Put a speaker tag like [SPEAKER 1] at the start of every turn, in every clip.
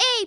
[SPEAKER 1] Oi,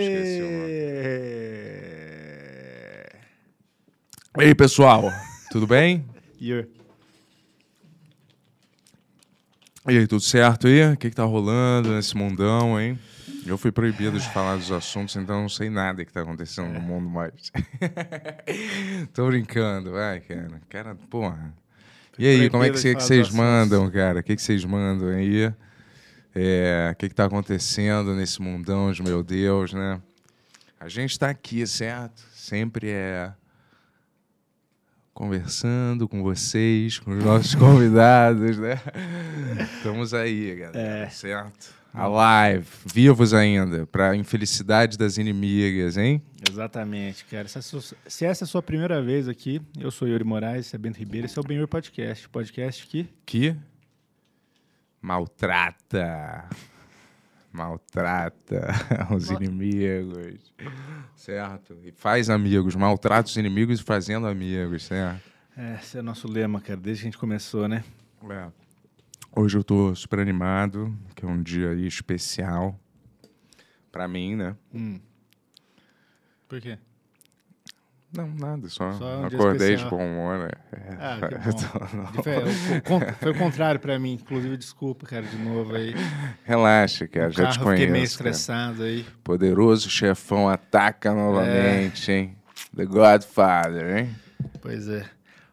[SPEAKER 2] esqueci o nome.
[SPEAKER 3] Aê!
[SPEAKER 2] Ei, pessoal, tudo bem?
[SPEAKER 3] Yur.
[SPEAKER 2] E aí, tudo certo aí? O que, que tá rolando nesse mundão, hein? Eu fui proibido de falar dos assuntos, então eu não sei nada que tá acontecendo no mundo mais. Tô brincando, vai, cara. Cara, porra. E aí, como é que
[SPEAKER 3] proibido de
[SPEAKER 2] cê- que
[SPEAKER 3] falar
[SPEAKER 2] vocês
[SPEAKER 3] dos assuntos.
[SPEAKER 2] mandam, cara? O que que vocês mandam aí? É, O que, que tá acontecendo nesse mundão, de meu Deus, né? A gente tá aqui, certo? Sempre é conversando com vocês, com os nossos convidados, né? Estamos aí, galera, certo? Alive, vivos ainda, para infelicidade das inimigas, hein?
[SPEAKER 3] Exatamente, cara. Se, essa, se essa é a sua primeira vez aqui, eu sou Yuri Moraes, esse é Bento Ribeiro, esse é o Benhur Podcast. Podcast que
[SPEAKER 2] Que maltrata, maltrata os inimigos, certo? E faz amigos, maltrata os inimigos fazendo amigos, certo?
[SPEAKER 3] é, esse é o nosso lema, cara, desde que a gente começou, né?
[SPEAKER 2] É. Hoje eu tô super animado, que é um dia aí especial pra mim, né?
[SPEAKER 3] Por quê?
[SPEAKER 2] Não, nada, só,
[SPEAKER 3] Só um dia
[SPEAKER 2] acordei de
[SPEAKER 3] especial.
[SPEAKER 2] bom humor, né? É.
[SPEAKER 3] Ah, que bom.
[SPEAKER 2] Então,
[SPEAKER 3] Dife- o con- Foi o contrário pra mim, inclusive, desculpa, cara, de novo aí.
[SPEAKER 2] Relaxa, cara, já te
[SPEAKER 3] Carro, fiquei
[SPEAKER 2] conheço.
[SPEAKER 3] meio
[SPEAKER 2] cara.
[SPEAKER 3] estressado aí.
[SPEAKER 2] Poderoso chefão ataca novamente,
[SPEAKER 3] É.
[SPEAKER 2] hein? The Godfather, hein?
[SPEAKER 3] Pois é.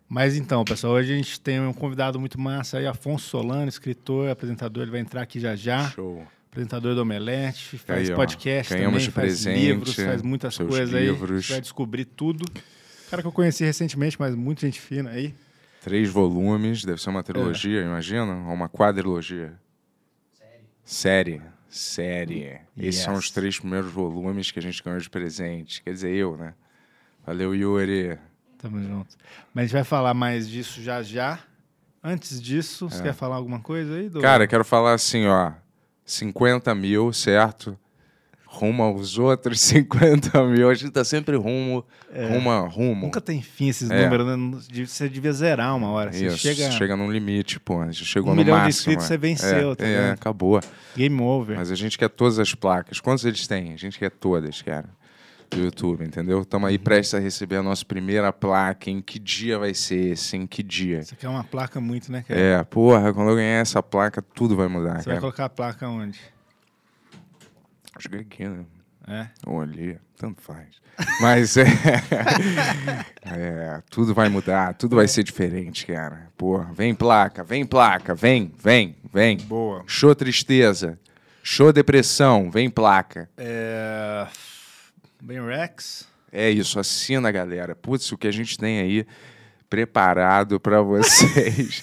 [SPEAKER 3] Mas então, pessoal, hoje a gente tem um convidado muito massa aí, Afonso Solano, escritor, apresentador, ele vai entrar aqui já já.
[SPEAKER 2] Show.
[SPEAKER 3] apresentador do Omelete, faz
[SPEAKER 2] Aí, ó,
[SPEAKER 3] podcast também,
[SPEAKER 2] ganhamos
[SPEAKER 3] faz
[SPEAKER 2] de presente,
[SPEAKER 3] livros, faz muitas
[SPEAKER 2] seus
[SPEAKER 3] coisas aí.
[SPEAKER 2] livros.
[SPEAKER 3] Você vai descobrir tudo. Cara que eu conheci recentemente, mas muita gente fina aí.
[SPEAKER 2] Três volumes, deve ser uma trilogia,
[SPEAKER 3] É.
[SPEAKER 2] imagina? Ou uma quadrilogia? Série. Série. Esses são
[SPEAKER 3] Yes.
[SPEAKER 2] os três primeiros volumes que a gente ganhou de presente. Quer dizer, eu, né? Valeu, Yuri.
[SPEAKER 3] Tamo junto. Mas a gente vai falar mais disso já já. Antes disso, você quer falar alguma coisa aí? Do...
[SPEAKER 2] É. Cara, quero falar assim, ó. 50 mil, certo? Rumo aos outros 50 mil. A gente tá sempre rumo, rumo, a- rumo.
[SPEAKER 3] É. Nunca tem fim esses
[SPEAKER 2] É.
[SPEAKER 3] números, né? Você devia zerar uma hora. Você
[SPEAKER 2] Isso,
[SPEAKER 3] assim, chega,
[SPEAKER 2] chega... num limite, pô. A gente chegou
[SPEAKER 3] Um
[SPEAKER 2] no
[SPEAKER 3] milhão de
[SPEAKER 2] máximo.
[SPEAKER 3] inscritos,
[SPEAKER 2] é.
[SPEAKER 3] você venceu,
[SPEAKER 2] é,
[SPEAKER 3] tá
[SPEAKER 2] é,
[SPEAKER 3] vendo?
[SPEAKER 2] acabou.
[SPEAKER 3] game over.
[SPEAKER 2] Mas a gente quer todas as placas. Quantos eles têm? A gente quer todas, cara. Do YouTube, entendeu? Estamos
[SPEAKER 3] Uhum.
[SPEAKER 2] aí prestes a receber a nossa primeira placa. Em que dia vai ser esse? Em que dia?
[SPEAKER 3] Você quer é uma placa muito, né, cara?
[SPEAKER 2] É, porra, quando eu ganhar essa placa, tudo vai mudar,
[SPEAKER 3] Você vai
[SPEAKER 2] cara.
[SPEAKER 3] colocar a placa onde?
[SPEAKER 2] Acho que aqui, né?
[SPEAKER 3] É.
[SPEAKER 2] Ou ali, tanto faz. Mas é, é, Tudo vai mudar, tudo
[SPEAKER 3] É.
[SPEAKER 2] vai ser diferente, cara. Porra, vem placa, vem placa, vem, vem, vem.
[SPEAKER 3] Boa.
[SPEAKER 2] Show tristeza, show depressão, vem placa.
[SPEAKER 3] É... Bem Rex.
[SPEAKER 2] É isso, assina, galera. Putz, o que a gente tem aí preparado pra vocês.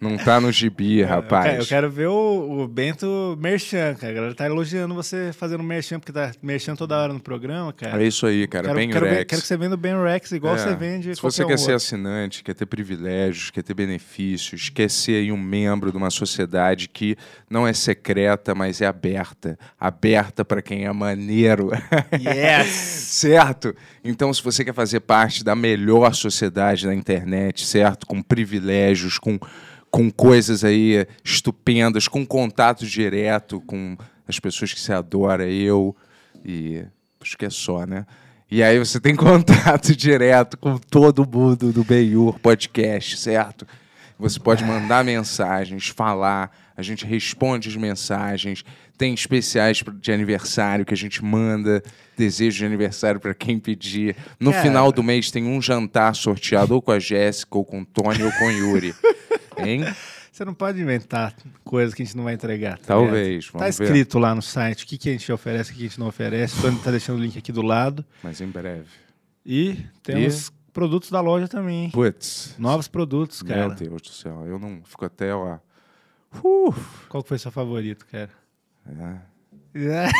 [SPEAKER 2] Não tá no gibi,
[SPEAKER 3] Cara,
[SPEAKER 2] rapaz.
[SPEAKER 3] É, eu quero ver o, o Bento merchan, cara. A galera tá elogiando você fazendo merchan, porque tá merchan toda hora no programa, cara.
[SPEAKER 2] É isso aí, cara.
[SPEAKER 3] quero,
[SPEAKER 2] bem
[SPEAKER 3] quero, ver-
[SPEAKER 2] Rex.
[SPEAKER 3] quero que você venda o Ben Rex igual
[SPEAKER 2] É.
[SPEAKER 3] você vende
[SPEAKER 2] Se você quer
[SPEAKER 3] qualquer um
[SPEAKER 2] ser
[SPEAKER 3] outro.
[SPEAKER 2] assinante, quer ter privilégios, quer ter benefícios, quer ser aí um membro de uma sociedade que não é secreta, mas é aberta. Aberta para quem é maneiro.
[SPEAKER 3] Yes!
[SPEAKER 2] certo? Então, se você quer fazer parte da melhor sociedade na internet, certo? Com privilégios, com, com coisas aí estupendas, com contato direto com as pessoas que você adora, eu e. Acho que é só, né? E aí você tem contato direto com todo mundo do Beiur Podcast, certo? Você pode mandar mensagens, falar, a gente responde as mensagens. Tem especiais pro- de aniversário que a gente manda, desejo de aniversário para quem pedir. No
[SPEAKER 3] Cara.
[SPEAKER 2] final do mês tem um jantar sorteado ou com a Jéssica, ou com o Tony, ou com o Yuri. Hein?
[SPEAKER 3] É. Você não pode inventar coisas que a gente não vai entregar. tá ligado?
[SPEAKER 2] Talvez,
[SPEAKER 3] Tá
[SPEAKER 2] vamos ver.
[SPEAKER 3] escrito lá no site o que, que a gente oferece, o que a gente não oferece. O Tony tá deixando o link aqui do lado.
[SPEAKER 2] Mas em breve.
[SPEAKER 3] E temos produtos da loja também. hein?
[SPEAKER 2] Putz,
[SPEAKER 3] Novos produtos, cara.
[SPEAKER 2] meu Deus do céu, eu não fico até lá. Uh,
[SPEAKER 3] Qual que foi seu favorito, cara?
[SPEAKER 2] é.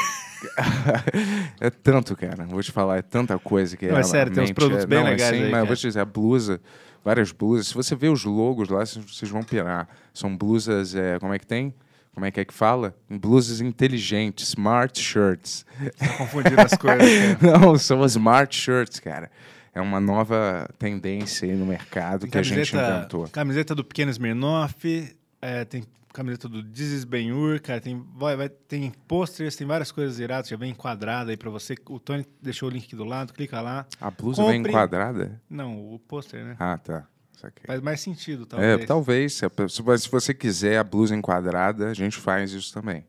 [SPEAKER 2] é tanto, cara. Vou te falar, é tanta coisa que
[SPEAKER 3] Não, é
[SPEAKER 2] ela
[SPEAKER 3] sério, tem uns
[SPEAKER 2] mente.
[SPEAKER 3] produtos
[SPEAKER 2] É,
[SPEAKER 3] bem
[SPEAKER 2] não, é
[SPEAKER 3] legais
[SPEAKER 2] sim,
[SPEAKER 3] aí,
[SPEAKER 2] mas eu
[SPEAKER 3] cara.
[SPEAKER 2] vou te dizer, a blusa, várias blusas. Se você ver os logos lá, vocês- vocês vão pirar. São blusas, é, como é que tem? Como é que é que fala? Blusas inteligentes, smart shirts.
[SPEAKER 3] Confundindo as coisas. cara.
[SPEAKER 2] Não, são as smart shirts, cara. É uma nova tendência aí no mercado que a gente
[SPEAKER 3] Camiseta-
[SPEAKER 2] inventou.
[SPEAKER 3] Camiseta do Pequeno Smirnoff, é, tem camiseta do This is Ben-Hur, cara, tem, vai, vai- tem posters, tem várias coisas iradas, já vem enquadrada aí pra você. O Tony deixou o link aqui do lado, clica lá.
[SPEAKER 2] A blusa vem
[SPEAKER 3] Compre-
[SPEAKER 2] enquadrada?
[SPEAKER 3] Não, o pôster, né?
[SPEAKER 2] Ah, tá. Saquei.
[SPEAKER 3] Faz mais sentido, talvez.
[SPEAKER 2] É, talvez. Se, a pessoa- mas se você quiser a blusa enquadrada, a gente faz isso também.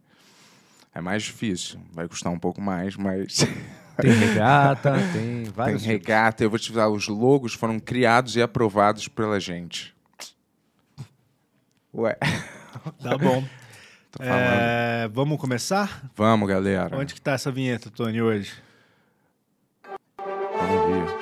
[SPEAKER 2] É mais difícil, vai custar um pouco mais, mas
[SPEAKER 4] Tem regata,
[SPEAKER 2] tem
[SPEAKER 4] tem vários.
[SPEAKER 2] regata. Eu vou te falar, os logos foram criados e aprovados pela gente. Ué,
[SPEAKER 3] Tá bom.
[SPEAKER 2] tô falando. É.
[SPEAKER 3] É, vamos começar?
[SPEAKER 2] Vamos, galera.
[SPEAKER 3] Onde que tá essa vinheta, Tony, hoje?
[SPEAKER 2] Vamos ver.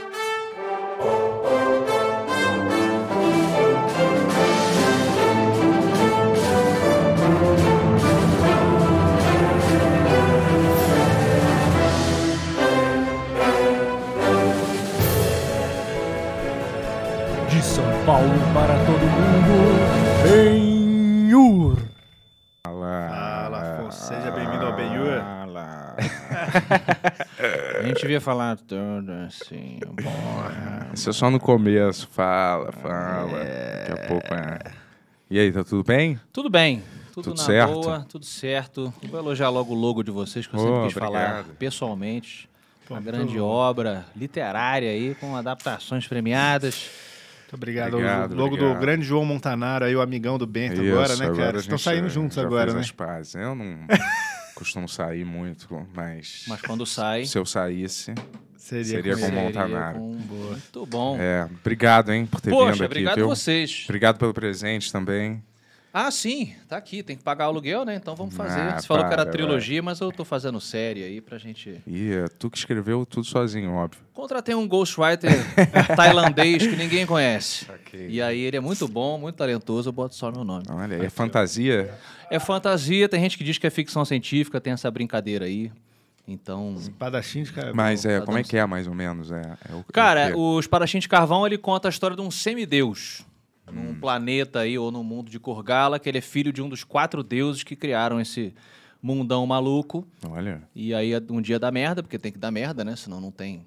[SPEAKER 4] De São Paulo para todo mundo. Benhur!
[SPEAKER 2] Ah,
[SPEAKER 3] Fala, Afonso. Ah, Seja bem-vindo ao Ben-Hur.
[SPEAKER 2] Fala.
[SPEAKER 5] A gente devia falar tudo assim, porra.
[SPEAKER 2] Isso é só no começo. Fala, fala. Daqui a pouco é. E aí, tá tudo bem?
[SPEAKER 5] Tudo bem. Tudo,
[SPEAKER 2] Tudo
[SPEAKER 5] na
[SPEAKER 2] certo?
[SPEAKER 5] boa, tudo certo. Vou elogiar logo o logo de vocês, que eu sempre
[SPEAKER 2] Oh,
[SPEAKER 5] quis falar
[SPEAKER 2] obrigado.
[SPEAKER 5] pessoalmente. Uma grande obra literária aí, com adaptações premiadas.
[SPEAKER 3] Muito obrigado.
[SPEAKER 2] Obrigado,
[SPEAKER 3] o logo do
[SPEAKER 2] obrigado.
[SPEAKER 3] grande João Montanaro aí, o amigão do Bento agora, né,
[SPEAKER 2] a
[SPEAKER 3] cara? Vocês
[SPEAKER 2] gente
[SPEAKER 3] estão saindo
[SPEAKER 2] já-
[SPEAKER 3] juntos
[SPEAKER 2] já
[SPEAKER 3] agora,
[SPEAKER 2] fez
[SPEAKER 3] né?
[SPEAKER 2] as pazes. Eu não costumo sair muito, mas,
[SPEAKER 5] Mas quando sai,
[SPEAKER 2] se eu saísse, seria
[SPEAKER 3] com
[SPEAKER 2] com
[SPEAKER 3] ele.
[SPEAKER 2] Montanaro.
[SPEAKER 5] com- Muito bom.
[SPEAKER 2] é, obrigado, hein, por ter vindo
[SPEAKER 5] Poxa,
[SPEAKER 2] aqui,
[SPEAKER 5] obrigado a
[SPEAKER 2] viu?
[SPEAKER 5] vocês.
[SPEAKER 2] Obrigado pelo presente também.
[SPEAKER 5] Ah, sim, tá aqui, tem que pagar o aluguel, né? Então vamos fazer.
[SPEAKER 2] Ah,
[SPEAKER 5] Você falou que era
[SPEAKER 2] para,
[SPEAKER 5] trilogia, mas eu tô fazendo série aí pra gente.
[SPEAKER 2] E é, tu que escreveu tudo sozinho, óbvio.
[SPEAKER 5] Contratei um ghostwriter tailandês que ninguém conhece. E aí ele é muito bom, muito talentoso, eu boto só meu nome.
[SPEAKER 2] Olha, é fantasia.
[SPEAKER 5] É fantasia, tem gente que diz que é ficção científica, tem essa brincadeira aí. Então.
[SPEAKER 3] Padachim de cara.
[SPEAKER 2] Mas é,
[SPEAKER 5] tá
[SPEAKER 2] como é
[SPEAKER 5] dando-
[SPEAKER 2] que é, mais ou menos? É, é o,
[SPEAKER 5] Cara,
[SPEAKER 2] o... quê?
[SPEAKER 5] o Espadachim de Carvão ele conta a história de um semideus. Num planeta aí, ou num mundo de Korgala, que ele é filho de um dos quatro deuses que criaram esse mundão maluco.
[SPEAKER 2] Olha,
[SPEAKER 5] E aí um dia dá merda, porque tem que dar merda, né? Senão não tem,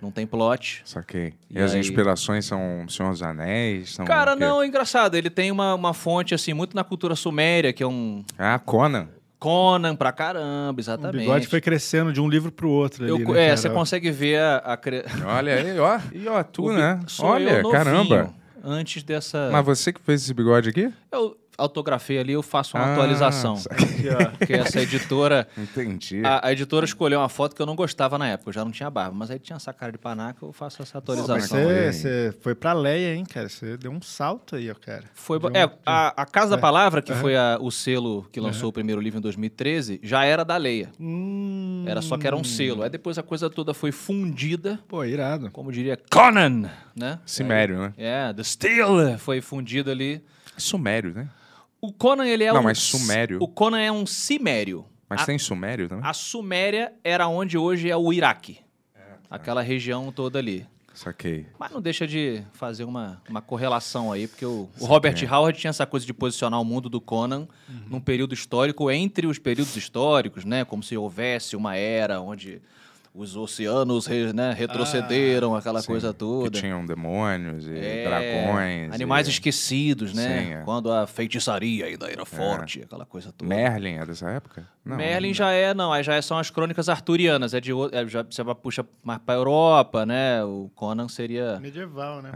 [SPEAKER 5] não tem plot.
[SPEAKER 2] saquei. E,
[SPEAKER 5] E
[SPEAKER 2] as
[SPEAKER 5] aí?
[SPEAKER 2] inspirações são Senhor dos Anéis? São
[SPEAKER 5] Cara,
[SPEAKER 2] o quê?
[SPEAKER 5] não, é engraçado. Ele tem uma, uma fonte, assim, muito na cultura suméria, que é um
[SPEAKER 2] Ah, Conan.
[SPEAKER 5] Conan pra caramba,
[SPEAKER 3] O
[SPEAKER 5] exatamente.
[SPEAKER 3] Um bigode foi crescendo de um livro pro outro.
[SPEAKER 5] Eu
[SPEAKER 3] ali,
[SPEAKER 5] co-
[SPEAKER 3] né,
[SPEAKER 5] é,
[SPEAKER 3] cara?
[SPEAKER 5] você consegue ver a... a cre-
[SPEAKER 2] Olha aí, ó. E ó,
[SPEAKER 5] o
[SPEAKER 2] tu,
[SPEAKER 5] bi-
[SPEAKER 2] né?
[SPEAKER 5] sou
[SPEAKER 2] Olha,
[SPEAKER 5] eu novinho,
[SPEAKER 2] caramba.
[SPEAKER 5] Antes dessa...
[SPEAKER 2] Mas você que fez esse bigode aqui?
[SPEAKER 5] Eu autografei ali, eu faço uma
[SPEAKER 2] Ah,
[SPEAKER 5] atualização.
[SPEAKER 2] saquei.
[SPEAKER 5] Porque essa editora...
[SPEAKER 2] Entendi.
[SPEAKER 5] A, a editora escolheu uma foto que eu não gostava na época, eu já não tinha barba. Mas aí tinha essa cara de panaca, eu faço essa
[SPEAKER 3] Pô, mas
[SPEAKER 5] atualização.
[SPEAKER 2] Pô,
[SPEAKER 3] Você, você foi pra Leia, hein, cara? Você deu um salto aí, ó, cara.
[SPEAKER 5] Foi bo-
[SPEAKER 3] De um-
[SPEAKER 5] é, a, a Casa da Palavra, que foi a- o selo que lançou o primeiro livro em 2013, já era da Leia.
[SPEAKER 3] Hum.
[SPEAKER 5] Era só que era um selo. Aí depois a coisa toda foi fundida,
[SPEAKER 3] Pô, irado.
[SPEAKER 5] como diria Conan, né?
[SPEAKER 2] Simério, né?
[SPEAKER 5] É, The Steel foi fundido ali.
[SPEAKER 2] Sumério, né?
[SPEAKER 5] O Conan, ele é
[SPEAKER 2] Não,
[SPEAKER 5] um...
[SPEAKER 2] mas sumério.
[SPEAKER 5] O Conan é um simério.
[SPEAKER 2] Mas
[SPEAKER 5] a,
[SPEAKER 2] tem Sumério também?
[SPEAKER 5] a Suméria era onde hoje é o Iraque.
[SPEAKER 2] tá.
[SPEAKER 5] Aquela região toda ali.
[SPEAKER 2] Saquei.
[SPEAKER 5] Mas não deixa de fazer uma, uma correlação aí, porque o, o Robert
[SPEAKER 2] É.
[SPEAKER 5] Howard tinha essa coisa de posicionar o mundo do Conan num período histórico entre os períodos históricos, né? Como se houvesse uma era onde os oceanos re- né, retrocederam, aquela
[SPEAKER 2] Sim,
[SPEAKER 5] coisa
[SPEAKER 2] Que
[SPEAKER 5] toda.
[SPEAKER 2] tinham demônios e
[SPEAKER 5] É,
[SPEAKER 2] dragões.
[SPEAKER 5] Animais
[SPEAKER 2] e...
[SPEAKER 5] esquecidos, né?
[SPEAKER 2] Sim, é.
[SPEAKER 5] Quando a feitiçaria ainda era forte, aquela coisa toda.
[SPEAKER 2] Merlin é dessa época? Não.
[SPEAKER 5] Merlin já é, não, aí já são as crônicas arturianas, é de outro- é, já você vai- puxa mais pra Europa, né? O Conan seria.
[SPEAKER 3] Medieval, né?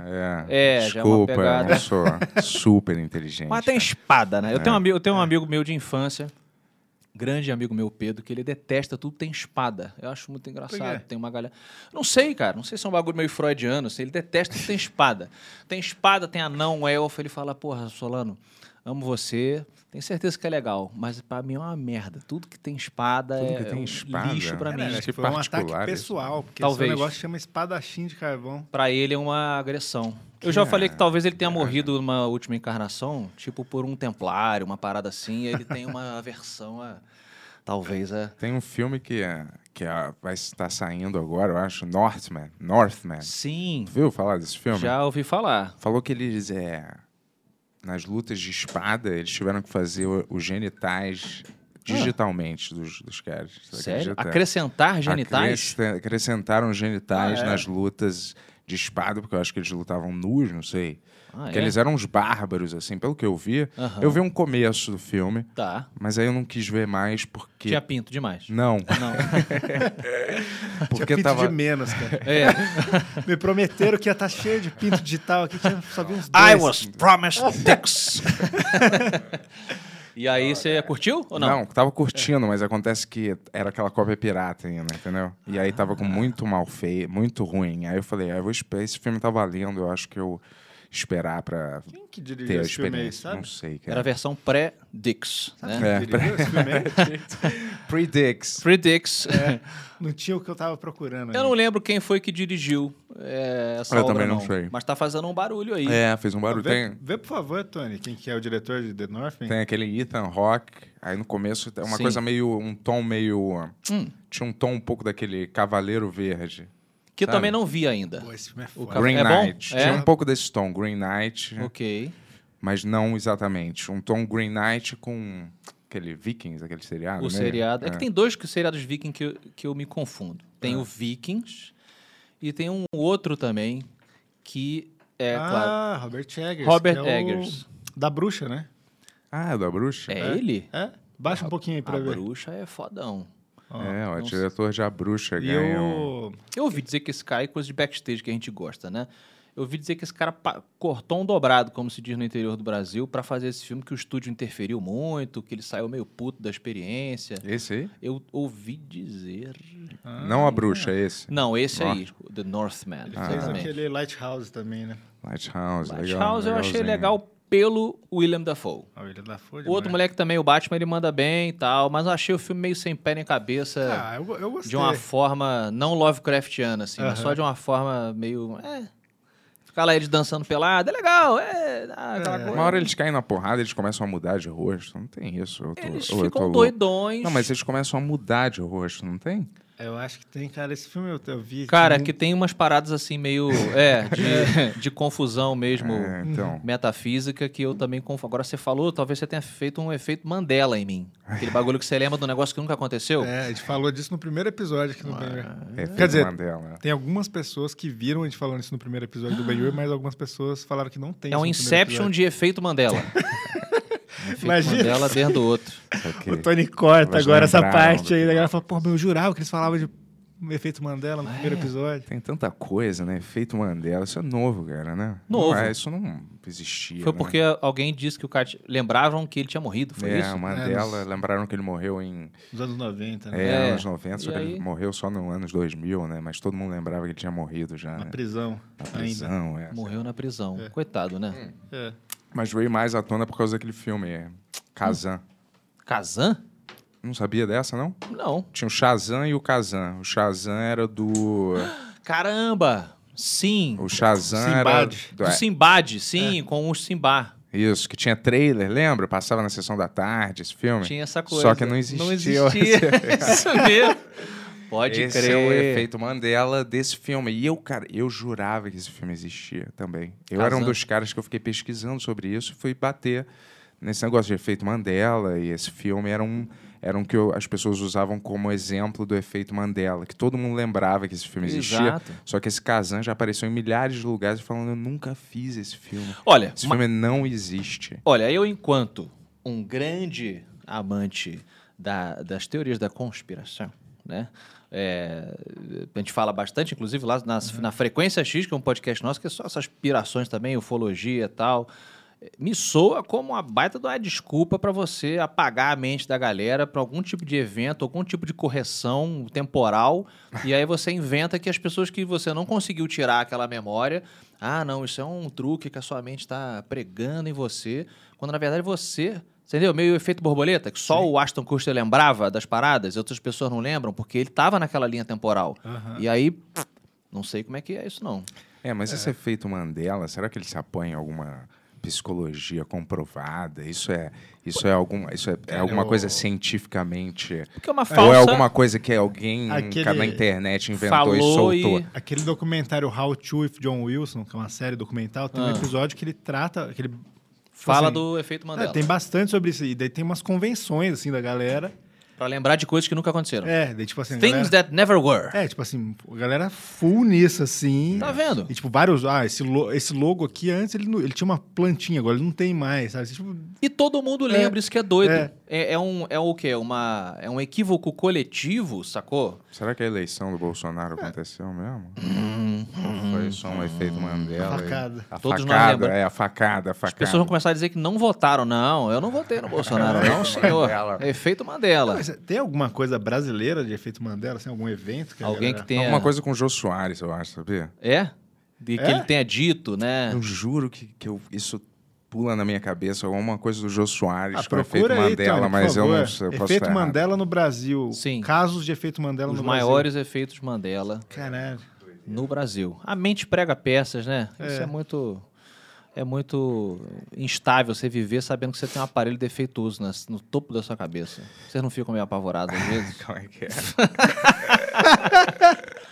[SPEAKER 2] É,
[SPEAKER 5] É, já é uma
[SPEAKER 2] desculpa, eu
[SPEAKER 5] pegada.
[SPEAKER 2] não sou super inteligente.
[SPEAKER 5] Mas tem espada, né? Eu,
[SPEAKER 2] É.
[SPEAKER 5] tenho um amigo, eu tenho um amigo meu de infância, grande amigo meu, Pedro, que ele detesta tudo que tem espada. Eu acho muito engraçado.
[SPEAKER 3] quê?
[SPEAKER 5] Tem uma galera. Não sei, cara. Não sei se é um bagulho meio freudiano. Assim, ele detesta tudo que tem espada. Tem espada, tem anão, um elfo. Ele fala, porra, Solano, amo você. Tenho certeza que é legal, mas pra mim é uma merda. Tudo que tem espada
[SPEAKER 2] Tudo
[SPEAKER 5] é,
[SPEAKER 2] que tem
[SPEAKER 5] é um
[SPEAKER 2] espada.
[SPEAKER 5] lixo pra mim.
[SPEAKER 3] Cara, acho
[SPEAKER 2] que
[SPEAKER 3] que foi um ataque
[SPEAKER 2] particular isso.
[SPEAKER 3] pessoal, porque
[SPEAKER 5] Talvez.
[SPEAKER 3] esse negócio chama espadachim de carvão.
[SPEAKER 5] Pra ele é uma agressão. Eu já falei que talvez ele tenha morrido numa última encarnação, tipo por um templário, uma parada assim, e ele tem uma aversão a, Talvez é.
[SPEAKER 2] Tem um filme que, que ah, vai estar saindo agora, eu acho, Northman. Northman.
[SPEAKER 5] Sim,
[SPEAKER 2] Viu falar desse filme?
[SPEAKER 5] já ouvi falar.
[SPEAKER 2] Falou que eles, é, nas lutas de espada, eles tiveram que fazer o- os genitais digitalmente dos, dos caras. Você
[SPEAKER 5] Ah. Sério?
[SPEAKER 2] acredita?
[SPEAKER 5] Acrescentar genitais? Ah, é.
[SPEAKER 2] Acresce- Acrescentaram genitais nas lutas de espada, porque eu acho que eles lutavam nus, não sei.
[SPEAKER 5] Ah,
[SPEAKER 2] Porque
[SPEAKER 5] é?
[SPEAKER 2] eles eram uns bárbaros, assim, pelo que eu vi.
[SPEAKER 5] Aham.
[SPEAKER 2] Eu vi um começo do filme,
[SPEAKER 5] Tá.
[SPEAKER 2] mas aí eu não quis ver mais porque...
[SPEAKER 5] Tinha pinto demais.
[SPEAKER 2] Não,
[SPEAKER 5] Não.
[SPEAKER 2] porque
[SPEAKER 3] Tinha pinto
[SPEAKER 2] tava...
[SPEAKER 3] de menos, cara.
[SPEAKER 5] É.
[SPEAKER 3] Me prometeram que ia estar cheio de pinto digital aqui, tinha só vi uns dois.
[SPEAKER 5] I was promised dicks. e aí, você curtiu ou não?
[SPEAKER 2] Não, tava curtindo, mas acontece que era aquela cópia pirata ainda, entendeu? E aí tava com
[SPEAKER 5] Ah.
[SPEAKER 2] muito mal feio, muito ruim. Aí eu falei, ah, eu vou esperar, esse filme tá valendo, eu acho que eu esperar pra
[SPEAKER 3] Quem que
[SPEAKER 2] ter
[SPEAKER 3] dirigiu
[SPEAKER 2] a
[SPEAKER 3] esse filme aí,
[SPEAKER 2] experiência.
[SPEAKER 3] sabe?
[SPEAKER 2] Não sei,
[SPEAKER 5] Era a
[SPEAKER 2] cara.
[SPEAKER 5] versão pré-dicks. Né?
[SPEAKER 2] É.
[SPEAKER 3] Quem dirigiu esse filme aí?
[SPEAKER 5] é?
[SPEAKER 2] Predicts.
[SPEAKER 5] Pre-dicks.
[SPEAKER 3] Não tinha o que eu tava procurando.
[SPEAKER 5] Eu
[SPEAKER 3] ainda.
[SPEAKER 5] não lembro quem foi que dirigiu é, essa
[SPEAKER 2] Eu
[SPEAKER 5] obra,
[SPEAKER 2] também não sei.
[SPEAKER 5] Mas tá fazendo um barulho aí.
[SPEAKER 2] É, fez um barulho.
[SPEAKER 3] Vê,
[SPEAKER 2] Tem,
[SPEAKER 3] vê, por favor, Tony, quem que é o diretor de The Northman?
[SPEAKER 2] tem aquele Ethan Rock, aí no começo é uma
[SPEAKER 5] Sim. Hum.
[SPEAKER 2] coisa meio, um tom meio... Tinha um tom um pouco daquele Cavaleiro Verde.
[SPEAKER 5] Que eu
[SPEAKER 2] Sabe?
[SPEAKER 5] também não vi ainda.
[SPEAKER 3] Pô, esse filme é
[SPEAKER 5] Ca-
[SPEAKER 3] foda.
[SPEAKER 2] Green
[SPEAKER 5] é bom?
[SPEAKER 2] Knight.
[SPEAKER 5] É?
[SPEAKER 2] Tinha um pouco desse tom, Green Knight.
[SPEAKER 5] Ok.
[SPEAKER 2] mas não exatamente. Um tom Green Knight com aquele Vikings, aquele seriado.
[SPEAKER 5] o
[SPEAKER 2] né?
[SPEAKER 5] seriado. É. que tem dois que- seriados Viking que, eu- que eu me confundo. Tem
[SPEAKER 2] É.
[SPEAKER 5] o Vikings e tem um outro também que é,
[SPEAKER 3] ah,
[SPEAKER 5] claro.
[SPEAKER 3] Robert Eggers.
[SPEAKER 5] Robert
[SPEAKER 3] que é o
[SPEAKER 5] Eggers.
[SPEAKER 3] Da bruxa, né?
[SPEAKER 2] Ah, é da bruxa?
[SPEAKER 5] É, ele?
[SPEAKER 3] É? Baixa um pouquinho aí pra
[SPEAKER 5] a
[SPEAKER 3] ver.
[SPEAKER 5] bruxa é fodão.
[SPEAKER 3] Ó,
[SPEAKER 5] Ah,
[SPEAKER 2] É, ó,
[SPEAKER 3] não sei.
[SPEAKER 2] diretor de A Bruxa um.
[SPEAKER 3] E
[SPEAKER 5] é
[SPEAKER 2] ganhou.
[SPEAKER 3] o...
[SPEAKER 5] Eu ouvi dizer que esse cara é coisa de backstage que a gente gosta, né? Eu ouvi dizer que esse cara pa- cortou um dobrado, como se diz no interior do Brasil, pra fazer esse filme que o estúdio interferiu muito, que ele saiu meio puto da experiência.
[SPEAKER 2] Esse aí?
[SPEAKER 5] Eu ouvi dizer. Ah, um-
[SPEAKER 2] não A Bruxa, é esse.
[SPEAKER 5] Não, esse aí, o The Northman.
[SPEAKER 3] Ah, Ele fez
[SPEAKER 5] exatamente.
[SPEAKER 3] aquele Lighthouse também, né?
[SPEAKER 2] Lighthouse, Ah, legal.
[SPEAKER 5] Lighthouse eu achei
[SPEAKER 2] legalzinho.
[SPEAKER 5] legal pelo William Dafoe.
[SPEAKER 3] A Ilha da Folha.
[SPEAKER 5] O outro
[SPEAKER 3] né?
[SPEAKER 5] moleque também, o Batman, ele manda bem e tal, mas eu achei o filme meio sem pé nem cabeça,
[SPEAKER 3] Ah, eu, eu gostei.
[SPEAKER 5] de uma forma não Lovecraftiana, assim, mas só de uma forma meio... É, ficar lá eles dançando pelado, é legal, é... ah, aquela coisa.
[SPEAKER 2] Uma hora eles caem na porrada, eles começam a mudar de rosto. Não tem isso. Eu tô,
[SPEAKER 5] Eles
[SPEAKER 2] ou eu tô
[SPEAKER 5] ficam
[SPEAKER 2] louco.
[SPEAKER 5] doidões.
[SPEAKER 2] Não, mas eles começam a mudar de rosto, não tem?
[SPEAKER 3] Eu acho que tem, cara. Esse filme eu, eu vi.
[SPEAKER 5] Cara,
[SPEAKER 3] muito-
[SPEAKER 5] que tem umas paradas assim meio... É, de, de confusão mesmo.
[SPEAKER 2] É, então.
[SPEAKER 5] Metafísica que eu também confundo. Agora você falou, talvez você tenha feito um efeito Mandela em mim. Aquele bagulho que você lembra do negócio que nunca aconteceu.
[SPEAKER 3] É, a gente falou disso no primeiro episódio aqui no Ben-Hur.
[SPEAKER 2] É
[SPEAKER 3] Quer dizer,
[SPEAKER 2] Mandela.
[SPEAKER 3] Tem algumas pessoas que viram a gente falando isso no primeiro episódio do Ben-Hur, mas algumas pessoas falaram que não tem.
[SPEAKER 5] É um
[SPEAKER 3] isso no primeiro
[SPEAKER 5] Inception de efeito Mandela. Um efeito
[SPEAKER 3] Imagina.
[SPEAKER 5] Mandela dentro do outro.
[SPEAKER 2] Ok.
[SPEAKER 3] episódio. O Tony corta
[SPEAKER 2] Elas
[SPEAKER 3] agora essa
[SPEAKER 2] lembraram
[SPEAKER 3] parte
[SPEAKER 2] do
[SPEAKER 3] aí.
[SPEAKER 2] que-
[SPEAKER 3] A galera fala, pô, meu, eu jurava que eles falavam de efeito Mandela
[SPEAKER 2] É.
[SPEAKER 3] no primeiro episódio.
[SPEAKER 2] Tem tanta coisa, né? Efeito Mandela. Isso é novo, cara, né?
[SPEAKER 5] Novo.
[SPEAKER 2] Não é, isso não existia.
[SPEAKER 5] Foi
[SPEAKER 2] né?
[SPEAKER 5] porque alguém disse que o cara. t- Lembravam que ele tinha morrido, foi
[SPEAKER 2] é,
[SPEAKER 5] isso?
[SPEAKER 2] a Mandela, lembraram que ele morreu em
[SPEAKER 3] Nos anos 90, né?
[SPEAKER 2] é,
[SPEAKER 5] É.
[SPEAKER 2] anos 90, só
[SPEAKER 5] E
[SPEAKER 2] que
[SPEAKER 5] aí?
[SPEAKER 2] ele morreu só nos anos 2000, né? Mas todo mundo lembrava que ele tinha morrido já,
[SPEAKER 3] Na
[SPEAKER 2] né?
[SPEAKER 3] prisão.
[SPEAKER 2] Na prisão, é.
[SPEAKER 5] Morreu na prisão. Coitado, né?
[SPEAKER 2] Hum.
[SPEAKER 3] ainda. É.
[SPEAKER 2] Mas veio mais à tona por causa daquele filme, é, Kazan.
[SPEAKER 5] Kazan?
[SPEAKER 2] Não sabia dessa, não?
[SPEAKER 5] Não.
[SPEAKER 2] Tinha o Shazam e o Kazan. O Shazam era do...
[SPEAKER 5] Caramba! Sim.
[SPEAKER 2] O Shazam
[SPEAKER 3] Simbad.
[SPEAKER 2] era... Do,
[SPEAKER 5] Do
[SPEAKER 2] é,
[SPEAKER 5] Simbad, sim, com o Simba.
[SPEAKER 2] isso, que tinha trailer, lembra? Passava na sessão da tarde esse filme.
[SPEAKER 5] Tinha essa coisa.
[SPEAKER 2] Só que não existia.
[SPEAKER 5] Não existia. isso mesmo. Pode
[SPEAKER 2] Esse
[SPEAKER 5] crer.
[SPEAKER 2] é o efeito Mandela desse filme. E eu, cara, eu jurava que esse filme existia também. Eu era um
[SPEAKER 5] Casando.
[SPEAKER 2] dos caras que eu fiquei pesquisando sobre isso e fui bater nesse negócio de efeito Mandela. E esse filme era um, era um que eu- as pessoas usavam como exemplo do efeito Mandela, que todo mundo lembrava que esse filme existia.
[SPEAKER 5] Exato.
[SPEAKER 2] Só que esse Kazan já apareceu em milhares de lugares falando: eu nunca fiz esse filme.
[SPEAKER 5] Olha,
[SPEAKER 2] Esse
[SPEAKER 5] uma-
[SPEAKER 2] filme não existe.
[SPEAKER 5] Olha, eu, enquanto um grande amante da- das teorias da conspiração, né? É, a gente fala bastante, inclusive, lá na, na Frequência X, que é um podcast nosso, que é só essas pirações também, ufologia e tal. É, Me soa como uma baita de uma desculpa para você apagar a mente da galera para algum tipo de evento, algum tipo de correção temporal. e aí você inventa que as pessoas que você não conseguiu tirar aquela memória ah, não, isso é um truque que a sua mente está pregando em você, quando na verdade você. Entendeu? Meio efeito borboleta, que só o Aston Kutcher lembrava das paradas e outras pessoas não lembram, porque ele estava naquela linha temporal.
[SPEAKER 3] Aham.
[SPEAKER 5] E aí, não sei como é que é isso, não.
[SPEAKER 2] É, mas esse efeito Mandela, será que ele se apoia em alguma psicologia comprovada, isso é isso é alguma isso é, é alguma
[SPEAKER 3] o-
[SPEAKER 2] coisa cientificamente
[SPEAKER 5] Porque é uma
[SPEAKER 2] ou é
[SPEAKER 5] falsa.
[SPEAKER 2] alguma coisa que alguém
[SPEAKER 3] Aquele-
[SPEAKER 2] cara, na internet inventou e
[SPEAKER 5] Falou e-
[SPEAKER 2] soltou.
[SPEAKER 3] Aquele documentário How to with John Wilson, que é uma série documental, tem um
[SPEAKER 5] Ah.
[SPEAKER 3] episódio que ele trata. Que ele, tipo
[SPEAKER 5] Fala
[SPEAKER 3] assim,
[SPEAKER 5] do efeito
[SPEAKER 3] é,
[SPEAKER 5] Mandela.
[SPEAKER 3] tem bastante sobre isso. E daí tem umas convenções, assim, da galera.
[SPEAKER 5] Pra lembrar de coisas que nunca aconteceram.
[SPEAKER 3] É, daí, tipo assim. a galera-
[SPEAKER 5] Things that never were.
[SPEAKER 3] É, tipo assim, a galera full nisso, assim.
[SPEAKER 5] Tá vendo?
[SPEAKER 3] E, tipo, vários. Ah, esse, lo- esse logo aqui, antes ele, não- ele tinha uma plantinha, agora ele não tem mais, sabe? Tipo,
[SPEAKER 5] E todo mundo lembra, isso que é doido. É,
[SPEAKER 3] É.
[SPEAKER 5] é um, é o quê? Uma, é um equívoco coletivo, sacou?
[SPEAKER 2] Será que a eleição do Bolsonaro
[SPEAKER 5] É.
[SPEAKER 2] aconteceu mesmo? Ou Foi só um efeito Mandela.
[SPEAKER 3] A
[SPEAKER 2] aí?
[SPEAKER 3] facada.
[SPEAKER 2] A
[SPEAKER 5] Uhum. Todos nós
[SPEAKER 2] facada,
[SPEAKER 5] lembramos.
[SPEAKER 2] é, a facada, a
[SPEAKER 5] As pessoas vão
[SPEAKER 2] facada.
[SPEAKER 5] começar a dizer que não votaram. Não, eu não votei no Bolsonaro, não, senhor. É
[SPEAKER 2] Mandela.
[SPEAKER 5] Efeito Mandela.
[SPEAKER 3] Mas tem alguma coisa brasileira de efeito Mandela, assim, algum evento? Que a
[SPEAKER 5] Alguém que
[SPEAKER 3] galera-
[SPEAKER 5] tenha...
[SPEAKER 2] Alguma coisa com o Jô Soares, eu acho, sabia?
[SPEAKER 5] É? De que
[SPEAKER 3] É?
[SPEAKER 5] ele tenha dito, né?
[SPEAKER 2] Eu juro que, que eu- isso pula na minha cabeça alguma coisa do Jô Soares
[SPEAKER 3] Ah,
[SPEAKER 2] com um efeito
[SPEAKER 3] procura aí,
[SPEAKER 2] Mandela,
[SPEAKER 3] Tony, por
[SPEAKER 2] mas eu
[SPEAKER 3] favor.
[SPEAKER 2] não sei. Eu posso
[SPEAKER 3] Efeito
[SPEAKER 2] estar errado.
[SPEAKER 3] Mandela no Brasil.
[SPEAKER 5] Sim.
[SPEAKER 3] Casos de efeito Mandela
[SPEAKER 5] Os
[SPEAKER 3] no
[SPEAKER 5] maiores efeitos Mandela
[SPEAKER 3] Brasil. Caralho.
[SPEAKER 5] no Brasil. A mente prega peças, né? Isso é muito... É muito instável você viver sabendo que você tem um aparelho defeituoso nas- no topo da sua cabeça. Vocês não ficam meio apavorados às vezes?
[SPEAKER 2] Como é que é?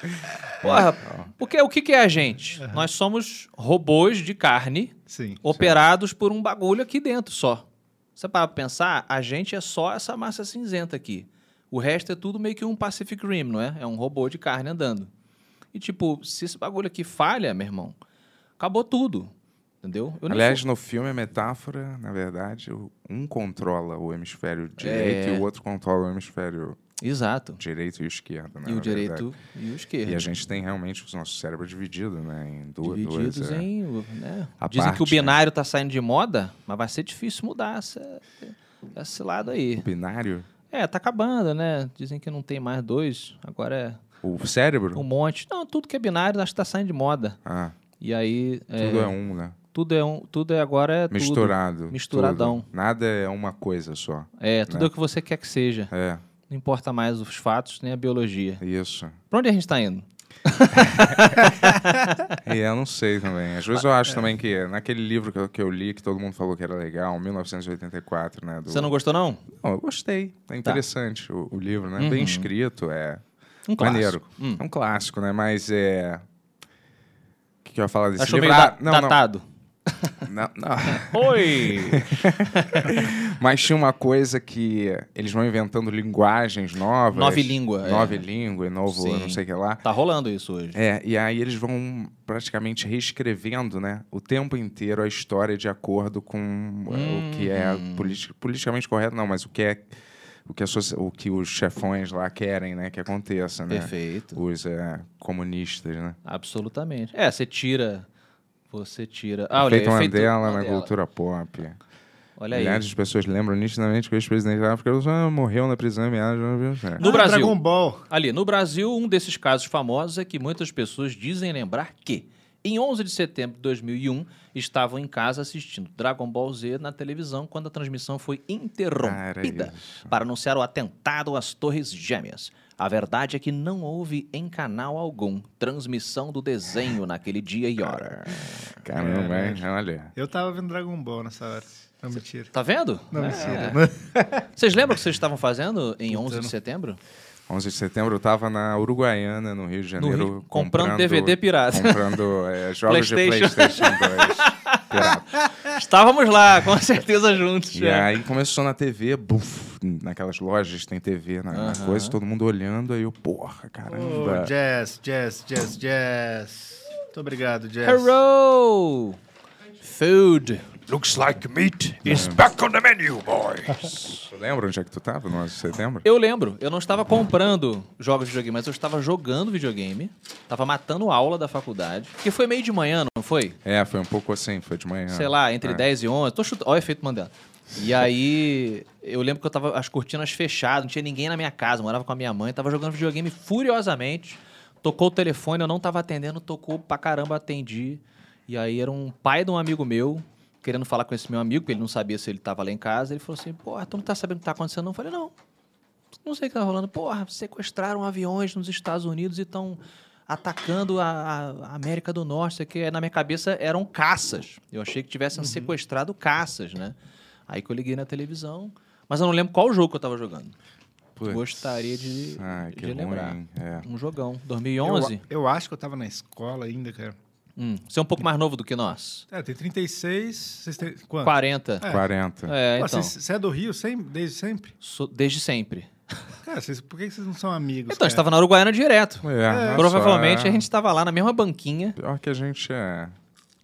[SPEAKER 5] Porra, porque o que, que é a gente? Nós somos robôs de carne
[SPEAKER 3] Sim.
[SPEAKER 5] operados por um bagulho aqui dentro só. Você para pra pensar, a gente é só essa massa cinzenta aqui. O resto é tudo meio que um Pacific Rim, não é? É um robô de carne andando. E tipo, se esse bagulho aqui falha, meu irmão, acabou tudo. Entendeu? Eu nem
[SPEAKER 2] Aliás, no filme, a metáfora, na verdade, o- um controla o hemisfério direito
[SPEAKER 5] É.
[SPEAKER 2] e o outro controla o hemisfério
[SPEAKER 5] sou- Exato.
[SPEAKER 2] direito e esquerdo, né?
[SPEAKER 5] E o
[SPEAKER 2] na verdade.
[SPEAKER 5] direito e o esquerdo.
[SPEAKER 2] E a gente tem realmente o nosso cérebro dividido, né? Em duas.
[SPEAKER 5] Divididos
[SPEAKER 2] duas, é.
[SPEAKER 5] em. né?
[SPEAKER 2] A
[SPEAKER 5] Dizem que o
[SPEAKER 2] parte, né?
[SPEAKER 5] binário tá saindo de moda, mas vai ser difícil mudar essa- esse lado aí.
[SPEAKER 2] O binário?
[SPEAKER 5] É, tá acabando, né? Dizem que não tem mais dois, agora
[SPEAKER 2] O
[SPEAKER 5] é
[SPEAKER 2] cérebro?
[SPEAKER 5] um monte. Não, tudo que é binário acho que tá saindo de moda.
[SPEAKER 2] Ah,
[SPEAKER 5] E aí, é,
[SPEAKER 2] tudo é um, né?
[SPEAKER 5] tudo é um, tudo é agora é
[SPEAKER 2] Misturado.
[SPEAKER 5] Misturadão.
[SPEAKER 2] tudo. Nada é uma coisa só.
[SPEAKER 5] tudo. É, tudo é o que você quer que seja.
[SPEAKER 2] É,
[SPEAKER 5] Não importa mais os fatos nem a biologia.
[SPEAKER 2] isso.
[SPEAKER 5] Pra onde a gente tá indo?
[SPEAKER 2] E eu não sei também. Às vezes eu acho também que naquele livro que eu, que eu li, que todo mundo falou que era legal, 1984, né? do-
[SPEAKER 5] Você não Tá. gostou, não?
[SPEAKER 2] Não, eu gostei. É interessante o, o livro, né? Bem escrito, é
[SPEAKER 5] Uhum. Um
[SPEAKER 2] maneiro.
[SPEAKER 5] clássico. Hum.
[SPEAKER 2] É um clássico, né? Mas é... O que, que eu ia falar desse
[SPEAKER 5] Achou
[SPEAKER 2] livro?
[SPEAKER 5] meio da-
[SPEAKER 2] Ah, não, não,
[SPEAKER 5] datado.
[SPEAKER 2] não, não.
[SPEAKER 5] Oi!
[SPEAKER 2] Mas tinha uma coisa que eles vão inventando linguagens novas.
[SPEAKER 5] Nove língua, é.
[SPEAKER 2] Nove língua, novo,
[SPEAKER 5] Sim.
[SPEAKER 2] não sei o que lá.
[SPEAKER 5] tá rolando isso hoje.
[SPEAKER 2] É, e aí eles vão praticamente reescrevendo, né, o tempo inteiro a história de acordo com é, o que é
[SPEAKER 5] Uhum.
[SPEAKER 2] politi- politicamente correto, não, mas o que é o que, a soci- o que os chefões lá querem, né, que aconteça, né?
[SPEAKER 5] Perfeito.
[SPEAKER 2] Os é, comunistas, né?
[SPEAKER 5] Absolutamente. É, você tira. Você tira. Ah, olha aí,
[SPEAKER 2] Feito Mandela na
[SPEAKER 5] Mandela.
[SPEAKER 2] cultura pop.
[SPEAKER 5] Olha aí.
[SPEAKER 2] Milhares de pessoas lembram nitidamente que o ex-presidente da África ah, morreu na prisão em meados de 1990.
[SPEAKER 5] No Brasil.
[SPEAKER 3] Ah, Dragon Ball.
[SPEAKER 5] Ali, no Brasil, um desses casos famosos é que muitas pessoas dizem lembrar que, em 11 de setembro de 2001, estavam em casa assistindo Dragon Ball Z na televisão quando a transmissão foi
[SPEAKER 2] Ah, era
[SPEAKER 5] interrompida
[SPEAKER 2] isso.
[SPEAKER 5] para anunciar o atentado às Torres Gêmeas. A verdade é que não houve, em canal algum, transmissão do desenho naquele dia e hora.
[SPEAKER 2] Caramba, hein? Olha.
[SPEAKER 3] Eu tava vendo Dragon Ball nessa hora. Não, mentira.
[SPEAKER 5] Tá vendo?
[SPEAKER 3] Não,
[SPEAKER 5] É.
[SPEAKER 3] mentira.
[SPEAKER 5] Vocês lembram o que vocês estavam fazendo em 11 de setembro?
[SPEAKER 2] 11 de setembro eu tava na Uruguaiana, no Rio de
[SPEAKER 5] No
[SPEAKER 2] Janeiro.
[SPEAKER 5] Rio, comprando DVD pirata.
[SPEAKER 2] Comprando é, jogos
[SPEAKER 5] PlayStation.
[SPEAKER 2] de PlayStation 2. pirata.
[SPEAKER 5] Estávamos lá, com certeza, juntos. é.
[SPEAKER 2] E aí começou na TV, buf, naquelas lojas que tem TV, na, na
[SPEAKER 5] Aham.
[SPEAKER 2] coisa, todo mundo olhando, aí eu, porra,
[SPEAKER 3] Oh,
[SPEAKER 2] caramba.
[SPEAKER 3] jazz, jazz, jazz, jazz. Muito obrigado, jazz.
[SPEAKER 5] Hello! Food.
[SPEAKER 6] Looks like meat is back on the menu, boy.
[SPEAKER 2] Tu lembra onde é que tu tava no 11 de setembro?
[SPEAKER 5] Eu lembro, eu não estava comprando jogos de videogame, mas eu estava jogando videogame. Estava matando aula da faculdade. Porque foi meio de manhã, não foi?
[SPEAKER 2] É, foi um pouco assim, foi de manhã.
[SPEAKER 5] Sei lá, entre
[SPEAKER 2] É.
[SPEAKER 5] 10 e 11. Tô chutando. Olha o efeito Mandela. E aí, eu lembro que eu tava as cortinas fechadas, não tinha ninguém na minha casa, eu morava com a minha mãe, tava jogando videogame furiosamente. Tocou o telefone, eu não tava atendendo, tocou pra caramba, atendi. E aí era um pai de um amigo meu, querendo falar com esse meu amigo, porque ele não sabia se ele tava lá em casa. Ele falou assim: Porra, tu não tá sabendo o que tá acontecendo? Não, eu falei: Não, não sei o que tá rolando. Porra, sequestraram aviões nos Estados Unidos e estão atacando a, a América do Norte, que na minha cabeça eram caças. Eu achei que tivessem
[SPEAKER 2] Uhum.
[SPEAKER 5] sequestrado caças, né? Aí que eu liguei na televisão, mas eu não lembro qual jogo que eu tava jogando.
[SPEAKER 2] Putz.
[SPEAKER 5] Gostaria de,
[SPEAKER 2] Ai, que
[SPEAKER 5] de
[SPEAKER 2] ruim,
[SPEAKER 5] lembrar.
[SPEAKER 2] é.
[SPEAKER 5] Um jogão.
[SPEAKER 3] Eu,
[SPEAKER 5] 2011?
[SPEAKER 3] eu acho que eu tava na escola ainda, cara.
[SPEAKER 5] Hum, você é um pouco mais novo do que nós.
[SPEAKER 3] É, tem 36, vocês têm quanto?
[SPEAKER 5] 40.
[SPEAKER 2] 40.
[SPEAKER 5] É,
[SPEAKER 3] Pô,
[SPEAKER 5] então.
[SPEAKER 3] vocês- Você é do Rio sempre, desde sempre?
[SPEAKER 5] Sou- desde sempre.
[SPEAKER 3] Cara, vocês, por que vocês não são amigos?
[SPEAKER 5] Então, a gente tava na Uruguaiana direto.
[SPEAKER 2] É, olha só,
[SPEAKER 5] Provavelmente
[SPEAKER 2] é.
[SPEAKER 5] a gente estava lá na mesma banquinha.
[SPEAKER 2] Pior que a gente é.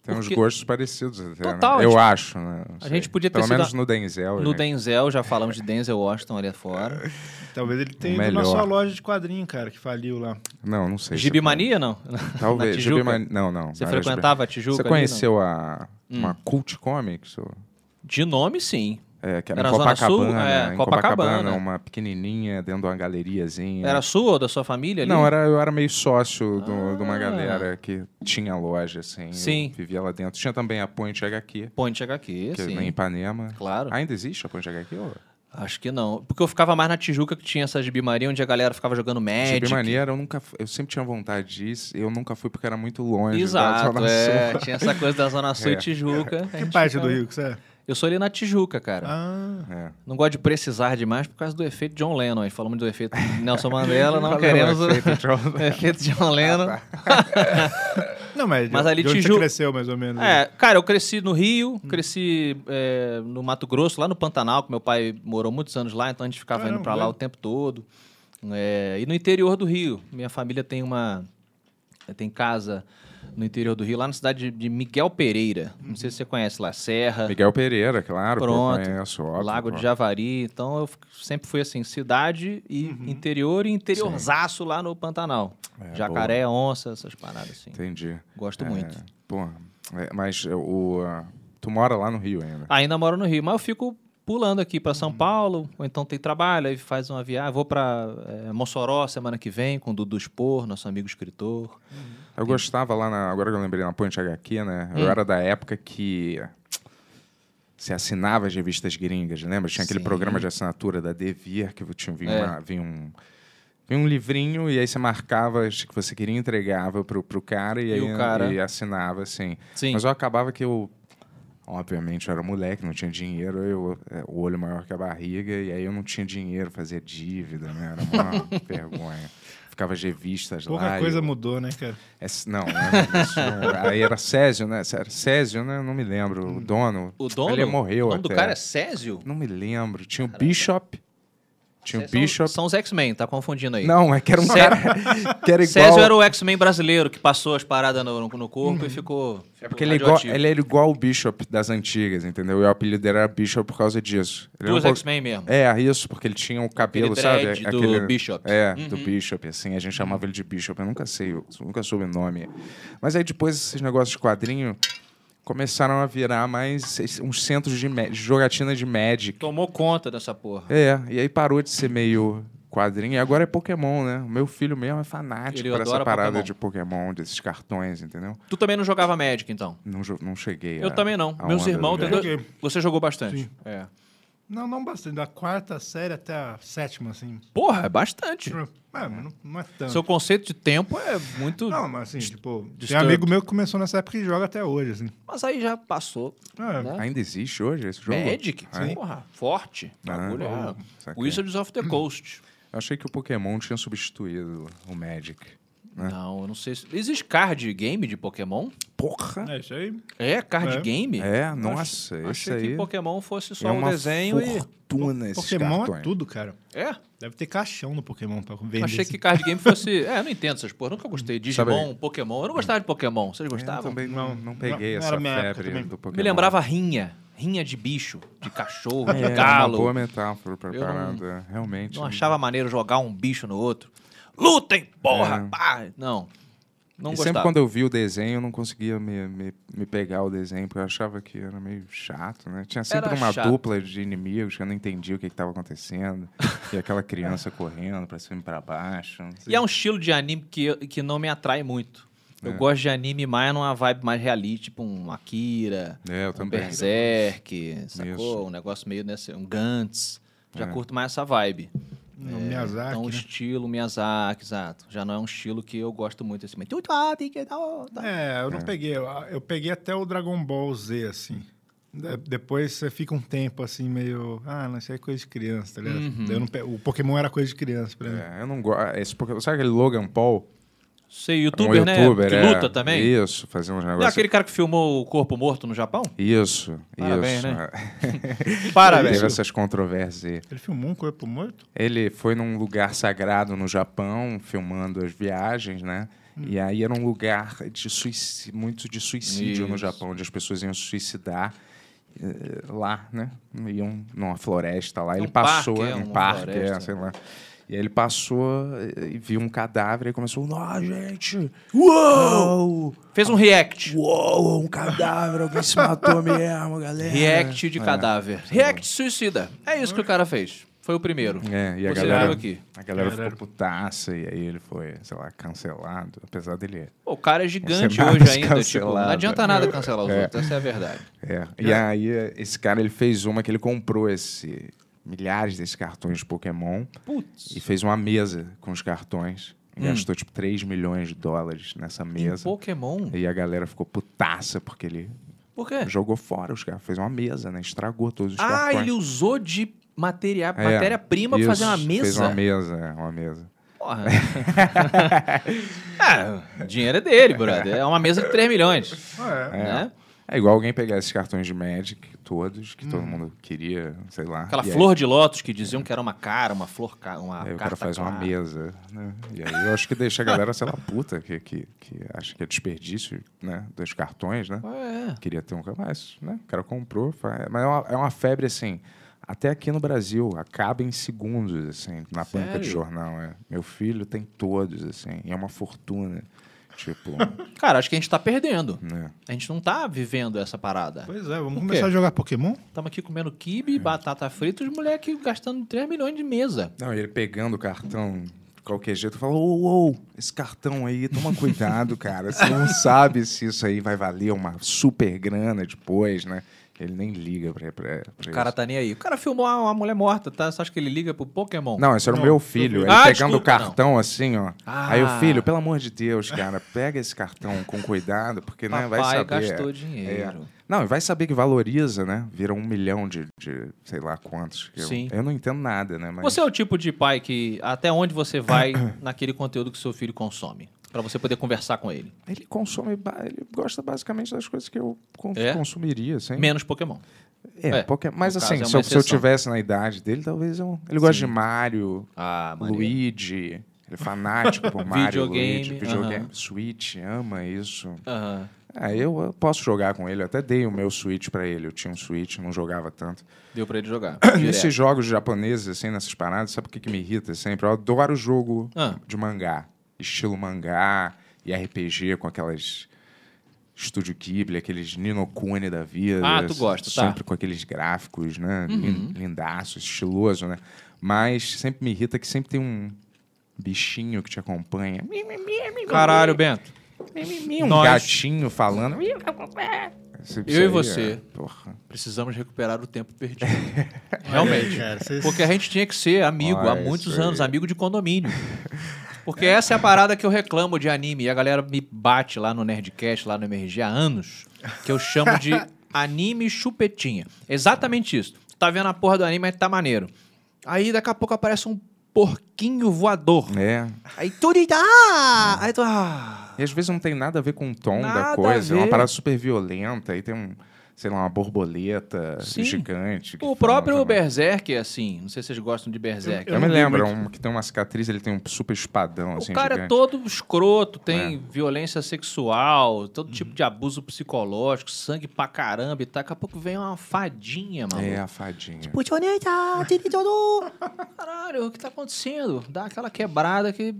[SPEAKER 2] Tem uns
[SPEAKER 5] Porque-
[SPEAKER 2] gostos parecidos até. né?
[SPEAKER 5] Total, a
[SPEAKER 2] Eu
[SPEAKER 5] gente-
[SPEAKER 2] acho, né? Não
[SPEAKER 5] a
[SPEAKER 2] sei.
[SPEAKER 5] gente podia ter
[SPEAKER 2] Pelo
[SPEAKER 5] sido
[SPEAKER 2] menos
[SPEAKER 5] a-
[SPEAKER 2] no Denzel. né?
[SPEAKER 5] No
[SPEAKER 2] gente-
[SPEAKER 5] Denzel, já falamos de Denzel Washington ali fora.
[SPEAKER 3] Talvez ele tenha ido
[SPEAKER 2] Melhor.
[SPEAKER 3] na sua loja de quadrinho, cara, que faliu lá.
[SPEAKER 2] Não, não sei. se é
[SPEAKER 5] Gibimania, não?
[SPEAKER 2] bom.
[SPEAKER 5] Na
[SPEAKER 2] Talvez.
[SPEAKER 5] Tijuca?
[SPEAKER 2] Gibimania. Não, não.
[SPEAKER 5] Você
[SPEAKER 2] não era
[SPEAKER 5] frequentava
[SPEAKER 2] Gibimania.
[SPEAKER 5] a Tijuca?
[SPEAKER 2] Você
[SPEAKER 5] ali, Hum.
[SPEAKER 2] conheceu a. Uma Cult Comics? ou-
[SPEAKER 5] não? De nome, sim.
[SPEAKER 2] É, que era,
[SPEAKER 5] Era
[SPEAKER 2] em
[SPEAKER 5] na Zona
[SPEAKER 2] Copacabana. né?
[SPEAKER 5] Sul? É,
[SPEAKER 2] em
[SPEAKER 5] Copacabana.
[SPEAKER 2] Uma pequenininha dentro de uma galeriazinha.
[SPEAKER 5] Era sua ou da sua família ali?
[SPEAKER 2] Não, era, eu era meio sócio do- de uma
[SPEAKER 5] Ah.
[SPEAKER 2] galera que tinha loja, assim. eu
[SPEAKER 5] Sim.
[SPEAKER 2] vivia lá dentro. Tinha também a Ponte HQ,
[SPEAKER 5] Ponte HQ,
[SPEAKER 2] que é
[SPEAKER 5] sim.
[SPEAKER 2] em Ipanema.
[SPEAKER 5] Claro.
[SPEAKER 2] Ainda existe a Ponte HQ? Ou...
[SPEAKER 5] Acho que não. Porque eu ficava mais na Tijuca, que tinha essa gibimaria, onde a galera ficava jogando Magic.
[SPEAKER 2] Gibi maneira, Tipo, é eu nunca fu- eu sempre tinha vontade disso, eu nunca fui porque era muito longe. da
[SPEAKER 5] Exato,
[SPEAKER 2] né? Zona
[SPEAKER 5] é.
[SPEAKER 2] Sul.
[SPEAKER 5] Tinha essa coisa da Zona Sul
[SPEAKER 2] É.
[SPEAKER 5] e Tijuca. a
[SPEAKER 3] Que
[SPEAKER 5] gente
[SPEAKER 3] parte
[SPEAKER 5] ficava-
[SPEAKER 3] do Rio que você é?
[SPEAKER 5] Eu sou ali na Tijuca, cara.
[SPEAKER 3] Ah,
[SPEAKER 2] É.
[SPEAKER 5] Não gosto de precisar demais por causa do efeito John Lennon. Aí falamos do efeito Nelson Mandela, não
[SPEAKER 2] Qual é o
[SPEAKER 5] queremos o
[SPEAKER 2] efeito, John? Ah, tá.
[SPEAKER 5] efeito John Lennon.
[SPEAKER 3] não, mas, de-
[SPEAKER 5] Mas ali
[SPEAKER 3] de onde
[SPEAKER 5] Tiju-
[SPEAKER 3] você cresceu, mais ou menos.
[SPEAKER 5] É, cara, eu cresci no Rio, cresci é, no Mato Grosso, lá no Pantanal, que meu pai morou muitos anos lá, então a gente ficava
[SPEAKER 3] Caramba,
[SPEAKER 5] indo pra lá o
[SPEAKER 3] velho.
[SPEAKER 5] tempo todo. É, e no interior do Rio, minha família tem uma tem casa no interior do Rio, lá na cidade de Miguel Pereira. Não sei se você conhece lá, Serra,
[SPEAKER 2] Miguel Pereira, claro. pô,
[SPEAKER 5] Pronto.
[SPEAKER 2] conheço, óbvio,
[SPEAKER 5] Lago
[SPEAKER 2] pô.
[SPEAKER 5] de Javari. Então eu f- sempre fui assim, cidade e interior e interiorzaço lá no Pantanal.
[SPEAKER 2] Uhum. É,
[SPEAKER 5] Jacaré, onça, essas paradas assim.
[SPEAKER 2] Entendi.
[SPEAKER 5] Gosto muito.
[SPEAKER 2] Pô, é, mas é, o. ah, Tu mora lá no Rio ainda.
[SPEAKER 5] Ainda moro no Rio, mas eu fico pulando aqui pra
[SPEAKER 2] Uhum.
[SPEAKER 5] São Paulo, ou então tem trabalho, aí faz uma viagem, vou pra eh, Mossoró semana que vem com o Dudu Spor, nosso amigo escritor.
[SPEAKER 2] Eu gostava lá na. Agora que eu lembrei na Ponte HQ, né?
[SPEAKER 5] Hum.
[SPEAKER 2] Eu era da época que. Você assinava as revistas gringas, lembra? Tinha aquele
[SPEAKER 5] Sim.
[SPEAKER 2] programa de assinatura da Devir, que tinha, vinha,
[SPEAKER 5] É.
[SPEAKER 2] uma- vinha um. vinha um livrinho e aí você marcava as que você queria e entregava pro, pro cara e,
[SPEAKER 5] E
[SPEAKER 2] aí
[SPEAKER 5] o cara-
[SPEAKER 2] e assinava, assim.
[SPEAKER 5] Sim.
[SPEAKER 2] Mas eu acabava que eu. Obviamente, eu era moleque, não tinha dinheiro, eu, é, o olho maior que a barriga, e aí eu não tinha dinheiro, fazia dívida, né? Era uma vergonha. Ficava as revistas lá.
[SPEAKER 3] Pouca
[SPEAKER 2] e
[SPEAKER 3] coisa
[SPEAKER 2] eu-
[SPEAKER 3] mudou, né, cara?
[SPEAKER 2] é, s- não, né, isso não- aí era Césio, né? Era Césio, né? Não me lembro.
[SPEAKER 5] Hum.
[SPEAKER 2] O dono.
[SPEAKER 5] O dono,
[SPEAKER 2] Ele morreu
[SPEAKER 5] o nome do
[SPEAKER 2] até.
[SPEAKER 5] cara é Césio?
[SPEAKER 2] Não me lembro. Tinha o Bishop. Tinha o
[SPEAKER 5] São-
[SPEAKER 2] Bishop.
[SPEAKER 5] um São os X-Men, tá confundindo aí.
[SPEAKER 2] Não, é que era um
[SPEAKER 5] Cé-
[SPEAKER 2] cara que era igual...
[SPEAKER 5] Césio era o X-Men brasileiro que passou as paradas no, no- no corpo e ficou.
[SPEAKER 2] É
[SPEAKER 5] ficou
[SPEAKER 2] porque ele, é igual,
[SPEAKER 5] radioativo.
[SPEAKER 2] ele era igual o Bishop das antigas, entendeu? E o apelido dele era Bishop por causa disso. Ele era
[SPEAKER 5] Dos
[SPEAKER 2] um pouco-
[SPEAKER 5] X-Men mesmo.
[SPEAKER 2] É, isso, porque ele tinha o cabelo,
[SPEAKER 5] Aquele
[SPEAKER 2] sabe?
[SPEAKER 5] dread do Bishop. Uhum.
[SPEAKER 2] É, do Bishop, assim. A gente chamava ele de Bishop. Eu nunca sei, eu nunca soube o nome. Mas aí depois esses negócios de quadrinho começaram a virar mais es- uns centros de ma- de jogatina de Magic.
[SPEAKER 5] Tomou conta dessa porra.
[SPEAKER 2] É, e aí parou de ser meio quadrinho. E agora é Pokémon, né? O meu filho mesmo é fanático
[SPEAKER 5] Ele
[SPEAKER 2] por essa
[SPEAKER 5] adora
[SPEAKER 2] parada
[SPEAKER 5] Pokémon.
[SPEAKER 2] de Pokémon, desses cartões, entendeu?
[SPEAKER 5] Tu também não jogava Magic, então?
[SPEAKER 2] Não, jo- não cheguei
[SPEAKER 5] Eu
[SPEAKER 2] a-
[SPEAKER 5] também não.
[SPEAKER 2] a
[SPEAKER 5] Meus
[SPEAKER 2] onda
[SPEAKER 5] irmãos.
[SPEAKER 2] do-
[SPEAKER 5] tem dois-
[SPEAKER 3] Joguei.
[SPEAKER 5] Você jogou bastante. É.
[SPEAKER 3] Não, não bastante. Da quarta série até a sétima, assim.
[SPEAKER 5] Porra, é bastante.
[SPEAKER 3] É, mas não, não é tanto.
[SPEAKER 5] Seu conceito de tempo é muito.
[SPEAKER 3] Não, mas assim, tipo... Tem
[SPEAKER 5] Disturbed.
[SPEAKER 3] amigo meu que começou nessa época e joga até hoje, assim.
[SPEAKER 5] Mas aí já passou.
[SPEAKER 3] É,
[SPEAKER 5] né?
[SPEAKER 2] Ainda existe hoje esse jogo?
[SPEAKER 5] Magic? Porra, forte. Bagulho.
[SPEAKER 2] Ah,
[SPEAKER 5] é.
[SPEAKER 2] saquei.
[SPEAKER 5] Wizards of the Coast.
[SPEAKER 2] Eu achei que o Pokémon tinha substituído o Magic.
[SPEAKER 5] Não, eu não sei se. Existe card game de Pokémon?
[SPEAKER 2] Porra!
[SPEAKER 3] É isso aí.
[SPEAKER 5] É, card
[SPEAKER 3] É.
[SPEAKER 5] game?
[SPEAKER 2] É, nossa, esse
[SPEAKER 5] Achei
[SPEAKER 2] aí
[SPEAKER 5] que Pokémon fosse só
[SPEAKER 2] é
[SPEAKER 5] um
[SPEAKER 2] uma
[SPEAKER 5] desenho
[SPEAKER 2] fortuna esses
[SPEAKER 3] Pokémon é
[SPEAKER 2] cartões.
[SPEAKER 3] tudo, cara.
[SPEAKER 5] e. É?
[SPEAKER 3] Deve ter caixão no Pokémon pra vender.
[SPEAKER 5] Achei
[SPEAKER 3] assim.
[SPEAKER 5] que card game fosse. É, eu não entendo essas porra. Nunca gostei. Digimon,
[SPEAKER 2] Sabe- É,
[SPEAKER 5] Pokémon. Eu não gostava de Pokémon. Vocês
[SPEAKER 2] Eu
[SPEAKER 5] gostavam?
[SPEAKER 2] também não, não peguei
[SPEAKER 3] não
[SPEAKER 2] essa
[SPEAKER 3] era minha época
[SPEAKER 2] febre
[SPEAKER 3] também.
[SPEAKER 2] do Pokémon.
[SPEAKER 5] Me lembrava rinha. Rinha de bicho, de cachorro,
[SPEAKER 2] é,
[SPEAKER 5] de
[SPEAKER 2] Era uma
[SPEAKER 5] galo.
[SPEAKER 2] boa metáfora pra
[SPEAKER 5] Eu não-
[SPEAKER 2] parada, realmente.
[SPEAKER 5] Não achava maneiro jogar um bicho no outro. Lutem, porra!
[SPEAKER 2] É.
[SPEAKER 5] pá! Não. Não
[SPEAKER 2] e
[SPEAKER 5] gostava.
[SPEAKER 2] sempre quando eu vi o desenho, eu não conseguia me, me, me pegar o desenho, porque eu achava que era meio chato, né? Tinha sempre
[SPEAKER 5] Era
[SPEAKER 2] uma
[SPEAKER 5] chato.
[SPEAKER 2] dupla de inimigos que eu não entendia o que estava acontecendo. e aquela criança correndo pra cima e pra baixo. não sei.
[SPEAKER 5] É. E é um estilo de anime que, eu- que não me atrai muito.
[SPEAKER 2] É.
[SPEAKER 5] Eu gosto de anime mais numa vibe mais realista, tipo um Akira,
[SPEAKER 2] É, eu
[SPEAKER 5] um
[SPEAKER 2] também.
[SPEAKER 5] Berserk, sacou?
[SPEAKER 2] Isso. É.
[SPEAKER 5] Um negócio meio nesse, um Gantz. Já curto mais essa vibe.
[SPEAKER 3] No Miyazaki,
[SPEAKER 5] então, o
[SPEAKER 3] né?
[SPEAKER 5] estilo Miyazaki, exato. Já não é um estilo que eu gosto muito assim. Mas... Tudo, ah, tem que dar, ó, tá.
[SPEAKER 3] É, eu não peguei. Eu, eu peguei até o Dragon Ball Z, assim. De- depois você fica um tempo assim, meio. Ah, não, isso aí é coisa de criança, tá ligado?
[SPEAKER 5] Uhum.
[SPEAKER 3] Daí eu não pe- O Pokémon era coisa de criança pra mim.
[SPEAKER 2] É, eu não gosto. Esse Pokémon- Sabe aquele Logan Paul? É
[SPEAKER 5] Sei,
[SPEAKER 2] um
[SPEAKER 5] youtuber, né? que
[SPEAKER 2] é.
[SPEAKER 5] luta também.
[SPEAKER 2] Isso, fazer uns
[SPEAKER 5] Não é
[SPEAKER 2] negócios.
[SPEAKER 5] aquele cara que filmou o corpo morto no Japão?
[SPEAKER 2] Isso,
[SPEAKER 5] Parabéns,
[SPEAKER 2] isso.
[SPEAKER 5] né?
[SPEAKER 2] Teve
[SPEAKER 5] Parabéns.
[SPEAKER 2] essas controvérsias aí.
[SPEAKER 3] Ele filmou um corpo morto?
[SPEAKER 2] Ele foi num lugar sagrado no Japão, filmando as viagens, né?
[SPEAKER 5] Hum.
[SPEAKER 2] E aí era um lugar de suici- muito de suicídio no
[SPEAKER 5] Isso.
[SPEAKER 2] Japão, onde as pessoas iam se suicidar eh, lá, né? Iam numa floresta lá.
[SPEAKER 5] É
[SPEAKER 2] Ele
[SPEAKER 5] um
[SPEAKER 2] passou,
[SPEAKER 5] parque,
[SPEAKER 2] é,
[SPEAKER 5] é,
[SPEAKER 2] um
[SPEAKER 5] uma
[SPEAKER 2] parque, é,
[SPEAKER 5] floresta.
[SPEAKER 2] sei lá. E aí ele passou eh, e viu um cadáver e começou, nossa, gente! Uou!
[SPEAKER 5] Fez um react.
[SPEAKER 2] Uou, um cadáver, alguém se matou mesmo, galera.
[SPEAKER 5] React
[SPEAKER 2] É.
[SPEAKER 5] de
[SPEAKER 2] Tá
[SPEAKER 5] cadáver. React suicida. É isso que o cara fez. Foi o primeiro.
[SPEAKER 2] É, e a
[SPEAKER 5] Você
[SPEAKER 2] galera,
[SPEAKER 5] viu aqui.
[SPEAKER 2] a galera
[SPEAKER 3] Caralho.
[SPEAKER 2] ficou putaça e aí ele foi, sei lá, cancelado. Apesar dele.
[SPEAKER 5] Pô, o cara é gigante
[SPEAKER 2] Você
[SPEAKER 5] hoje
[SPEAKER 2] mais
[SPEAKER 5] ainda. Tipo, não
[SPEAKER 2] cancelado.
[SPEAKER 5] adianta nada cancelar os outros. Essa é a verdade.
[SPEAKER 2] É. E aí, esse cara ele fez uma que ele comprou esse, milhares desses cartões de Pokémon
[SPEAKER 5] Putz.
[SPEAKER 2] e fez uma mesa com os cartões.
[SPEAKER 5] Hum.
[SPEAKER 2] E Gastou tipo 3 milhões de dólares nessa mesa.
[SPEAKER 5] Pokémon?
[SPEAKER 2] E a galera ficou putaça porque ele
[SPEAKER 5] Por quê?
[SPEAKER 2] jogou fora os caras. Fez uma mesa, né? Estragou todos os
[SPEAKER 5] É. Ah,
[SPEAKER 2] cartões.
[SPEAKER 5] ele usou de materia-
[SPEAKER 2] É,
[SPEAKER 5] matéria-prima pra fazer
[SPEAKER 2] isso.
[SPEAKER 5] uma mesa?
[SPEAKER 2] Fez uma mesa, é, uma mesa.
[SPEAKER 5] Porra. ah, o dinheiro é dele, brother. É uma mesa de 3 milhões.
[SPEAKER 3] Ah, é.
[SPEAKER 5] Né?
[SPEAKER 2] É igual alguém pegar esses cartões de Magic, todos, que todo mundo queria, sei lá.
[SPEAKER 5] Aquela
[SPEAKER 2] e aí-
[SPEAKER 5] flor de lótus que diziam que era uma cara, uma flor, ca- uma
[SPEAKER 2] Aí o cara
[SPEAKER 5] carta
[SPEAKER 2] faz uma
[SPEAKER 5] clara.
[SPEAKER 2] mesa, né? E aí eu acho que deixa a galera, sei lá, puta, que, que, que acha que é desperdício, né? Dos cartões, né?
[SPEAKER 5] É.
[SPEAKER 2] Queria ter um... Mas, né? O cara comprou, faz... Mas é uma, é uma febre, assim... Até aqui no Brasil, acaba em segundos, assim, na banca de
[SPEAKER 5] Sério?
[SPEAKER 2] jornal. é. Meu filho tem todos, assim, e é uma fortuna. Tipo,
[SPEAKER 5] Cara, acho que a gente tá perdendo.
[SPEAKER 2] né?
[SPEAKER 5] A gente não tá vivendo essa parada.
[SPEAKER 3] Pois é, vamos
[SPEAKER 5] Por
[SPEAKER 3] começar
[SPEAKER 5] quê?
[SPEAKER 3] a jogar Pokémon?
[SPEAKER 5] Tamo aqui comendo
[SPEAKER 2] É.
[SPEAKER 5] kibe, batata frita e os moleques gastando 3 milhões de mesa.
[SPEAKER 2] Não, e ele pegando o cartão de qualquer jeito, fala: Ô, ô, esse cartão aí, toma cuidado, cara. Você não sabe se isso aí vai valer uma super grana depois, né? Ele nem liga pra, pra, pra
[SPEAKER 5] O cara
[SPEAKER 2] isso.
[SPEAKER 5] tá nem aí. O cara filmou uma uma mulher morta, tá? Você acha que ele liga pro Pokémon?
[SPEAKER 2] Não, esse era o meu filho. Ele
[SPEAKER 5] Ah,
[SPEAKER 2] pegando o
[SPEAKER 5] desculpa,
[SPEAKER 2] cartão assim, ó.
[SPEAKER 5] Ah.
[SPEAKER 2] Aí o filho, pelo amor de Deus, cara, pega esse cartão com cuidado, porque né, vai
[SPEAKER 5] Papai
[SPEAKER 2] saber. é,
[SPEAKER 5] gastou dinheiro.
[SPEAKER 2] Não, e vai saber que valoriza, né? Vira um milhão de, de sei lá quantos. que eu-
[SPEAKER 5] Sim.
[SPEAKER 2] Eu, não entendo nada, né? Mas...
[SPEAKER 5] Você é o tipo de pai que até onde você vai naquele conteúdo que seu filho consome, Pra você poder conversar com ele.
[SPEAKER 2] Ele consome, ba- ele gosta basicamente das coisas que eu con-
[SPEAKER 5] É?
[SPEAKER 2] consumiria, assim.
[SPEAKER 5] Menos Pokémon.
[SPEAKER 2] é,
[SPEAKER 5] é,
[SPEAKER 2] porque- mas
[SPEAKER 5] no caso,
[SPEAKER 2] assim,
[SPEAKER 5] é uma
[SPEAKER 2] se, eu, se eu
[SPEAKER 5] exceção.
[SPEAKER 2] tivesse na idade dele, talvez eu. Ele gosta de Mario,
[SPEAKER 5] Ah, Luiz.
[SPEAKER 2] Luigi. Ele é fanático por Mario,
[SPEAKER 5] Videogame,
[SPEAKER 2] Luigi, videogame,
[SPEAKER 5] aham.
[SPEAKER 2] Switch, ama isso. Ah, eu, eu posso jogar com ele, eu até dei o meu Switch pra ele. Eu tinha um Switch, não jogava tanto.
[SPEAKER 5] Deu pra ele jogar.
[SPEAKER 2] Nesses
[SPEAKER 5] direto.
[SPEAKER 2] jogos japoneses, assim, nessas paradas, sabe o que, que me irrita sempre? Eu adoro jogo
[SPEAKER 5] Ah.
[SPEAKER 2] de mangá. Estilo mangá e RPG com aquelas... Estúdio Ghibli, aqueles Nino Kuni da vida.
[SPEAKER 5] Ah, tu gosta, tá. Uhum.
[SPEAKER 2] Sempre com aqueles gráficos, né? Lin- Lindaço, estiloso, né? Mas sempre me irrita que sempre tem um bichinho que te acompanha.
[SPEAKER 5] Caralho, Bento.
[SPEAKER 2] Um
[SPEAKER 5] Nós-
[SPEAKER 2] gatinho falando. Isso aí
[SPEAKER 5] e
[SPEAKER 2] é-
[SPEAKER 5] você.
[SPEAKER 2] Porra.
[SPEAKER 5] Precisamos recuperar o tempo perdido. É, Realmente.
[SPEAKER 3] Cara, É, vocês-
[SPEAKER 5] Porque a gente tinha que ser amigo
[SPEAKER 2] Ah,
[SPEAKER 5] há
[SPEAKER 2] isso
[SPEAKER 5] muitos
[SPEAKER 2] aí.
[SPEAKER 5] anos, amigo de condomínio. Porque essa é a parada que eu reclamo de anime. E a galera me bate lá no Nerdcast, lá no MRG há anos, que eu chamo de anime chupetinha. Exatamente isso. Tá vendo a porra do anime, mas tá maneiro. Aí daqui a pouco aparece um porquinho voador.
[SPEAKER 2] É.
[SPEAKER 5] Aí turida! Ah! Aí tu. Ah!
[SPEAKER 2] E às vezes não tem nada a ver com o tom
[SPEAKER 5] Nada
[SPEAKER 2] da
[SPEAKER 5] a
[SPEAKER 2] coisa. É uma
[SPEAKER 5] ver.
[SPEAKER 2] parada super violenta. Aí tem um, sei lá, uma borboleta
[SPEAKER 5] Sim.
[SPEAKER 2] gigante. que
[SPEAKER 5] O
[SPEAKER 2] fala
[SPEAKER 5] próprio
[SPEAKER 2] também.
[SPEAKER 5] Berserk é assim. Não sei se vocês gostam de Berserk.
[SPEAKER 2] Eu,
[SPEAKER 3] Eu
[SPEAKER 2] me
[SPEAKER 3] não vi
[SPEAKER 2] lembro,
[SPEAKER 3] muito.
[SPEAKER 2] um que tem uma cicatriz, ele tem um super espadão, assim,
[SPEAKER 5] o cara é
[SPEAKER 2] gigante. É.
[SPEAKER 5] todo escroto, tem violência sexual, todo
[SPEAKER 2] Uhum.
[SPEAKER 5] tipo de abuso psicológico, sangue pra caramba e tal. Daqui a pouco vem uma fadinha, mano.
[SPEAKER 2] É, a fadinha.
[SPEAKER 5] Tipo, Caralho, o que tá acontecendo? Dá aquela quebrada que,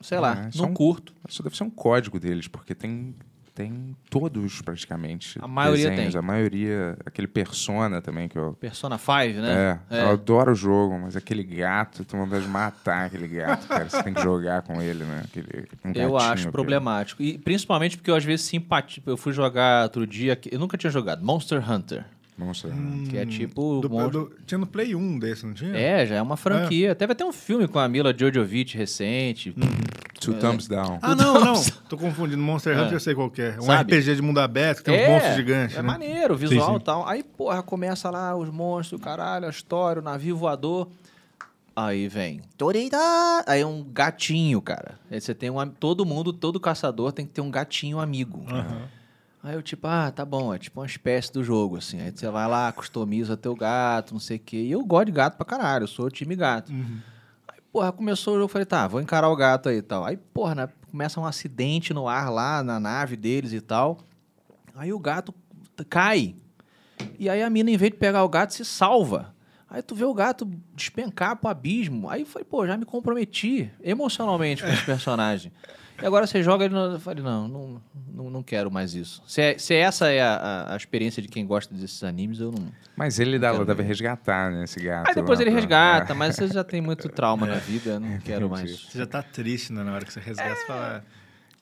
[SPEAKER 5] sei lá,
[SPEAKER 2] É, só
[SPEAKER 5] não
[SPEAKER 2] um-
[SPEAKER 5] curto.
[SPEAKER 2] Isso deve ser um código deles, porque tem... Tem todos, praticamente.
[SPEAKER 5] A maioria
[SPEAKER 2] desenhos,
[SPEAKER 5] tem.
[SPEAKER 2] A maioria. Aquele Persona também, que eu.
[SPEAKER 5] Persona 5,
[SPEAKER 2] É,
[SPEAKER 5] né?
[SPEAKER 2] eu adoro o jogo, mas aquele gato, tu vontade de matar aquele gato, cara. Você tem que jogar com ele, né? Aquele, um
[SPEAKER 5] Eu
[SPEAKER 2] gatinho,
[SPEAKER 5] acho
[SPEAKER 2] aquele-
[SPEAKER 5] problemático. E principalmente porque eu às vezes simpatizo. Eu fui jogar outro dia. que- Eu nunca tinha jogado. Monster Hunter.
[SPEAKER 2] Monster
[SPEAKER 5] Que é tipo.
[SPEAKER 3] Do-
[SPEAKER 5] Mon-
[SPEAKER 3] do- tinha no Play 1 desse, não tinha?
[SPEAKER 5] É, já é uma franquia. Até vai ter um filme com a Mila Jojovic recente.
[SPEAKER 2] Two
[SPEAKER 5] é.
[SPEAKER 2] thumbs down.
[SPEAKER 3] Ah, não, não. Tô confundindo. Monster Hunter eu sei qual que é. Um
[SPEAKER 5] Ah. Sabe?
[SPEAKER 3] RPG de mundo aberto, que tem
[SPEAKER 5] é,
[SPEAKER 3] um monstro gigante.
[SPEAKER 5] É
[SPEAKER 3] né?
[SPEAKER 5] maneiro, o visual
[SPEAKER 3] Sim,
[SPEAKER 5] e
[SPEAKER 3] sim.
[SPEAKER 5] tal. Aí, porra, começa lá os monstros, caralho, a história, o navio voador. Aí vem. Toreida! Aí é um gatinho, cara. Aí você tem um. am- Todo mundo, todo caçador tem que ter um gatinho amigo. Aí eu, tipo, ah, tá bom, é tipo uma espécie do jogo, assim. Aí você vai lá, customiza teu gato, não sei o quê. E eu gosto de gato pra caralho, eu sou o time gato. Aí, porra, começou o jogo, eu falei, tá, vou encarar o gato aí e tal. Aí, porra, né, começa um acidente no ar lá, na nave deles e tal. Aí o gato t- cai. E aí a mina, em vez de pegar o gato, se salva. Aí tu vê o gato despencar pro abismo. Aí eu falei, pô, já me comprometi emocionalmente com esse personagem. E agora você joga ele. no- Eu falei, não, não, não, não quero mais isso. Se, é- se essa é a, a- a experiência de quem gosta desses animes, eu não.
[SPEAKER 2] Mas ele dá, deve resgatar, né, esse gato.
[SPEAKER 5] Aí depois
[SPEAKER 2] lá
[SPEAKER 5] ele
[SPEAKER 2] pra- É.
[SPEAKER 5] resgata, mas você já tem muito trauma na vida, eu não quero mais.
[SPEAKER 3] Você já tá triste né, na hora que você resgata e fala. "Ah,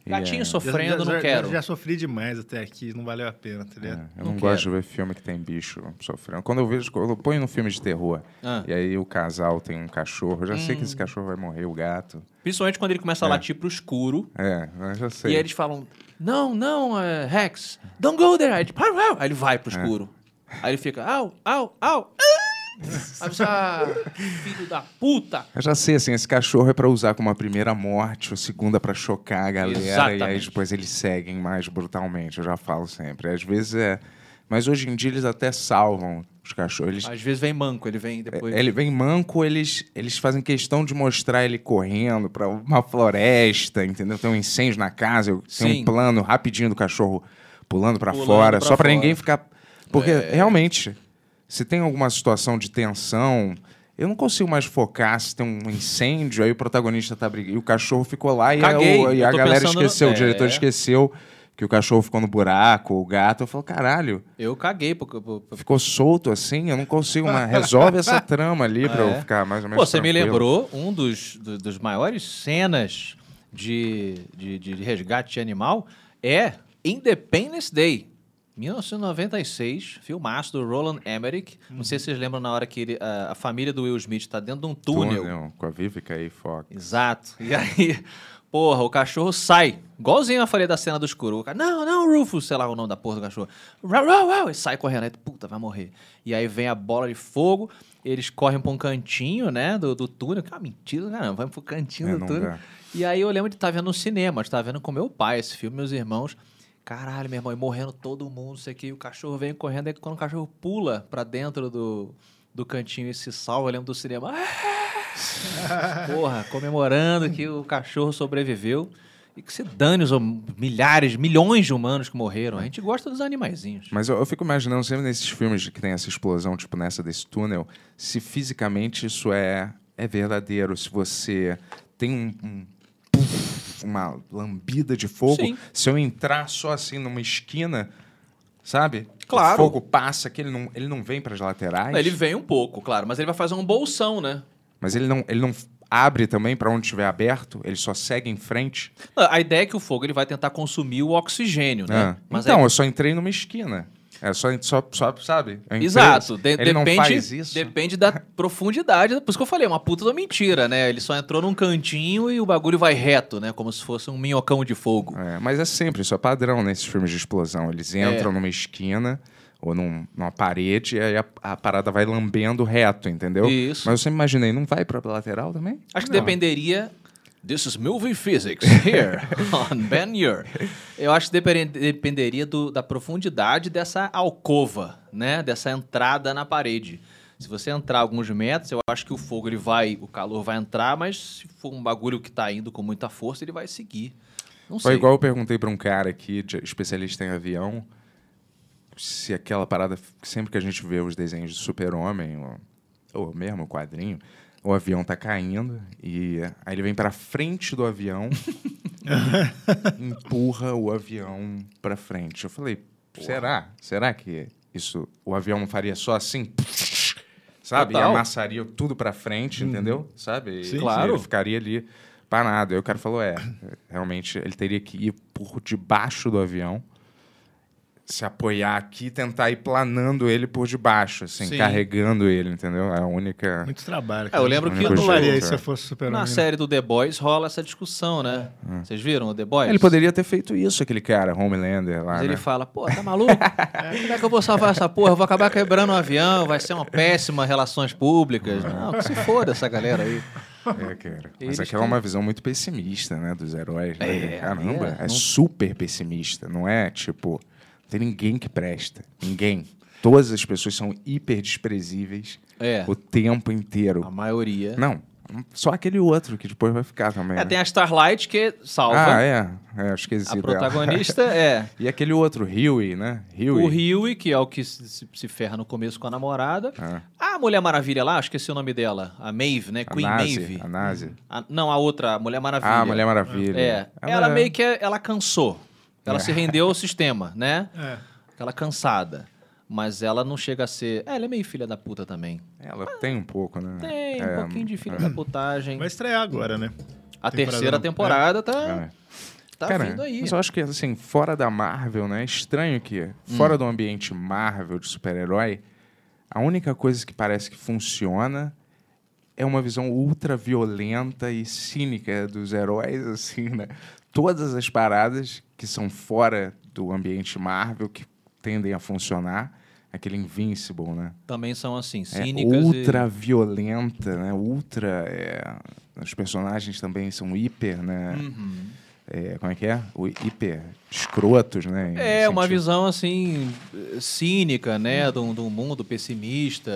[SPEAKER 5] Gatinho
[SPEAKER 2] É.
[SPEAKER 3] já- já-
[SPEAKER 5] sofrendo, não
[SPEAKER 3] já-
[SPEAKER 5] quero. É,
[SPEAKER 3] Já sofri demais até aqui, não valeu a pena, tá ligado?
[SPEAKER 2] Eu não,
[SPEAKER 5] Não
[SPEAKER 2] gosto de ver filme que tem bicho sofrendo. Quando eu vejo, quando eu ponho no filme de terror,
[SPEAKER 5] Ah. Hum.
[SPEAKER 2] e aí o casal tem um cachorro, eu já sei que esse cachorro vai morrer, o gato.
[SPEAKER 5] Principalmente quando ele começa a latir pro escuro.
[SPEAKER 2] É, eu já sei.
[SPEAKER 5] E aí eles falam: Não, não, é, Rex, don't go there. Aí ele, "Au, au." Aí ele vai pro escuro. Aí ele fica: Au, au, au. É. ah." Aí você, ah, filho da puta.
[SPEAKER 2] Eu já sei, assim, esse cachorro é pra usar como a primeira morte, a segunda pra chocar a galera, e aí
[SPEAKER 5] Exatamente.
[SPEAKER 2] depois eles seguem mais brutalmente, eu já falo sempre. Às vezes é. Mas hoje em dia eles até salvam os cachorros. Eles-
[SPEAKER 5] Às vezes vem manco, É, ele vem depois.
[SPEAKER 2] Ele vem manco, eles, eles fazem questão de mostrar ele correndo pra uma floresta, entendeu? Tem um incêndio na casa, eu- tem
[SPEAKER 5] Sim.
[SPEAKER 2] um plano rapidinho do cachorro pulando pra
[SPEAKER 5] Pulando
[SPEAKER 2] fora,
[SPEAKER 5] pra
[SPEAKER 2] só pra
[SPEAKER 5] fora. É.
[SPEAKER 2] ninguém ficar. Porque realmente, se tem alguma situação de tensão, eu não consigo mais focar se tem um incêndio, aí o protagonista tá brigando. E o cachorro ficou lá e,
[SPEAKER 5] Caguei,
[SPEAKER 2] eu- e
[SPEAKER 5] eu
[SPEAKER 2] a
[SPEAKER 5] tô
[SPEAKER 2] galera
[SPEAKER 5] pensando no-
[SPEAKER 2] esqueceu,
[SPEAKER 5] É.
[SPEAKER 2] o diretor esqueceu que o cachorro ficou no buraco, o gato. Eu falo, caralho.
[SPEAKER 5] Eu caguei. Porque, pô, pô,
[SPEAKER 2] Ficou solto assim, eu não consigo mais. Resolve essa trama ali pra
[SPEAKER 5] É.
[SPEAKER 2] eu ficar mais ou menos.
[SPEAKER 5] pô, você me
[SPEAKER 2] tranquilo.
[SPEAKER 5] lembrou um dos, do- dos maiores cenas de, de, de resgate de animal é Independence Day. 1996, filmaço do Roland Emmerich. Não sei se vocês lembram na hora que ele- a, a família do Will Smith está dentro de um túnel.
[SPEAKER 2] Túnel, com a Vivica aí, foca.
[SPEAKER 5] Exato. E aí, porra, o cachorro sai. Igualzinho eu falei da cena do escuro. O cara, não, não, Rufus, sei lá o nome da porra do cachorro. Rau, rau, rau, e sai correndo. Aí, tu, puta, vai morrer. E aí vem a bola de fogo. Eles correm pra um cantinho, né, do, do túnel. Que é uma mentira, caramba. Vai pro cantinho
[SPEAKER 2] É,
[SPEAKER 5] do
[SPEAKER 2] não
[SPEAKER 5] túnel.
[SPEAKER 2] dá.
[SPEAKER 5] E aí eu lembro de estar vendo no cinema. Estava vendo com meu pai esse filme, meus irmãos. Caralho, meu irmão, e morrendo todo mundo, não sei o que. E o cachorro vem correndo. Aí quando o cachorro pula pra dentro do, do cantinho e se salva, eu lembro do cinema. Ah! Porra, comemorando que o cachorro sobreviveu. E que se dane os hum- milhares, milhões de humanos que morreram. A gente gosta dos animaizinhos.
[SPEAKER 2] Mas eu, eu fico imaginando sempre nesses filmes que tem essa explosão, tipo nessa desse túnel, se fisicamente isso é, é verdadeiro, se você tem um. um puff, uma lambida de fogo,
[SPEAKER 5] Sim.
[SPEAKER 2] se eu entrar só assim numa esquina, sabe?
[SPEAKER 5] Claro.
[SPEAKER 2] O fogo passa, que ele não, ele não vem pras laterais.
[SPEAKER 5] Ele vem um pouco, claro, mas ele vai fazer um bolsão, né?
[SPEAKER 2] Mas ele não, ele não abre também pra onde estiver aberto, ele só segue em frente.
[SPEAKER 5] Não, A ideia é que o fogo ele vai tentar consumir o oxigênio, né?
[SPEAKER 2] Ah,
[SPEAKER 5] Mas
[SPEAKER 2] então,
[SPEAKER 5] aí-
[SPEAKER 2] eu só entrei numa esquina. É só, só, só sabe? Eu entrei-
[SPEAKER 5] Exato, de-
[SPEAKER 2] ele não
[SPEAKER 5] depende,
[SPEAKER 2] faz isso.
[SPEAKER 5] depende da profundidade. Por isso que eu falei, é uma puta da mentira, né? Ele só entrou num cantinho e o bagulho vai reto, né? Como se fosse um minhocão de fogo.
[SPEAKER 2] É, mas é sempre, isso é padrão nesses filmes de explosão.
[SPEAKER 5] É.
[SPEAKER 2] Eles entram numa esquina ou num- numa parede e aí a, a parada vai lambendo reto, entendeu?
[SPEAKER 5] Isso.
[SPEAKER 2] Mas eu sempre imaginei, não vai pra lateral também?
[SPEAKER 5] Acho que
[SPEAKER 2] Não.
[SPEAKER 5] dependeria. This is movie physics here on Ben Yur. Eu acho que deperen- dependeria do- da profundidade dessa alcova, né? Dessa entrada na parede. Se você entrar alguns metros, eu acho que o fogo ele vai, o calor vai entrar, mas se for um bagulho que tá indo com muita força, ele vai seguir. Não sei.
[SPEAKER 2] Foi igual eu perguntei pra um cara aqui, de- especialista em avião, se aquela parada, sempre que a gente vê os desenhos de super-homem, ou, ou mesmo o quadrinho, o avião tá caindo e aí ele vem pra frente do avião, empurra o avião pra frente. Eu falei, será? Será que isso, o avião não faria só assim? Sabe? E
[SPEAKER 5] Total.
[SPEAKER 2] amassaria tudo pra frente,
[SPEAKER 5] Uhum.
[SPEAKER 2] entendeu? Sabe? E-
[SPEAKER 3] Sim,
[SPEAKER 2] e
[SPEAKER 5] claro.
[SPEAKER 2] Ele ficaria ali parado. Aí o cara falou, é, realmente ele teria que ir por debaixo do avião se apoiar aqui e tentar ir planando ele por debaixo, assim,
[SPEAKER 5] Sim.
[SPEAKER 2] carregando ele, entendeu? É a única.
[SPEAKER 3] Muito trabalho.
[SPEAKER 5] É, eu lembro que
[SPEAKER 2] eu-
[SPEAKER 3] eu não faria
[SPEAKER 2] eu-
[SPEAKER 3] isso se eu fosse super
[SPEAKER 5] Na série do The Boys rola essa discussão, né? Vocês viram o The Boys?
[SPEAKER 2] É. Ele poderia ter feito isso, aquele cara, Homelander lá.
[SPEAKER 5] Mas
[SPEAKER 2] né?
[SPEAKER 5] ele fala, pô, tá maluco? Como é que eu vou salvar essa porra? Eu vou acabar quebrando um avião, vai ser uma péssima relações públicas. Não, que se foda essa galera aí.
[SPEAKER 2] É, cara. Mas
[SPEAKER 5] Eles
[SPEAKER 2] aquela é uma visão muito pessimista, né? Dos heróis. né?
[SPEAKER 5] É,
[SPEAKER 2] Caramba,
[SPEAKER 5] é,
[SPEAKER 2] é,
[SPEAKER 5] não-
[SPEAKER 2] super pessimista. Não é tipo. Não tem ninguém que presta. Ninguém. Todas as pessoas são hiper desprezíveis
[SPEAKER 5] É,
[SPEAKER 2] o tempo inteiro.
[SPEAKER 5] a maioria.
[SPEAKER 2] Não, só aquele outro que depois vai ficar também.
[SPEAKER 5] É,
[SPEAKER 2] né?
[SPEAKER 5] tem a Starlight que salva.
[SPEAKER 2] Ah, é. É, eu esqueci
[SPEAKER 5] A
[SPEAKER 2] dela.
[SPEAKER 5] protagonista é
[SPEAKER 2] e aquele outro, Huey, né? Huey.
[SPEAKER 5] o Huey, que é o que se, se- se ferra no começo com a namorada.
[SPEAKER 2] Ah.
[SPEAKER 5] A Mulher Maravilha lá, esqueci o nome dela. A Maeve, né?
[SPEAKER 2] A
[SPEAKER 5] Queen
[SPEAKER 2] Nazi,
[SPEAKER 5] Maeve.
[SPEAKER 2] A Nazi.
[SPEAKER 5] A- não, a outra, a Mulher Maravilha.
[SPEAKER 2] Ah, Mulher Maravilha.
[SPEAKER 5] É. Ela, meio que ela cansou. Ela
[SPEAKER 2] É.
[SPEAKER 5] se rendeu ao sistema, né?
[SPEAKER 3] É.
[SPEAKER 5] Aquela cansada. Mas ela não chega a ser. é, Ela é meio filha da puta também.
[SPEAKER 2] Ela tem um pouco, né?
[SPEAKER 5] Tem
[SPEAKER 2] É,
[SPEAKER 5] um pouquinho de filha da putagem.
[SPEAKER 3] É, Vai estrear agora, né?
[SPEAKER 5] a
[SPEAKER 3] temporada
[SPEAKER 5] terceira
[SPEAKER 3] não-
[SPEAKER 5] temporada tá,
[SPEAKER 2] é.
[SPEAKER 5] tá
[SPEAKER 2] Cara,
[SPEAKER 5] vindo aí. Hum.
[SPEAKER 2] Mas eu acho que, assim, fora da Marvel, né? É estranho que, fora do ambiente Marvel de super-herói, a única coisa que parece que funciona é uma visão ultra violenta e cínica dos heróis, assim, né? Todas as paradas que são fora do ambiente Marvel, que tendem a funcionar, aquele Invincible, né?
[SPEAKER 5] Também são assim,
[SPEAKER 2] É
[SPEAKER 5] cínicas. e-
[SPEAKER 2] ultra violenta, né? Ultra. é, Os personagens também são hiper, né?
[SPEAKER 5] Uhum.
[SPEAKER 2] É, como é que é? O hiper escrotos, né? Em
[SPEAKER 5] É, uma
[SPEAKER 2] sentido-
[SPEAKER 5] visão assim eh, cínica, né, de um, de um mundo pessimista,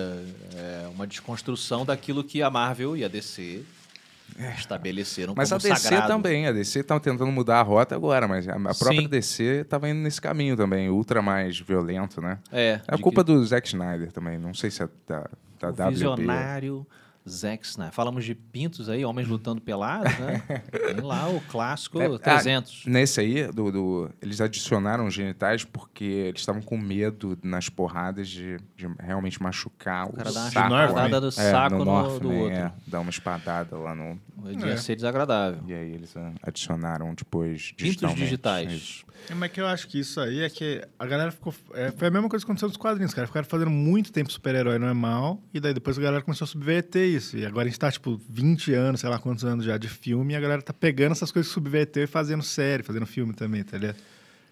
[SPEAKER 5] é, uma desconstrução daquilo que a Marvel e a DC estabeleceram
[SPEAKER 2] É. Mas a
[SPEAKER 5] como
[SPEAKER 2] DC
[SPEAKER 5] um sagrado.
[SPEAKER 2] também, a DC tá tentando mudar a rota agora, mas a, a própria
[SPEAKER 5] Sim.
[SPEAKER 2] DC tava indo nesse caminho também, ultra mais violento, né?
[SPEAKER 5] É,
[SPEAKER 2] É a
[SPEAKER 5] de
[SPEAKER 2] culpa
[SPEAKER 5] que
[SPEAKER 2] do Zack Snyder também, não sei se é da, da
[SPEAKER 5] o
[SPEAKER 2] WB.
[SPEAKER 5] visionário Zack Snyder. Falamos de pintos aí, homens lutando pelados, né? Tem lá o clássico
[SPEAKER 2] É, ah,
[SPEAKER 5] 300.
[SPEAKER 2] Nesse aí, do, do- eles adicionaram os genitais porque eles estavam com medo nas porradas de, de realmente machucar o,
[SPEAKER 5] O cara dá uma
[SPEAKER 2] saco.
[SPEAKER 5] espadada do
[SPEAKER 2] É,
[SPEAKER 5] saco
[SPEAKER 2] no
[SPEAKER 5] no-
[SPEAKER 2] Northman,
[SPEAKER 5] do outro.
[SPEAKER 2] é, dá uma espadada lá no...
[SPEAKER 5] Ia ser desagradável.
[SPEAKER 2] E aí eles ah, adicionaram depois
[SPEAKER 5] Pintos
[SPEAKER 2] digitalmente.
[SPEAKER 5] digitais.
[SPEAKER 2] Isso.
[SPEAKER 3] É, Mas que eu acho que isso aí é que a galera ficou. é, foi a mesma coisa que aconteceu nos quadrinhos, cara. Ficaram fazendo muito tempo super-herói normal, e daí depois a galera começou a subverter isso. E agora a gente tá, tipo, 20 anos, sei lá quantos anos já de filme, e a galera tá pegando essas coisas que subverteu e fazendo série, fazendo filme também, tá ligado?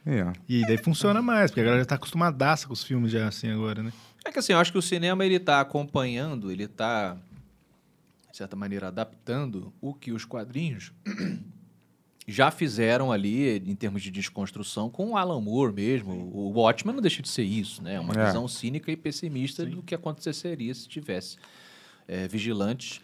[SPEAKER 2] É, ó.
[SPEAKER 3] E daí funciona mais, porque a galera já tá acostumadaça com os filmes já assim agora, né?
[SPEAKER 5] É que assim, eu acho que o cinema ele tá acompanhando, ele tá, de certa maneira, adaptando o que os quadrinhos já fizeram ali em termos de desconstrução com o Alan Moore mesmo. O Watchmen não deixa de ser isso, né? Uma
[SPEAKER 2] É.
[SPEAKER 5] visão cínica e pessimista do que aconteceria se tivesse eh, vigilantes.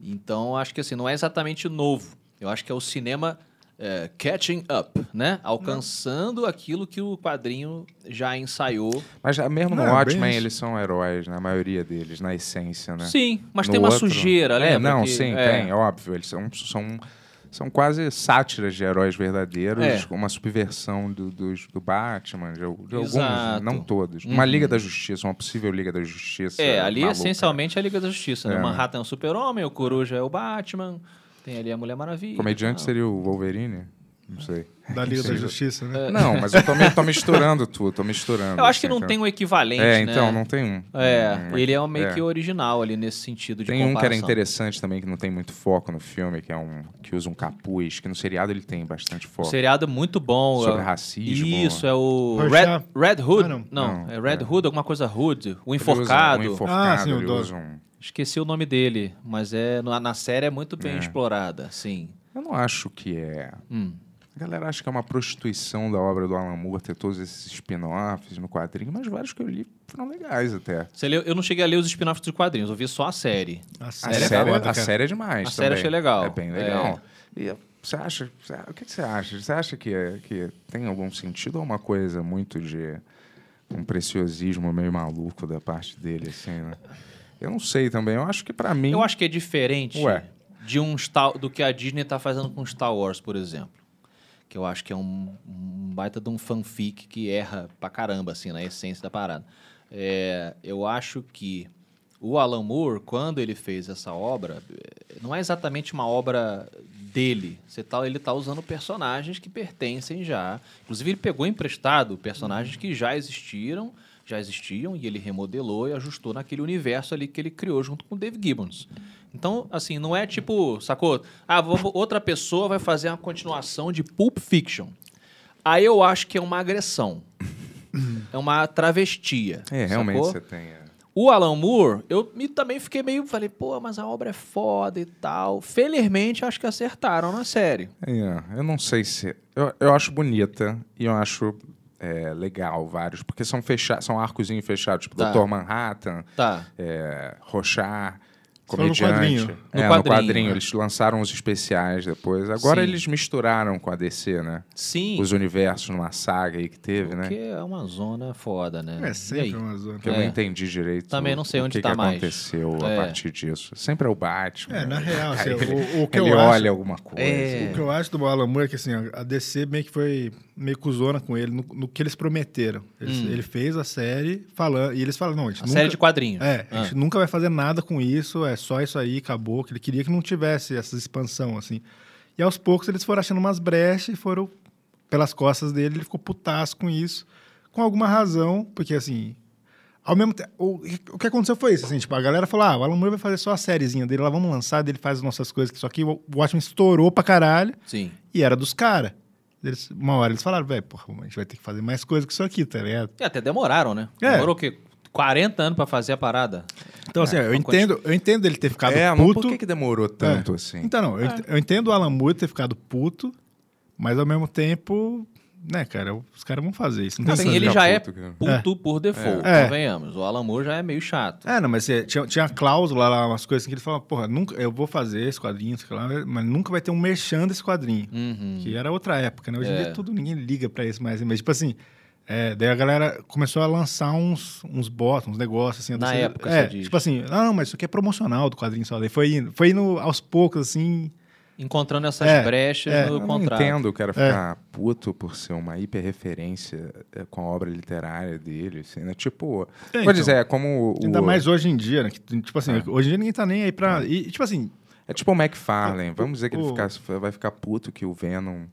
[SPEAKER 5] Então, acho que assim, não é exatamente novo. Eu acho que é o cinema eh, catching up, né? Alcançando aquilo que o quadrinho já ensaiou
[SPEAKER 2] Mas ah, mesmo no
[SPEAKER 3] Não, é bem
[SPEAKER 2] Watchmen
[SPEAKER 3] isso.
[SPEAKER 2] eles são heróis, na maioria deles, na essência, né?
[SPEAKER 5] Sim, mas
[SPEAKER 2] No
[SPEAKER 5] tem uma
[SPEAKER 2] outro-
[SPEAKER 5] sujeira, né?
[SPEAKER 2] É, não,
[SPEAKER 5] Porque-
[SPEAKER 2] sim,
[SPEAKER 5] é.
[SPEAKER 2] tem, óbvio. Eles são, são, são quase sátiras de heróis verdadeiros,
[SPEAKER 5] É.
[SPEAKER 2] com uma subversão do, dos- do Batman, de, al- de alguns,
[SPEAKER 5] Exato.
[SPEAKER 2] não todos. Uma
[SPEAKER 5] Uhum.
[SPEAKER 2] Liga da Justiça, uma possível Liga da Justiça.
[SPEAKER 5] É, ali
[SPEAKER 2] maluca.
[SPEAKER 5] essencialmente é a Liga da Justiça. Né?
[SPEAKER 2] É.
[SPEAKER 5] O Manhattan é o Super-Homem, o Coruja é o Batman, tem ali a Mulher Maravilha.
[SPEAKER 2] Comediante
[SPEAKER 5] tal.
[SPEAKER 2] seria o Wolverine? Não sei.
[SPEAKER 3] Da Liga da Justiça,
[SPEAKER 5] É.
[SPEAKER 3] né?
[SPEAKER 2] Não, mas eu tô, me- tô misturando tudo, tô misturando.
[SPEAKER 5] Eu acho que
[SPEAKER 2] assim,
[SPEAKER 5] não
[SPEAKER 2] tá?
[SPEAKER 5] tem um equivalente,
[SPEAKER 2] É,
[SPEAKER 5] né?
[SPEAKER 2] então, não tem um.
[SPEAKER 5] É,
[SPEAKER 2] um-
[SPEAKER 5] ele é um meio
[SPEAKER 2] é.
[SPEAKER 5] que original ali nesse sentido de
[SPEAKER 2] Tem um que era
[SPEAKER 5] comparação.
[SPEAKER 2] interessante também, que não tem muito foco no filme, que é um que usa um capuz, que no seriado ele tem bastante
[SPEAKER 5] Um
[SPEAKER 2] foco.
[SPEAKER 5] seriado muito bom.
[SPEAKER 2] Sobre
[SPEAKER 5] é-
[SPEAKER 2] racismo.
[SPEAKER 5] Isso, é o Red,
[SPEAKER 3] Rorschach.
[SPEAKER 5] Red Hood.
[SPEAKER 3] Ah,
[SPEAKER 5] não.
[SPEAKER 3] não.
[SPEAKER 2] Não,
[SPEAKER 5] é Red
[SPEAKER 2] é.
[SPEAKER 5] Hood, alguma coisa Hood. O
[SPEAKER 2] Ele usa
[SPEAKER 5] Enforcado.
[SPEAKER 2] Um enforcado,
[SPEAKER 3] Ah, sim, o
[SPEAKER 2] ele
[SPEAKER 3] do-
[SPEAKER 2] usa um-
[SPEAKER 5] Esqueci o nome dele, mas é na, na série é muito bem explorada, sim.
[SPEAKER 2] Eu não acho que é.
[SPEAKER 5] Hum.
[SPEAKER 2] A galera acha que é uma prostituição da obra do Alan Moore ter todos esses spin-offs no quadrinho, mas vários que eu li foram legais até.
[SPEAKER 5] Você leu- eu não cheguei a ler os spin-offs dos quadrinhos, eu vi só a série.
[SPEAKER 3] A
[SPEAKER 2] A
[SPEAKER 3] série,
[SPEAKER 2] série,
[SPEAKER 3] é
[SPEAKER 2] a
[SPEAKER 3] foda, cara.
[SPEAKER 2] série é demais.
[SPEAKER 5] A série eu
[SPEAKER 2] também.
[SPEAKER 5] achei legal.
[SPEAKER 2] É bem legal. E eh, você acha. você- O que que você acha? Você acha que, eh, que tem algum sentido ou uma coisa muito de. um preciosismo meio maluco da parte dele, assim, né? Eu não sei também. Eu acho que pra mim.
[SPEAKER 5] Eu acho que é diferente
[SPEAKER 2] Ué.
[SPEAKER 5] de um Star, do que a Disney tá fazendo com Star Wars, por exemplo. Que eu acho que é um, um baita de um fanfic que erra pra caramba, assim, na essência da parada. É, eu acho que o Alan Moore, quando ele fez essa obra, é, não é exatamente uma obra dele. Você tá, ele tá usando personagens que pertencem já. Inclusive, ele pegou emprestado personagens que já existiram, já existiam, e ele remodelou e ajustou naquele universo ali que ele criou junto com o Dave Gibbons. Então, assim, não é tipo, sacou? Ah, vamos- outra pessoa vai fazer uma continuação de Pulp Fiction. Aí eu acho que é uma agressão. É uma travestia.
[SPEAKER 2] É, realmente
[SPEAKER 5] sacou?
[SPEAKER 2] você tem. é.
[SPEAKER 5] O Alan Moore, eu me- também fiquei meio. Falei, pô, mas a obra é foda e tal. Felizmente, acho que acertaram na série.
[SPEAKER 2] É, eu não sei se. Eu, eu acho bonita e eu acho é, legal vários, porque são, fecha... são arcozinhos fechados, tipo
[SPEAKER 5] Tá.
[SPEAKER 2] Dr. Manhattan,
[SPEAKER 5] Tá.
[SPEAKER 2] é, Rochar,
[SPEAKER 3] Só no
[SPEAKER 2] comediante.
[SPEAKER 3] quadrinho.
[SPEAKER 2] É,
[SPEAKER 5] No
[SPEAKER 2] no
[SPEAKER 5] quadrinho,
[SPEAKER 2] quadrinho.
[SPEAKER 5] né?
[SPEAKER 2] Eles lançaram os especiais depois. Agora
[SPEAKER 5] Sim.
[SPEAKER 2] eles misturaram com a DC, né?
[SPEAKER 5] Sim.
[SPEAKER 2] Os universos numa saga aí que teve, né?
[SPEAKER 5] Porque é uma zona foda, né?
[SPEAKER 3] É
[SPEAKER 5] E
[SPEAKER 3] sempre
[SPEAKER 5] aí?
[SPEAKER 3] uma zona.
[SPEAKER 2] Que eu não
[SPEAKER 5] É.
[SPEAKER 2] entendi direito.
[SPEAKER 5] Também não sei
[SPEAKER 2] o
[SPEAKER 5] onde
[SPEAKER 2] que
[SPEAKER 5] tá
[SPEAKER 2] que
[SPEAKER 5] mais.
[SPEAKER 2] aconteceu
[SPEAKER 5] É.
[SPEAKER 2] a partir disso. Sempre é o Batman.
[SPEAKER 3] É, na
[SPEAKER 2] né?
[SPEAKER 3] real, assim,
[SPEAKER 2] Aí
[SPEAKER 3] o, o que
[SPEAKER 2] ele
[SPEAKER 3] eu
[SPEAKER 2] olha
[SPEAKER 3] acho...
[SPEAKER 2] alguma coisa.
[SPEAKER 5] É.
[SPEAKER 3] O que eu acho do Alan Moore é que assim, a DC meio que foi meio cuzona com ele no, no que eles prometeram. Eles- Ele fez a série falando. E eles falam, não, a gente
[SPEAKER 5] Hum. A
[SPEAKER 3] nunca.
[SPEAKER 5] série de quadrinhos.
[SPEAKER 3] É, a
[SPEAKER 5] Ah.
[SPEAKER 3] gente nunca vai fazer nada com isso, é só isso aí, acabou. Que ele queria que não tivesse essa expansão, assim. E aos poucos eles foram achando umas brechas e foram pelas costas dele, ele ficou putaço com isso, com alguma razão, porque assim. Ao mesmo tempo, o, o que aconteceu foi isso, assim, tipo, a galera falou, ah, o Alan Moore vai fazer só a sériezinha dele, lá vamos lançar, dele faz as nossas coisas, que só que o Watchmen estourou pra caralho,
[SPEAKER 5] Sim.
[SPEAKER 3] e era dos caras. Uma hora eles falaram, velho, porra, a gente vai ter que fazer mais coisa que isso aqui, tá ligado?
[SPEAKER 5] E até demoraram, né?
[SPEAKER 3] É.
[SPEAKER 5] Demorou o quê? 40 anos pra fazer a parada.
[SPEAKER 3] Então, assim, eu,
[SPEAKER 5] vamos
[SPEAKER 3] entendo, eu entendo ele ter ficado
[SPEAKER 2] É, mas
[SPEAKER 3] puto.
[SPEAKER 2] por que, que demorou tanto assim?
[SPEAKER 3] Então, não, eu, ent- eu entendo o Alan Moore ter ficado puto, mas ao mesmo tempo, né, cara, os caras vão fazer isso. Não tem
[SPEAKER 5] Assim,
[SPEAKER 3] como.
[SPEAKER 5] ele
[SPEAKER 2] ficar
[SPEAKER 5] já é
[SPEAKER 2] puto, cara.
[SPEAKER 5] puto por default,
[SPEAKER 3] né? É.
[SPEAKER 5] convenhamos. O Alan Moore já é meio chato.
[SPEAKER 3] É, não, mas é, tinha, tinha cláusula lá, umas coisas assim, que ele falava, porra, nunca, eu vou fazer esse quadrinho, sei lá, mas nunca vai ter um merchan desse quadrinho.
[SPEAKER 5] Uhum.
[SPEAKER 3] Que era outra época, né? Hoje em
[SPEAKER 5] É.
[SPEAKER 3] dia tudo, ninguém liga pra isso mais. Mas, tipo assim, é, daí a galera começou a lançar uns, uns bots, uns negócios, assim.
[SPEAKER 5] Na
[SPEAKER 3] desse-
[SPEAKER 5] época,
[SPEAKER 3] é,
[SPEAKER 5] você diz.
[SPEAKER 3] tipo assim, não, mas isso aqui é promocional do quadrinho só. Daí foi indo, foi indo aos poucos, assim.
[SPEAKER 5] Encontrando essas
[SPEAKER 3] É,
[SPEAKER 5] brechas
[SPEAKER 3] é.
[SPEAKER 5] no
[SPEAKER 2] eu não
[SPEAKER 5] contrato.
[SPEAKER 2] entendo o cara ficar puto por ser uma hiperreferência eh, com a obra literária dele. Assim, né? Tipo, vou
[SPEAKER 3] É, então.
[SPEAKER 2] dizer, é como o,
[SPEAKER 3] Ainda mais hoje em dia, né? Que, tipo assim, hoje em dia ninguém tá nem aí pra. E, tipo assim,
[SPEAKER 2] É tipo o McFarlane. Vamos dizer que ele
[SPEAKER 3] o-
[SPEAKER 2] ficasse- vai ficar puto que o Venom.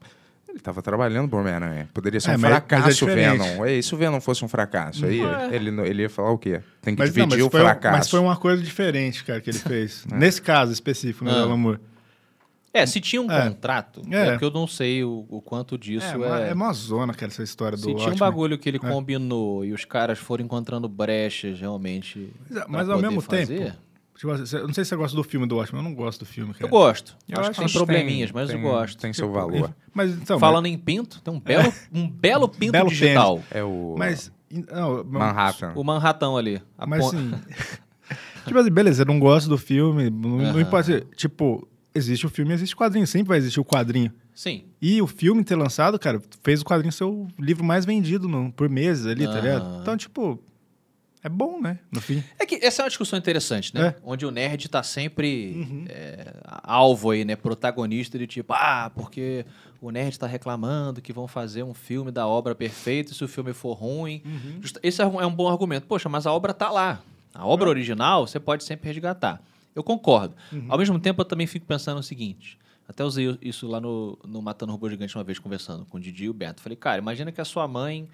[SPEAKER 2] Ele tava trabalhando pro Homem-Aranha. Poderia ser um
[SPEAKER 3] É, mas- mas é
[SPEAKER 2] fracasso o
[SPEAKER 3] diferente. é.
[SPEAKER 2] Venom. E se o Venom fosse um fracasso? Aí ele, não- ele ia falar o quê? Tem que
[SPEAKER 3] mas, não,
[SPEAKER 2] dividir
[SPEAKER 3] mas,
[SPEAKER 2] o
[SPEAKER 3] foi, um-
[SPEAKER 2] fracasso. É.
[SPEAKER 3] mas foi uma coisa diferente, cara, que ele fez. Nesse caso específico, né,
[SPEAKER 5] Ah.
[SPEAKER 3] do Alan Moore.
[SPEAKER 5] É, se tinha um
[SPEAKER 3] É.
[SPEAKER 5] contrato, é.
[SPEAKER 3] É.
[SPEAKER 5] porque eu não sei o, o quanto disso
[SPEAKER 3] é, uma- é uma zona, cara, essa história do É.
[SPEAKER 5] Se tinha um
[SPEAKER 3] Watchmen.
[SPEAKER 5] bagulho que ele combinou e os caras foram encontrando brechas realmente.
[SPEAKER 3] Mas,
[SPEAKER 5] pra
[SPEAKER 3] mas ao
[SPEAKER 5] poder
[SPEAKER 3] mesmo
[SPEAKER 5] fazer,
[SPEAKER 3] tempo. Tipo, assim, cê- eu não sei se você gosta do filme do Watchmen, eu não gosto do filme, cara.
[SPEAKER 5] Eu gosto.
[SPEAKER 3] Eu
[SPEAKER 5] acho
[SPEAKER 3] acho
[SPEAKER 5] que tem
[SPEAKER 3] que
[SPEAKER 5] probleminhas, mas eu
[SPEAKER 2] tem-
[SPEAKER 5] gosto.
[SPEAKER 2] Tem
[SPEAKER 3] Tipo,
[SPEAKER 2] seu valor.
[SPEAKER 3] Mas então,
[SPEAKER 5] Falando em pinto, tem um belo, um belo pinto
[SPEAKER 3] Belo
[SPEAKER 5] digital.
[SPEAKER 2] É o
[SPEAKER 3] mas, mas não, mas-
[SPEAKER 2] Manhattan.
[SPEAKER 5] O Manhattan ali. a
[SPEAKER 3] Mas
[SPEAKER 5] pon-
[SPEAKER 3] assim. tipo assim, beleza, eu não gosto do filme, não,
[SPEAKER 5] Aham.
[SPEAKER 3] não importa. Tipo, existe o filme, existe o quadrinho, sempre vai existir o quadrinho.
[SPEAKER 5] Sim.
[SPEAKER 3] E o filme ter lançado, cara, fez o quadrinho ser o livro mais vendido no- por meses ali, tá
[SPEAKER 5] Aham.
[SPEAKER 3] ligado? Então, tipo, é bom, né? No fim.
[SPEAKER 5] É que essa é uma discussão interessante, né?
[SPEAKER 3] É.
[SPEAKER 5] Onde o nerd tá sempre é, alvo aí, né? Protagonista de tipo, ah, porque o nerd tá reclamando que vão fazer um filme da obra perfeita e se o filme for ruim.
[SPEAKER 3] Uhum,
[SPEAKER 5] Justa- Esse é um é um bom argumento. Poxa, mas a obra tá lá. A obra original você pode sempre resgatar. Eu concordo. Ao mesmo tempo, eu também fico pensando o seguinte. Até usei isso lá no, no Matando Robô Gigante uma vez, conversando com o Didi e o Beto. Falei, cara, imagina que a sua mãe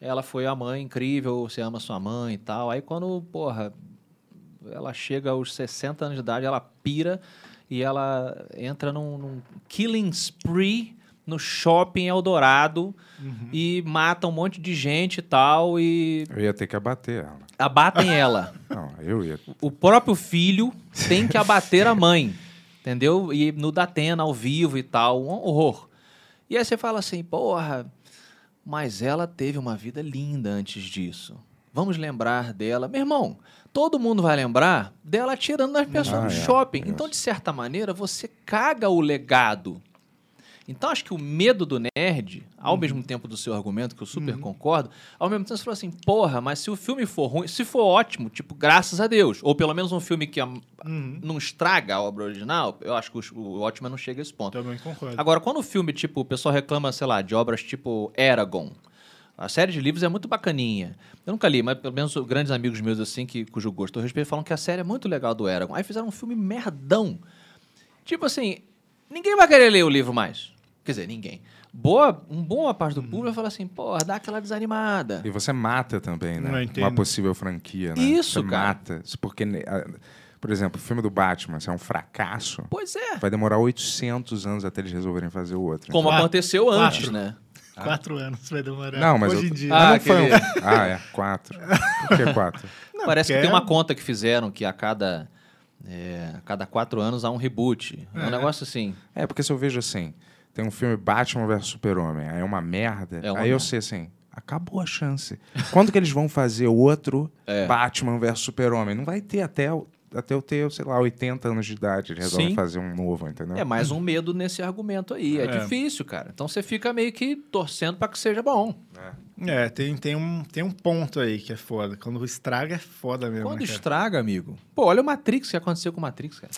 [SPEAKER 5] ela foi a mãe incrível, você ama sua mãe e tal. Aí quando, porra, ela chega aos 60 anos de idade, ela pira e ela entra num, num killing spree no shopping Eldorado
[SPEAKER 3] uhum.
[SPEAKER 5] e mata um monte de gente e tal e
[SPEAKER 2] Eu ia ter que abater ela.
[SPEAKER 5] abatem ela.
[SPEAKER 2] Não, eu ia.
[SPEAKER 5] O próprio filho tem que abater a mãe, entendeu? E no Datena, ao vivo e tal, um horror. E aí você fala assim, porra, mas ela teve uma vida linda antes disso. Vamos lembrar dela. Meu irmão, todo mundo vai lembrar dela atirando nas pessoas
[SPEAKER 2] Ah,
[SPEAKER 5] no
[SPEAKER 2] é,
[SPEAKER 5] shopping.
[SPEAKER 2] é
[SPEAKER 5] Então, de certa maneira, você caga o legado. Então, acho que o medo do nerd, ao mesmo tempo do seu argumento, que eu super concordo, ao mesmo tempo você falou assim, porra, mas se o filme for ruim, se for ótimo, tipo, graças a Deus, ou pelo menos um filme que am- não estraga a obra original, eu acho que o- o ótimo não chega a esse ponto.
[SPEAKER 3] Também concordo.
[SPEAKER 5] Agora, quando o filme, tipo, o pessoal reclama, sei lá, de obras tipo Eragon. A série de livros é muito bacaninha. Eu nunca li, mas pelo menos grandes amigos meus, assim, que, cujo gosto eu respeito, falam que a série é muito legal do Eragon. Aí fizeram um filme merdão. Tipo assim, ninguém vai querer ler o livro mais. Quer dizer, ninguém. Boa, um boa parte
[SPEAKER 3] Hum.
[SPEAKER 5] do público vai falar assim, pô, dá aquela desanimada.
[SPEAKER 2] E você mata também, né?
[SPEAKER 3] Não, eu entendo.
[SPEAKER 2] Uma possível franquia, né?
[SPEAKER 5] Isso,
[SPEAKER 2] você
[SPEAKER 5] cara.
[SPEAKER 2] mata. Porque, né, a- por exemplo, o filme do Batman, se é um fracasso,
[SPEAKER 5] Pois é.
[SPEAKER 2] vai demorar 800 anos até eles resolverem fazer o outro.
[SPEAKER 5] Como
[SPEAKER 3] Quatro.
[SPEAKER 5] aconteceu
[SPEAKER 3] Quatro.
[SPEAKER 5] antes, né?
[SPEAKER 3] Quatro anos vai demorar.
[SPEAKER 2] Não, mas
[SPEAKER 3] Hoje
[SPEAKER 2] eu-
[SPEAKER 3] em dia.
[SPEAKER 5] Ah,
[SPEAKER 2] Ah,
[SPEAKER 5] aquele-
[SPEAKER 2] não foi um- ah, é. Quatro. Por que quatro?
[SPEAKER 5] Parece que
[SPEAKER 3] porque
[SPEAKER 5] tem
[SPEAKER 3] é-
[SPEAKER 5] uma conta que fizeram que a cada, é, a cada quatro anos há um reboot. É um negócio assim.
[SPEAKER 2] É, porque se eu vejo assim, tem um filme Batman vs Super-Homem, aí é uma merda,
[SPEAKER 5] É uma
[SPEAKER 2] aí eu
[SPEAKER 5] merda.
[SPEAKER 2] sei assim, acabou a chance. Quando que eles vão fazer outro
[SPEAKER 5] É.
[SPEAKER 2] Batman vs Super-Homem? Não vai ter até, o- até eu ter, sei lá, 80 anos de idade, eles resolvem
[SPEAKER 5] Sim.
[SPEAKER 2] fazer um novo, entendeu?
[SPEAKER 5] É mais um medo nesse argumento aí. É, difícil, cara. Então você fica meio que torcendo pra que seja bom.
[SPEAKER 3] É, tem, tem, um, tem um ponto aí que é foda. Quando estraga é foda mesmo.
[SPEAKER 5] Quando
[SPEAKER 3] né, cara?
[SPEAKER 5] estraga, amigo. Pô, olha o Matrix, o que aconteceu com o Matrix, cara.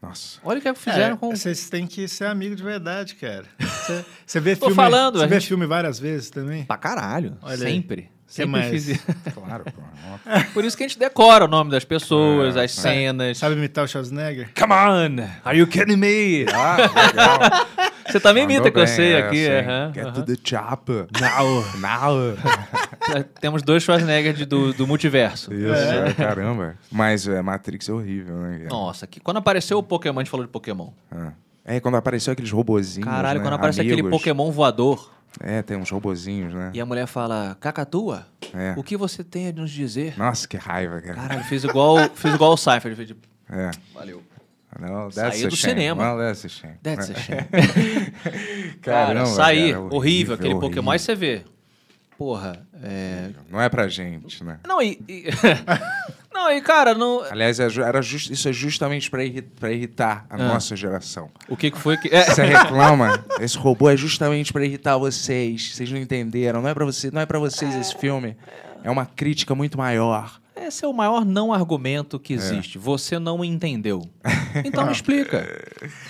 [SPEAKER 2] Nossa.
[SPEAKER 5] Olha o que fizeram
[SPEAKER 3] É,
[SPEAKER 5] com.
[SPEAKER 3] Vocês têm que ser amigo de verdade, cara. Você- Você vê
[SPEAKER 5] Tô
[SPEAKER 3] filme.
[SPEAKER 5] falando, a
[SPEAKER 3] você vê
[SPEAKER 5] gente-
[SPEAKER 3] filme várias vezes também?
[SPEAKER 5] Pra caralho.
[SPEAKER 3] Olha aí.
[SPEAKER 5] sempre.
[SPEAKER 3] Que
[SPEAKER 5] Sempre
[SPEAKER 3] mais?
[SPEAKER 5] fiz isso.
[SPEAKER 2] Claro, pô. Nossa.
[SPEAKER 5] Por isso que a gente decora o nome das pessoas, as
[SPEAKER 2] Sabe-
[SPEAKER 5] cenas.
[SPEAKER 3] Sabe imitar o Schwarzenegger?
[SPEAKER 6] Come on! Are you kidding me?
[SPEAKER 2] Ah, legal.
[SPEAKER 5] Você também imita
[SPEAKER 2] Mandou
[SPEAKER 5] que eu
[SPEAKER 2] bem,
[SPEAKER 5] sei
[SPEAKER 2] é,
[SPEAKER 5] aqui.
[SPEAKER 2] assim,
[SPEAKER 5] aham,
[SPEAKER 2] Get
[SPEAKER 5] aham.
[SPEAKER 2] to the chopper. Now. Now.
[SPEAKER 5] É, Temos dois Schwarzenegger de- do, do multiverso.
[SPEAKER 2] Isso, é, caramba. Mas é, Matrix é horrível, né? cara?
[SPEAKER 5] Nossa, que... quando apareceu o Pokémon, a gente falou de Pokémon.
[SPEAKER 2] Ah. É, quando apareceu aqueles robozinhos,
[SPEAKER 5] Caralho,
[SPEAKER 2] né?
[SPEAKER 5] quando aparece aquele
[SPEAKER 2] Amigos.
[SPEAKER 5] Pokémon voador
[SPEAKER 2] É, tem uns robozinhos, né?
[SPEAKER 5] e a mulher fala, Cacatua,
[SPEAKER 2] É.
[SPEAKER 5] o que você tem a nos dizer?
[SPEAKER 2] Nossa, que raiva, cara.
[SPEAKER 5] Caralho, fiz igual, fiz igual o Cypher. ele fez tipo,
[SPEAKER 2] É.
[SPEAKER 5] Valeu.
[SPEAKER 2] Não, that's
[SPEAKER 5] Saiu
[SPEAKER 2] a
[SPEAKER 5] do
[SPEAKER 2] shame.
[SPEAKER 5] cinema.
[SPEAKER 2] Não, that's a shame.
[SPEAKER 5] That's a shame.
[SPEAKER 2] Caramba,
[SPEAKER 5] cara, saí.
[SPEAKER 2] cara, é
[SPEAKER 5] horrível, aquele
[SPEAKER 2] horrível.
[SPEAKER 5] Pokémon. Aí você vê. Porra, é...
[SPEAKER 2] Não é pra gente, né?
[SPEAKER 5] Não, e... e- não, e cara, não...
[SPEAKER 2] Aliás, é ju- era jus- isso é justamente pra, irri- pra irritar a
[SPEAKER 5] Ah.
[SPEAKER 2] nossa geração.
[SPEAKER 5] O que que foi que... É,
[SPEAKER 2] Você reclama, esse robô é justamente pra irritar vocês. Vocês não entenderam. Não é pra você, não é para vocês esse filme. É uma crítica muito maior.
[SPEAKER 5] esse é o maior não argumento que existe. Você não entendeu. Então me explica.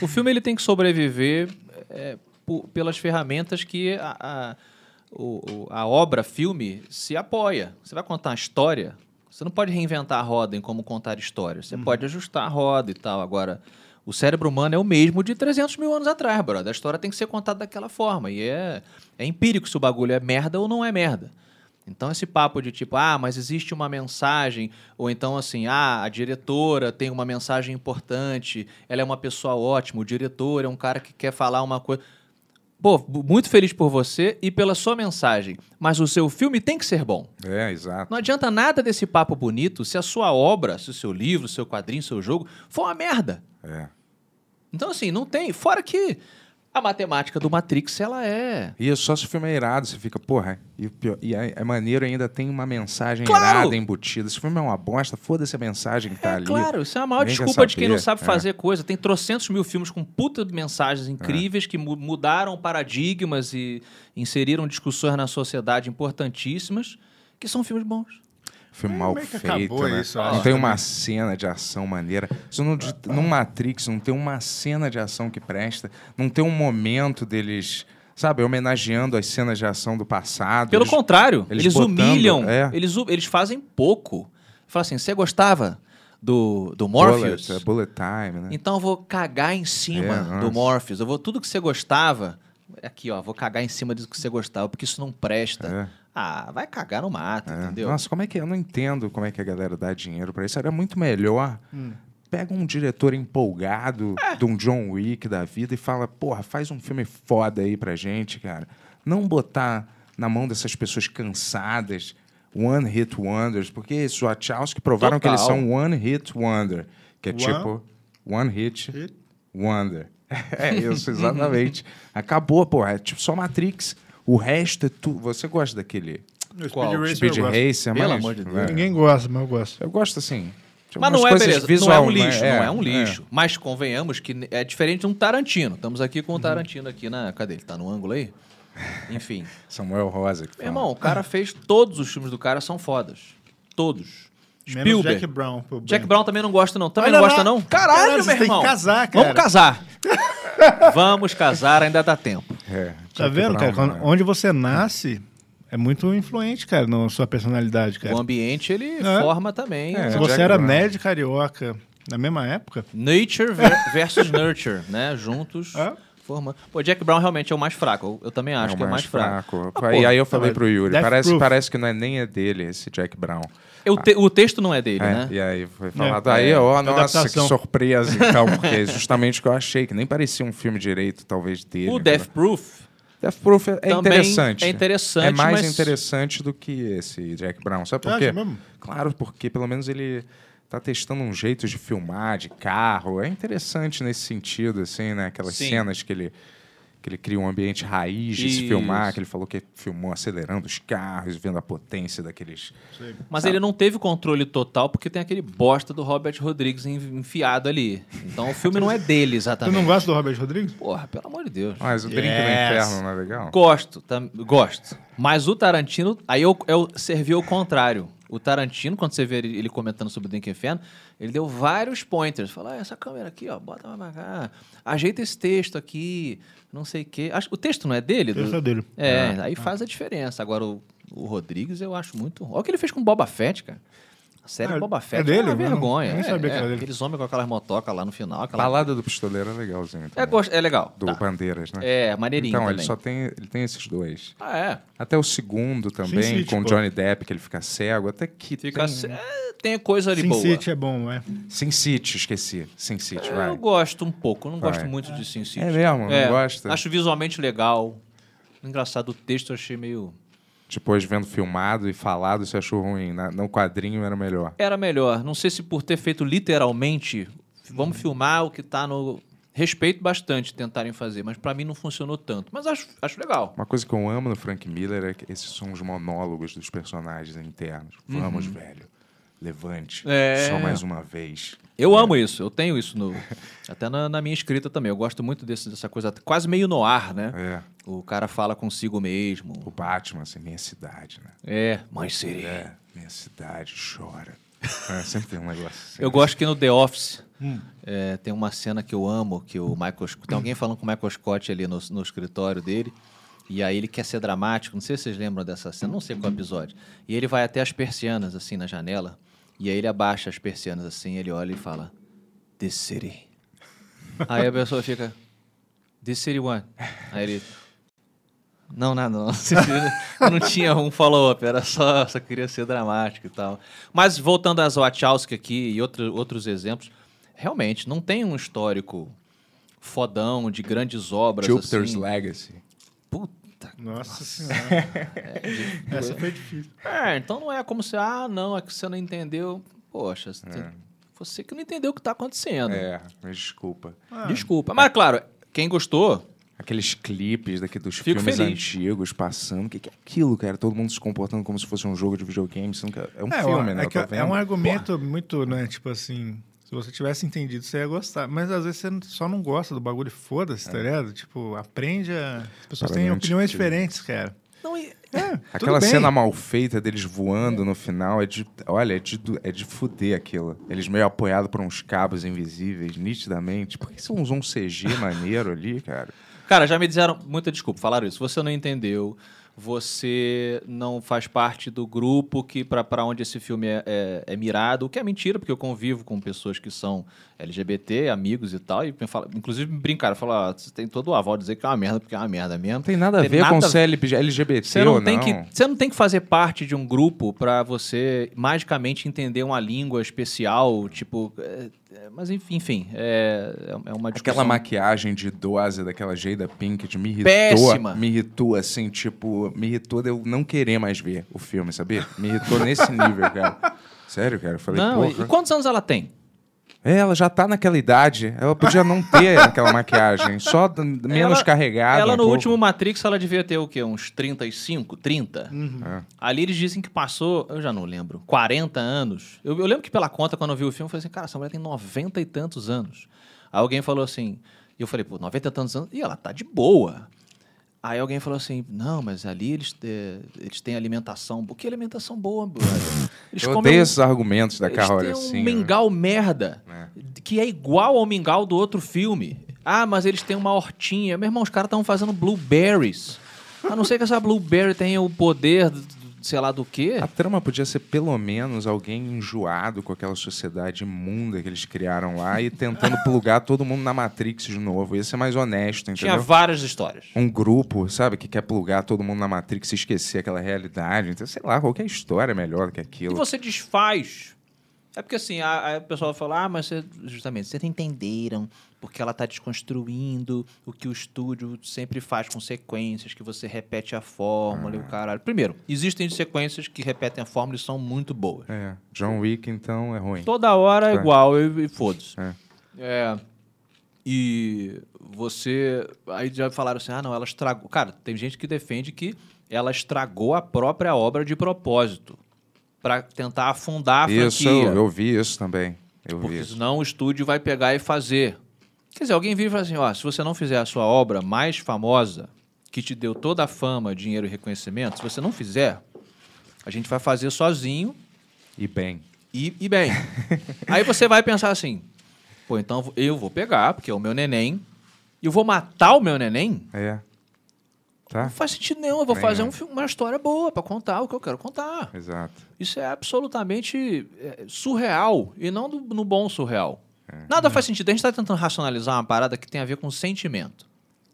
[SPEAKER 5] O filme ele tem que sobreviver é, po- pelas ferramentas que a, a, o- o- a obra filme se apoia. Você vai contar uma história. Você não pode reinventar a roda em como contar histórias. Você pode ajustar a roda e tal. Agora, o cérebro humano é o mesmo de 300 mil anos atrás, brother. A história tem que ser contada daquela forma. E é, é empírico se o bagulho é merda ou não é merda. Então esse papo de tipo, ah, mas existe uma mensagem, ou então assim, ah, a diretora tem uma mensagem importante, ela é uma pessoa ótima, o diretor é um cara que quer falar uma coisa. Pô, bu- muito feliz por você e pela sua mensagem, mas o seu filme tem que ser bom.
[SPEAKER 2] É, exato.
[SPEAKER 5] Não adianta nada desse papo bonito se a sua obra, se o seu livro, seu quadrinho, seu jogo for uma merda.
[SPEAKER 2] É.
[SPEAKER 5] Então assim, não tem, fora que a matemática do Matrix ela é
[SPEAKER 2] E é só se o filme é irado, você fica, porra, e, o pior- e é, é maneiro ainda, tem uma mensagem
[SPEAKER 5] Claro!
[SPEAKER 2] irada embutida. Esse filme é uma bosta, foda-se a mensagem que tá
[SPEAKER 5] é,
[SPEAKER 2] ali.
[SPEAKER 5] Claro, isso é a maior
[SPEAKER 2] Nem quer
[SPEAKER 5] desculpa de quem não
[SPEAKER 2] saber,
[SPEAKER 5] sabe
[SPEAKER 2] é.
[SPEAKER 5] fazer coisa. Tem trocentos mil filmes com puta de mensagens incríveis que mu- mudaram paradigmas e inseriram discussões na sociedade importantíssíssimas, que são filmes bons.
[SPEAKER 2] Filme
[SPEAKER 3] Mas
[SPEAKER 2] mal
[SPEAKER 3] É, meio que
[SPEAKER 2] feito,
[SPEAKER 3] acabou
[SPEAKER 2] né?
[SPEAKER 3] isso, eu
[SPEAKER 2] não
[SPEAKER 3] acho,
[SPEAKER 2] tem uma cena de ação maneira. Isso não, de- no Matrix não tem uma cena de ação que presta. Não tem um momento deles, sabe, homenageando as cenas de ação do passado.
[SPEAKER 5] Pelo
[SPEAKER 2] Eles-
[SPEAKER 5] contrário,
[SPEAKER 2] eles
[SPEAKER 5] eles,
[SPEAKER 2] botando,
[SPEAKER 5] humilham,
[SPEAKER 2] é.
[SPEAKER 5] eles, hu- eles fazem pouco. Fala assim, você gostava do, do Morpheus?
[SPEAKER 2] Bullet, é bullet time, né?
[SPEAKER 5] Então eu vou cagar em cima
[SPEAKER 2] É, nossa.
[SPEAKER 5] do Morpheus. Eu vou tudo que você gostava. Aqui, ó, vou cagar em cima disso que você gostava, porque isso não presta.
[SPEAKER 2] É.
[SPEAKER 5] Ah, vai cagar no mato,
[SPEAKER 2] É.
[SPEAKER 5] entendeu?
[SPEAKER 2] Nossa, como é que eu não entendo como é que a galera dá dinheiro pra isso? Era muito melhor. Pega um diretor empolgado de um John Wick da vida e fala: "Porra, faz um filme foda aí pra gente, cara". Não botar na mão dessas pessoas cansadas One Hit Wonders, porque esses Wachowski provaram que
[SPEAKER 5] Total.
[SPEAKER 2] eles são One Hit Wonder, que é
[SPEAKER 3] One-
[SPEAKER 2] tipo One Hit
[SPEAKER 3] Hit.
[SPEAKER 2] Wonder. É isso, exatamente. Acabou, porra. É tipo só Matrix. O resto é tudo. Você gosta daquele
[SPEAKER 3] No
[SPEAKER 5] Qual?
[SPEAKER 3] Speed Racer
[SPEAKER 2] Speed
[SPEAKER 3] eu gosto.
[SPEAKER 2] Racer,
[SPEAKER 5] Pelo
[SPEAKER 2] mas-
[SPEAKER 5] amor de Deus.
[SPEAKER 2] é.
[SPEAKER 3] Ninguém gosta, mas eu gosto.
[SPEAKER 2] Eu gosto assim. de
[SPEAKER 5] Mas não
[SPEAKER 2] algumas
[SPEAKER 5] é
[SPEAKER 2] coisas
[SPEAKER 5] beleza,
[SPEAKER 2] visual,
[SPEAKER 5] não é um
[SPEAKER 2] né?
[SPEAKER 5] lixo, não é um lixo. Mas convenhamos que n- é diferente de um Tarantino. Estamos aqui
[SPEAKER 3] Uhum.
[SPEAKER 5] com o Tarantino aqui na. Cadê? Ele tá no ângulo aí? Enfim.
[SPEAKER 2] Samuel Rosa. Que
[SPEAKER 5] Meu
[SPEAKER 2] fala.
[SPEAKER 5] irmão, o cara fez. Todos os filmes do cara são fodas. Todos.
[SPEAKER 3] Menos
[SPEAKER 5] Spielberg.
[SPEAKER 3] Jack Brown. pro
[SPEAKER 5] Jack
[SPEAKER 3] bem.
[SPEAKER 5] Brown também não gosta, não. Também
[SPEAKER 3] Olha
[SPEAKER 5] não gosta,
[SPEAKER 3] lá.
[SPEAKER 5] não?
[SPEAKER 3] Caralho,
[SPEAKER 5] Caralho, meu
[SPEAKER 3] vocês têm que
[SPEAKER 5] irmão.
[SPEAKER 3] casar, cara.
[SPEAKER 5] Vamos casar. Vamos casar, ainda dá tempo.
[SPEAKER 2] É,
[SPEAKER 3] Tá
[SPEAKER 2] Jack
[SPEAKER 3] vendo,
[SPEAKER 2] Brown,
[SPEAKER 3] cara? Quando-
[SPEAKER 2] né?
[SPEAKER 3] onde você nasce é muito influente, cara, na sua personalidade, cara.
[SPEAKER 5] O ambiente, ele
[SPEAKER 3] É.
[SPEAKER 5] forma também.
[SPEAKER 2] É.
[SPEAKER 3] Se
[SPEAKER 5] né?
[SPEAKER 3] você
[SPEAKER 2] Jack
[SPEAKER 3] era
[SPEAKER 2] Brown.
[SPEAKER 3] nerd carioca, Na mesma época?
[SPEAKER 5] Nature ver- versus Nurture, né? Juntos.
[SPEAKER 3] É.
[SPEAKER 5] Formando. Pô, Jack Brown realmente é o mais fraco. Eu, eu também
[SPEAKER 2] é
[SPEAKER 5] acho
[SPEAKER 2] o
[SPEAKER 5] que é o mais fraco. Ah,
[SPEAKER 2] e
[SPEAKER 5] pô,
[SPEAKER 2] aí eu falei pro Yuri,
[SPEAKER 3] Death
[SPEAKER 2] parece,
[SPEAKER 3] Proof.
[SPEAKER 2] parece que não é nem é dele esse Jack Brown.
[SPEAKER 5] Eu te- o texto não é dele,
[SPEAKER 2] É,
[SPEAKER 5] né? é,
[SPEAKER 2] E aí foi falado, aí, ó, nossa, que
[SPEAKER 3] adaptação.
[SPEAKER 2] surpresa e tal, porque é justamente o que eu achei, que nem parecia um filme direito, talvez, dele.
[SPEAKER 5] O Death Proof
[SPEAKER 2] Death Proof é
[SPEAKER 5] também
[SPEAKER 2] interessante.
[SPEAKER 5] é interessante,
[SPEAKER 2] É mais
[SPEAKER 5] mas-
[SPEAKER 2] interessante do que esse Jack Brown. Sabe por
[SPEAKER 3] Você acha
[SPEAKER 2] quê?
[SPEAKER 3] Ah, é mesmo?
[SPEAKER 2] Claro, porque pelo menos ele tá testando um jeito de filmar, de carro. É interessante nesse sentido, assim, né? Aquelas
[SPEAKER 5] Sim.
[SPEAKER 2] cenas que ele, que ele cria um ambiente raiz de se
[SPEAKER 5] Isso.
[SPEAKER 2] filmar, que ele falou que filmou acelerando os carros, vendo a potência daqueles.
[SPEAKER 5] Mas ele não teve controle total porque tem aquele bosta do Robert Rodrigues en- enfiado ali. Então o filme não é dele
[SPEAKER 3] Tu
[SPEAKER 5] exatamente.
[SPEAKER 3] não gosta do Robert Rodrigues?
[SPEAKER 5] Porra, pelo amor de Deus.
[SPEAKER 2] Mas o Drink no
[SPEAKER 3] Yes.
[SPEAKER 2] Inferno, não é legal?
[SPEAKER 5] Gosto, tam- gosto. Mas o Tarantino, aí eu, eu servi ao contrário. O Tarantino, quando você vê ele, ele comentando sobre o Drink Inferno, ele deu vários pointers. Falou, ah, essa câmera aqui, ó, bota mais pra cá. Ajeita esse texto aqui, não sei o quê. Acho, o texto não é dele?
[SPEAKER 3] Eu sou
[SPEAKER 5] Do,
[SPEAKER 3] dele. Ah,
[SPEAKER 5] é, aí faz a diferença. Agora, o, o Rodrigues, eu acho muito. Olha o que ele fez com o Boba Fett, cara. A série
[SPEAKER 3] Ah,
[SPEAKER 5] Boba
[SPEAKER 3] é
[SPEAKER 5] Fett
[SPEAKER 3] dele?
[SPEAKER 5] uma
[SPEAKER 3] Eu não-
[SPEAKER 5] vergonha.
[SPEAKER 3] nem
[SPEAKER 5] É,
[SPEAKER 3] sabia
[SPEAKER 5] é,
[SPEAKER 3] que era dele.
[SPEAKER 5] Aqueles homens com aquelas motocas lá no final. aquela-
[SPEAKER 2] Balada do Pistoleiro é legalzinho.
[SPEAKER 5] É,
[SPEAKER 2] também.
[SPEAKER 5] gosto- é legal.
[SPEAKER 2] Do
[SPEAKER 5] Tá.
[SPEAKER 2] Bandeiras, né?
[SPEAKER 5] É, maneirinho
[SPEAKER 2] Então, ele
[SPEAKER 5] também.
[SPEAKER 2] só tem, ele tem esses dois.
[SPEAKER 5] Ah, é.
[SPEAKER 2] Até o segundo também,
[SPEAKER 3] Sim, sim,
[SPEAKER 2] com o
[SPEAKER 3] tipo-
[SPEAKER 2] Johnny Depp, que ele fica cego. Até que tem...
[SPEAKER 5] Fica
[SPEAKER 2] um
[SPEAKER 5] se- é, tem coisa ali
[SPEAKER 3] Sin
[SPEAKER 5] boa.
[SPEAKER 3] City é bom, é.
[SPEAKER 2] Sin City, esqueci. Sin City,
[SPEAKER 5] Eu
[SPEAKER 2] vai.
[SPEAKER 5] gosto um pouco, eu não gosto
[SPEAKER 2] Vai.
[SPEAKER 5] muito de Sin City.
[SPEAKER 2] É mesmo? Não gosta?
[SPEAKER 5] Acho visualmente legal. Engraçado, o texto eu achei meio.
[SPEAKER 2] Depois vendo filmado e falado, você achou ruim. Na, no quadrinho era melhor.
[SPEAKER 5] Era melhor. Não sei se por ter feito literalmente. Vamos filmar o que tá no. Respeito bastante tentarem fazer, mas pra mim não funcionou tanto. Mas acho, acho legal.
[SPEAKER 2] Uma coisa que eu amo no Frank Miller é que esses são os monólogos dos personagens internos. Vamos, velho. Levante.
[SPEAKER 5] Uhum. É.
[SPEAKER 2] Só mais uma vez.
[SPEAKER 5] Eu amo isso, eu tenho isso no. Até na, na minha escrita também. Eu gosto muito desse- dessa coisa, quase meio no ar, né?
[SPEAKER 2] É.
[SPEAKER 5] O cara fala consigo
[SPEAKER 2] O
[SPEAKER 5] mesmo.
[SPEAKER 2] Batman, assim, minha cidade, né?
[SPEAKER 5] É, mas seria.
[SPEAKER 2] É, minha cidade chora. É, sempre tem um negócio assim.
[SPEAKER 5] Eu gosto que no The Office é, tem uma cena que eu amo, que o Michael Sc- tem alguém falando com o Michael Scott ali no, no escritório dele. E aí ele quer ser dramático, não sei se vocês lembram dessa cena, não sei qual episódio. E ele vai até as persianas, assim, na janela. E aí ele abaixa as persianas assim, ele olha e fala: This city. aí a pessoa fica: This city one. Aí ele. Não, nada, não. Eu não tinha um follow-up, era só, só queria ser dramático e tal. Mas voltando às Wachowski aqui e outro, outros exemplos, realmente não tem um histórico fodão de grandes obras.
[SPEAKER 2] Jupiter's
[SPEAKER 5] assim.
[SPEAKER 2] Legacy.
[SPEAKER 5] Puta.
[SPEAKER 3] Nossa senhora. Essa foi difícil.
[SPEAKER 5] É, então não é como se, ah, não, é que você não entendeu. Poxa, você, você que não entendeu o que tá acontecendo.
[SPEAKER 2] É, me desculpa.
[SPEAKER 5] Desculpa. Mas claro, quem gostou,
[SPEAKER 2] Aqueles clipes daqui dos
[SPEAKER 5] Fico
[SPEAKER 2] filmes
[SPEAKER 5] feliz.
[SPEAKER 2] antigos passando. O que, que é aquilo, cara? Todo mundo se comportando como se fosse um jogo de videogame. sendo que É um
[SPEAKER 3] É,
[SPEAKER 2] filme,
[SPEAKER 3] ó,
[SPEAKER 2] né?
[SPEAKER 3] é
[SPEAKER 2] Eu
[SPEAKER 3] que
[SPEAKER 2] tô
[SPEAKER 3] é
[SPEAKER 2] vendo.
[SPEAKER 3] um argumento muito, né? Tipo assim, se você tivesse entendido, você ia gostar. Mas às vezes você não- só não gosta do bagulho, e foda-se,
[SPEAKER 2] É.
[SPEAKER 3] tá ligado? Tipo, aprende a. As pessoas têm
[SPEAKER 2] Paramente
[SPEAKER 3] opiniões
[SPEAKER 2] que-
[SPEAKER 3] diferentes, cara. É,
[SPEAKER 5] não, e-
[SPEAKER 2] Tá Aquela
[SPEAKER 3] bem.
[SPEAKER 2] cena mal feita deles voando no final é de. Olha, é de, do- é de fuder aquilo. Eles meio apoiados por uns cabos invisíveis, nitidamente. Por que você não usou um CG maneiro ali, cara?
[SPEAKER 5] Cara, já me disseram muita desculpa, falaram isso. Você não entendeu, você não faz parte do grupo que para onde esse filme é, é- é mirado, o que é mentira, porque eu convivo com pessoas que são LGBT, amigos e tal, e me fala- inclusive me brincaram, falaram, "Ah, você tem todo o aval de dizer que é uma merda, porque é uma merda mesmo.
[SPEAKER 2] Não tem nada a
[SPEAKER 5] Tem
[SPEAKER 2] ver
[SPEAKER 5] nada
[SPEAKER 2] com
[SPEAKER 5] a ver.
[SPEAKER 2] CLB, LGBT
[SPEAKER 5] Você não,
[SPEAKER 2] ou
[SPEAKER 5] tem
[SPEAKER 2] não.
[SPEAKER 5] que, você não tem que fazer parte de um grupo pra você magicamente entender uma língua especial, tipo. é, é, mas enfim, enfim, é, é uma discussão.
[SPEAKER 2] Aquela maquiagem de idosa daquela Jada Pinkett me irritou.
[SPEAKER 5] Péssima.
[SPEAKER 2] Me irritou, assim, tipo... Me irritou de eu não querer mais ver o filme, sabia? Me irritou nesse nível, cara. Sério, cara. Eu falei,
[SPEAKER 5] Não, e-
[SPEAKER 2] porra.
[SPEAKER 5] e quantos anos ela tem?
[SPEAKER 2] É, ela já tá naquela idade. Ela podia não ter aquela maquiagem. Só d- menos
[SPEAKER 5] Ela-
[SPEAKER 2] carregada.
[SPEAKER 5] Ela
[SPEAKER 2] um
[SPEAKER 5] no
[SPEAKER 2] pouco.
[SPEAKER 5] último Matrix, ela devia ter o quê? Uns 35, 30?
[SPEAKER 2] É.
[SPEAKER 5] Ali eles dizem que passou, eu já não lembro, 40 anos. Eu, eu lembro que pela conta, quando eu vi o filme, eu falei assim, cara, essa mulher tem 90 e tantos anos. Aí alguém falou assim, e eu falei, pô, 90 e tantos anos, e ela tá de boa. Aí alguém falou assim, não, mas ali eles, eh, eles têm alimentação. boa." Que alimentação boa, brother? Eles
[SPEAKER 2] Eu
[SPEAKER 5] comem um
[SPEAKER 2] odeio esses argumentos da
[SPEAKER 5] eles
[SPEAKER 2] Carol
[SPEAKER 5] têm
[SPEAKER 2] assim.
[SPEAKER 5] um mingau merda, que é igual ao mingau do outro filme. Ah, mas eles têm uma hortinha. Meu irmão, os caras estão fazendo blueberries. A não ser que essa blueberry tenha o poder, d- d- sei lá do quê.
[SPEAKER 2] A trama podia ser pelo menos alguém enjoado com aquela sociedade imunda que eles criaram lá e tentando plugar todo mundo na Matrix de novo. Ia ser mais honesto,
[SPEAKER 5] Tinha
[SPEAKER 2] entendeu?
[SPEAKER 5] várias histórias.
[SPEAKER 2] Um grupo, sabe, que quer plugar todo mundo na Matrix e esquecer aquela realidade. Então, sei lá, qualquer história é melhor que
[SPEAKER 5] E
[SPEAKER 2] aquilo.
[SPEAKER 5] você desfaz. É porque assim, a, a- o pessoal fala, ah, mas você, justamente, vocês não entenderam, porque ela tá desconstruindo o que o estúdio sempre faz com sequências, que você repete a fórmula e o caralho. Primeiro, existem sequências que repetem a fórmula e são muito boas.
[SPEAKER 2] É, John Wick, então, é ruim.
[SPEAKER 5] Toda hora é
[SPEAKER 2] É.
[SPEAKER 5] igual e, e foda-se.
[SPEAKER 2] É.
[SPEAKER 5] É, E você. Aí já falaram assim: ah, não, ela estragou. Cara, tem gente que defende que ela estragou a própria obra de propósito. Pra tentar afundar a
[SPEAKER 2] Isso,
[SPEAKER 5] franquia.
[SPEAKER 2] eu, eu vi isso também. Eu vi
[SPEAKER 5] Porque
[SPEAKER 2] isso.
[SPEAKER 5] senão o estúdio vai pegar e fazer. Quer dizer, alguém vira e fala assim: ó, se você não fizer a sua obra mais famosa, que te deu toda a fama, dinheiro e reconhecimento, se você não fizer, a gente vai fazer sozinho
[SPEAKER 2] E bem.
[SPEAKER 5] e, e bem. Aí você vai pensar assim: pô, então eu vou pegar, porque é o meu neném, e eu vou matar o meu neném?
[SPEAKER 2] É.
[SPEAKER 5] Não
[SPEAKER 2] Tá?
[SPEAKER 5] faz sentido nenhum, eu vou
[SPEAKER 2] Nem
[SPEAKER 5] fazer
[SPEAKER 2] eu.
[SPEAKER 5] um fi- uma história boa pra contar o que eu quero contar.
[SPEAKER 2] Exato.
[SPEAKER 5] Isso é absolutamente é, surreal e não do- no bom surreal.
[SPEAKER 2] É, né?
[SPEAKER 5] Nada faz sentido. A gente está tentando racionalizar uma parada que tem a ver com sentimento.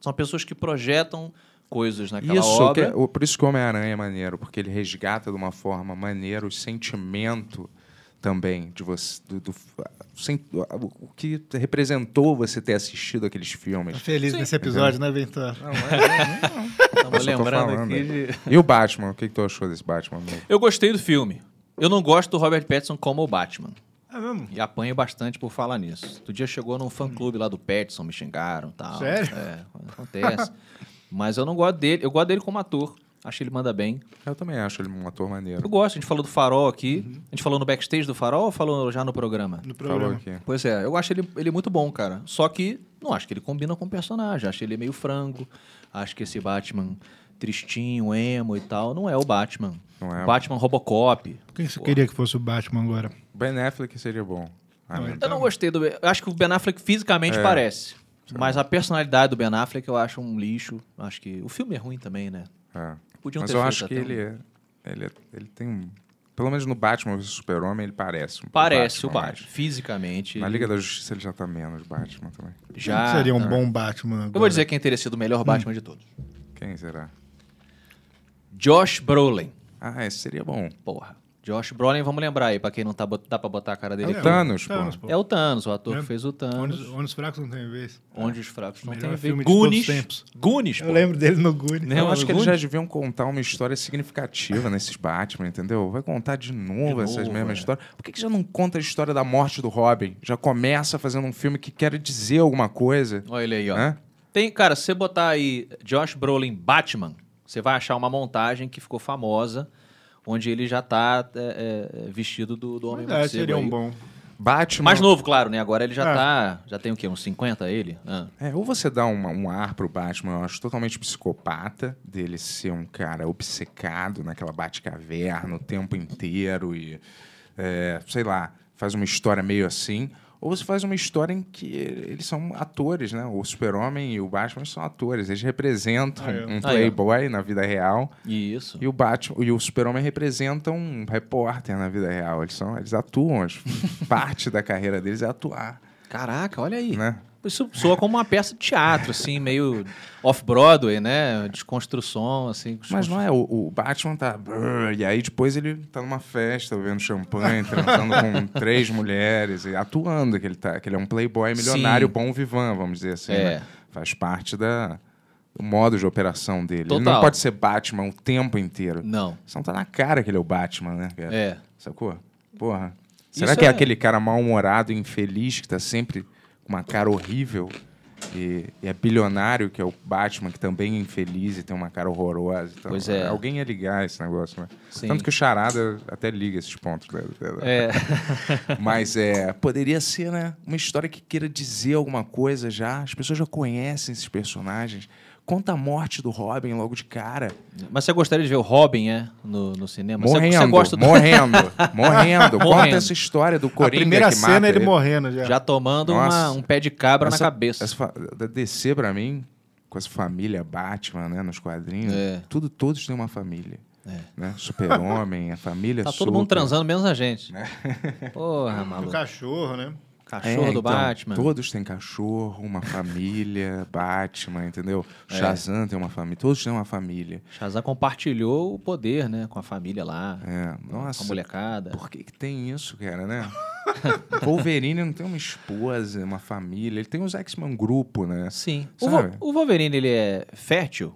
[SPEAKER 5] São pessoas que projetam coisas naquela
[SPEAKER 2] Isso, que
[SPEAKER 5] obra.
[SPEAKER 2] é- o- por isso que o Homem-Aranha é maneiro, porque ele resgata de uma forma maneira o sentimento também de você. Do, do- sen- o que representou você ter assistido aqueles
[SPEAKER 3] Tá
[SPEAKER 2] filmes.
[SPEAKER 3] feliz nesse episódio, né, Ventura?
[SPEAKER 5] Estamos
[SPEAKER 2] Eu só tô
[SPEAKER 5] lembrando
[SPEAKER 2] falando. é.
[SPEAKER 5] aqui de...
[SPEAKER 2] E o Batman? O que, que tu achou desse Batman? amigo?
[SPEAKER 5] Eu gostei do filme. Eu não gosto do Robert Pattinson como o Batman.
[SPEAKER 3] É mesmo?
[SPEAKER 5] E apanho bastante por falar nisso. Outro dia chegou num fã-clube lá do Pattinson, me xingaram e tal.
[SPEAKER 3] Sério?
[SPEAKER 5] É, acontece. Mas eu não gosto dele. Eu gosto dele como ator. Acho que ele manda bem.
[SPEAKER 2] Eu também acho ele um ator
[SPEAKER 5] Eu
[SPEAKER 2] maneiro.
[SPEAKER 5] gosto, a gente falou do farol aqui. A gente falou no backstage do farol ou falou já no programa?
[SPEAKER 3] Uhum. No
[SPEAKER 2] Falou
[SPEAKER 3] programa.
[SPEAKER 2] aqui.
[SPEAKER 5] Pois é, eu acho ele, ele muito bom, cara. Só que não acho que ele combina com o personagem. Acho ele meio frango. Acho que esse Batman tristinho, emo e tal, não é o Batman.
[SPEAKER 2] Não é.
[SPEAKER 5] Batman Robocop.
[SPEAKER 3] Quem você queria que fosse o Batman agora?
[SPEAKER 2] Ben Affleck seria bom. Ah,
[SPEAKER 3] Não,
[SPEAKER 2] né?
[SPEAKER 3] ele
[SPEAKER 5] Eu não gostei do. Eu acho que o Ben Affleck fisicamente parece. Mas a personalidade do Ben Affleck eu acho um lixo. Acho que. O filme é ruim também, né?
[SPEAKER 2] É.
[SPEAKER 5] Podiam
[SPEAKER 2] Mas
[SPEAKER 5] ter
[SPEAKER 2] eu
[SPEAKER 5] feito
[SPEAKER 2] acho que
[SPEAKER 5] até um-
[SPEAKER 2] ele, é- ele, é- ele tem um... Pelo menos no Batman vs Super-Homem ele parece. um
[SPEAKER 5] Parece o Batman.
[SPEAKER 2] mais.
[SPEAKER 5] Fisicamente.
[SPEAKER 2] Na
[SPEAKER 5] ele
[SPEAKER 2] Liga da Justiça ele já tá menos Batman também.
[SPEAKER 5] Já.
[SPEAKER 3] Quem seria um
[SPEAKER 5] tá.
[SPEAKER 3] bom Hum. Batman agora?
[SPEAKER 5] Eu vou dizer quem teria sido o melhor Batman de todos.
[SPEAKER 2] Quem será?
[SPEAKER 5] Josh Brolin.
[SPEAKER 2] Ah, esse seria bom.
[SPEAKER 5] Porra. Josh Brolin, vamos lembrar aí, pra quem não tá, bot- dá pra botar a cara dele.
[SPEAKER 2] É
[SPEAKER 5] aqui.
[SPEAKER 2] o Thanos,
[SPEAKER 3] pô.
[SPEAKER 5] É o Thanos, o ator
[SPEAKER 3] É.
[SPEAKER 5] que fez o
[SPEAKER 3] Onde,
[SPEAKER 5] Thanos.
[SPEAKER 3] os- onde os fracos não tem vez.
[SPEAKER 5] Onde os fracos não
[SPEAKER 3] Melhor
[SPEAKER 5] tem a ver.
[SPEAKER 3] filme de
[SPEAKER 5] Goonies.
[SPEAKER 3] todos os tempos.
[SPEAKER 5] Goonies,
[SPEAKER 3] Eu
[SPEAKER 5] pô.
[SPEAKER 3] lembro dele no Goonies.
[SPEAKER 5] Né?
[SPEAKER 2] Eu
[SPEAKER 5] Não,
[SPEAKER 2] acho
[SPEAKER 5] o
[SPEAKER 2] que eles já
[SPEAKER 5] Goonies.
[SPEAKER 2] deviam contar uma história significativa nesses Batman, entendeu? Vai contar de novo
[SPEAKER 5] De
[SPEAKER 2] essas
[SPEAKER 5] novo,
[SPEAKER 2] mesmas
[SPEAKER 5] é.
[SPEAKER 2] histórias. Por que, que já não conta a história da morte do Robin? Já começa fazendo um filme que quer dizer alguma coisa.
[SPEAKER 5] Olha ele aí, ó.
[SPEAKER 2] Né?
[SPEAKER 5] Tem, cara, se você botar aí Josh Brolin Batman, você vai achar uma montagem que ficou famosa, onde ele já tá é, é, vestido do, do homem
[SPEAKER 3] Verdade,
[SPEAKER 5] morcego.
[SPEAKER 3] seria um
[SPEAKER 5] é aí.
[SPEAKER 3] bom.
[SPEAKER 2] Batman.
[SPEAKER 5] Mais novo, claro, né? Agora ele já
[SPEAKER 3] É.
[SPEAKER 5] tá. Já tem o quê? Uns 50 ele? Ah.
[SPEAKER 2] É, ou você dá uma- um ar pro Batman, eu acho totalmente psicopata, dele ser um cara obcecado naquela Batcaverna o tempo inteiro e, é, sei lá, faz uma história meio assim. Ou você faz uma história em que eles são atores, né? O Super-Homem e o Batman são atores. Eles representam
[SPEAKER 3] Ah, é.
[SPEAKER 2] um
[SPEAKER 5] é.
[SPEAKER 2] playboy na vida real
[SPEAKER 5] Isso.
[SPEAKER 2] e o Batman e o Super-Homem representam um repórter na vida real. Eles, são, eles atuam. eles- parte da carreira deles é atuar,
[SPEAKER 5] Caraca, olha aí.
[SPEAKER 2] né?
[SPEAKER 5] Isso soa como uma peça de teatro, assim, meio off-Broadway, né? Desconstrução, assim.
[SPEAKER 2] Mas não é, o, o Batman tá. brrr, E aí depois ele tá numa festa, bebendo champanhe, transando com três mulheres, e atuando que ele tá. Que ele é um playboy milionário
[SPEAKER 5] Sim.
[SPEAKER 2] bom vivan, vamos dizer assim.
[SPEAKER 5] É.
[SPEAKER 2] né? Faz parte da, do modo de operação dele. Ele
[SPEAKER 5] Total.
[SPEAKER 2] não pode ser Batman o tempo inteiro.
[SPEAKER 5] Não.
[SPEAKER 2] Senão tá na cara que ele é o Batman, né? cara?
[SPEAKER 5] É.
[SPEAKER 2] Sacou? Porra.
[SPEAKER 5] Isso
[SPEAKER 2] Será que é,
[SPEAKER 5] é-
[SPEAKER 2] aquele cara mal-humorado, infeliz, que tá sempre com uma cara horrível e, e é bilionário, que é o Batman, que também é infeliz e tem uma cara horrorosa? Então,
[SPEAKER 5] Pois é.
[SPEAKER 2] Alguém ia ligar esse negócio, né?
[SPEAKER 5] Sim.
[SPEAKER 2] Tanto que o Charada até liga esses pontos. né?
[SPEAKER 5] É.
[SPEAKER 2] Mas é, poderia ser, né? Uma história que queira dizer alguma coisa já. As pessoas já conhecem esses personagens. Conta a morte do Robin logo de cara.
[SPEAKER 5] Mas você gostaria de ver o Robin, é? No, no cinema? Você-
[SPEAKER 2] Morrendo,
[SPEAKER 5] você gosta do...
[SPEAKER 2] morrendo, morrendo. Conta
[SPEAKER 5] Morrendo.
[SPEAKER 2] essa história do
[SPEAKER 3] A
[SPEAKER 2] Coringa
[SPEAKER 3] primeira
[SPEAKER 2] que
[SPEAKER 3] cena é
[SPEAKER 2] mata
[SPEAKER 3] ele morrendo já.
[SPEAKER 5] Já tá tomando uma-
[SPEAKER 2] Nossa.
[SPEAKER 5] um pé de cabra
[SPEAKER 2] Essa-
[SPEAKER 5] na cabeça.
[SPEAKER 2] Essa fa- da DC, pra mim, com essa família Batman, né, nos quadrinhos,
[SPEAKER 5] É.
[SPEAKER 2] tudo, todos têm uma família. Né? Super-homem, a família
[SPEAKER 5] Tá todo
[SPEAKER 2] Super.
[SPEAKER 5] mundo transando, menos a gente.
[SPEAKER 2] Né?
[SPEAKER 5] Porra,
[SPEAKER 3] O
[SPEAKER 5] maluco.
[SPEAKER 3] cachorro, né?
[SPEAKER 2] É,
[SPEAKER 5] Cachorro do
[SPEAKER 2] então,
[SPEAKER 5] Batman.
[SPEAKER 2] Todos têm cachorro, uma família, Batman, entendeu?
[SPEAKER 5] É.
[SPEAKER 2] Shazam tem uma família, todos têm uma família.
[SPEAKER 5] Shazam compartilhou o poder, né? Com a família lá,
[SPEAKER 2] É,
[SPEAKER 5] com
[SPEAKER 2] nossa,
[SPEAKER 5] a molecada.
[SPEAKER 2] por que, que tem isso, cara, né? Wolverine não tem uma esposa, uma família, ele tem os X-Men grupo, né?
[SPEAKER 5] Sim. O,
[SPEAKER 2] Sabe?
[SPEAKER 5] Vol- o Wolverine, ele é fértil?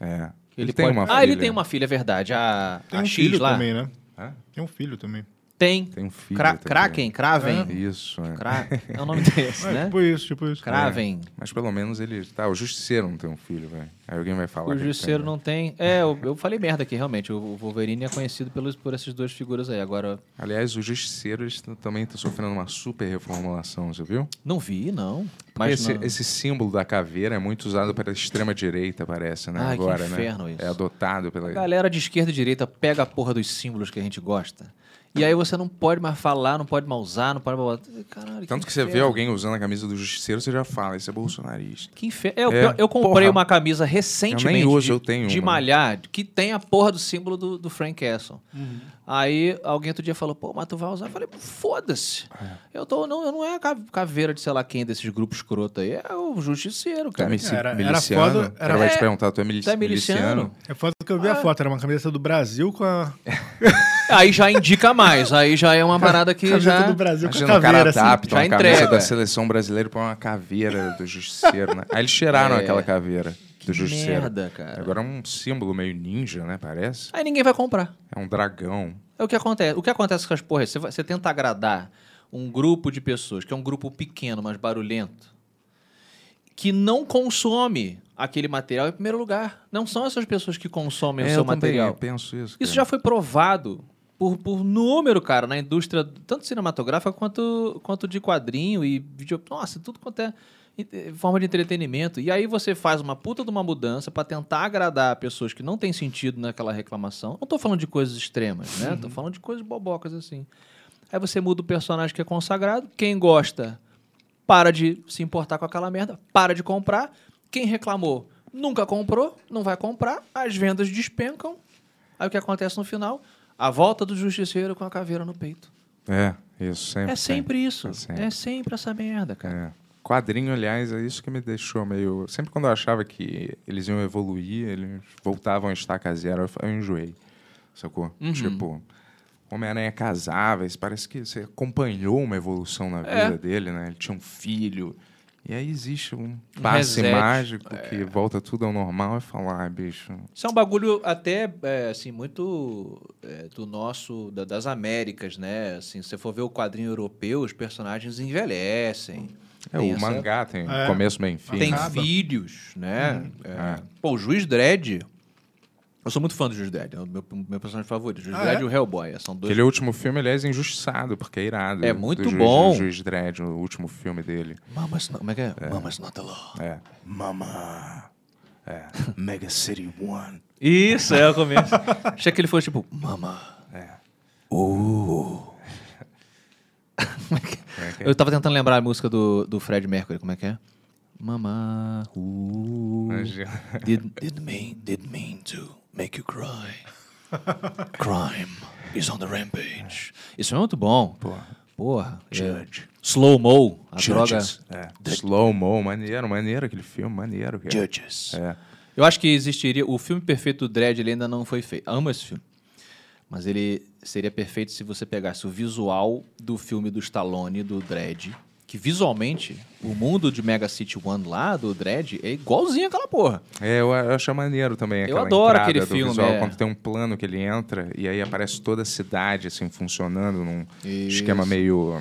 [SPEAKER 2] É.
[SPEAKER 5] Ele,
[SPEAKER 2] tem
[SPEAKER 5] pode-
[SPEAKER 2] uma
[SPEAKER 5] ah,
[SPEAKER 2] filha.
[SPEAKER 5] ele tem uma filha, é verdade. A,
[SPEAKER 3] Tem
[SPEAKER 5] a
[SPEAKER 3] um
[SPEAKER 5] X
[SPEAKER 3] filho
[SPEAKER 5] Ah, lá.
[SPEAKER 3] também, né?
[SPEAKER 2] Hã?
[SPEAKER 3] Tem um filho também.
[SPEAKER 5] Tem.
[SPEAKER 2] Tem um filho.
[SPEAKER 5] Cra-
[SPEAKER 2] também.
[SPEAKER 5] Kraken, Kraven.
[SPEAKER 2] Isso, é.
[SPEAKER 5] Cra- É o nome desse,
[SPEAKER 3] É,
[SPEAKER 5] né?
[SPEAKER 3] tipo isso, tipo isso.
[SPEAKER 5] Kraven.
[SPEAKER 2] Mas pelo menos ele. Tá, o Justiceiro não tem um filho, velho. Aí alguém vai falar.
[SPEAKER 5] O
[SPEAKER 2] que ele
[SPEAKER 5] Justiceiro
[SPEAKER 2] tem, né?
[SPEAKER 5] não tem. É, eu, eu falei merda aqui, realmente. O o Wolverine é conhecido pelos, por essas duas figuras aí. Agora,
[SPEAKER 2] Aliás, o Justiceiro eles t- também tá sofrendo uma super reformulação, você viu?
[SPEAKER 5] não vi, não.
[SPEAKER 2] Mas
[SPEAKER 5] Mas
[SPEAKER 2] esse,
[SPEAKER 5] não-
[SPEAKER 2] esse símbolo da caveira é muito usado pela extrema-direita, parece, né?
[SPEAKER 5] Ai, que
[SPEAKER 2] Agora,
[SPEAKER 5] inferno
[SPEAKER 2] né?
[SPEAKER 5] isso.
[SPEAKER 2] É adotado pela.
[SPEAKER 5] A galera de esquerda e direita pega a porra dos símbolos que a gente gosta. E aí você não pode mais falar, não pode mais usar, não pode mais. Caralho,
[SPEAKER 2] Tanto que você vê alguém usando a camisa do Justiceiro, você já fala, isso é bolsonarista.
[SPEAKER 5] Que inferno. É, o
[SPEAKER 2] É,
[SPEAKER 5] pior- eu comprei
[SPEAKER 2] porra.
[SPEAKER 5] uma camisa recentemente.
[SPEAKER 2] Eu nem uso,
[SPEAKER 5] de,
[SPEAKER 2] eu tenho
[SPEAKER 5] de
[SPEAKER 2] uma.
[SPEAKER 5] malhar, que tem a porra do símbolo do, do Frank Castle. Aí alguém outro dia falou, pô, mas tu vai usar? Eu falei, foda-se. Eu tô, não, eu não é a ca- caveira de sei lá quem desses grupos escroto aí. É o justiceiro,
[SPEAKER 2] Tu é
[SPEAKER 5] cara.
[SPEAKER 2] milici-
[SPEAKER 3] Era- era
[SPEAKER 2] miliciano?
[SPEAKER 3] foda-
[SPEAKER 2] O cara
[SPEAKER 3] era-
[SPEAKER 2] vai te
[SPEAKER 5] É.
[SPEAKER 2] perguntar, tu é, mili-
[SPEAKER 5] Tu é miliciano?
[SPEAKER 3] É foda que eu vi a foto, era uma camiseta do Brasil com a
[SPEAKER 5] Aí já indica mais. Aí já é uma parada que
[SPEAKER 3] camiseta
[SPEAKER 5] já...
[SPEAKER 3] do Brasil com a
[SPEAKER 2] Imagina, o cara
[SPEAKER 3] caveira, assim.
[SPEAKER 2] adapta
[SPEAKER 5] Já
[SPEAKER 2] uma camisa
[SPEAKER 5] entrega.
[SPEAKER 2] da seleção brasileira pra uma caveira do justiceiro, né? Aí eles tiraram
[SPEAKER 5] É.
[SPEAKER 2] aquela caveira do justiceiro.
[SPEAKER 5] merda, cara.
[SPEAKER 2] Agora é um símbolo meio ninja, né? Parece.
[SPEAKER 5] Aí ninguém vai comprar.
[SPEAKER 2] É um dragão.
[SPEAKER 5] É o que acontece. O que acontece com as porras? Você, vai- você tenta agradar um grupo de pessoas, que é um grupo pequeno, mas barulhento, que não consome aquele material em primeiro lugar. Não são essas pessoas que consomem o
[SPEAKER 2] é,
[SPEAKER 5] seu
[SPEAKER 2] eu também,
[SPEAKER 5] material.
[SPEAKER 2] eu penso isso.
[SPEAKER 5] Isso já
[SPEAKER 2] cara.
[SPEAKER 5] foi provado por, por número, cara, na indústria, tanto cinematográfica quanto, quanto de quadrinho e vídeo. Nossa, tudo quanto é eh, forma de entretenimento. E aí você faz uma puta de uma mudança pra tentar agradar pessoas que não tem sentido naquela reclamação. Não tô falando de coisas extremas, né? Tô falando de coisas bobocas assim. Aí você muda o personagem que é consagrado, quem gosta para de se importar com aquela merda, para de comprar. Quem reclamou nunca comprou, não vai comprar, as vendas despencam. Aí o que acontece no final? A volta do justiceiro com a caveira no peito.
[SPEAKER 2] É, isso, sempre.
[SPEAKER 5] É sempre isso.
[SPEAKER 2] É
[SPEAKER 5] É
[SPEAKER 2] sempre.
[SPEAKER 5] sempre, essa merda, cara.
[SPEAKER 2] É. Quadrinho, aliás, é isso que me deixou meio. Sempre quando eu achava que eles iam evoluir, eles voltavam a estaca zero, eu fa- eu enjoei. Sacou?
[SPEAKER 5] Uhum.
[SPEAKER 2] Tipo, Homem-Aranha casava, isso parece que você acompanhou uma evolução na vida
[SPEAKER 5] É.
[SPEAKER 2] dele, né? Ele tinha um filho. E aí existe um passe
[SPEAKER 5] reset. é.
[SPEAKER 2] mágico que volta tudo ao normal e fala, ah, bicho.
[SPEAKER 5] Isso é um bagulho até, é, assim, muito é, do nosso, da- das Américas, né? Assim, se você for ver o quadrinho europeu, os personagens envelhecem.
[SPEAKER 2] É,
[SPEAKER 5] Tem
[SPEAKER 2] o
[SPEAKER 5] essa-
[SPEAKER 2] mangá tem
[SPEAKER 3] É.
[SPEAKER 2] começo, meio e fim.
[SPEAKER 5] Tem
[SPEAKER 2] né?
[SPEAKER 3] Acaba.
[SPEAKER 5] filhos, né? É.
[SPEAKER 2] É.
[SPEAKER 5] Pô, o Juiz Dredd... Eu sou muito fã do Juiz Dredd, é o meu, meu personagem favorito. O Juiz
[SPEAKER 3] Ah, é?
[SPEAKER 5] Dredd e o Hellboy, são dois...
[SPEAKER 2] Aquele último filme, aliás, é injustiçado, porque é irado.
[SPEAKER 5] É muito
[SPEAKER 2] do Juiz-
[SPEAKER 5] bom.
[SPEAKER 2] do Juiz Dredd, o último filme dele.
[SPEAKER 5] Mama's not... Como é que é? Mama's not the law.
[SPEAKER 2] É.
[SPEAKER 6] Mama. Mega City One.
[SPEAKER 5] Isso, é o começo. Achei que ele foi tipo, mama. Uh.
[SPEAKER 2] é que é?
[SPEAKER 5] Eu tava tentando lembrar a música do, do Fred Mercury, como é que é? Mama. Uh,
[SPEAKER 2] Imagina.
[SPEAKER 5] did,
[SPEAKER 6] Didn't mean, didn't mean to make you cry. Crime is on the rampage.
[SPEAKER 5] isso é muito bom. Porra. é-
[SPEAKER 6] Judge.
[SPEAKER 5] Slow Mo, a droga.
[SPEAKER 6] Judges. É.
[SPEAKER 2] Slow Mo, maneiro, maneiro aquele filme, maneiro. Cara.
[SPEAKER 6] Judges.
[SPEAKER 2] É.
[SPEAKER 5] Eu acho que existiria. O filme perfeito do Dredd ele ainda não foi feito. Amo esse filme. Mas ele seria perfeito se você pegasse o visual do filme do Stallone, do Dredd. Que visualmente, o mundo de Mega City One lá, do Dredd, é igualzinho aquela porra.
[SPEAKER 2] É, eu, eu acho maneiro também. aquela
[SPEAKER 5] adoro
[SPEAKER 2] entrada
[SPEAKER 5] aquele
[SPEAKER 2] do
[SPEAKER 5] filme,
[SPEAKER 2] Visual,
[SPEAKER 5] é.
[SPEAKER 2] Quando tem um plano que ele entra e aí aparece toda a cidade assim funcionando num esquema meio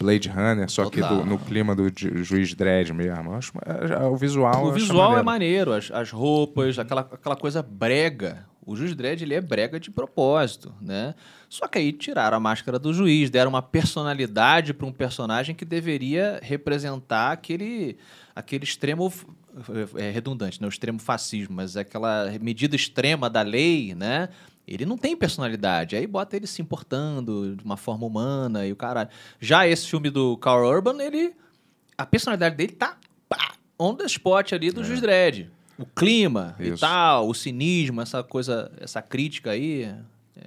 [SPEAKER 2] Blade Runner, só que do-
[SPEAKER 5] Total.
[SPEAKER 2] no clima do ju- juiz Dredd mesmo. Eu acho, é, o visual.
[SPEAKER 5] O
[SPEAKER 2] eu acho
[SPEAKER 5] visual é
[SPEAKER 2] maneiro.
[SPEAKER 5] maneiro, as, as roupas, aquela, aquela coisa brega. O juiz Dredd, ele é brega de propósito, né? Só que aí tiraram a máscara do juiz, deram uma personalidade para um personagem que deveria representar aquele, aquele extremo... É redundante, né? O extremo fascismo, mas é aquela medida extrema da lei, né? Ele não tem personalidade. Aí bota ele se importando de uma forma humana e o caralho. Já esse filme do Carl Urban, ele... A personalidade dele tá pá, on the spot ali do Juiz Dredd. o clima e
[SPEAKER 2] É. Isso.
[SPEAKER 5] tal, o cinismo, essa coisa, essa crítica aí.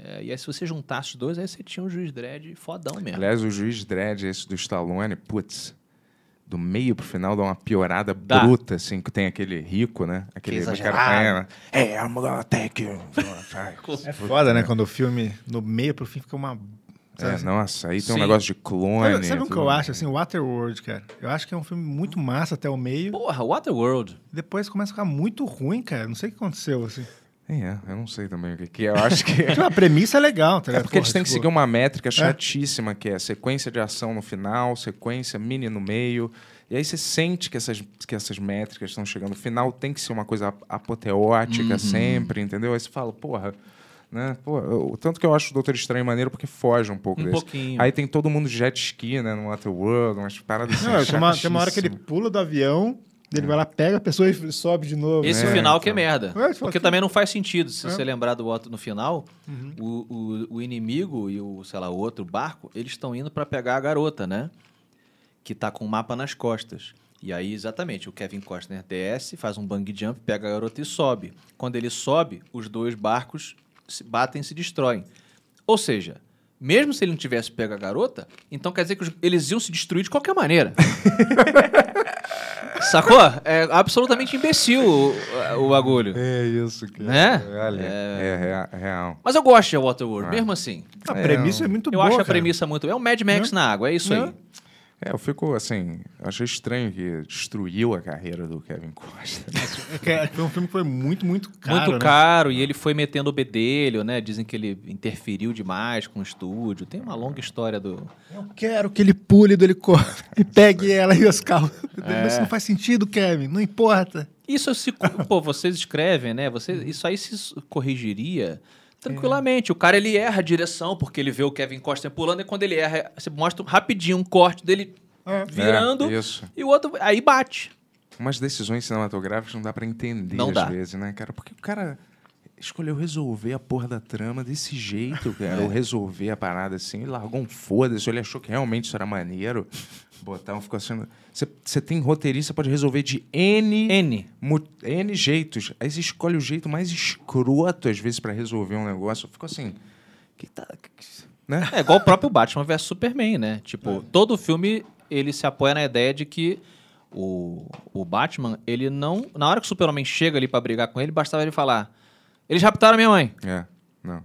[SPEAKER 5] É, e aí, se você juntasse os dois, aí você tinha um juiz dread fodão mesmo.
[SPEAKER 2] Aliás, o juiz Dredd, esse do Stallone, putz, do meio pro final dá uma piorada
[SPEAKER 5] Dá.
[SPEAKER 2] bruta, assim, que tem aquele rico, né? Aquele
[SPEAKER 5] Que
[SPEAKER 2] aquele
[SPEAKER 5] exagerado.
[SPEAKER 2] É, né? Hey, I'm gonna take you.
[SPEAKER 3] É foda, né? Quando o filme, no meio pro fim, fica uma.
[SPEAKER 2] É,
[SPEAKER 3] assim?
[SPEAKER 2] nossa, aí tem um
[SPEAKER 5] Sim.
[SPEAKER 2] negócio de clone.
[SPEAKER 3] Sabe, sabe o que
[SPEAKER 2] tudo.
[SPEAKER 3] eu acho? Assim, Waterworld, cara. Eu acho que é um filme muito massa até o meio.
[SPEAKER 5] Porra, Waterworld.
[SPEAKER 3] Depois começa a ficar muito ruim, cara. Não sei o que aconteceu, assim.
[SPEAKER 2] É, eu não sei também o que, que é. Eu acho que.
[SPEAKER 3] Tipo, a premissa é legal,
[SPEAKER 2] É
[SPEAKER 3] tá ligado?
[SPEAKER 2] porque eles têm que seguir uma
[SPEAKER 3] É.
[SPEAKER 2] métrica chatíssima, que é sequência de ação no final, sequência mini no meio. E aí você sente que essas, que essas métricas estão chegando. O final tem que ser uma coisa ap-
[SPEAKER 3] Uhum.
[SPEAKER 2] apoteótica sempre, entendeu? Aí você fala, porra. Né? Pô, eu- tanto que eu acho o Doutor Estranho maneiro porque foge um pouco
[SPEAKER 5] Um
[SPEAKER 2] desse.
[SPEAKER 5] pouquinho.
[SPEAKER 2] Aí tem todo mundo de jet ski, né? No Waterworld, umas paradas assim.
[SPEAKER 3] Não, tem uma, tem uma hora que ele pula do avião, ele vai lá, pega a pessoa e sobe de novo.
[SPEAKER 5] Esse
[SPEAKER 3] É.
[SPEAKER 5] final que é merda.
[SPEAKER 3] É, tipo,
[SPEAKER 5] porque
[SPEAKER 3] aqui-
[SPEAKER 5] também não faz sentido. Se você lembrar do outro no final, o, o- o inimigo e o, sei lá, o outro barco, eles estão indo pra pegar a garota, né? Que tá com o mapa nas costas. E aí, exatamente, o Kevin Costner desce, faz um bang jump, pega a garota e sobe. Quando ele sobe, os dois barcos se batem e se destroem. Ou seja, mesmo se ele não tivesse pego a garota, então quer dizer que os- eles iam se destruir de qualquer maneira. Sacou? É absolutamente imbecil o, o bagulho.
[SPEAKER 2] É isso, cara.
[SPEAKER 5] Né?
[SPEAKER 2] Olha, é, rea- real.
[SPEAKER 5] Mas eu gosto de Waterworld, mesmo assim.
[SPEAKER 3] A premissa é Ah. muito
[SPEAKER 5] eu
[SPEAKER 3] boa.
[SPEAKER 5] acho a
[SPEAKER 3] cara.
[SPEAKER 5] premissa muito. É um Mad Max na água, é isso aí.
[SPEAKER 2] É, eu fico assim. Eu achei estranho que destruiu a carreira do Kevin né? Costa.
[SPEAKER 3] É que é- Foi um filme que foi muito, muito caro.
[SPEAKER 5] muito
[SPEAKER 3] né?
[SPEAKER 5] caro, e ele foi metendo o bedelho, né? Dizem que ele interferiu demais com o estúdio. Tem uma longa história do.
[SPEAKER 3] Eu quero que ele pule do helicóptero e pegue ela e os carros.
[SPEAKER 2] É.
[SPEAKER 3] Mas isso não faz sentido, Kevin. Não importa.
[SPEAKER 5] Isso se. Pô, vocês escrevem, né?
[SPEAKER 3] Uhum.
[SPEAKER 5] Você... Isso aí se corrigiria
[SPEAKER 3] É.
[SPEAKER 5] tranquilamente. O cara ele erra a direção porque ele vê o Kevin Costner pulando e quando ele erra, você mostra rapidinho um corte dele virando
[SPEAKER 2] É, isso.
[SPEAKER 5] e o outro. Aí bate.
[SPEAKER 2] umas decisões cinematográficas não dá pra entender
[SPEAKER 5] Não
[SPEAKER 2] às
[SPEAKER 5] dá.
[SPEAKER 2] vezes, né, cara? Porque o cara escolheu resolver a porra da trama desse jeito, cara. Ou resolver a parada assim, e largou um foda-se. Ele achou que realmente isso era maneiro. Botar um ficou assim. Você- Você tem roteirista, pode resolver de N,
[SPEAKER 5] N.
[SPEAKER 2] mu- N jeitos. Aí você escolhe o jeito mais escroto, às vezes, pra resolver um negócio. Ficou assim. Que tá. que- né?
[SPEAKER 5] É igual o próprio Batman vs Superman, né? Tipo,
[SPEAKER 2] É.
[SPEAKER 5] todo filme ele se apoia na ideia de que o, o Batman, ele não. Na hora que o Superman chega ali pra brigar com ele, bastava ele falar: Eles raptaram minha mãe.
[SPEAKER 2] É, não.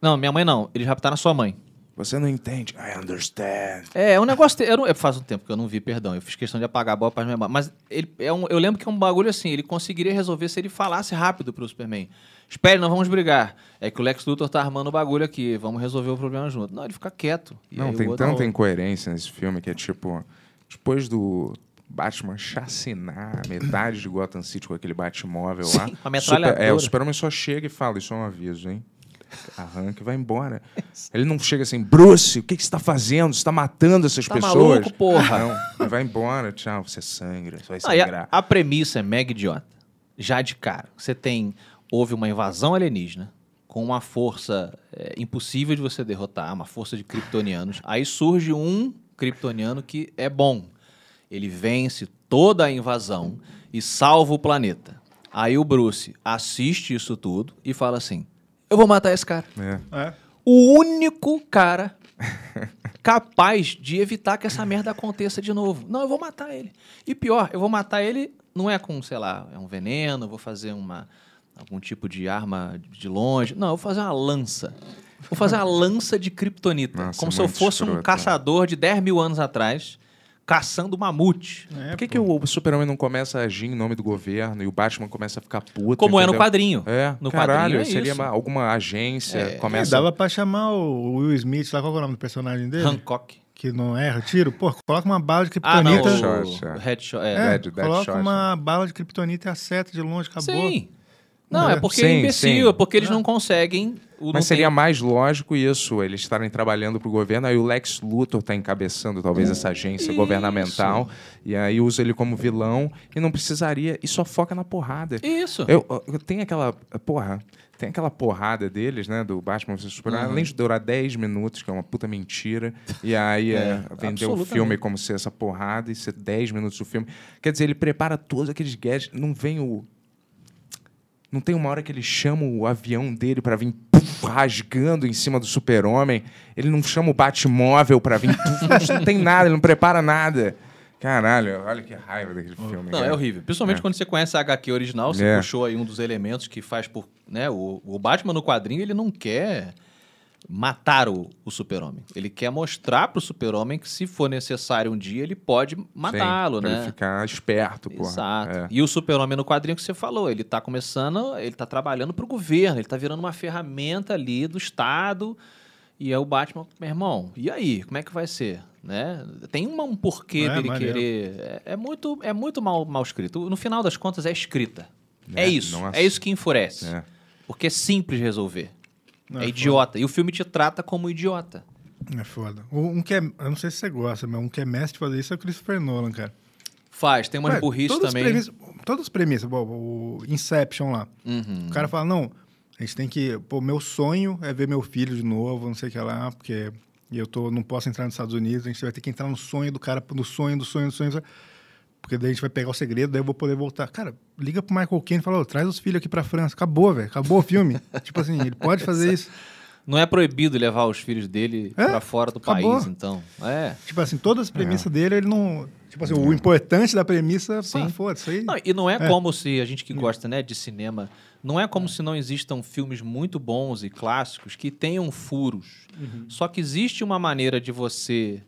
[SPEAKER 5] Não, minha mãe não, eles raptaram a sua mãe.
[SPEAKER 2] Você não entende. I understand.
[SPEAKER 5] É, é um negócio. te- Eu não- é, faz um tempo que eu não vi, perdão. Eu fiz questão de apagar a bola pra memória. Mas ele, é um- eu lembro que é um bagulho assim. Ele conseguiria resolver se ele falasse rápido pro Superman. Espere, não vamos brigar. É que o Lex Luthor tá armando o bagulho aqui. Vamos resolver o problema junto. Não, ele fica quieto. E aí
[SPEAKER 2] Não,
[SPEAKER 5] o
[SPEAKER 2] tem
[SPEAKER 5] outro-
[SPEAKER 2] tanta incoerência nesse filme que é tipo. Depois do Batman chacinar a metade de Gotham City com aquele Batmóvel lá.
[SPEAKER 5] Sim, com a metralhadora.
[SPEAKER 2] é, o Superman só chega e fala: Isso é um aviso, hein? Arranca e vai embora. Ele não chega assim, Bruce, o que, que você tá fazendo? Você tá matando essas
[SPEAKER 5] Tá
[SPEAKER 2] pessoas?
[SPEAKER 5] maluco, porra?
[SPEAKER 2] Não, ele vai embora, tchau, você é sangra, você vai
[SPEAKER 5] Aí a-
[SPEAKER 2] sangrar.
[SPEAKER 5] a, premissa é mega idiota. Já de cara. Você tem. Houve uma invasão alienígena com uma força é, impossível de você derrotar, uma força de kryptonianos. Aí surge um kryptoniano que é bom. Ele vence toda a invasão e salva o planeta. Aí o Bruce assiste isso tudo e fala assim: Eu vou matar esse cara.
[SPEAKER 2] É.
[SPEAKER 3] É.
[SPEAKER 5] O único cara capaz de evitar que essa merda aconteça de novo. Não, eu vou matar ele. E pior, eu vou matar ele não é com, sei lá, é um veneno, eu vou fazer uma algum tipo de arma de longe. Não, eu vou fazer uma lança. Vou fazer uma lança de kriptonita.
[SPEAKER 2] Nossa,
[SPEAKER 5] Como se eu
[SPEAKER 2] muito
[SPEAKER 5] fosse um
[SPEAKER 2] escroto, né?
[SPEAKER 5] caçador de 10 mil anos atrás, caçando mamute.
[SPEAKER 3] É,
[SPEAKER 2] Por que, que o Superman não começa a agir em nome do governo e o Batman começa a ficar puto?
[SPEAKER 5] Como é no
[SPEAKER 2] entendeu?
[SPEAKER 5] quadrinho.
[SPEAKER 2] É,
[SPEAKER 5] no
[SPEAKER 2] caralho,
[SPEAKER 5] quadrinho é
[SPEAKER 2] seria
[SPEAKER 5] isso.
[SPEAKER 2] uma- alguma agência,
[SPEAKER 3] É,
[SPEAKER 2] começa...
[SPEAKER 3] dava pra chamar o Will Smith lá, qual que é o nome do personagem dele?
[SPEAKER 5] Hancock.
[SPEAKER 3] Que não erra o tiro. Pô, coloca uma bala de
[SPEAKER 5] Ah, não,
[SPEAKER 3] kryptonita.
[SPEAKER 2] Headshot,
[SPEAKER 5] o,
[SPEAKER 2] é.
[SPEAKER 5] o headshot. é.
[SPEAKER 3] é,
[SPEAKER 2] Dead-
[SPEAKER 3] coloca
[SPEAKER 2] Deadshot,
[SPEAKER 3] uma bala de kryptonita e acerta de longe, acabou.
[SPEAKER 5] Sim. Não, é porque
[SPEAKER 2] Sim,
[SPEAKER 5] é imbecil,
[SPEAKER 2] sim.
[SPEAKER 5] é porque eles não conseguem. O não
[SPEAKER 2] Mas seria
[SPEAKER 5] tem-
[SPEAKER 2] mais lógico isso, eles estarem trabalhando para o governo, aí o Lex Luthor está encabeçando talvez essa agência governamental, e aí usa ele como vilão, e não precisaria, e só foca na porrada.
[SPEAKER 5] Isso.
[SPEAKER 2] Eu, eu- tem aquela. Porra. Tem aquela porrada deles, né? Do Batman vs Superman. Além de durar 10 minutos, que é uma puta mentira. E aí é, vendeu o
[SPEAKER 5] absolutamente.
[SPEAKER 2] filme como se essa porrada e ser 10 minutos do filme. Quer dizer, ele prepara todos aqueles gadgets. Não vem o. Não tem uma hora que ele chama o avião dele pra vir puf, rasgando em cima do super-homem. Ele não chama o Batmóvel pra vir. puf, não tem nada, ele não prepara nada. Caralho, olha que raiva daquele filme.
[SPEAKER 5] Não,
[SPEAKER 2] cara.
[SPEAKER 5] é horrível. Principalmente
[SPEAKER 2] É.
[SPEAKER 5] quando você conhece a HQ original, você
[SPEAKER 2] É.
[SPEAKER 5] puxou aí um dos elementos que faz por. Né, o, o Batman no quadrinho, ele não quer matar o, o super-homem. Ele quer mostrar pro super-homem que, se for necessário um dia, ele pode
[SPEAKER 2] Sim,
[SPEAKER 5] matá-lo,
[SPEAKER 2] pra
[SPEAKER 5] né?
[SPEAKER 2] Ele ficar esperto, porra.
[SPEAKER 5] Exato.
[SPEAKER 2] É.
[SPEAKER 5] E o super-homem no quadrinho que você falou, ele tá começando, ele tá trabalhando pro governo, ele tá virando uma ferramenta ali do Estado. E aí o Batman, meu irmão, e aí, como é que vai ser? Né? Tem uma- um porquê
[SPEAKER 3] É,
[SPEAKER 5] dele
[SPEAKER 3] maneiro.
[SPEAKER 5] querer. É, é muito, é muito mal, mal escrito. No final das contas, é escrita. É,
[SPEAKER 2] É,
[SPEAKER 5] isso.
[SPEAKER 2] nossa.
[SPEAKER 5] É isso que enfurece.
[SPEAKER 2] É.
[SPEAKER 5] Porque é simples resolver.
[SPEAKER 3] Não,
[SPEAKER 5] é
[SPEAKER 3] é
[SPEAKER 5] idiota. E o filme te trata como idiota.
[SPEAKER 3] É foda. Um que é. Eu não sei se você gosta, mas um que é mestre de fazer isso é o Christopher Nolan, cara.
[SPEAKER 5] Faz, tem umas
[SPEAKER 3] Ué,
[SPEAKER 5] burrice
[SPEAKER 3] todas as
[SPEAKER 5] também.
[SPEAKER 3] premissas- todas as premissas, bom, o Inception lá.
[SPEAKER 5] Uhum.
[SPEAKER 3] O cara fala, não, a gente tem que... Pô, meu sonho é ver meu filho de novo, não sei o que lá, porque eu tô, não posso entrar nos Estados Unidos, a gente vai ter que entrar no sonho do cara, no sonho, do sonho, do sonho... do sonho, Porque daí a gente vai pegar o segredo, daí eu vou poder voltar. Cara, liga pro Michael Caine e fala, ô, traz os filhos aqui pra França. Acabou, velho. Acabou o filme. tipo assim, ele pode fazer isso.
[SPEAKER 5] Não é proibido levar os filhos dele
[SPEAKER 3] É,
[SPEAKER 5] pra fora do
[SPEAKER 3] acabou.
[SPEAKER 5] país, então. É.
[SPEAKER 3] Tipo assim, todas as
[SPEAKER 2] É.
[SPEAKER 3] premissas dele, ele não... Tipo assim, o importante da premissa, pá, foda-se. isso aí-
[SPEAKER 5] Não, e não é, como se a gente que gosta né, de cinema, não é como se não existam filmes muito bons e clássicos que tenham furos. Só que existe uma maneira de você.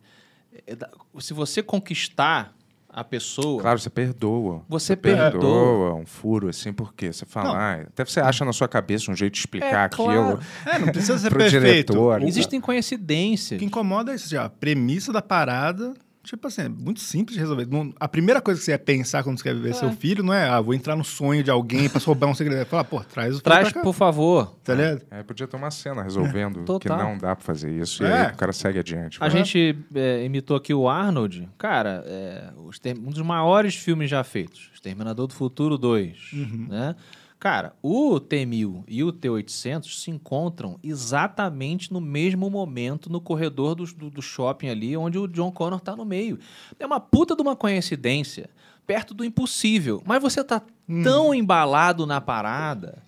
[SPEAKER 5] é, da- Se você conquistar a pessoa.
[SPEAKER 2] Claro, você perdoa.
[SPEAKER 5] Você
[SPEAKER 2] perdoa.
[SPEAKER 5] perdoa.
[SPEAKER 2] um furo assim, porque você fala, ah, até você acha na sua cabeça um jeito de explicar
[SPEAKER 5] É,
[SPEAKER 2] aquilo.
[SPEAKER 5] claro.
[SPEAKER 3] É, não precisa ser
[SPEAKER 2] Pro
[SPEAKER 3] perfeito.
[SPEAKER 2] diretor,
[SPEAKER 3] O-
[SPEAKER 5] Existem
[SPEAKER 3] O
[SPEAKER 5] coincidências.
[SPEAKER 3] que incomoda é isso, já. A premissa da parada, tipo assim, é muito simples de resolver. Não- a primeira coisa que você ia pensar quando você quer ver seu filho não é, ah, vou entrar no sonho de alguém pra roubar um segredo. É falar, pô, traz o filho
[SPEAKER 5] Traz,
[SPEAKER 3] pra cá,
[SPEAKER 5] por favor.
[SPEAKER 3] tá ligado?
[SPEAKER 2] É, podia ter uma cena resolvendo que
[SPEAKER 5] É, Total.
[SPEAKER 2] não dá pra fazer isso. E
[SPEAKER 3] É.
[SPEAKER 2] aí o cara segue adiante.
[SPEAKER 5] A gente é, imitou aqui o Arnold. Cara, é, o Exter- um dos maiores filmes já feitos. Exterminador do Futuro 2. Né? Cara, o T-1000 e o T-800 se encontram exatamente no mesmo momento no corredor do, do- do shopping ali, onde o John Connor tá no meio. É uma puta de uma coincidência. Perto do impossível. Mas você tá tão embalado na parada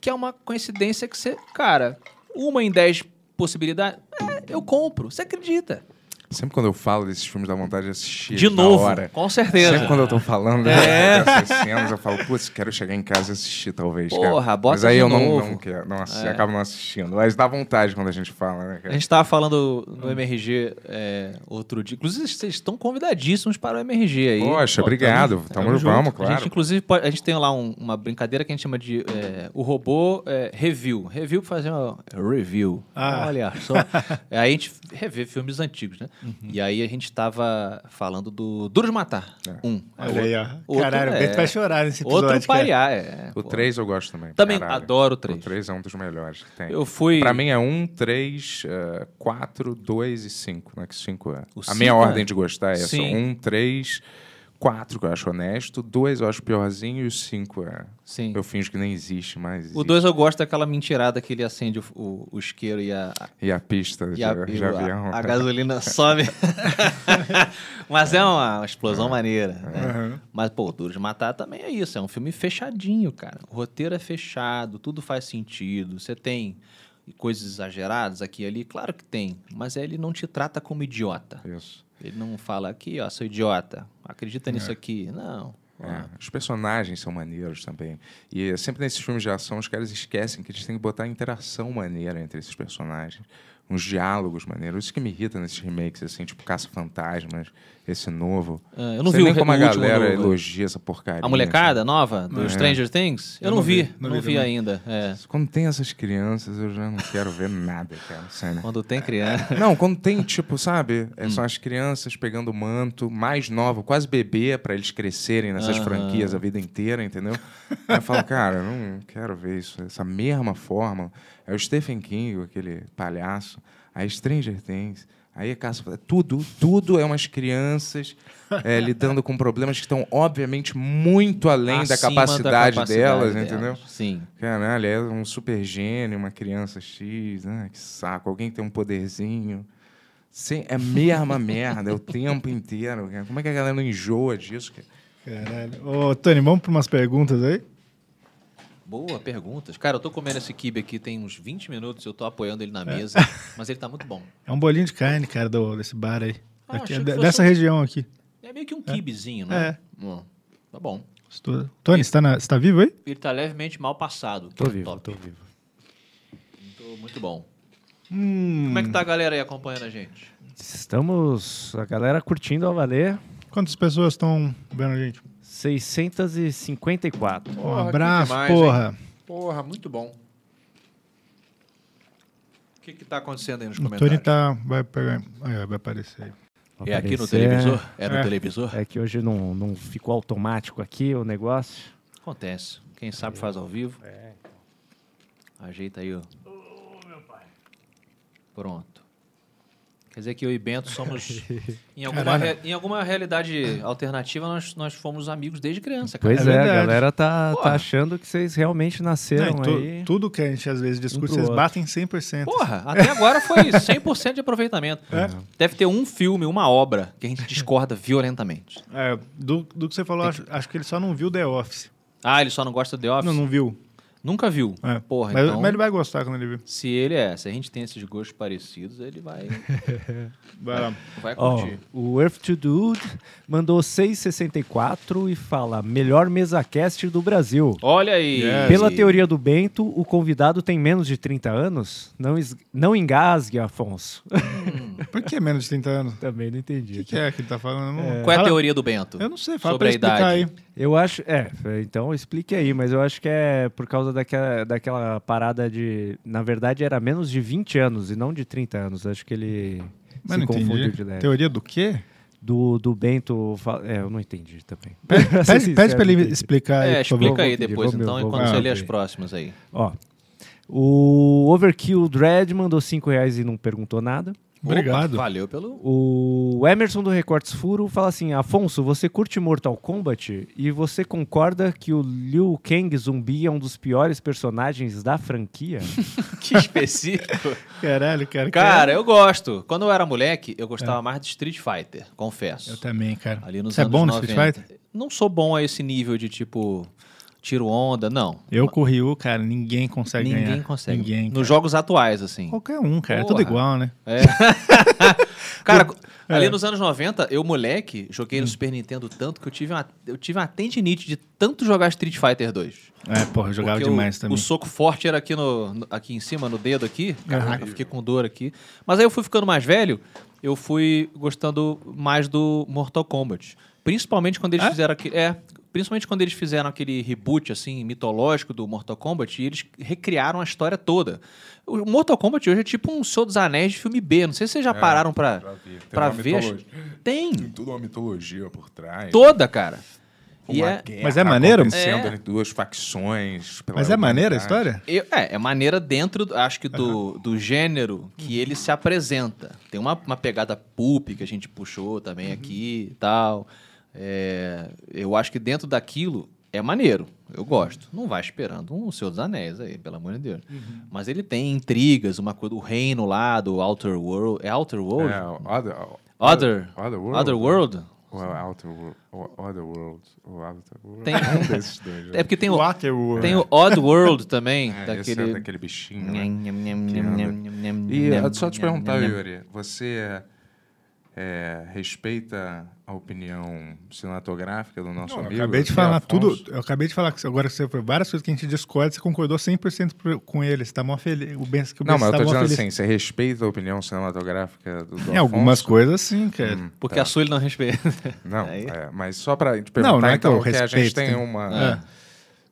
[SPEAKER 5] que é uma coincidência que você... Cara, uma em dez possibilidades... é, Eu compro. Você acredita?
[SPEAKER 2] Sempre quando eu falo desses filmes, dá vontade de assistir.
[SPEAKER 5] de
[SPEAKER 2] na
[SPEAKER 5] novo.
[SPEAKER 2] Hora.
[SPEAKER 5] Com certeza.
[SPEAKER 2] Sempre quando eu tô falando né,
[SPEAKER 5] É.
[SPEAKER 2] dessas cenas, eu falo, putz, quero chegar em casa e assistir, talvez. cara."
[SPEAKER 5] Porra, bota
[SPEAKER 2] Mas aí
[SPEAKER 5] de
[SPEAKER 2] eu
[SPEAKER 5] novo. É.
[SPEAKER 2] não, não quero, não assi- acabo não assistindo. Mas dá vontade quando a gente fala, né,
[SPEAKER 5] A
[SPEAKER 2] cara?
[SPEAKER 5] gente estava falando no MRG é, outro dia. Inclusive, vocês estão convidadíssimos para o MRG aí.
[SPEAKER 2] Poxa,
[SPEAKER 5] Pô,
[SPEAKER 2] obrigado. Tamo, vamos,
[SPEAKER 5] A gente,
[SPEAKER 2] claro.
[SPEAKER 5] inclusive, pode- a gente tem lá um- uma brincadeira que a gente chama de é, o robô é, review. Review pra fazer uma review. Então,
[SPEAKER 3] Ah.
[SPEAKER 5] Olha só. aí a gente revê filmes antigos, né?
[SPEAKER 3] Uhum.
[SPEAKER 5] E aí a gente tava falando do Duros Matar. Um.
[SPEAKER 3] É. Olha aí, ó.
[SPEAKER 5] Outro
[SPEAKER 3] Caralho, o
[SPEAKER 5] é-
[SPEAKER 3] Bento vai chorar nesse episódio,
[SPEAKER 5] Outro
[SPEAKER 3] cara.
[SPEAKER 5] parear, é.
[SPEAKER 2] O
[SPEAKER 5] Pô.
[SPEAKER 2] 3 eu gosto também.
[SPEAKER 5] Também
[SPEAKER 2] caralho.
[SPEAKER 5] adoro o
[SPEAKER 2] O
[SPEAKER 5] 3.
[SPEAKER 2] 3 é um dos melhores que tem.
[SPEAKER 5] Eu fui.
[SPEAKER 2] Pra mim é 1, 3, 4, 2 e 5, né? Que 5 é.
[SPEAKER 5] O
[SPEAKER 2] A
[SPEAKER 5] cinco
[SPEAKER 2] minha
[SPEAKER 5] é-
[SPEAKER 2] ordem de gostar é essa.
[SPEAKER 5] Sim.
[SPEAKER 2] 1, 3, 4 que eu acho honesto, 2 eu acho piorzinho e o 5 é...
[SPEAKER 5] Sim.
[SPEAKER 2] Eu finjo que nem existe, mas existe.
[SPEAKER 5] O 2 eu gosto daquela mentirada que ele acende o, o- o isqueiro e a,
[SPEAKER 2] E a pista
[SPEAKER 5] e
[SPEAKER 2] já
[SPEAKER 5] a,
[SPEAKER 2] de,
[SPEAKER 5] e
[SPEAKER 2] de
[SPEAKER 5] o- a-
[SPEAKER 2] avião.
[SPEAKER 5] a gasolina sobe. Mas é uma explosão maneira. né? Mas, pô, Duro de Matar também é isso. É um filme fechadinho, cara. O roteiro é fechado, tudo faz sentido. Você tem coisas exageradas aqui e ali, claro que tem. Mas ele não te trata como idiota.
[SPEAKER 2] Isso.
[SPEAKER 5] Ele não fala aqui, ó, seu idiota, acredita nisso aqui. Não.
[SPEAKER 2] É. Os personagens são maneiros também. E sempre nesses filmes de ação, os caras esquecem que eles têm que botar interação maneira entre esses personagens. Uns diálogos maneiros. Isso que me irrita nesses remakes, assim, tipo Caça-Fantasmas, esse novo.
[SPEAKER 5] Ah, eu não
[SPEAKER 2] Sei
[SPEAKER 5] vi o
[SPEAKER 2] nem
[SPEAKER 5] re-
[SPEAKER 2] como a
[SPEAKER 5] o último
[SPEAKER 2] galera
[SPEAKER 5] do-
[SPEAKER 2] elogia essa porcaria.
[SPEAKER 5] A molecada nova do
[SPEAKER 2] É.
[SPEAKER 5] Stranger Things? assim. Eu, não, vi, não, vi ainda. É.
[SPEAKER 2] assim. Quando tem essas crianças, eu já não quero ver nada, cara. Sério.
[SPEAKER 5] Quando tem criança.
[SPEAKER 2] Não, quando tem, tipo, sabe? É, São as crianças pegando o manto, mais novo, quase bebê, pra eles crescerem nessas
[SPEAKER 5] Aham.
[SPEAKER 2] franquias a vida inteira, entendeu? Aí eu falo, cara, eu não quero ver isso. Essa mesma forma. É o Stephen King, aquele palhaço. Aí Stranger Things. Aí é caça. Tudo, tudo é umas crianças é, lidando com problemas que estão, obviamente, muito além da
[SPEAKER 5] acima
[SPEAKER 2] capacidade,
[SPEAKER 5] capacidade
[SPEAKER 2] delas, entendeu?
[SPEAKER 5] Sim.
[SPEAKER 2] Caralho, é um super gênio, uma criança X, né? Que saco. Alguém que tem um poderzinho. Sem, é a mesma merda, é o tempo inteiro. cara. Como é que a galera não enjoa disso? cara?
[SPEAKER 3] Caralho. Ô, Tony, vamos pra umas perguntas aí?
[SPEAKER 5] Boa pergunta. Cara, eu tô comendo esse kibe aqui tem uns 20 minutos, eu tô apoiando ele na mesa, mas ele tá muito bom.
[SPEAKER 3] É um bolinho de carne, cara, do, desse bar aí.
[SPEAKER 5] Ah,
[SPEAKER 3] Daqui-
[SPEAKER 5] achei que
[SPEAKER 3] de-
[SPEAKER 5] fosse
[SPEAKER 3] dessa
[SPEAKER 5] um-
[SPEAKER 3] região aqui.
[SPEAKER 5] É meio que um kibezinho, né?
[SPEAKER 3] É.
[SPEAKER 5] Hum, Tá bom.
[SPEAKER 3] Estou- Tony, você tá, na- você tá vivo aí?
[SPEAKER 5] Ele tá levemente mal passado. que
[SPEAKER 4] Tô
[SPEAKER 5] é
[SPEAKER 4] vivo,
[SPEAKER 5] top.
[SPEAKER 4] tô vivo.
[SPEAKER 5] Tô muito bom.
[SPEAKER 3] Hum.
[SPEAKER 5] Como é que tá a galera aí acompanhando a gente?
[SPEAKER 4] Estamos, a galera curtindo a valer.
[SPEAKER 3] Quantas pessoas estão vendo a gente?
[SPEAKER 4] 654.
[SPEAKER 3] Um
[SPEAKER 2] Porra, que
[SPEAKER 3] abraço,
[SPEAKER 2] demais,
[SPEAKER 3] porra.
[SPEAKER 2] Porra, muito bom.
[SPEAKER 5] O que que tá acontecendo aí nos
[SPEAKER 3] O Tony
[SPEAKER 5] comentários?
[SPEAKER 3] tá. Vai pegar. Aí, ó, vai aparecer aí.
[SPEAKER 5] É aqui no
[SPEAKER 4] Aparecer.
[SPEAKER 5] televisor? É no
[SPEAKER 3] É.
[SPEAKER 5] televisor?
[SPEAKER 4] tá É que hoje não, não ficou automático aqui o negócio.
[SPEAKER 5] Acontece. Quem sabe faz ao vivo. É.
[SPEAKER 3] então.
[SPEAKER 5] Ajeita aí, ó. Pronto. Quer dizer que eu e Bento somos. em, alguma
[SPEAKER 3] Caralho.
[SPEAKER 5] rea- em alguma realidade alternativa, nós, nós fomos amigos desde criança, cara.
[SPEAKER 4] Pois
[SPEAKER 3] É
[SPEAKER 4] é, a
[SPEAKER 3] verdade.
[SPEAKER 4] galera tá,
[SPEAKER 5] Porra.
[SPEAKER 4] tá achando que vocês realmente nasceram
[SPEAKER 3] Não, e tu-
[SPEAKER 4] aí. Um
[SPEAKER 3] Tudo que a gente às vezes discute,
[SPEAKER 4] pro
[SPEAKER 3] vocês
[SPEAKER 4] outro.
[SPEAKER 3] batem 100%.
[SPEAKER 5] Porra, até agora foi 100% de aproveitamento.
[SPEAKER 3] É.
[SPEAKER 5] Deve ter um filme, uma obra, que a gente discorda violentamente.
[SPEAKER 3] É, do, do que você falou, acho, acho que ele só não viu The Office.
[SPEAKER 5] Ah, ele só não gosta do The Office?
[SPEAKER 3] Não, não viu.
[SPEAKER 5] Nunca viu.
[SPEAKER 3] É.
[SPEAKER 5] Porra,
[SPEAKER 3] mas,
[SPEAKER 5] então.
[SPEAKER 3] mas ele vai gostar quando ele viu.
[SPEAKER 5] Se ele é, se a gente tem esses gostos parecidos, ele vai,
[SPEAKER 3] Vai lá.
[SPEAKER 5] vai
[SPEAKER 4] Ó,
[SPEAKER 5] curtir.
[SPEAKER 4] o Earth to Dude mandou 664 e fala: melhor mesa cast do Brasil.
[SPEAKER 5] Olha aí.
[SPEAKER 3] Yes.
[SPEAKER 4] Pela teoria do Bento, o convidado tem menos de 30 anos? Não, es- não engasgue, Afonso.
[SPEAKER 3] Por que menos de 30 anos?
[SPEAKER 4] Também não
[SPEAKER 3] O que,
[SPEAKER 4] entendi.
[SPEAKER 3] que é que ele tá falando? Não-
[SPEAKER 5] Qual é a
[SPEAKER 3] Fala-
[SPEAKER 5] teoria do Bento?
[SPEAKER 3] Eu não sei, fala
[SPEAKER 5] Sobre a
[SPEAKER 3] pra explicar
[SPEAKER 5] idade.
[SPEAKER 3] aí.
[SPEAKER 4] Eu acho. É, então explique aí, mas eu acho que é por causa daquela, daquela parada de. Na verdade, era menos de 20 anos e não de 30 anos. Acho que ele
[SPEAKER 3] Mas
[SPEAKER 4] se
[SPEAKER 3] não
[SPEAKER 4] confundiu
[SPEAKER 3] entendi.
[SPEAKER 4] de leve.
[SPEAKER 3] Teoria do quê?
[SPEAKER 4] Do, do Bento. fa- É, eu não entendi também. Pra ser
[SPEAKER 3] Pede, pede
[SPEAKER 4] sincero,
[SPEAKER 3] pra
[SPEAKER 4] não
[SPEAKER 3] ele
[SPEAKER 4] entendi.
[SPEAKER 3] explicar aí,
[SPEAKER 5] É,
[SPEAKER 3] por favor.
[SPEAKER 5] explica aí
[SPEAKER 4] vou pedir,
[SPEAKER 5] depois,
[SPEAKER 4] vou-
[SPEAKER 5] então,
[SPEAKER 4] vou-
[SPEAKER 5] enquanto
[SPEAKER 4] vou-
[SPEAKER 5] você lê as
[SPEAKER 4] ok.
[SPEAKER 5] próximas aí.
[SPEAKER 4] Ó. O Overkill Dread mandou 5 reais e não perguntou nada.
[SPEAKER 3] Ah, Obrigado.
[SPEAKER 5] Opa, valeu pelo.
[SPEAKER 4] O Emerson do Recortes Furo fala assim: Afonso, você curte Mortal Kombat e você concorda que o Liu Kang zumbi é um dos piores personagens da franquia?
[SPEAKER 5] Que específico.
[SPEAKER 3] Caralho, cara.
[SPEAKER 5] Cara, eu gosto. Quando eu era moleque, eu gostava mais de Street Fighter, confesso.
[SPEAKER 3] É. Eu também, cara.
[SPEAKER 5] Ali nos
[SPEAKER 3] Você é
[SPEAKER 5] anos
[SPEAKER 3] bom no
[SPEAKER 5] 90.
[SPEAKER 3] Street Fighter?
[SPEAKER 5] Não sou bom a esse nível de tipo tiro onda, não.
[SPEAKER 3] Eu com o Ryu, cara, ninguém consegue
[SPEAKER 5] Ninguém
[SPEAKER 3] ganhar.
[SPEAKER 5] consegue.
[SPEAKER 3] Ninguém.
[SPEAKER 5] Nos
[SPEAKER 3] cara.
[SPEAKER 5] jogos atuais, assim.
[SPEAKER 3] Qualquer um, cara. É tudo
[SPEAKER 5] Porra.
[SPEAKER 3] igual, né? é?
[SPEAKER 5] Cara, ali nos anos 90, eu, moleque, joguei
[SPEAKER 3] Hum.
[SPEAKER 5] no Super Nintendo tanto que eu tive uma, eu tive uma tendinite de tanto jogar Street Fighter 2.
[SPEAKER 3] É, porra, eu jogava
[SPEAKER 5] Porque
[SPEAKER 3] demais
[SPEAKER 5] o,
[SPEAKER 3] também.
[SPEAKER 5] O soco forte era aqui, no, no- aqui em cima, no dedo aqui. Caraca, eu fiquei com dor aqui. Mas aí eu fui ficando mais velho, eu fui gostando mais do Mortal Kombat. Principalmente quando eles fizeram aquele. É. Principalmente quando eles fizeram aquele reboot, assim, mitológico do Mortal Kombat, e eles recriaram a história toda. O Mortal Kombat hoje é tipo um Senhor dos Anéis de filme B. Não sei se vocês já pararam pra, pra
[SPEAKER 2] uma
[SPEAKER 5] ver.
[SPEAKER 2] mitologia.
[SPEAKER 5] Tem.
[SPEAKER 2] Tem toda uma mitologia por trás.
[SPEAKER 5] Toda, cara. E
[SPEAKER 2] Uma
[SPEAKER 5] é-
[SPEAKER 2] guerra
[SPEAKER 3] Mas é maneiro?
[SPEAKER 2] acontecendo
[SPEAKER 5] É.
[SPEAKER 2] entre duas facções. pela
[SPEAKER 3] Mas é maneira a
[SPEAKER 2] humanidade.
[SPEAKER 3] história?
[SPEAKER 5] Eu- é, é maneira dentro, do- acho que, do, do gênero que ele se apresenta. Tem uma, uma pegada pulp que a gente puxou também aqui e tal. É, eu acho que dentro daquilo é maneiro. Eu gosto. Não vai esperando um Senhor dos Anéis aí, pelo amor de Deus. Mas ele tem intrigas, uma coisa, o reino lá do Outer World. É Outer World?
[SPEAKER 2] É, Other,
[SPEAKER 5] Other.
[SPEAKER 2] Other World.
[SPEAKER 5] Other World?
[SPEAKER 2] Ou é Outer World. Ou Other World. Ou Outer World.
[SPEAKER 5] Tem-
[SPEAKER 2] um desses dois. né?
[SPEAKER 5] É porque tem o,
[SPEAKER 3] Waterworld.
[SPEAKER 5] tem o Odd World também.
[SPEAKER 2] É, esse
[SPEAKER 5] daquele...
[SPEAKER 2] é daquele bichinho, né? E eh, só te perguntar, Yuri, você eh, respeita a opinião cinematográfica do nosso
[SPEAKER 3] Não, eu
[SPEAKER 2] amigo?
[SPEAKER 3] acabei de
[SPEAKER 2] Zé
[SPEAKER 3] falar
[SPEAKER 2] Afonso?
[SPEAKER 3] tudo. Eu acabei de falar que agora que você foi várias coisas que a gente discorda, você concordou 100% pro- com ele. Você tá mó feliz. O Ben, que o
[SPEAKER 2] Não,
[SPEAKER 3] Ben
[SPEAKER 2] mas eu
[SPEAKER 3] tá
[SPEAKER 2] tô
[SPEAKER 3] mó
[SPEAKER 2] dizendo
[SPEAKER 3] feliz.
[SPEAKER 2] assim, você respeita a opinião cinematográfica do, do
[SPEAKER 3] Em algumas
[SPEAKER 2] Afonso? Hum.
[SPEAKER 3] coisas, sim, cara.
[SPEAKER 5] Porque a sua ele não respeita.
[SPEAKER 2] Não,
[SPEAKER 5] Aí-
[SPEAKER 2] é, mas só pra te
[SPEAKER 3] Não,
[SPEAKER 2] perguntar,
[SPEAKER 3] não é que
[SPEAKER 2] então,
[SPEAKER 3] eu
[SPEAKER 2] porque a gente
[SPEAKER 3] respeito,
[SPEAKER 2] tem
[SPEAKER 3] tem-
[SPEAKER 2] uma...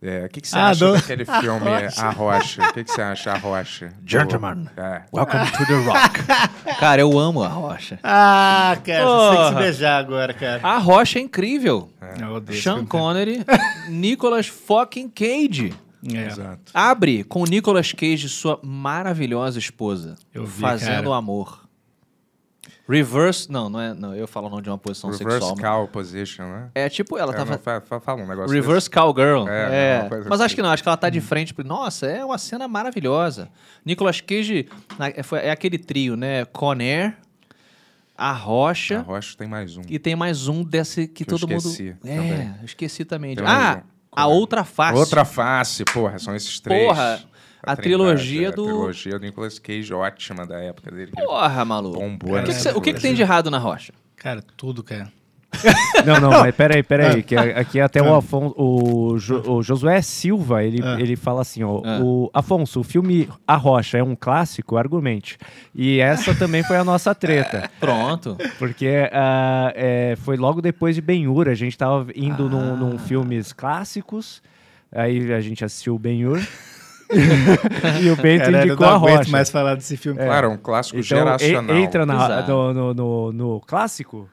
[SPEAKER 2] é, O que, que você
[SPEAKER 3] Ah,
[SPEAKER 2] acha
[SPEAKER 3] do-
[SPEAKER 2] daquele filme A Rocha? O que, que você acha A Rocha? Do-
[SPEAKER 6] Gentlemen.
[SPEAKER 2] É.
[SPEAKER 6] Welcome to the rock.
[SPEAKER 5] Cara, eu amo a rocha.
[SPEAKER 3] Ah, cara,
[SPEAKER 5] você tem que se
[SPEAKER 3] beijar agora, cara.
[SPEAKER 5] A rocha é incrível.
[SPEAKER 3] Ah, Eu odeio
[SPEAKER 5] Sean
[SPEAKER 3] esse filme.
[SPEAKER 5] Connery, Nicolas fucking Cage.
[SPEAKER 3] É.
[SPEAKER 2] Exato.
[SPEAKER 5] Abre com Nicolas Cage, sua maravilhosa esposa,
[SPEAKER 3] Eu vi,
[SPEAKER 5] fazendo
[SPEAKER 3] cara.
[SPEAKER 5] amor. Reverse. Não, não é. Não, eu falo o nome de uma posição
[SPEAKER 2] Reverse
[SPEAKER 5] sexual. mas-
[SPEAKER 2] cow position, né?
[SPEAKER 5] É tipo, ela
[SPEAKER 2] É, não,
[SPEAKER 5] tava.
[SPEAKER 2] fa- fa- Fala um negócio
[SPEAKER 5] Reverse Cowgirl.
[SPEAKER 2] É,
[SPEAKER 5] É,
[SPEAKER 2] uma coisa
[SPEAKER 5] Mas
[SPEAKER 2] assim.
[SPEAKER 5] acho que não, acho que ela tá de frente. pro- Nossa, é uma cena maravilhosa. Nicolas Cage na- é, foi- é aquele trio, né? Conner, A
[SPEAKER 2] desse.
[SPEAKER 5] Rocha.
[SPEAKER 2] A Rocha tem mais um.
[SPEAKER 5] E tem mais um desse que,
[SPEAKER 2] Que eu
[SPEAKER 5] todo mundo.
[SPEAKER 2] esqueci
[SPEAKER 5] é,
[SPEAKER 2] também.
[SPEAKER 5] eu esqueci também.
[SPEAKER 2] Tem mais um.
[SPEAKER 5] ah, A outra face.
[SPEAKER 2] Outra face, porra, são esses três.
[SPEAKER 5] Porra, a trilogia
[SPEAKER 2] trindade, é,
[SPEAKER 5] do-
[SPEAKER 2] A trilogia do Nicolas Cage, ótima da época dele. que ele
[SPEAKER 5] Porra, maluco.
[SPEAKER 2] Bombou,
[SPEAKER 5] O
[SPEAKER 2] né?
[SPEAKER 5] que, que cê- o que que tem de errado na rocha?
[SPEAKER 3] É, Cara, tudo, cara.
[SPEAKER 4] Não, não, Ah. mas peraí, peraí. Que a- aqui é até o Afonso. O, Jo- o Josué Silva, ele, ele fala assim: ó, o Afonso, o filme A Rocha é um clássico, argumente. E essa também foi a nossa treta.
[SPEAKER 5] Pronto.
[SPEAKER 4] Porque ah, é, foi logo depois de Ben-Hur. A gente tava indo num, num filmes clássicos. Aí a gente assistiu o Ben-Hur. e o Bento
[SPEAKER 3] Caralho, eu
[SPEAKER 4] indicou
[SPEAKER 3] não
[SPEAKER 4] a
[SPEAKER 3] aguento
[SPEAKER 4] Rocha.
[SPEAKER 3] mais falar desse filme.
[SPEAKER 2] Claro, é um clássico
[SPEAKER 4] Então,
[SPEAKER 2] geracional.
[SPEAKER 4] e- entra na,
[SPEAKER 5] Exato.
[SPEAKER 4] no, no- no- no clássico?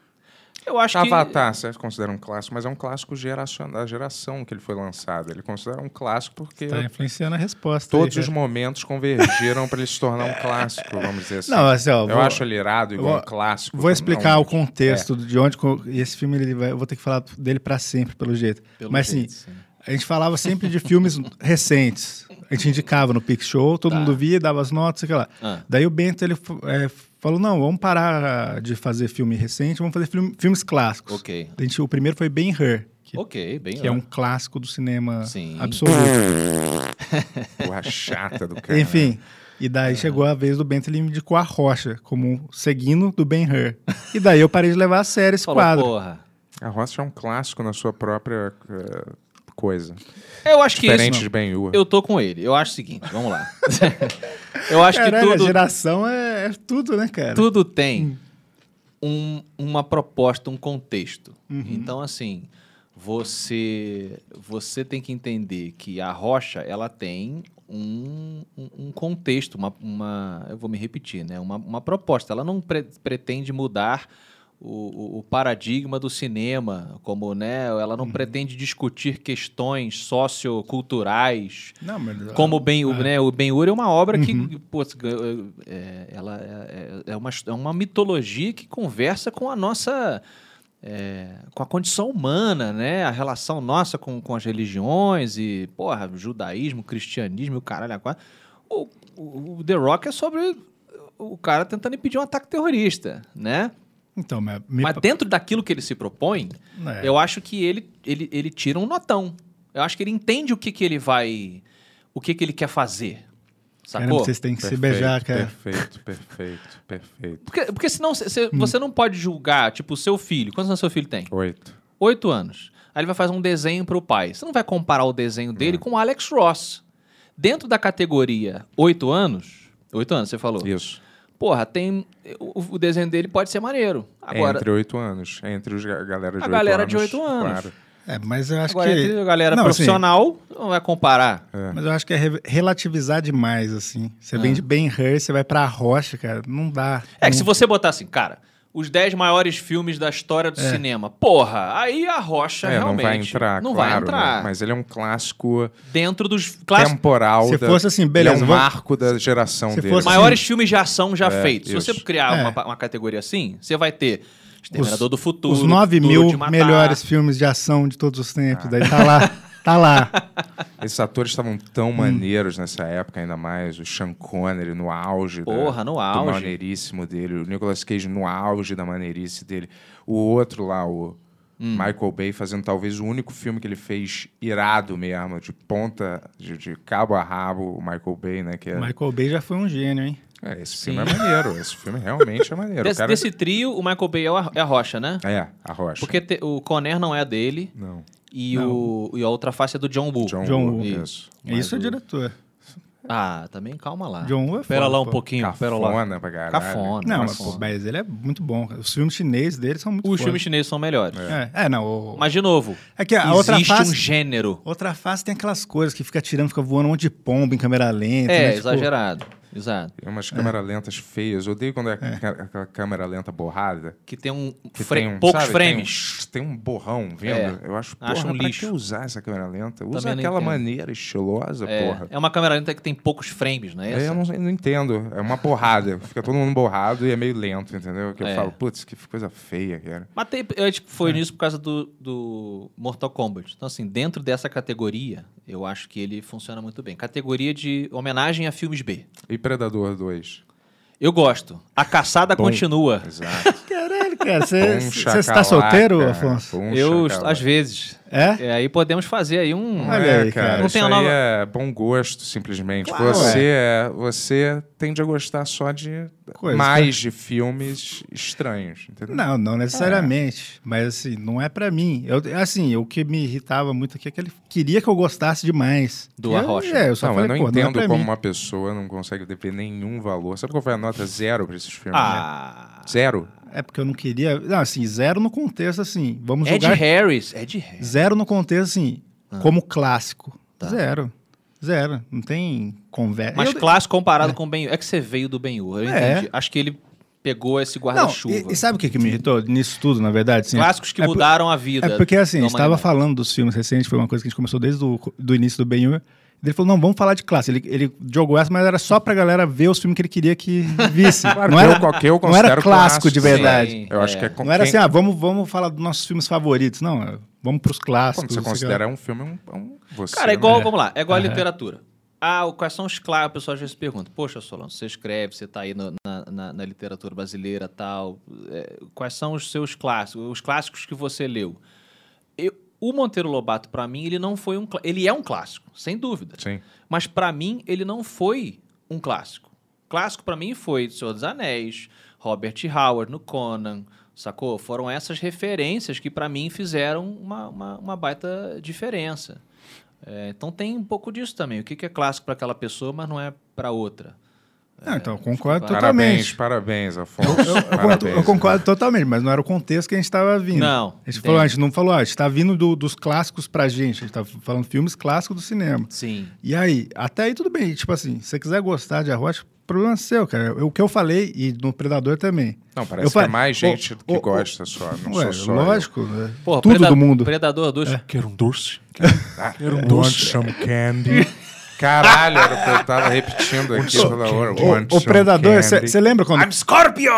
[SPEAKER 5] Eu acho que.
[SPEAKER 2] Avatar, você considera um clássico, mas é um clássico geracion... da geração que ele foi lançado. Ele considera um clássico porque
[SPEAKER 3] Tá influenciando a resposta.
[SPEAKER 2] todos
[SPEAKER 3] aí,
[SPEAKER 2] os
[SPEAKER 3] cara.
[SPEAKER 2] momentos convergiram pra ele se tornar um clássico, vamos dizer assim.
[SPEAKER 3] Não, assim, ó.
[SPEAKER 2] eu
[SPEAKER 3] vou-
[SPEAKER 2] acho ele irado igual
[SPEAKER 3] vou-
[SPEAKER 2] um clássico.
[SPEAKER 3] Vou explicar
[SPEAKER 2] Não, É.
[SPEAKER 3] o contexto de onde. co- E esse filme, ele vai, eu vou ter que falar dele pra sempre, pelo jeito.
[SPEAKER 5] Pelo
[SPEAKER 3] Mas
[SPEAKER 5] jeito,
[SPEAKER 3] assim,
[SPEAKER 5] sim.
[SPEAKER 3] a gente falava sempre de filmes recentes. A gente indicava no Pix Show,
[SPEAKER 5] Tá.
[SPEAKER 3] todo mundo via, dava as notas, sei lá.
[SPEAKER 5] Ah.
[SPEAKER 3] Daí o Bento, ele é, falou: não, vamos parar de fazer filme recente, vamos fazer filme- filmes clássicos.
[SPEAKER 5] Ok.
[SPEAKER 3] A gente, o primeiro foi Ben Hur, que,
[SPEAKER 5] Ok, bem.
[SPEAKER 3] que é um clássico do cinema
[SPEAKER 5] Sim.
[SPEAKER 3] absoluto.
[SPEAKER 2] Porra chata do cara.
[SPEAKER 3] Enfim. E daí
[SPEAKER 5] É.
[SPEAKER 3] chegou a vez do Bento, ele me indicou a Rocha, como seguindo do Ben Hur. E daí eu parei de levar a sério esse
[SPEAKER 5] Falou,
[SPEAKER 3] quadro.
[SPEAKER 5] porra.
[SPEAKER 2] A Rocha é um clássico na sua própria eh, coisa.
[SPEAKER 5] Eu acho que
[SPEAKER 2] Diferente
[SPEAKER 5] isso.
[SPEAKER 2] de Ben-Hur.
[SPEAKER 5] Eu tô com ele. É, né, Eu acho o seguinte, vamos lá. Eu acho
[SPEAKER 3] Caralho,
[SPEAKER 5] que
[SPEAKER 3] a
[SPEAKER 5] tudo,
[SPEAKER 3] geração é, é tudo, né, cara?
[SPEAKER 5] tudo tem um- uma proposta, um contexto. Então, assim, você você tem que entender que a rocha ela tem um, um- um contexto, uma, uma- eu vou me repetir, né? Uma, uma proposta. Ela não pre- pretende mudar o, o- o paradigma do cinema, como né? Ela não pretende discutir questões socioculturais.
[SPEAKER 3] Não, mas...
[SPEAKER 5] Como o Ben, o, né, o Ben Hur é uma obra que pô, é, ela é, é- é uma, é uma mitologia que conversa com a nossa é, com a condição humana, né? A relação nossa com, com as religiões e porra, judaísmo, cristianismo, e o caralho, a quatro. O, o, o The Rock é sobre o cara tentando impedir um ataque terrorista, né?
[SPEAKER 3] Então, mas... me-
[SPEAKER 5] Mas dentro daquilo que ele se propõe,
[SPEAKER 3] É.
[SPEAKER 5] eu acho que ele, ele, ele tira um notão. Eu acho que ele entende o que, que ele vai. O que, que ele quer fazer.
[SPEAKER 3] Caramba,
[SPEAKER 5] Sacou?
[SPEAKER 3] vocês têm que se beijar, cara.
[SPEAKER 2] Perfeito, perfeito, perfeito.
[SPEAKER 5] Porque, porque senão cê-
[SPEAKER 3] Hum.
[SPEAKER 5] cê- você não pode julgar, tipo, o seu filho. Quantos anos seu filho tem?
[SPEAKER 2] Oito.
[SPEAKER 5] Oito anos. Aí ele vai fazer um desenho pro pai. Você não vai comparar o desenho
[SPEAKER 3] É.
[SPEAKER 5] dele com o Alex Ross. Dentro da categoria oito anos. Oito anos, você falou.
[SPEAKER 2] Isso.
[SPEAKER 5] Porra, tem. O, o desenho dele pode ser maneiro. Agora,
[SPEAKER 2] É entre oito anos. É entre os ga- galera de
[SPEAKER 5] A
[SPEAKER 2] oito
[SPEAKER 5] galera
[SPEAKER 2] anos.
[SPEAKER 5] de oito anos.
[SPEAKER 2] Claro.
[SPEAKER 3] É, mas eu acho
[SPEAKER 5] agora
[SPEAKER 3] que...
[SPEAKER 5] entre a galera
[SPEAKER 3] Não, assim,
[SPEAKER 5] profissional, não vai comparar.
[SPEAKER 3] mas eu acho que é re- relativizar demais, assim. Você vem de Ben Hur, você vai pra Rocha, cara. Não dá.
[SPEAKER 5] É
[SPEAKER 3] Não-
[SPEAKER 5] que se você botar assim, cara, os 10 maiores filmes da história do cinema, porra, aí a rocha
[SPEAKER 2] É,
[SPEAKER 5] realmente
[SPEAKER 2] não vai entrar,
[SPEAKER 5] não
[SPEAKER 2] claro.
[SPEAKER 5] vai entrar.
[SPEAKER 2] né? Mas ele é um clássico
[SPEAKER 5] Dentro dos clássicos,
[SPEAKER 2] temporal.
[SPEAKER 3] Se
[SPEAKER 2] da-
[SPEAKER 3] fosse assim, beleza,
[SPEAKER 2] Ele é um
[SPEAKER 3] vamos-
[SPEAKER 2] marco da geração
[SPEAKER 3] se
[SPEAKER 2] dele.
[SPEAKER 3] fosse-
[SPEAKER 5] maiores filmes de ação já feitos. Se
[SPEAKER 2] isso.
[SPEAKER 5] você criar
[SPEAKER 3] É.
[SPEAKER 5] uma, uma categoria assim, você vai ter Exterminador do Futuro,
[SPEAKER 3] Os 9
[SPEAKER 5] Duro
[SPEAKER 3] mil
[SPEAKER 5] de Matar.
[SPEAKER 3] melhores filmes de ação de todos os tempos. Daí tá lá, tá lá.
[SPEAKER 2] Esses atores estavam
[SPEAKER 3] Hum.
[SPEAKER 2] tão maneiros nessa época, ainda mais. O Sean Connery no auge. da-
[SPEAKER 5] Porra, no
[SPEAKER 2] Do
[SPEAKER 5] auge.
[SPEAKER 2] maneiríssimo dele. O Nicolas Cage no auge da maneirice dele. O outro lá, o
[SPEAKER 5] Hum.
[SPEAKER 2] Michael Bay, fazendo talvez o único filme que ele fez irado mesmo, de ponta, de, de cabo a rabo, o Michael Bay, né? Que é,
[SPEAKER 3] Michael Bay já foi um gênio, hein?
[SPEAKER 2] É, esse filme é maneiro. Esse filme realmente é maneiro. o
[SPEAKER 5] Desse,
[SPEAKER 2] cara...
[SPEAKER 5] desse trio, o Michael Bay é a, é a rocha, né?
[SPEAKER 2] É, a Rocha.
[SPEAKER 5] Porque te- o Conner não é a dele
[SPEAKER 2] Não.
[SPEAKER 5] e, o, e a outra face é do John Woo.
[SPEAKER 2] John,
[SPEAKER 3] John
[SPEAKER 2] Woo.
[SPEAKER 3] Woo.
[SPEAKER 2] Isso.
[SPEAKER 3] Isso é diretor.
[SPEAKER 5] Ah, também calma lá.
[SPEAKER 3] John Woo é
[SPEAKER 5] Pera
[SPEAKER 3] foda,
[SPEAKER 5] lá um
[SPEAKER 3] pô.
[SPEAKER 5] pouquinho, pera lá.
[SPEAKER 2] Cafona pra caralho.
[SPEAKER 5] Cafona.
[SPEAKER 3] Não, mas,
[SPEAKER 5] mas
[SPEAKER 3] pô, mas ele é muito bom. cara. Os filmes chineses dele são muito
[SPEAKER 5] Os
[SPEAKER 3] foda.
[SPEAKER 5] filmes chineses são melhores.
[SPEAKER 3] É, é, não. o-
[SPEAKER 5] Mas, de novo,
[SPEAKER 3] É que a outra
[SPEAKER 5] existe
[SPEAKER 3] face-
[SPEAKER 5] um gênero.
[SPEAKER 3] Outra face tem aquelas coisas que fica tirando, fica voando um monte de pombo em câmera lenta.
[SPEAKER 5] É,
[SPEAKER 3] né? Tipo,
[SPEAKER 5] exagerado. Exato.
[SPEAKER 2] Tem umas câmeras lentas feias. Eu odeio quando é, ca- aquela câmera lenta borrada.
[SPEAKER 5] Que tem um,
[SPEAKER 2] Que
[SPEAKER 5] fre-
[SPEAKER 2] tem um,
[SPEAKER 5] poucos
[SPEAKER 2] sabe, tem um-
[SPEAKER 5] frames.
[SPEAKER 2] Tem um, borrão vindo.
[SPEAKER 5] É.
[SPEAKER 2] Eu acho, porra,
[SPEAKER 5] Acho um
[SPEAKER 2] pra
[SPEAKER 5] lixo.
[SPEAKER 2] que usar essa câmera lenta? Usa
[SPEAKER 5] Também não
[SPEAKER 2] aquela
[SPEAKER 5] entendo.
[SPEAKER 2] maneira estilosa, um porra.
[SPEAKER 5] É, é uma câmera lenta que tem poucos frames, não
[SPEAKER 2] É,
[SPEAKER 5] é essa?
[SPEAKER 2] eu não, eu não entendo. É uma borrada. Fica todo mundo borrado e é meio lento, entendeu? Que eu
[SPEAKER 5] É.
[SPEAKER 2] falo, putz, que coisa feia, cara.
[SPEAKER 5] Mas tem- eu acho que
[SPEAKER 2] É.
[SPEAKER 5] foi nisso por causa do, do Mortal Kombat. Então, assim, dentro dessa categoria, eu acho que ele funciona muito bem. Categoria de homenagem a filmes B.
[SPEAKER 2] E Predador 2.
[SPEAKER 5] Eu gosto. A caçada
[SPEAKER 2] Bom.
[SPEAKER 5] continua.
[SPEAKER 2] Exato.
[SPEAKER 3] Caralho, cara. Você
[SPEAKER 2] Puncha
[SPEAKER 3] você está tá solteiro,
[SPEAKER 2] calaca,
[SPEAKER 3] Afonso?
[SPEAKER 2] puncha
[SPEAKER 5] Eu,
[SPEAKER 2] calaca.
[SPEAKER 5] às vezes.
[SPEAKER 3] É?
[SPEAKER 5] É, aí podemos fazer aí um.
[SPEAKER 3] Olha
[SPEAKER 2] É,
[SPEAKER 3] aí,
[SPEAKER 2] cara,
[SPEAKER 3] cara.
[SPEAKER 5] Não
[SPEAKER 2] isso
[SPEAKER 5] tem a
[SPEAKER 2] aí
[SPEAKER 5] nova-
[SPEAKER 2] é bom gosto, simplesmente.
[SPEAKER 3] Claro,
[SPEAKER 2] você, é, você tende a gostar só de
[SPEAKER 3] Coisa, né?
[SPEAKER 2] mais de filmes estranhos, entendeu?
[SPEAKER 3] Não, não necessariamente. Mas assim, não é pra mim. Eu, assim, o que me irritava muito aqui é que ele queria que eu gostasse demais.
[SPEAKER 5] Do
[SPEAKER 3] E eu-
[SPEAKER 5] Arrocha.
[SPEAKER 3] É, eu só
[SPEAKER 2] Não,
[SPEAKER 3] falei,
[SPEAKER 2] eu não
[SPEAKER 3] pô,
[SPEAKER 2] entendo
[SPEAKER 3] não é pra
[SPEAKER 2] como
[SPEAKER 3] mim.
[SPEAKER 2] uma pessoa não consegue dever nenhum valor. Sabe qual foi a nota zero pra esses filmes? né?
[SPEAKER 5] Ah.
[SPEAKER 2] Zero.
[SPEAKER 3] É porque eu não queria. Não, assim, zero no contexto, assim. Vamos
[SPEAKER 5] Ed
[SPEAKER 3] jogar.
[SPEAKER 5] Harris. Ed Harris.
[SPEAKER 3] Zero no contexto, assim, como clássico.
[SPEAKER 5] Tá.
[SPEAKER 3] Zero. Zero. Não tem conversa.
[SPEAKER 5] Mas
[SPEAKER 3] Eu-
[SPEAKER 5] clássico comparado com o Ben É que você veio do Ben Eu
[SPEAKER 3] É.
[SPEAKER 5] entendi. Acho que ele pegou esse
[SPEAKER 3] Não,
[SPEAKER 5] é guarda-chuva.
[SPEAKER 3] e, e sabe o que, que me irritou nisso tudo, na verdade? Assim,
[SPEAKER 5] Clássicos que
[SPEAKER 3] é por-
[SPEAKER 5] mudaram a vida.
[SPEAKER 3] É porque assim, a gente
[SPEAKER 5] da
[SPEAKER 3] estava
[SPEAKER 5] humanidade.
[SPEAKER 3] falando dos filmes recentes, foi uma coisa que a gente começou desde o do início do Ben Hur. Ele falou, não, vamos falar de classe. Ele, ele jogou essa, mas era só pra galera ver os filmes que ele queria que visse.
[SPEAKER 2] Claro,
[SPEAKER 3] não
[SPEAKER 2] que eu
[SPEAKER 3] era,
[SPEAKER 2] co- que é eu
[SPEAKER 3] não era
[SPEAKER 2] considero
[SPEAKER 3] clássico, de
[SPEAKER 2] clássico,
[SPEAKER 3] verdade.
[SPEAKER 5] sim.
[SPEAKER 2] Eu acho
[SPEAKER 5] É.
[SPEAKER 2] que é com
[SPEAKER 3] Não era
[SPEAKER 2] quem-
[SPEAKER 3] assim, ah, vamos, vamos falar dos nossos filmes favoritos. Não, é, vamos pros
[SPEAKER 2] Quando
[SPEAKER 3] clássicos.
[SPEAKER 2] você
[SPEAKER 3] não sei o que
[SPEAKER 2] considera
[SPEAKER 3] lá.
[SPEAKER 2] um filme, é um, é um- você.
[SPEAKER 5] Cara, é
[SPEAKER 2] né?
[SPEAKER 3] assim,
[SPEAKER 5] igual, vamos lá, é igual a literatura. Ah, o- quais são os clássicos? O pessoal às vezes pergunta, poxa, Solano, você escreve, você tá aí no- na, na- na literatura brasileira tal. é, quais são os seus clássicos, os clássicos que você leu? Eu- o Monteiro Lobato, pra mim, ele não foi um. clá- Ele é um clássico, sem dúvida.
[SPEAKER 2] Sim.
[SPEAKER 5] Mas pra mim, ele não foi um clássico. Clássico pra mim foi Senhor dos Anéis, Robert Howard no Conan, sacou? Foram essas referências que pra mim fizeram uma, uma, uma baita diferença. É, então tem um pouco disso também. O que, que é clássico pra aquela pessoa, mas não é pra outra.
[SPEAKER 3] Não, então, eu concordo
[SPEAKER 2] Parabéns,
[SPEAKER 3] totalmente.
[SPEAKER 2] parabéns, Afonso.
[SPEAKER 3] Eu, eu concordo- eu concordo totalmente, mas não era o contexto que a gente tava vindo.
[SPEAKER 5] Não,
[SPEAKER 3] A gente,
[SPEAKER 5] entendo.
[SPEAKER 3] falou, a gente não falou, ah, a gente tá vindo do- dos clássicos pra gente. A gente tá falando filmes clássicos do cinema.
[SPEAKER 5] Sim.
[SPEAKER 3] E aí, até aí tudo bem. Tipo assim, se você quiser gostar de arrocha, problema é seu, cara. Eu- O que eu falei, e no Predador também.
[SPEAKER 2] Não, parece
[SPEAKER 3] Eu falei-
[SPEAKER 2] que é mais
[SPEAKER 3] Ô,
[SPEAKER 2] gente que
[SPEAKER 3] ô, ô,
[SPEAKER 2] gosta só. Não
[SPEAKER 3] Ué,
[SPEAKER 2] sou só. eu.
[SPEAKER 3] lógico. né?
[SPEAKER 5] Porra,
[SPEAKER 3] tudo
[SPEAKER 5] Preda-
[SPEAKER 3] do mundo. É,
[SPEAKER 5] Predador 2.
[SPEAKER 6] Quero um doce.
[SPEAKER 2] Ah,
[SPEAKER 6] Quero um doce.
[SPEAKER 7] some candy?
[SPEAKER 2] Caralho, era o que eu tava repetindo aqui toda hora. um Want
[SPEAKER 3] O, o
[SPEAKER 2] some
[SPEAKER 3] Predador,
[SPEAKER 2] candy.
[SPEAKER 3] você lembra quando.
[SPEAKER 6] I'm Scorpio!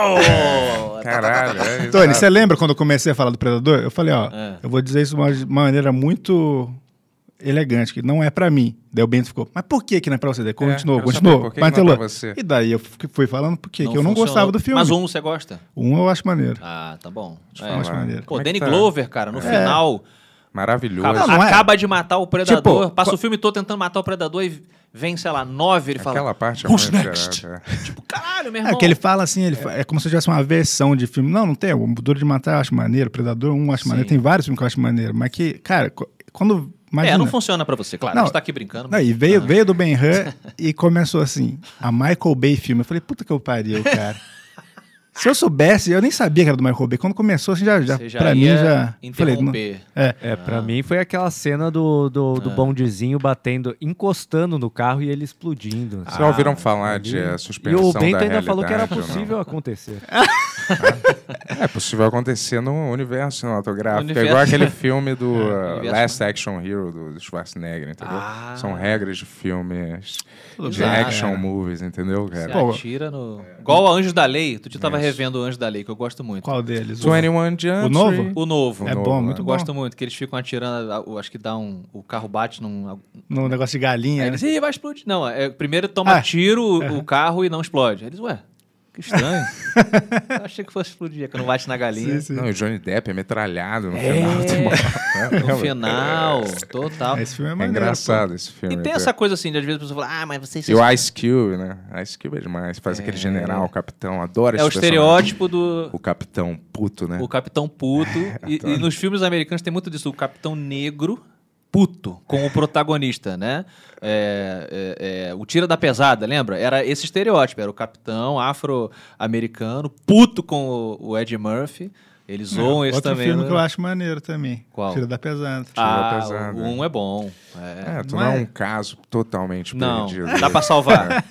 [SPEAKER 2] Caralho, é isso.
[SPEAKER 3] Tony, você lembra quando eu comecei a falar do Predador? Eu falei, ó,
[SPEAKER 5] É.
[SPEAKER 3] eu vou dizer isso de uma de uma maneira muito elegante, que não é pra mim. Daí o Bento ficou, mas por que que não é pra você? Daí continuou,
[SPEAKER 2] quero saber
[SPEAKER 3] continuou,
[SPEAKER 2] por que que não é
[SPEAKER 3] martelou.
[SPEAKER 2] pra você.
[SPEAKER 3] E daí eu f- fui falando por quê, que eu não gostava do filme.
[SPEAKER 5] Mas um você gosta?
[SPEAKER 3] Um eu acho maneiro.
[SPEAKER 5] Ah, tá bom.
[SPEAKER 3] eu acho
[SPEAKER 2] lá.
[SPEAKER 3] maneiro.
[SPEAKER 5] Pô,
[SPEAKER 2] Como é que
[SPEAKER 5] Danny
[SPEAKER 2] tá?
[SPEAKER 5] Glover, cara, no final.
[SPEAKER 2] Maravilhoso.
[SPEAKER 5] Acaba,
[SPEAKER 3] Não, não é.
[SPEAKER 5] acaba de matar o predador,
[SPEAKER 3] Tipo,
[SPEAKER 5] passa
[SPEAKER 3] qual-
[SPEAKER 5] o filme todo tentando matar o predador e vem, sei lá, nove, ele fala,
[SPEAKER 2] Aquela parte é
[SPEAKER 6] Who's
[SPEAKER 2] muito
[SPEAKER 6] next?
[SPEAKER 2] caralho,
[SPEAKER 5] tipo, caralho, meu
[SPEAKER 3] É
[SPEAKER 5] irmão.
[SPEAKER 3] que ele fala assim, ele fa- é. como se eu tivesse uma versão de filme. Não, não tem. O Duro de Matar eu acho maneiro, Predador 1 eu acho maneiro. Tem vários filmes que eu acho maneiro. Mas que, cara, co- quando. Imagina,
[SPEAKER 5] É, não funciona pra você, claro,
[SPEAKER 3] Não,
[SPEAKER 5] a gente tá aqui brincando.
[SPEAKER 3] Não,
[SPEAKER 5] mas-
[SPEAKER 3] e veio, veio do Ben Hur e começou assim, a Michael Bay filme. Eu falei, puta que eu pariu, cara. Se eu soubesse, eu nem sabia que era do Michael Bay. Quando começou, assim, já, já,
[SPEAKER 5] Você
[SPEAKER 3] pra mim
[SPEAKER 5] ia
[SPEAKER 3] já. Falei, não,
[SPEAKER 5] interromper.
[SPEAKER 3] é,
[SPEAKER 4] É,
[SPEAKER 5] Ah.
[SPEAKER 4] pra mim foi aquela cena do, do, do bondezinho batendo, encostando no carro e ele explodindo.
[SPEAKER 5] Ah,
[SPEAKER 2] Vocês já ouviram falar de eh,
[SPEAKER 4] E
[SPEAKER 2] suspensão
[SPEAKER 4] o
[SPEAKER 2] da
[SPEAKER 4] Bento ainda falou que era
[SPEAKER 2] realidade, ou não?
[SPEAKER 4] possível acontecer.
[SPEAKER 2] É possível acontecer no universo cinematográfico.
[SPEAKER 5] Universo.
[SPEAKER 2] É igual aquele filme do uh,
[SPEAKER 5] Universo.
[SPEAKER 2] Last Action Hero, do, do Schwarzenegger, entendeu?
[SPEAKER 5] Ah.
[SPEAKER 2] São regras de filmes, de
[SPEAKER 5] bem,
[SPEAKER 2] action movies, entendeu,
[SPEAKER 5] Você
[SPEAKER 2] cara?
[SPEAKER 3] Pô,
[SPEAKER 5] atira no... Igual o Anjos da Lei, outro dia eu tava revendo o Anjos da Lei, que eu gosto muito.
[SPEAKER 3] qual deles?
[SPEAKER 2] 21 Jump Street.
[SPEAKER 3] novo?
[SPEAKER 5] O novo.
[SPEAKER 3] É
[SPEAKER 2] novo,
[SPEAKER 3] bom,
[SPEAKER 2] né?
[SPEAKER 3] muito
[SPEAKER 5] Eu
[SPEAKER 3] bom.
[SPEAKER 5] gosto muito, que eles ficam atirando, a- o- acho que dá um... O carro bate
[SPEAKER 3] É.
[SPEAKER 5] num...
[SPEAKER 3] No negócio de
[SPEAKER 5] Aí
[SPEAKER 3] galinha. né?
[SPEAKER 5] eles, Ih, vai explodir. Não, é, primeiro toma
[SPEAKER 3] Ah.
[SPEAKER 5] tiro o- o carro e não explode. Eles, ué, que estranho. eu achei que fosse explodir, quando bate na
[SPEAKER 3] Sim,
[SPEAKER 5] galinha.
[SPEAKER 3] sim.
[SPEAKER 2] Não, e o Johnny Depp é metralhado no final.
[SPEAKER 3] né?
[SPEAKER 5] É, no final, total.
[SPEAKER 3] Esse filme né? é
[SPEAKER 2] É
[SPEAKER 3] maneiro. pô.
[SPEAKER 2] engraçado esse
[SPEAKER 5] E
[SPEAKER 2] filme.
[SPEAKER 5] tem essa coisa assim, de às vezes a pessoa fala, ah, mas vocês...
[SPEAKER 2] E o Ice Cube, né? Ice Cube é demais. Faz aquele general, capitão. Adoro
[SPEAKER 5] É
[SPEAKER 2] esse
[SPEAKER 5] o
[SPEAKER 2] personagem.
[SPEAKER 5] estereótipo do
[SPEAKER 2] O capitão puto, né?
[SPEAKER 5] o capitão puto. e, e nos filmes americanos tem muito disso, o capitão negro puto com o protagonista, né? É, é, é, o Tira da Pesada, lembra? Era esse estereótipo, era o capitão afro-americano puto com o, o Ed Murphy. Eles zoam esse
[SPEAKER 3] É, Outro
[SPEAKER 5] também.
[SPEAKER 3] filme
[SPEAKER 5] né?
[SPEAKER 3] que eu acho maneiro também.
[SPEAKER 5] Qual?
[SPEAKER 3] Tira da pesada.
[SPEAKER 2] da
[SPEAKER 5] ah,
[SPEAKER 2] Pesada.
[SPEAKER 5] o um é bom. é.
[SPEAKER 2] É, tu
[SPEAKER 3] Não
[SPEAKER 2] não é
[SPEAKER 3] é?
[SPEAKER 2] um caso totalmente
[SPEAKER 5] Não,
[SPEAKER 2] perdido.
[SPEAKER 5] dá pra salvar.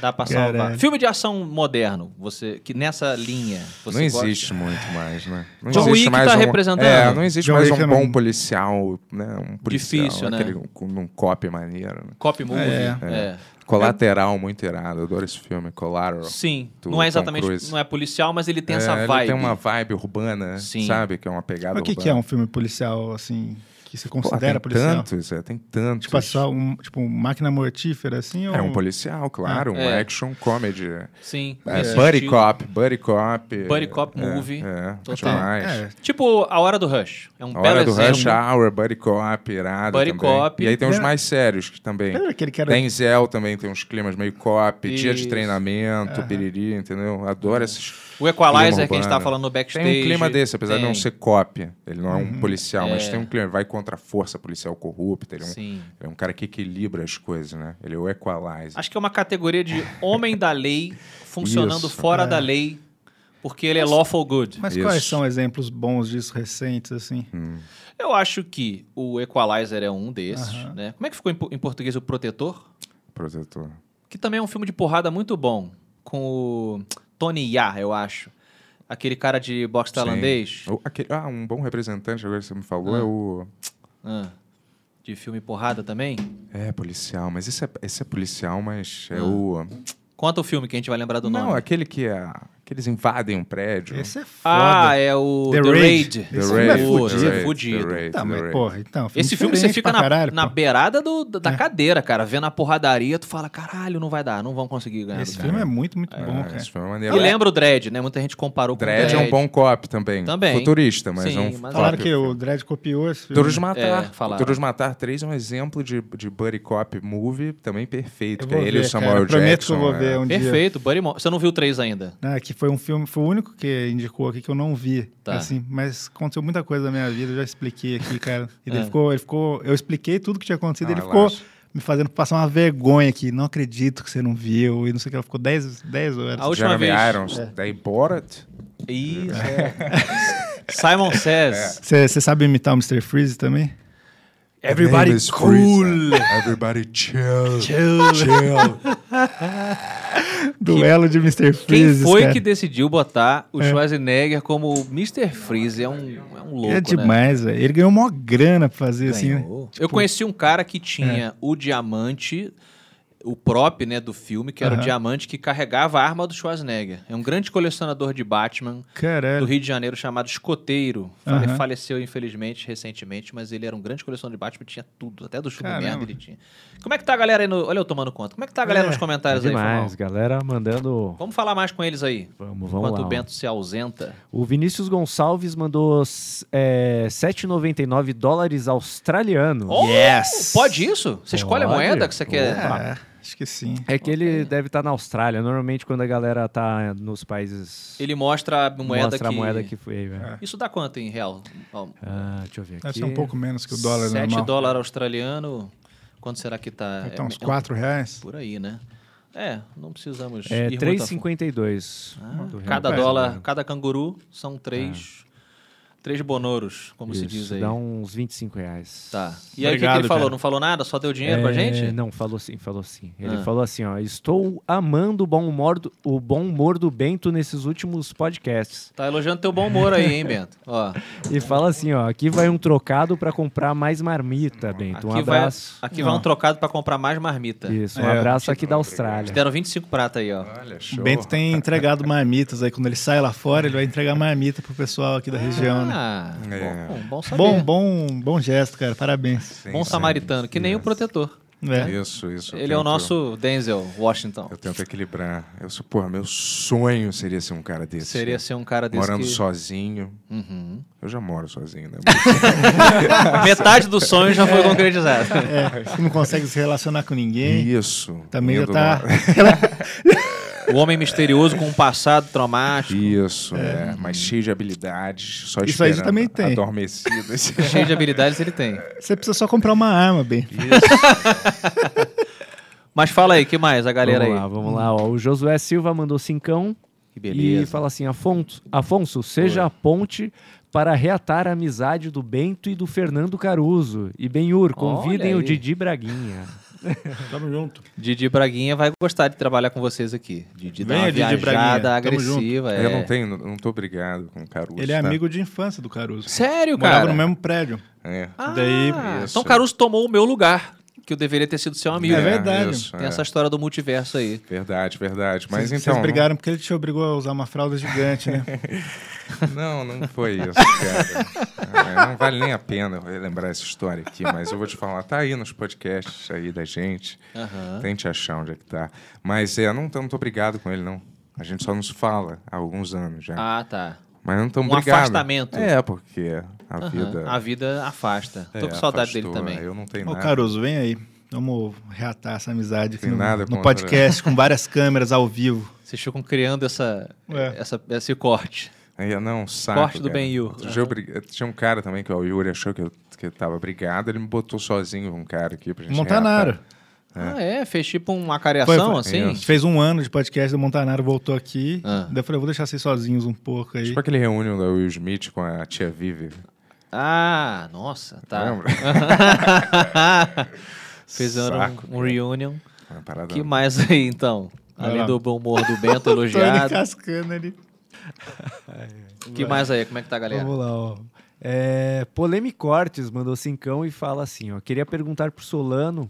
[SPEAKER 5] Dá pra
[SPEAKER 3] Caralho.
[SPEAKER 5] salvar. Filme de ação moderno, você que nessa linha você
[SPEAKER 2] não
[SPEAKER 5] gosta-
[SPEAKER 2] existe muito mais, né? Não
[SPEAKER 5] John
[SPEAKER 2] existe
[SPEAKER 5] Wick
[SPEAKER 2] mais
[SPEAKER 5] tá
[SPEAKER 2] um...
[SPEAKER 5] representando.
[SPEAKER 2] É, não existe
[SPEAKER 3] John
[SPEAKER 2] mais
[SPEAKER 3] Wick
[SPEAKER 2] um
[SPEAKER 3] é
[SPEAKER 2] bom
[SPEAKER 3] um-
[SPEAKER 2] policial, né? Um policial,
[SPEAKER 5] Difícil, né?
[SPEAKER 2] aquele com um cop maneiro. né?
[SPEAKER 5] Cop movie.
[SPEAKER 3] É.
[SPEAKER 5] é.
[SPEAKER 2] Colateral, muito irado. Eu adoro esse filme, Collateral.
[SPEAKER 5] Sim,
[SPEAKER 2] Do
[SPEAKER 5] não é
[SPEAKER 2] Tom
[SPEAKER 5] exatamente,
[SPEAKER 2] Cruise.
[SPEAKER 5] não é policial, mas ele tem
[SPEAKER 2] É,
[SPEAKER 5] essa
[SPEAKER 2] ele
[SPEAKER 5] vibe.
[SPEAKER 2] tem uma vibe urbana,
[SPEAKER 5] Sim.
[SPEAKER 2] sabe? Que é uma pegada
[SPEAKER 3] Mas o que,
[SPEAKER 2] urbana.
[SPEAKER 3] que é um filme policial, assim, que se
[SPEAKER 2] Pô, tem
[SPEAKER 3] considera policial?
[SPEAKER 2] tantos, é, tem tantos.
[SPEAKER 3] Tipo, só um, tipo, um máquina mortífera, assim?
[SPEAKER 2] É
[SPEAKER 3] ou...
[SPEAKER 2] um policial, claro, um
[SPEAKER 5] É.
[SPEAKER 2] action comedy. É,
[SPEAKER 5] Sim.
[SPEAKER 2] Buddy
[SPEAKER 5] assisti.
[SPEAKER 2] Cop, Buddy Cop.
[SPEAKER 5] Buddy cop
[SPEAKER 2] é,
[SPEAKER 5] movie.
[SPEAKER 2] É,
[SPEAKER 5] Total.
[SPEAKER 2] demais.
[SPEAKER 3] É,
[SPEAKER 5] Tipo A Hora do Rush. É um
[SPEAKER 2] A
[SPEAKER 5] belo
[SPEAKER 2] Hora do
[SPEAKER 5] exemplo.
[SPEAKER 2] Rush ah, Hour, Buddy Cop, irado
[SPEAKER 5] Buddy
[SPEAKER 2] também.
[SPEAKER 5] Cop.
[SPEAKER 2] E aí tem os
[SPEAKER 3] Era-
[SPEAKER 2] mais sérios que também.
[SPEAKER 3] Lembra aquele que era...
[SPEAKER 2] Denzel também tem uns climas meio cop, dia de
[SPEAKER 5] Isso.
[SPEAKER 2] treinamento, piriri, entendeu? Adoro esses...
[SPEAKER 5] O Equalizer,
[SPEAKER 2] Clima
[SPEAKER 5] que a gente
[SPEAKER 2] urbano.
[SPEAKER 5] tava falando no backstage.
[SPEAKER 2] Tem um clima desse, apesar de
[SPEAKER 5] Tem.
[SPEAKER 2] não ser cop. Ele não é um policial, mas tem um clima. Vai contra a força policial corrupta. Ele é um,
[SPEAKER 5] Sim.
[SPEAKER 2] ele é um cara que equilibra as coisas, né? Ele é o equalizer.
[SPEAKER 5] Acho que é uma categoria de homem da lei funcionando
[SPEAKER 2] Isso.
[SPEAKER 5] fora
[SPEAKER 3] É.
[SPEAKER 5] da lei, porque ele é lawful good.
[SPEAKER 3] Mas
[SPEAKER 2] Isso. Hum.
[SPEAKER 3] quais são exemplos bons disso recentes, assim?
[SPEAKER 5] Eu acho que o Equalizer é um desses, né? Como é que ficou em, po- em português o Protetor?
[SPEAKER 2] Protetor.
[SPEAKER 5] Que também é um filme de porrada muito bom, com o Tony Yah, eu acho. Aquele cara de boxe tailandês.
[SPEAKER 2] Ou aquele- ah, um bom representante, agora que você me falou, é o...
[SPEAKER 5] Ah, de filme porrada também.
[SPEAKER 2] É, policial, mas esse é, esse é policial, mas
[SPEAKER 5] Ah.
[SPEAKER 2] é o...
[SPEAKER 5] Conta o filme que a gente vai lembrar do
[SPEAKER 2] Não,
[SPEAKER 5] nome.
[SPEAKER 2] aquele que é... Que eles invadem um prédio.
[SPEAKER 3] Esse é foda.
[SPEAKER 5] Ah, é o
[SPEAKER 3] The
[SPEAKER 5] The,
[SPEAKER 3] Raid.
[SPEAKER 5] Raid.
[SPEAKER 3] The
[SPEAKER 2] The
[SPEAKER 3] Esse filme é
[SPEAKER 2] Raid,
[SPEAKER 3] fudido.
[SPEAKER 2] The
[SPEAKER 5] Esse é
[SPEAKER 2] Raid,
[SPEAKER 5] fudido.
[SPEAKER 2] The Raid,
[SPEAKER 3] Tá,
[SPEAKER 2] The
[SPEAKER 3] mas,
[SPEAKER 2] Raid.
[SPEAKER 3] porra, então...
[SPEAKER 5] Esse filme você
[SPEAKER 3] diferente
[SPEAKER 5] fica
[SPEAKER 3] pra
[SPEAKER 5] na,
[SPEAKER 3] caralho,
[SPEAKER 5] na
[SPEAKER 3] pô. É.
[SPEAKER 5] beirada do- da da cadeira, cara. Vendo a porradaria, tu fala, caralho, não vai dar, não vão conseguir ganhar.
[SPEAKER 3] Esse
[SPEAKER 5] do
[SPEAKER 3] filme é muito, muito bom,
[SPEAKER 2] Ah,
[SPEAKER 3] cara.
[SPEAKER 2] esse foi uma
[SPEAKER 5] cara.
[SPEAKER 2] maneira.
[SPEAKER 5] E lembra o Dredd, né? Muita gente comparou
[SPEAKER 2] Dredd
[SPEAKER 5] com
[SPEAKER 2] é um bom cop também.
[SPEAKER 5] Também.
[SPEAKER 2] Futurista, mas
[SPEAKER 5] Sim,
[SPEAKER 2] é um
[SPEAKER 5] mas-
[SPEAKER 3] Falaram
[SPEAKER 2] cop.
[SPEAKER 3] que o Dredd copiou esse filme.
[SPEAKER 2] Duros Matar.
[SPEAKER 5] É, falaram.
[SPEAKER 2] Duros Matar 3 é um exemplo de, de buddy cop movie também perfeito.
[SPEAKER 3] Eu
[SPEAKER 2] Que é
[SPEAKER 3] vou
[SPEAKER 2] ele e o
[SPEAKER 3] ver,
[SPEAKER 2] Samuel
[SPEAKER 3] cara.
[SPEAKER 2] Jackson.
[SPEAKER 3] Prometo que eu vou
[SPEAKER 2] é.
[SPEAKER 3] ver um dia.
[SPEAKER 5] Perfeito, Buddy Mo- Você não viu o 3 ainda.
[SPEAKER 3] né, que foi um filme, foi o único que indicou aqui que eu não vi.
[SPEAKER 5] Tá.
[SPEAKER 3] Assim, mas aconteceu muita coisa na minha vida, eu já expliquei aqui, cara. E
[SPEAKER 5] É.
[SPEAKER 3] ele ficou, ele ficou, eu expliquei tudo que tinha acontecido,
[SPEAKER 2] Ah,
[SPEAKER 3] ele ficou
[SPEAKER 2] relaxa.
[SPEAKER 3] me fazendo passar uma vergonha aqui. Não acredito que você não viu, e não sei o que, ela ficou 10 10 horas.
[SPEAKER 5] A última
[SPEAKER 2] Jeremy
[SPEAKER 5] vez.
[SPEAKER 2] Irons.
[SPEAKER 3] É.
[SPEAKER 2] Daí Borat.
[SPEAKER 5] Isso. é. Simon Says.
[SPEAKER 3] Você você sabe imitar o Mr. Freeze também?
[SPEAKER 5] É
[SPEAKER 2] Everybody cool. Everybody chill. Chill.
[SPEAKER 3] Duelo de Mr. Freeze.
[SPEAKER 5] Quem foi
[SPEAKER 3] cara. É.
[SPEAKER 5] que decidiu botar o Schwarzenegger como o Mr. Freeze? É um, é um louco,
[SPEAKER 3] É
[SPEAKER 5] né?
[SPEAKER 3] demais, velho. Ele ganhou mó grana pra fazer assim, né?
[SPEAKER 5] Ganhou. Eu conheci um cara que
[SPEAKER 3] é.
[SPEAKER 5] tinha o diamante, o prop né, do filme, que era o
[SPEAKER 3] Aham.
[SPEAKER 5] diamante que carregava a arma do Schwarzenegger. É um grande colecionador de Batman do
[SPEAKER 3] Caralho.
[SPEAKER 5] Rio de Janeiro chamado Escoteiro. Ele
[SPEAKER 3] Aham.
[SPEAKER 5] faleceu, infelizmente, recentemente, mas ele era um grande colecionador de Batman, tinha tudo, até do filme
[SPEAKER 3] Caramba.
[SPEAKER 5] merda ele tinha. Como é que tá a galera aí no... Olha eu tomando conta. Como é que tá a galera
[SPEAKER 3] É,
[SPEAKER 5] nos comentários aí,
[SPEAKER 4] Demais,
[SPEAKER 5] Fumão?
[SPEAKER 4] galera mandando.
[SPEAKER 5] Vamos falar mais com eles aí.
[SPEAKER 4] Vamos, vamos
[SPEAKER 5] Enquanto
[SPEAKER 4] lá.
[SPEAKER 5] o Bento se ausenta.
[SPEAKER 4] O Vinícius Gonçalves mandou é, 7,99 dólares australiano.
[SPEAKER 5] Oh, Pode isso? Você escolhe a
[SPEAKER 4] Pode.
[SPEAKER 5] moeda que você quer.
[SPEAKER 4] Opa.
[SPEAKER 3] É, acho que sim.
[SPEAKER 4] É que ele deve estar na Austrália. Normalmente, quando a galera tá nos países.
[SPEAKER 5] Ele mostra a moeda
[SPEAKER 4] mostra
[SPEAKER 5] que. É.
[SPEAKER 4] a moeda que foi. velho.
[SPEAKER 5] Isso dá quanto em real? Ó,
[SPEAKER 4] Ah, deixa eu ver
[SPEAKER 3] Deve
[SPEAKER 4] aqui.
[SPEAKER 3] ser um pouco menos que o dólar
[SPEAKER 5] 7
[SPEAKER 3] normal.
[SPEAKER 5] dólares australiano. Quanto será que tá?
[SPEAKER 3] Vai estar
[SPEAKER 5] É,
[SPEAKER 3] uns
[SPEAKER 5] é um-
[SPEAKER 3] 4 reais.
[SPEAKER 5] Por aí, né? É, não precisamos.
[SPEAKER 4] É
[SPEAKER 5] ir muito a fundo.
[SPEAKER 4] 3,52. do real
[SPEAKER 5] Ah, Cada
[SPEAKER 4] brasileiro.
[SPEAKER 5] dólar, cada canguru são três. Três bonoros, como se
[SPEAKER 4] Isso,
[SPEAKER 5] diz aí.
[SPEAKER 4] Dá um uns 25 reais.
[SPEAKER 5] Tá. E aí, o que que,
[SPEAKER 3] Obrigado,
[SPEAKER 5] ele falou?
[SPEAKER 3] cara.
[SPEAKER 5] Não falou nada? Só deu dinheiro pra
[SPEAKER 4] É,
[SPEAKER 5] gente?
[SPEAKER 4] Não, falou sim, falou sim. Ele
[SPEAKER 5] Ah.
[SPEAKER 4] falou assim, ó, estou amando o bom humor do, o bom humor do Bento nesses últimos podcasts.
[SPEAKER 5] Tá elogiando teu bom humor aí, hein, Bento? Ó,
[SPEAKER 4] E fala assim, ó, aqui vai um trocado para comprar mais marmita, Bento. Um
[SPEAKER 5] aqui, vai,
[SPEAKER 4] abraço.
[SPEAKER 5] aqui vai um trocado pra comprar mais marmita.
[SPEAKER 4] Isso, um
[SPEAKER 3] É,
[SPEAKER 4] abraço aqui da Austrália.
[SPEAKER 5] Deram 25 prata aí, ó.
[SPEAKER 2] Olha, né?
[SPEAKER 3] O
[SPEAKER 2] show.
[SPEAKER 3] Bento tem entregado marmitas aí. Quando ele sai lá fora, ele vai entregar marmita pro pessoal aqui da região, né?
[SPEAKER 5] Ah,
[SPEAKER 2] É.
[SPEAKER 5] bom, bom saber.
[SPEAKER 3] Bom, bom, bom gesto, cara. Parabéns.
[SPEAKER 2] Sim,
[SPEAKER 5] Bom
[SPEAKER 2] sim.
[SPEAKER 5] samaritano, que nem o protetor.
[SPEAKER 3] É.
[SPEAKER 2] Isso, isso. eu
[SPEAKER 5] Ele é o
[SPEAKER 2] tento-
[SPEAKER 5] nosso Denzel Washington.
[SPEAKER 2] Eu tento equilibrar. Eu sou, porra, meu sonho seria ser um cara desse.
[SPEAKER 5] Seria ser um cara desse
[SPEAKER 2] Morando
[SPEAKER 5] que...
[SPEAKER 2] sozinho.
[SPEAKER 5] Uhum.
[SPEAKER 2] Eu já moro sozinho, né?
[SPEAKER 5] Metade do sonho já foi concretizado.
[SPEAKER 3] É, você não consegue se relacionar com ninguém.
[SPEAKER 2] Isso.
[SPEAKER 3] Também já
[SPEAKER 2] Indo
[SPEAKER 3] tá.
[SPEAKER 2] no-
[SPEAKER 5] O homem misterioso com um passado traumático,
[SPEAKER 2] Isso, é. mas cheio de habilidades, só
[SPEAKER 3] Isso aí
[SPEAKER 2] esperando,
[SPEAKER 3] também tem.
[SPEAKER 2] Adormecidas.
[SPEAKER 5] cheio de habilidades ele tem.
[SPEAKER 3] Você precisa só comprar uma arma, bem.
[SPEAKER 5] Mas fala aí, que mais a galera
[SPEAKER 4] vamos
[SPEAKER 5] aí?
[SPEAKER 4] lá, vamos lá. Ó. O Josué Silva mandou cincão
[SPEAKER 5] Que
[SPEAKER 4] e
[SPEAKER 5] beleza.
[SPEAKER 4] fala assim, Afonso, Afonso seja a ponte para reatar a amizade do Bento e do Fernando Caruso. E Benhur, convidem
[SPEAKER 5] Olha
[SPEAKER 4] o
[SPEAKER 5] aí.
[SPEAKER 4] Didi Braguinha.
[SPEAKER 3] Tamo junto.
[SPEAKER 5] Didi Braguinha vai gostar de trabalhar com vocês aqui. Didi dá
[SPEAKER 3] Venha,
[SPEAKER 5] uma
[SPEAKER 3] Didi Braguinha, tamo
[SPEAKER 5] viajada agressiva.
[SPEAKER 2] Eu
[SPEAKER 5] é.
[SPEAKER 2] não tenho, não tô brigado com o Caruso.
[SPEAKER 3] Ele é
[SPEAKER 2] tá?
[SPEAKER 3] amigo de infância do Caruso.
[SPEAKER 5] Sério,
[SPEAKER 3] Morava
[SPEAKER 5] cara?
[SPEAKER 3] no mesmo prédio.
[SPEAKER 2] É.
[SPEAKER 5] Ah,
[SPEAKER 3] Daí-
[SPEAKER 5] então Caruso tomou o meu lugar. que eu deveria ter sido seu amigo.
[SPEAKER 3] É verdade.
[SPEAKER 5] Tem essa história do multiverso aí.
[SPEAKER 2] Verdade, verdade. Mas
[SPEAKER 3] Vocês,
[SPEAKER 2] então.
[SPEAKER 3] vocês brigaram porque ele te obrigou a usar uma fralda gigante, né?
[SPEAKER 2] Não, não foi isso, cara. É, não vale nem a pena eu lembrar essa história aqui, mas eu vou te falar, tá aí nos podcasts aí da gente. Tente achar onde é que tá. Mas é, não, tô- não tô brigado com ele, não. A gente só nos fala há alguns anos já.
[SPEAKER 5] Ah, tá.
[SPEAKER 2] mas não tão
[SPEAKER 5] um
[SPEAKER 2] brigado.
[SPEAKER 5] afastamento.
[SPEAKER 2] É, porque a
[SPEAKER 5] Aham.
[SPEAKER 2] vida.
[SPEAKER 5] A vida afasta.
[SPEAKER 2] é,
[SPEAKER 5] Tô com saudade dele
[SPEAKER 2] afastou, é,
[SPEAKER 5] também.
[SPEAKER 2] Eu não tenho
[SPEAKER 3] Ô,
[SPEAKER 2] nada.
[SPEAKER 3] Caruso, vem aí. Vamos reatar essa amizade aqui
[SPEAKER 2] Tem
[SPEAKER 3] no,
[SPEAKER 2] nada
[SPEAKER 3] no
[SPEAKER 2] contra-
[SPEAKER 3] podcast, com várias câmeras ao vivo.
[SPEAKER 5] Vocês ficam criando essa,
[SPEAKER 3] Ué.
[SPEAKER 5] essa, esse corte.
[SPEAKER 2] Aí, eu- não, um saco,
[SPEAKER 5] Corte do
[SPEAKER 2] cara.
[SPEAKER 5] Ben-Hur.
[SPEAKER 2] Outro dia eu brig- Tinha um cara também que ó, o Yuri achou que eu, que eu tava brigado, ele me botou sozinho um cara aqui pra gente
[SPEAKER 3] Montanaro.
[SPEAKER 2] reatar.
[SPEAKER 5] Ah, é? Fez tipo uma
[SPEAKER 3] Foi,
[SPEAKER 5] careação,
[SPEAKER 3] foi.
[SPEAKER 5] assim?
[SPEAKER 2] Isso.
[SPEAKER 3] Fez um ano de podcast do Montanaro, voltou aqui.
[SPEAKER 5] Ah.
[SPEAKER 3] Daí eu falei, eu vou deixar vocês sozinhos um pouco aí.
[SPEAKER 2] Tipo aquele reunião da Will Smith com a tia Vivi.
[SPEAKER 5] Ah, nossa, tá.
[SPEAKER 2] Lembra?
[SPEAKER 5] Fizeram
[SPEAKER 2] Saco,
[SPEAKER 5] um, um reunion.
[SPEAKER 2] Uma parada.
[SPEAKER 5] que mais aí, então?
[SPEAKER 3] Vai
[SPEAKER 5] Além
[SPEAKER 3] lá.
[SPEAKER 5] do bom humor do Bento
[SPEAKER 3] Tony
[SPEAKER 5] elogiado.
[SPEAKER 3] cascando ali.
[SPEAKER 5] Tá
[SPEAKER 3] Então,
[SPEAKER 5] que mais aí? Como é que tá, galera?
[SPEAKER 4] Vamos lá, ó. É, Polemi Cortes mandou cincão e fala assim, ó. Queria perguntar pro Solano.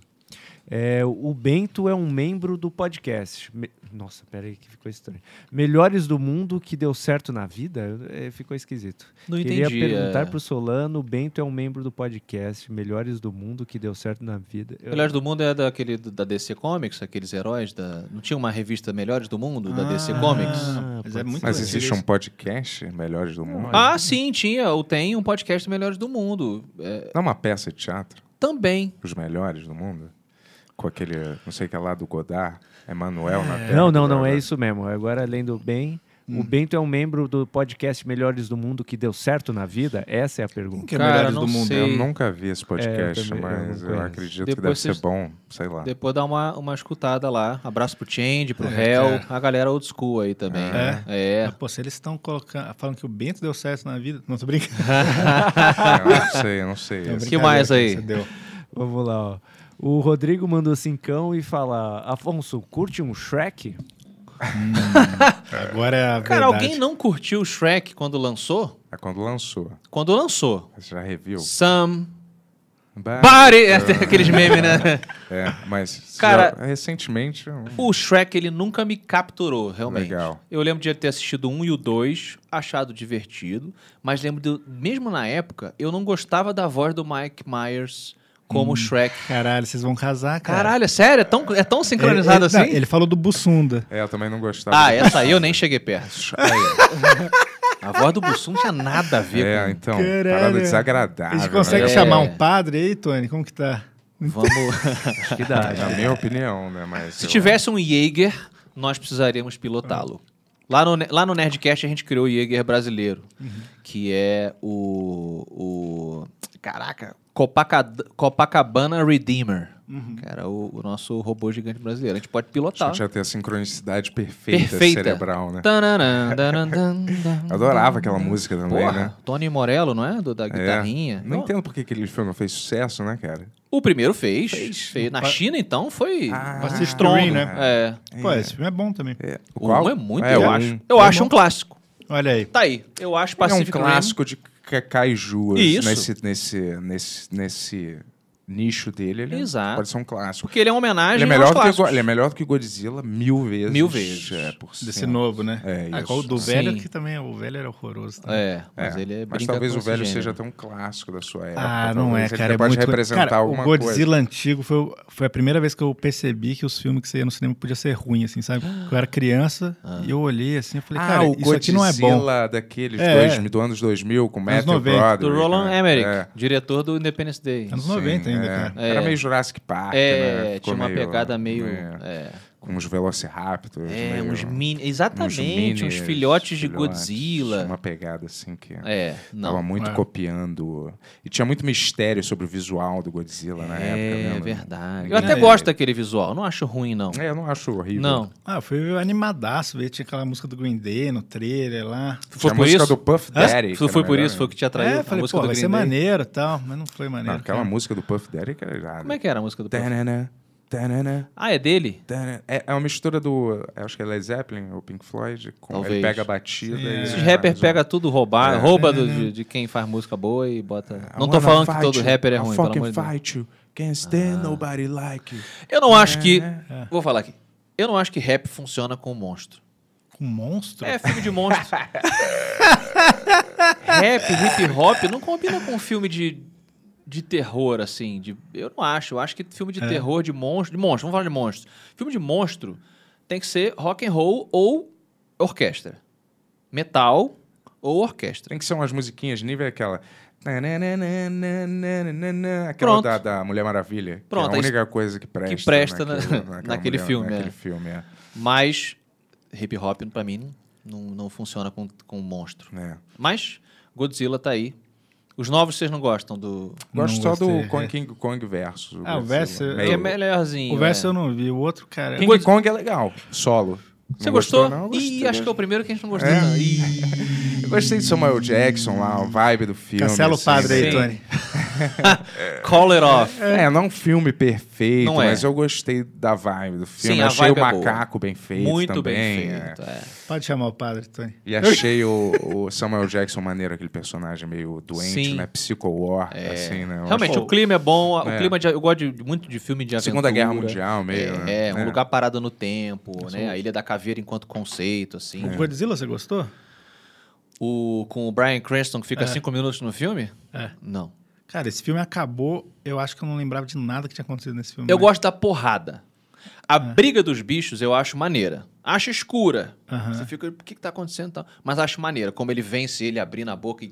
[SPEAKER 4] é, o Bento é um membro do podcast. Me- Nossa, peraí que ficou estranho. Melhores do mundo que deu certo na vida? É, ficou esquisito.
[SPEAKER 5] Não
[SPEAKER 4] Queria
[SPEAKER 5] entendi.
[SPEAKER 4] perguntar
[SPEAKER 5] é.
[SPEAKER 4] pro Solano. O Bento é um membro do podcast Melhores do Mundo que deu certo na vida. Eu-
[SPEAKER 5] Melhores do Mundo é daquele do- da DC Comics, aqueles heróis da. Não tinha uma revista Melhores do Mundo da DC
[SPEAKER 3] Ah,
[SPEAKER 5] Comics?
[SPEAKER 3] Mas é muito
[SPEAKER 2] Mas
[SPEAKER 3] legal.
[SPEAKER 2] existe um podcast melhores do mundo?
[SPEAKER 5] Ah, sim, tinha. Ou tem um podcast Melhores do Mundo. É,
[SPEAKER 2] Não é uma peça de teatro?
[SPEAKER 5] também.
[SPEAKER 2] Os melhores do mundo? Com aquele, não sei o que lá, do Godard. É Manuel na terra
[SPEAKER 4] Não,
[SPEAKER 2] do
[SPEAKER 4] não, não, é
[SPEAKER 2] Godard.
[SPEAKER 4] isso mesmo. Agora, lendo bem,
[SPEAKER 5] Hum.
[SPEAKER 4] o Bento é um membro do podcast Melhores do Mundo que deu certo na vida? Essa é a pergunta.
[SPEAKER 3] que é
[SPEAKER 5] Cara,
[SPEAKER 3] melhores
[SPEAKER 5] não
[SPEAKER 3] do mundo.
[SPEAKER 5] sei.
[SPEAKER 2] Eu nunca vi esse podcast,
[SPEAKER 4] É, eu também- eu
[SPEAKER 2] mas
[SPEAKER 4] não
[SPEAKER 2] eu,
[SPEAKER 4] conheço.
[SPEAKER 2] acredito que deve
[SPEAKER 5] Depois vocês-
[SPEAKER 2] ser bom, sei lá.
[SPEAKER 5] Depois dá uma, uma escutada lá. Abraço pro Change, pro Hell, a galera old school aí também.
[SPEAKER 2] um-
[SPEAKER 3] É?
[SPEAKER 5] É.
[SPEAKER 3] Mas, pô, se eles estão colocando, falando que o Bento deu certo na vida. Não, tô brincando.
[SPEAKER 2] Eu não sei, eu não sei.
[SPEAKER 3] É uma
[SPEAKER 2] Esse-
[SPEAKER 5] Que mais aí?
[SPEAKER 3] brincadeira que você deu.
[SPEAKER 4] Vamos lá, ó. O Rodrigo mandou cincão e fala: Afonso, curte um Shrek?
[SPEAKER 3] Agora é a
[SPEAKER 5] Cara,
[SPEAKER 3] verdade.
[SPEAKER 5] alguém não curtiu o Shrek quando lançou?
[SPEAKER 2] É quando lançou.
[SPEAKER 5] Quando lançou.
[SPEAKER 2] Você já reviu?
[SPEAKER 5] Some.
[SPEAKER 2] Bah,
[SPEAKER 5] Body! É, tem aqueles memes, né?
[SPEAKER 2] É, mas
[SPEAKER 5] Cara-
[SPEAKER 2] já- recentemente... eu-
[SPEAKER 5] O Shrek, ele nunca me capturou, realmente.
[SPEAKER 2] Legal.
[SPEAKER 5] Eu lembro de ter assistido um e o dois, achado divertido, mas lembro, de, mesmo na época, eu não gostava da voz do Mike Myers como
[SPEAKER 3] Hum.
[SPEAKER 5] Shrek.
[SPEAKER 3] Caralho, vocês vão casar, cara.
[SPEAKER 5] Caralho, é sério? É tão, é tão
[SPEAKER 3] Ele- ele,
[SPEAKER 5] sincronizado
[SPEAKER 3] não,
[SPEAKER 5] assim?
[SPEAKER 3] ele falou do Bussunda.
[SPEAKER 2] É, eu também não gostava.
[SPEAKER 5] Ah, essa aí eu nem cheguei perto.
[SPEAKER 2] Aí,
[SPEAKER 5] A voz do Bussum não tinha nada a ver
[SPEAKER 2] é,
[SPEAKER 5] com...
[SPEAKER 2] então,
[SPEAKER 3] Caralho.
[SPEAKER 2] parada
[SPEAKER 3] A
[SPEAKER 2] desagradável.
[SPEAKER 3] gente consegue
[SPEAKER 2] né?
[SPEAKER 5] É.
[SPEAKER 3] chamar um padre aí, Tony? Como que tá?
[SPEAKER 5] Vamos...
[SPEAKER 4] Que dá. né?
[SPEAKER 2] É, Na minha opinião, né? Mas
[SPEAKER 5] Se
[SPEAKER 2] eu-
[SPEAKER 5] tivesse um Jaeger, nós precisaríamos pilotá-lo. Lá no, lá no Nerdcast a gente criou o Jaeger brasileiro,
[SPEAKER 2] Uhum.
[SPEAKER 5] que é o. o caraca! Copacad- Copacabana Redeemer. Que era o, o nosso robô gigante brasileiro. A gente pode
[SPEAKER 2] Uhum. A
[SPEAKER 5] pilotar.
[SPEAKER 2] gente ia ter a sincronicidade perfeita, cerebral, né?
[SPEAKER 5] Tananã, danandan, dan.
[SPEAKER 2] Eu adorava aquela música também,
[SPEAKER 5] Porra,
[SPEAKER 2] né?
[SPEAKER 5] Tony Morello, não é? Do, da
[SPEAKER 2] É.
[SPEAKER 5] guitarrinha.
[SPEAKER 2] Não
[SPEAKER 5] Não.
[SPEAKER 2] entendo por que aquele filme não fez sucesso, né, cara?
[SPEAKER 5] O primeiro fez. fez. Na China, então, foi.
[SPEAKER 2] Ah,
[SPEAKER 5] foi
[SPEAKER 3] Pacific
[SPEAKER 5] estrondo.
[SPEAKER 3] Rim, né?
[SPEAKER 5] É.
[SPEAKER 3] Pô, esse filme é bom também.
[SPEAKER 2] É. O
[SPEAKER 5] O
[SPEAKER 2] qual?
[SPEAKER 5] um é muito,
[SPEAKER 2] É,
[SPEAKER 5] eu
[SPEAKER 2] o
[SPEAKER 5] acho.
[SPEAKER 2] um.
[SPEAKER 5] Eu acho um clássico.
[SPEAKER 3] Olha aí.
[SPEAKER 5] Tá aí. Eu acho
[SPEAKER 2] É um
[SPEAKER 5] Pacific
[SPEAKER 2] clássico de ca- kaiju. assim,
[SPEAKER 5] Isso.
[SPEAKER 2] Nesse, nesse, nesse, nesse nicho dele, ele
[SPEAKER 5] Exato.
[SPEAKER 2] pode ser um clássico.
[SPEAKER 5] Porque ele é uma homenagem
[SPEAKER 2] Ele é, melhor
[SPEAKER 5] aos
[SPEAKER 2] do que,
[SPEAKER 5] clássicos.
[SPEAKER 2] Go- ele é melhor do que Godzilla mil vezes.
[SPEAKER 5] Mil vezes.
[SPEAKER 2] É, por cento.
[SPEAKER 3] Desse novo, né?
[SPEAKER 2] É,
[SPEAKER 3] Ah,
[SPEAKER 2] isso.
[SPEAKER 3] qual- do velho,
[SPEAKER 5] Sim.
[SPEAKER 3] que também é- o velho era horroroso. também.
[SPEAKER 5] É, mas
[SPEAKER 2] É,
[SPEAKER 5] ele é
[SPEAKER 2] Mas
[SPEAKER 5] brinca
[SPEAKER 2] talvez o
[SPEAKER 5] com esse
[SPEAKER 2] velho
[SPEAKER 5] gênero.
[SPEAKER 2] seja até um clássico da sua época.
[SPEAKER 3] Ah, não é,
[SPEAKER 2] talvez.
[SPEAKER 3] cara.
[SPEAKER 2] Ele
[SPEAKER 3] é
[SPEAKER 2] pode
[SPEAKER 3] muito...
[SPEAKER 2] representar
[SPEAKER 3] cara,
[SPEAKER 2] alguma
[SPEAKER 3] o
[SPEAKER 2] coisa.
[SPEAKER 3] Godzilla antigo foi, o- foi a primeira vez que eu percebi que os filmes que você ia no cinema podia ser ruim, assim, sabe? Eu era criança e eu olhei assim e falei,
[SPEAKER 2] Ah,
[SPEAKER 3] cara,
[SPEAKER 2] o
[SPEAKER 3] isso aqui não é bom.
[SPEAKER 2] Godzilla daqueles
[SPEAKER 3] É,
[SPEAKER 2] dois,
[SPEAKER 3] é.
[SPEAKER 2] do anos 2000, com Matthew
[SPEAKER 3] 90.
[SPEAKER 2] Broderick.
[SPEAKER 5] Do Roland
[SPEAKER 2] né?
[SPEAKER 5] Emmerich,
[SPEAKER 2] É,
[SPEAKER 5] diretor do Independence Day.
[SPEAKER 3] Anos
[SPEAKER 2] sim,
[SPEAKER 3] 90
[SPEAKER 2] é.
[SPEAKER 3] ainda, cara.
[SPEAKER 5] É.
[SPEAKER 2] Era meio Jurassic Park, né?
[SPEAKER 5] É,
[SPEAKER 2] Ficou
[SPEAKER 5] tinha uma
[SPEAKER 2] meio-
[SPEAKER 5] pegada meio...
[SPEAKER 2] é,
[SPEAKER 5] É,
[SPEAKER 2] Com uns Velociraptors.
[SPEAKER 5] é,
[SPEAKER 2] meio-
[SPEAKER 5] uns mini... Exatamente, uns,
[SPEAKER 2] minis,
[SPEAKER 5] filhotes de
[SPEAKER 2] filhotes,
[SPEAKER 5] Godzilla.
[SPEAKER 2] Uma pegada assim que...
[SPEAKER 5] É, não.
[SPEAKER 2] Tava muito
[SPEAKER 3] É.
[SPEAKER 2] copiando. E tinha muito mistério sobre o visual do Godzilla na época. né,
[SPEAKER 5] É,
[SPEAKER 2] lembra?
[SPEAKER 5] verdade. Eu
[SPEAKER 3] É.
[SPEAKER 5] até gosto daquele visual, não acho ruim, não.
[SPEAKER 2] É, eu não acho horrível.
[SPEAKER 5] Não.
[SPEAKER 3] Ah, foi animadaço, ver tinha aquela música do Green Day no trailer lá.
[SPEAKER 2] Foi
[SPEAKER 5] Foi
[SPEAKER 2] a
[SPEAKER 5] por
[SPEAKER 2] música
[SPEAKER 5] isso?
[SPEAKER 2] do Puff Daddy. que
[SPEAKER 5] Foi,
[SPEAKER 2] era
[SPEAKER 5] foi por
[SPEAKER 2] melhor,
[SPEAKER 5] isso,
[SPEAKER 2] né?
[SPEAKER 5] foi o que te atraiu
[SPEAKER 3] É,
[SPEAKER 5] a
[SPEAKER 3] eu falei,
[SPEAKER 5] música
[SPEAKER 3] pô,
[SPEAKER 5] do
[SPEAKER 3] vai
[SPEAKER 5] Green
[SPEAKER 3] ser
[SPEAKER 5] Day.
[SPEAKER 3] maneiro e tal, mas não foi
[SPEAKER 2] Não,
[SPEAKER 3] maneiro.
[SPEAKER 2] Ah, aquela
[SPEAKER 3] cara.
[SPEAKER 2] música do Puff Daddy que era irada.
[SPEAKER 5] É. Como é que era a música do... Puff?
[SPEAKER 2] Tanana, tanana,
[SPEAKER 5] Ah, é dele?
[SPEAKER 2] tanana. É, é uma mistura do. eu Acho que é Led Zeppelin ou Pink Floyd. Com,
[SPEAKER 5] Talvez.
[SPEAKER 2] Ele pega a batida
[SPEAKER 3] é.
[SPEAKER 2] e.
[SPEAKER 5] Esses rappers pegam tudo roubado,
[SPEAKER 2] É.
[SPEAKER 5] rouba do- de, de quem faz música boa e bota. Não tô falando que todo rapper é ruim, pelo amor de Deus.
[SPEAKER 2] fight you. Can't
[SPEAKER 3] Ah.
[SPEAKER 2] stand nobody like you.
[SPEAKER 5] Eu não
[SPEAKER 2] É,
[SPEAKER 5] acho que.
[SPEAKER 2] né?
[SPEAKER 5] Vou falar aqui. Eu não acho que rap funciona com monstro.
[SPEAKER 3] Com monstro?
[SPEAKER 5] É filme de monstro. rap, hip hop não combina com filme de, de terror, assim. De, eu não acho. Eu acho que filme
[SPEAKER 2] É.
[SPEAKER 5] de terror, de monstro. De monstro, vamos falar de monstro. Filme de monstro tem que ser rock and roll ou orquestra. Metal ou orquestra.
[SPEAKER 2] Tem que ser umas musiquinhas nível aquela. Aquela
[SPEAKER 5] Pronto.
[SPEAKER 2] da, da Mulher Maravilha. que
[SPEAKER 5] Pronto,
[SPEAKER 2] é
[SPEAKER 5] é
[SPEAKER 2] a
[SPEAKER 5] isso
[SPEAKER 2] única coisa que presta.
[SPEAKER 5] presta na-
[SPEAKER 2] naquela-
[SPEAKER 5] naquele filme, é.
[SPEAKER 2] Naquele filme, é.
[SPEAKER 5] Mas hip hop, pra mim, não, não funciona com, com um monstro.
[SPEAKER 2] É.
[SPEAKER 5] Mas Godzilla tá aí. Os novos vocês não gostam do.
[SPEAKER 2] Gosto
[SPEAKER 3] Não
[SPEAKER 2] só do
[SPEAKER 3] gostei,
[SPEAKER 2] Kong,
[SPEAKER 3] é.
[SPEAKER 2] King Kong versus.
[SPEAKER 3] Ah, o
[SPEAKER 2] Godzilla.
[SPEAKER 3] verso-
[SPEAKER 2] Meio-
[SPEAKER 5] Que é melhorzinho.
[SPEAKER 3] O verso
[SPEAKER 5] é.
[SPEAKER 3] eu não vi, o outro, cara.
[SPEAKER 2] King Kong é legal, solo.
[SPEAKER 5] Você
[SPEAKER 2] Não
[SPEAKER 5] gostou?
[SPEAKER 2] não? Eu
[SPEAKER 5] Ih,
[SPEAKER 2] gostei,
[SPEAKER 5] acho que é o primeiro que a gente não gostou.
[SPEAKER 2] É.
[SPEAKER 5] não. Ih.
[SPEAKER 2] Eu gostei de Samuel Jackson lá, a vibe do filme.
[SPEAKER 3] Cancela o
[SPEAKER 2] assim,
[SPEAKER 3] padre aí, é.
[SPEAKER 2] né?
[SPEAKER 5] Sim.
[SPEAKER 3] Tony.
[SPEAKER 5] Call it off.
[SPEAKER 2] É, não um filme perfeito,
[SPEAKER 5] Não é.
[SPEAKER 2] mas eu gostei da vibe do filme.
[SPEAKER 5] Sim, a
[SPEAKER 2] achei o
[SPEAKER 5] vibe é boa.
[SPEAKER 2] macaco bem feito
[SPEAKER 5] Muito
[SPEAKER 2] também.
[SPEAKER 5] bem
[SPEAKER 2] é.
[SPEAKER 5] feito. é.
[SPEAKER 3] Pode chamar o padre, Tony.
[SPEAKER 2] E achei o, o Samuel Jackson maneiro, aquele personagem meio doente,
[SPEAKER 5] Sim. É.
[SPEAKER 2] né? Psico-war, assim, né? Eu
[SPEAKER 5] Realmente,
[SPEAKER 2] acho-
[SPEAKER 5] o clima é bom. a-
[SPEAKER 2] É.
[SPEAKER 5] O clima de- eu gosto de- muito de filme de aventura.
[SPEAKER 2] Segunda Guerra Mundial, meio,
[SPEAKER 5] É,
[SPEAKER 2] né? É,
[SPEAKER 5] é, um lugar parado no tempo, né? A Ilha da Caveira enquanto conceito, assim.
[SPEAKER 3] O Godzilla, você gostou?
[SPEAKER 5] O, com o Brian Cranston, que fica
[SPEAKER 2] É.
[SPEAKER 5] cinco minutos no filme?
[SPEAKER 3] É.
[SPEAKER 5] Não.
[SPEAKER 3] Cara, esse filme acabou, eu acho que eu não lembrava de nada que tinha acontecido nesse filme.
[SPEAKER 5] Eu gosto da porrada.
[SPEAKER 2] É.
[SPEAKER 5] A briga dos bichos eu acho maneira. Acho escura.
[SPEAKER 2] É.
[SPEAKER 3] Aham.
[SPEAKER 5] Você fica, o que, que tá acontecendo? e tal? Mas acho maneira. Como ele vence ele abrindo a boca e.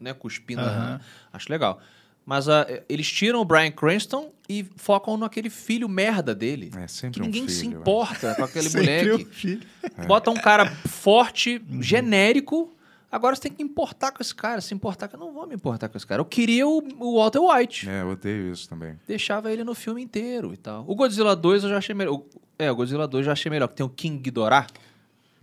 [SPEAKER 5] Né, cuspindo.
[SPEAKER 3] Aham.
[SPEAKER 5] Acho legal. Mas ah, eles tiram o Brian Cranston e focam naquele filho merda dele.
[SPEAKER 2] É,
[SPEAKER 5] Que
[SPEAKER 2] sempre um
[SPEAKER 5] ninguém se
[SPEAKER 2] filho, é.
[SPEAKER 5] importa com aquele
[SPEAKER 3] Sempre
[SPEAKER 5] moleque.
[SPEAKER 3] o filho.
[SPEAKER 5] Bota um cara forte,
[SPEAKER 2] Uhum.
[SPEAKER 5] genérico. Agora você tem que importar com esse cara. Se importar, com- eu não vou me importar com esse cara. Eu queria o, o Walter White
[SPEAKER 2] É, eu odeio isso também.
[SPEAKER 5] deixava ele no filme inteiro e tal. O Godzilla 2 eu já achei melhor. O- É, o Godzilla 2 eu já achei melhor, que tem o King Ghidorah.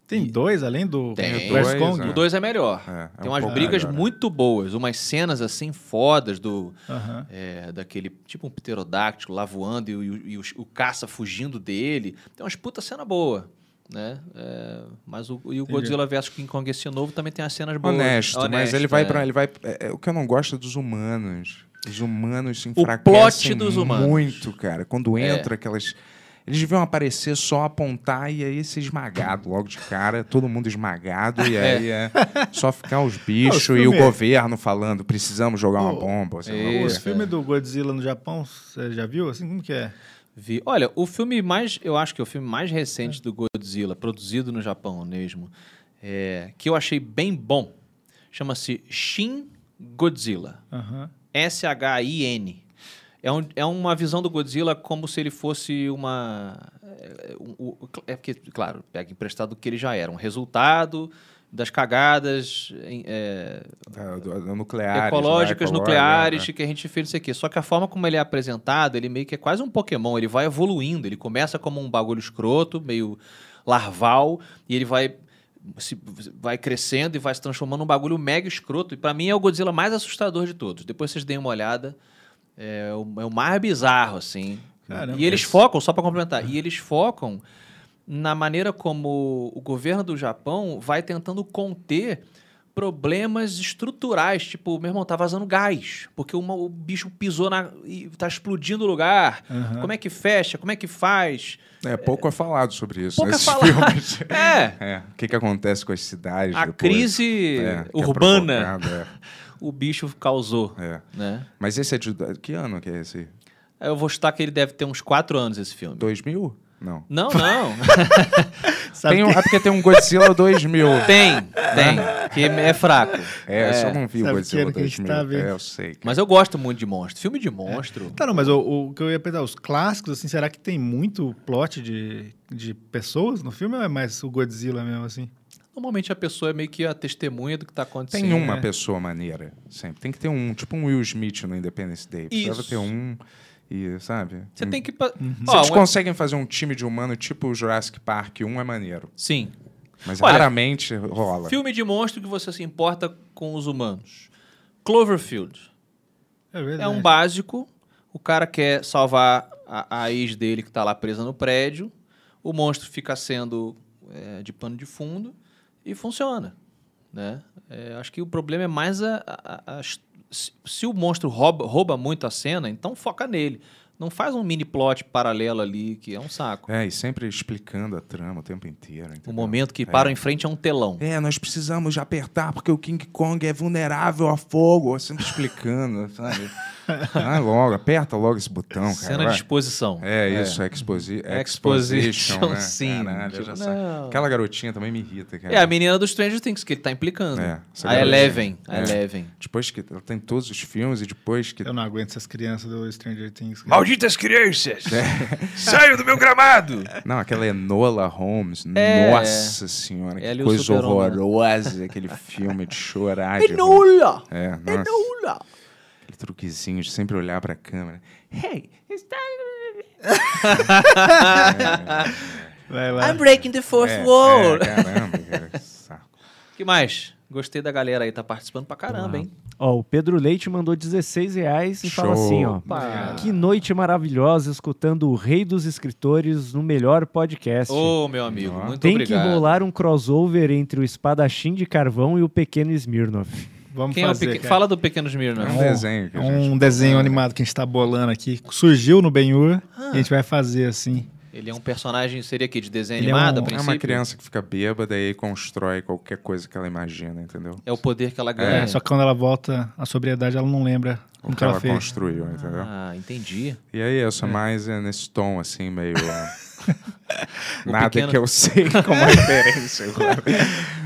[SPEAKER 3] Tem dois além do
[SPEAKER 5] Tem.
[SPEAKER 3] do West
[SPEAKER 2] Dois,
[SPEAKER 3] Kong?
[SPEAKER 2] né?
[SPEAKER 5] O 2 é melhor.
[SPEAKER 2] É, é
[SPEAKER 5] tem
[SPEAKER 2] um
[SPEAKER 5] umas
[SPEAKER 2] pouco
[SPEAKER 5] brigas
[SPEAKER 2] melhor, né?
[SPEAKER 5] muito boas, umas cenas assim fodas do
[SPEAKER 3] Aham.
[SPEAKER 5] é, daquele tipo um pterodáctilo lá voando e, o- e o, o caça fugindo dele. Tem umas puta cena boa. Né? É, mas o, e o Godzilla vs King Kong esse novo também tem as cenas boas.
[SPEAKER 2] É Honesto, mas ele vai
[SPEAKER 5] é.
[SPEAKER 2] pra. Ele vai, é, é, o que eu não gosto é dos humanos. Os humanos se
[SPEAKER 5] plot
[SPEAKER 2] enfraquecem
[SPEAKER 5] dos humanos.
[SPEAKER 2] muito, cara. Quando
[SPEAKER 5] É.
[SPEAKER 2] entra aquelas. Eles deviam aparecer só apontar e aí ser esmagado logo de cara, todo mundo esmagado, e aí é só ficar os bichos
[SPEAKER 3] Não, os
[SPEAKER 2] e o
[SPEAKER 3] filmes-
[SPEAKER 2] governo falando: precisamos jogar uma
[SPEAKER 3] O-
[SPEAKER 2] bomba. sei lá o quê.
[SPEAKER 3] Os
[SPEAKER 5] Isso,
[SPEAKER 3] filmes do Godzilla no Japão, você já viu? Assim, como que é?
[SPEAKER 5] Vi. Olha, o filme mais. Eu acho que é o filme mais recente do Godzilla, produzido no Japão mesmo, é, que eu achei bem bom, chama-se Shin Godzilla.
[SPEAKER 3] Aham.
[SPEAKER 5] S-H-I-N. É, um- é uma visão do Godzilla como se ele fosse uma. É, um- o- é porque, claro, pega emprestado do que ele já era, um resultado das cagadas em- é,
[SPEAKER 2] Da- do- do- nucleares,
[SPEAKER 5] ecológicas,
[SPEAKER 2] né?
[SPEAKER 5] nucleares,
[SPEAKER 2] Ecológica,
[SPEAKER 5] que a gente fez isso aqui. Só que a forma como ele é apresentado, ele meio que é quase um Pokémon, ele vai evoluindo. Ele começa como um bagulho escroto, meio larval, e ele vai. se- vai crescendo e vai se transformando num bagulho mega escroto. E pra mim é o Godzilla mais assustador de todos. Depois vocês deem uma olhada. É o, é o mais bizarro, assim.
[SPEAKER 3] Caramba.
[SPEAKER 5] e eles focam, só pra complementar, e eles focam na maneira como o governo do Japão vai tentando conter problemas estruturais, tipo, meu irmão, tá vazando gás, porque uma- o bicho pisou na, e tá explodindo o lugar.
[SPEAKER 3] Aham.
[SPEAKER 5] Como é que fecha? Como é que faz?
[SPEAKER 2] né? É, pouco é falado sobre isso.
[SPEAKER 5] Pouco é
[SPEAKER 2] nesses
[SPEAKER 5] falado.
[SPEAKER 2] filmes.
[SPEAKER 5] É,
[SPEAKER 2] É, o que, que acontece com as cidades?
[SPEAKER 5] a
[SPEAKER 2] depois?
[SPEAKER 5] crise
[SPEAKER 2] É, que é
[SPEAKER 5] urbana
[SPEAKER 2] provocada,
[SPEAKER 5] o bicho causou,
[SPEAKER 2] é, é.
[SPEAKER 5] né?
[SPEAKER 2] Mas esse é de. Que ano que é esse?
[SPEAKER 5] Aí Eu vou chutar que ele deve ter uns 4 anos esse filme.
[SPEAKER 2] 2000? Não.
[SPEAKER 5] Não, não.
[SPEAKER 3] Sabe É.
[SPEAKER 2] Tem um- é porque tem um Godzilla 2000.
[SPEAKER 5] tem, tem. Que é fraco.
[SPEAKER 2] É, eu só não vi o
[SPEAKER 3] Sabe que
[SPEAKER 2] Godzilla
[SPEAKER 3] ano que a gente
[SPEAKER 2] 2000.
[SPEAKER 3] tá
[SPEAKER 2] é,
[SPEAKER 3] vendo?
[SPEAKER 2] eu sei.
[SPEAKER 5] Mas eu gosto muito de monstro. Filme de monstro.
[SPEAKER 2] É.
[SPEAKER 3] Tá, não, mas o, o que eu ia perguntar, os clássicos, assim, será que tem muito plot de, de pessoas no filme ou é mais o Godzilla mesmo, assim?
[SPEAKER 5] Normalmente a pessoa é meio que a testemunha do que tá acontecendo.
[SPEAKER 2] Tem uma
[SPEAKER 3] é.
[SPEAKER 2] pessoa maneira, sempre. Tem que ter um, tipo um Will Smith no Independence Day. Precisava
[SPEAKER 5] Isso.
[SPEAKER 2] ter um, e, sabe?
[SPEAKER 5] Você
[SPEAKER 2] Um-
[SPEAKER 5] tem que. pa-
[SPEAKER 2] Se
[SPEAKER 5] Ó,
[SPEAKER 2] eles
[SPEAKER 5] um-
[SPEAKER 2] conseguem fazer um time de humano tipo o Jurassic Park, um é maneiro.
[SPEAKER 5] Sim.
[SPEAKER 2] Mas
[SPEAKER 5] Olha,
[SPEAKER 2] raramente rola.
[SPEAKER 5] Filme de monstro que você se importa com os humanos. Cloverfield.
[SPEAKER 3] É verdade.
[SPEAKER 5] É um básico. O cara quer salvar a, a ex dele que tá lá presa no prédio. O monstro fica sendo é, de pano de fundo e funciona. Né? É, acho que o problema é mais a, a- a- a his- se, se o monstro rouba, rouba muito a cena, então foca nele. Não faz um mini plot paralelo ali, que é um saco.
[SPEAKER 2] É, e sempre explicando a trama o tempo inteiro.
[SPEAKER 5] O
[SPEAKER 2] entendeu?
[SPEAKER 5] momento que
[SPEAKER 2] É.
[SPEAKER 5] param em frente a um telão.
[SPEAKER 2] É, nós precisamos apertar porque o King Kong é vulnerável a fogo. Sempre explicando, sabe? Vai logo, aperta logo esse botão, cara.
[SPEAKER 5] Cena
[SPEAKER 2] vai.
[SPEAKER 5] de exposição.
[SPEAKER 2] É, isso, é. Exposi
[SPEAKER 5] Exposition,
[SPEAKER 2] exposition, né?
[SPEAKER 5] sim.
[SPEAKER 2] Caralho,
[SPEAKER 5] Tipo,
[SPEAKER 2] já sabe.
[SPEAKER 5] não.
[SPEAKER 2] Aquela garotinha também me irrita, cara.
[SPEAKER 5] É a menina do Stranger Things que ele tá implicando.
[SPEAKER 2] É, essa
[SPEAKER 5] a
[SPEAKER 2] garotinha.
[SPEAKER 5] Eleven. A
[SPEAKER 2] É.
[SPEAKER 5] Eleven.
[SPEAKER 2] Depois que ela tem todos os filmes e depois que...
[SPEAKER 3] Eu não aguento essas crianças do Stranger Things. cara.
[SPEAKER 6] Malditas crianças! Saiam do meu gramado!
[SPEAKER 2] Não, aquela Enola Holmes.
[SPEAKER 5] É.
[SPEAKER 2] Nossa senhora, que
[SPEAKER 5] Ela e o
[SPEAKER 2] coisa
[SPEAKER 5] super-homem, né?
[SPEAKER 2] horrorosa. Aquele filme de chorar. de-
[SPEAKER 5] Enola!
[SPEAKER 2] É, nossa.
[SPEAKER 5] Enola!
[SPEAKER 2] Aquele truquezinho de sempre olhar pra câmera. Hey, está...
[SPEAKER 3] Vai lá.
[SPEAKER 5] breaking the fourth
[SPEAKER 2] É, é, caramba, cara, que saco.
[SPEAKER 5] que mais? Gostei da galera aí, tá participando pra caramba, hein?
[SPEAKER 4] Ó, o Pedro Leite mandou 16 reais e fala
[SPEAKER 2] Show.
[SPEAKER 4] assim, ó.
[SPEAKER 5] Opa.
[SPEAKER 4] Que noite maravilhosa escutando o Rei dos Escritores no melhor podcast.
[SPEAKER 5] Ô, meu amigo,
[SPEAKER 2] Ó.
[SPEAKER 5] muito
[SPEAKER 4] Tem
[SPEAKER 5] obrigado.
[SPEAKER 4] que rolar um crossover entre o espadachim de carvão e o pequeno Smirnov.
[SPEAKER 3] Vamos
[SPEAKER 5] Quem é o
[SPEAKER 3] fazer.
[SPEAKER 5] pequ-
[SPEAKER 3] cara.
[SPEAKER 5] Fala do Pequeno
[SPEAKER 2] É
[SPEAKER 5] Smirnoff.
[SPEAKER 2] um desenho que é. a gente...
[SPEAKER 3] Um desenho animado que a gente tá bolando aqui. Surgiu no Ben-Hur.
[SPEAKER 2] Ah.
[SPEAKER 3] e A gente vai fazer assim.
[SPEAKER 5] Ele é um personagem, seria aqui, de desenho
[SPEAKER 3] Ele é
[SPEAKER 5] animado,
[SPEAKER 3] um-
[SPEAKER 5] a
[SPEAKER 2] É
[SPEAKER 5] princípio?
[SPEAKER 2] uma criança que fica bêbada e aí constrói qualquer coisa que ela imagina, entendeu?
[SPEAKER 5] É o poder que ela ganha.
[SPEAKER 3] É, Só que quando ela volta à sobriedade, ela não lembra
[SPEAKER 2] O
[SPEAKER 3] como
[SPEAKER 2] que
[SPEAKER 3] que ela
[SPEAKER 2] ela
[SPEAKER 3] fez.
[SPEAKER 2] construiu, entendeu?
[SPEAKER 5] Ah, entendi.
[SPEAKER 2] E aí, eu sou mais é, nesse tom, assim, meio... é,
[SPEAKER 5] O
[SPEAKER 2] Nada
[SPEAKER 5] pequeno-
[SPEAKER 2] que eu sei como é referência. claro.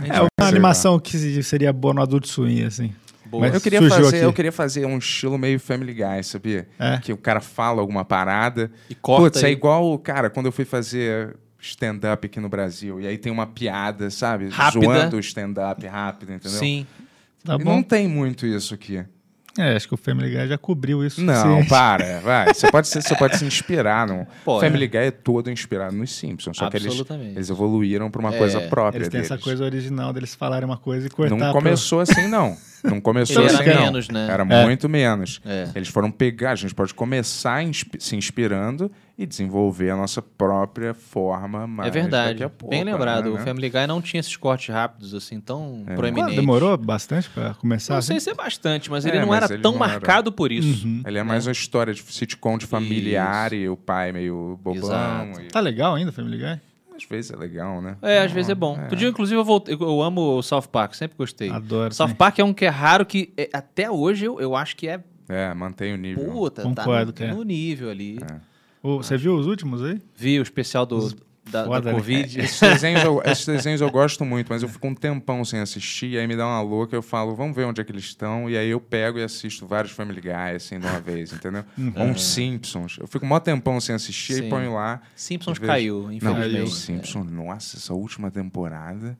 [SPEAKER 3] É uma animação que se- seria boa no Adult Swim, assim.
[SPEAKER 5] Boa.
[SPEAKER 3] Mas
[SPEAKER 2] Eu queria,
[SPEAKER 3] surgiu
[SPEAKER 2] fazer,
[SPEAKER 3] aqui.
[SPEAKER 2] eu queria fazer um estilo meio Family Guy, sabia?
[SPEAKER 3] É.
[SPEAKER 2] Que o cara fala alguma parada.
[SPEAKER 5] E corta
[SPEAKER 2] Putz, é
[SPEAKER 5] aí.
[SPEAKER 2] igual, cara, quando eu fui fazer stand-up aqui no Brasil. E aí tem uma piada, sabe?
[SPEAKER 5] Rápida.
[SPEAKER 2] Zoando o stand-up rápido, entendeu?
[SPEAKER 5] Sim.
[SPEAKER 3] Tá
[SPEAKER 2] E
[SPEAKER 3] bom?
[SPEAKER 2] não tem muito isso aqui.
[SPEAKER 3] É, acho que o Family Guy já cobriu isso.
[SPEAKER 2] Não,
[SPEAKER 3] suficiente.
[SPEAKER 2] para, vai. Você pode, ser, você pode se inspirar. Não.
[SPEAKER 5] Pode.
[SPEAKER 2] Family Guy é todo inspirado nos Simpsons. Só que eles,
[SPEAKER 5] Absolutamente.
[SPEAKER 2] eles evoluíram pra uma coisa própria
[SPEAKER 3] Eles têm
[SPEAKER 2] é deles.
[SPEAKER 3] essa coisa original deles falarem uma coisa e cortar.
[SPEAKER 2] Não
[SPEAKER 3] pra-
[SPEAKER 2] começou assim, não. Não começou
[SPEAKER 5] Ele
[SPEAKER 2] assim,
[SPEAKER 5] era
[SPEAKER 2] não.
[SPEAKER 5] menos, né?
[SPEAKER 2] Era
[SPEAKER 3] É.
[SPEAKER 2] muito menos.
[SPEAKER 5] É.
[SPEAKER 2] Eles foram pegar, a gente pode começar inspi- se inspirando e desenvolver a nossa própria forma mais
[SPEAKER 5] é verdade.
[SPEAKER 2] daqui a pouco.
[SPEAKER 5] Bem lembrado.
[SPEAKER 2] né, É. né?
[SPEAKER 5] O Family Guy não tinha esses cortes rápidos, assim, tão
[SPEAKER 3] Quando-
[SPEAKER 5] proeminentes.
[SPEAKER 3] Ah, Demorou bastante pra começar?
[SPEAKER 5] Não sei
[SPEAKER 3] assim?
[SPEAKER 5] se é bastante, mas
[SPEAKER 2] É,
[SPEAKER 5] ele não
[SPEAKER 2] mas
[SPEAKER 5] era
[SPEAKER 2] ele
[SPEAKER 5] tão
[SPEAKER 2] não era.
[SPEAKER 5] marcado por isso.
[SPEAKER 2] Ele é mais uma história de sitcom de familiar e o pai meio bobão.
[SPEAKER 5] Exato.
[SPEAKER 2] e-
[SPEAKER 3] Tá legal ainda, Family Guy?
[SPEAKER 2] às vezes é legal, né?
[SPEAKER 5] É, às vezes é bom. Outro dia, inclusive, eu, voltei, eu- eu amo o South Park, sempre gostei.
[SPEAKER 3] Adoro
[SPEAKER 5] South
[SPEAKER 3] também.
[SPEAKER 5] Park é um que é raro que é, até hoje eu, eu acho que é
[SPEAKER 2] É, mantém o nível.
[SPEAKER 5] puta,
[SPEAKER 3] Concordo, é.
[SPEAKER 5] tá
[SPEAKER 3] cara.
[SPEAKER 5] no, no nível ali.
[SPEAKER 2] É.
[SPEAKER 3] Ô, você viu os últimos aí?
[SPEAKER 5] Vi o especial do, da, da
[SPEAKER 3] foda, né?
[SPEAKER 5] Covid.
[SPEAKER 2] Esses desenhos, eu, esses desenhos eu gosto muito, mas eu fico um tempão sem assistir, aí me dá uma louca, eu falo, vamos ver onde é que eles estão, e aí eu pego e assisto vários Family Guy, assim, de uma vez, entendeu? Ou uns Simpsons. Eu fico um maior tempão sem assistir,
[SPEAKER 5] Sim.
[SPEAKER 2] e ponho lá.
[SPEAKER 5] Simpsons
[SPEAKER 2] Eu vejo- né?
[SPEAKER 5] caiu,
[SPEAKER 2] Não, os
[SPEAKER 5] infelizmente.
[SPEAKER 2] Simpsons, nossa, essa última temporada,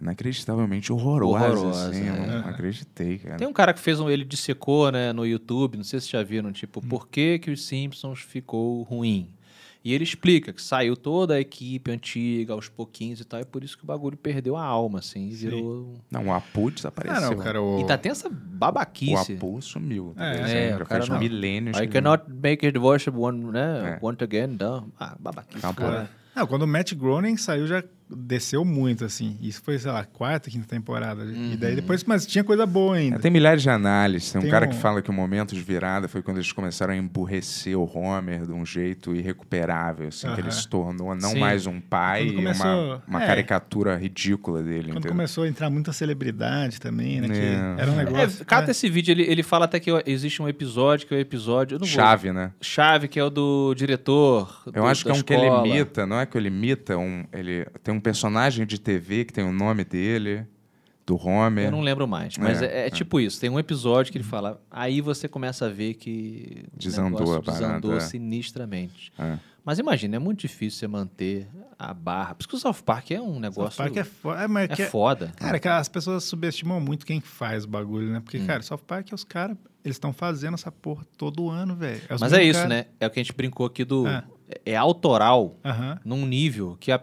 [SPEAKER 2] inacreditavelmente horrorosa,
[SPEAKER 5] Horrorosa,
[SPEAKER 2] assim, eu
[SPEAKER 5] é.
[SPEAKER 2] não acreditei, cara.
[SPEAKER 5] Tem um cara que fez um, ele dissecou, né, no YouTube, não sei se já viram, tipo,
[SPEAKER 3] Hum.
[SPEAKER 5] por que que os Simpsons ficou ruim? E ele explica que saiu toda a equipe antiga, aos pouquinhos e tal, e por isso que o bagulho perdeu a alma, assim, e virou...
[SPEAKER 2] Não, o Apu
[SPEAKER 3] Ah,
[SPEAKER 2] desapareceu.
[SPEAKER 3] não, cara. O...
[SPEAKER 5] E tá tendo essa
[SPEAKER 2] O
[SPEAKER 5] babaquice.
[SPEAKER 2] Apu sumiu. do
[SPEAKER 3] É,
[SPEAKER 2] desenho,
[SPEAKER 5] é, o
[SPEAKER 2] já
[SPEAKER 5] cara
[SPEAKER 2] faz
[SPEAKER 5] não-
[SPEAKER 2] milênios.
[SPEAKER 5] I
[SPEAKER 2] que-
[SPEAKER 5] cannot make it worse one, né?
[SPEAKER 2] É. um
[SPEAKER 5] Once again, não. Ah, babaquice.
[SPEAKER 2] Acabou.
[SPEAKER 5] cara.
[SPEAKER 3] Não, quando o Matt Groening saiu, já desceu muito, assim. Isso foi, sei lá, quarta, quinta temporada. E
[SPEAKER 5] Uhum.
[SPEAKER 3] daí depois, mas tinha coisa boa
[SPEAKER 2] É,
[SPEAKER 3] ainda.
[SPEAKER 2] tem milhares de análises. Tem um
[SPEAKER 3] Tem
[SPEAKER 2] cara
[SPEAKER 3] um-
[SPEAKER 2] que fala que o momento de virada foi quando eles começaram a emburrecer o Homer de um jeito irrecuperável, assim, que ele
[SPEAKER 3] Aham.
[SPEAKER 2] se tornou não
[SPEAKER 5] Sim.
[SPEAKER 2] mais um pai
[SPEAKER 3] Quando
[SPEAKER 2] e uma- uma,
[SPEAKER 3] começou- é.
[SPEAKER 2] caricatura ridícula dele,
[SPEAKER 3] Quando
[SPEAKER 2] entendeu?
[SPEAKER 3] começou a entrar muita celebridade também, né? que
[SPEAKER 2] É.
[SPEAKER 3] era um
[SPEAKER 5] É,
[SPEAKER 3] negócio.
[SPEAKER 5] cata
[SPEAKER 3] né?
[SPEAKER 5] esse vídeo, ele, ele fala até que existe um episódio, que é o episódio... eu não vou-
[SPEAKER 2] Chave, né?
[SPEAKER 5] Chave, que é o do diretor.
[SPEAKER 2] Eu
[SPEAKER 5] do-
[SPEAKER 2] acho que é
[SPEAKER 5] da
[SPEAKER 2] um que
[SPEAKER 5] escola.
[SPEAKER 2] ele imita, não é que ele imita um. Ele tem um personagem de TV que tem o nome dele, do Homer.
[SPEAKER 5] Eu não lembro mais, mas
[SPEAKER 2] É,
[SPEAKER 5] é, é tipo isso. Tem um episódio que ele fala, aí você começa a ver que o
[SPEAKER 2] Desandou
[SPEAKER 5] negócio
[SPEAKER 2] a parada,
[SPEAKER 5] desandou
[SPEAKER 2] é.
[SPEAKER 5] sinistramente.
[SPEAKER 2] É.
[SPEAKER 5] Mas imagina, é muito difícil você manter a barra. Por isso que o South Park é um negócio
[SPEAKER 3] South Park é, fo... é, mas
[SPEAKER 5] é
[SPEAKER 3] que-
[SPEAKER 5] foda.
[SPEAKER 3] Cara, que as pessoas subestimam muito quem faz o bagulho, né?
[SPEAKER 5] Hum.
[SPEAKER 3] Porque, cara, South Park é os caras, eles estão fazendo essa porra todo ano, velho. os
[SPEAKER 5] Mas é
[SPEAKER 3] mesmos
[SPEAKER 5] isso,
[SPEAKER 3] cara-
[SPEAKER 5] né? É o que a gente brincou aqui do
[SPEAKER 3] É.
[SPEAKER 5] é, é autoral
[SPEAKER 3] Aham.
[SPEAKER 5] num nível que a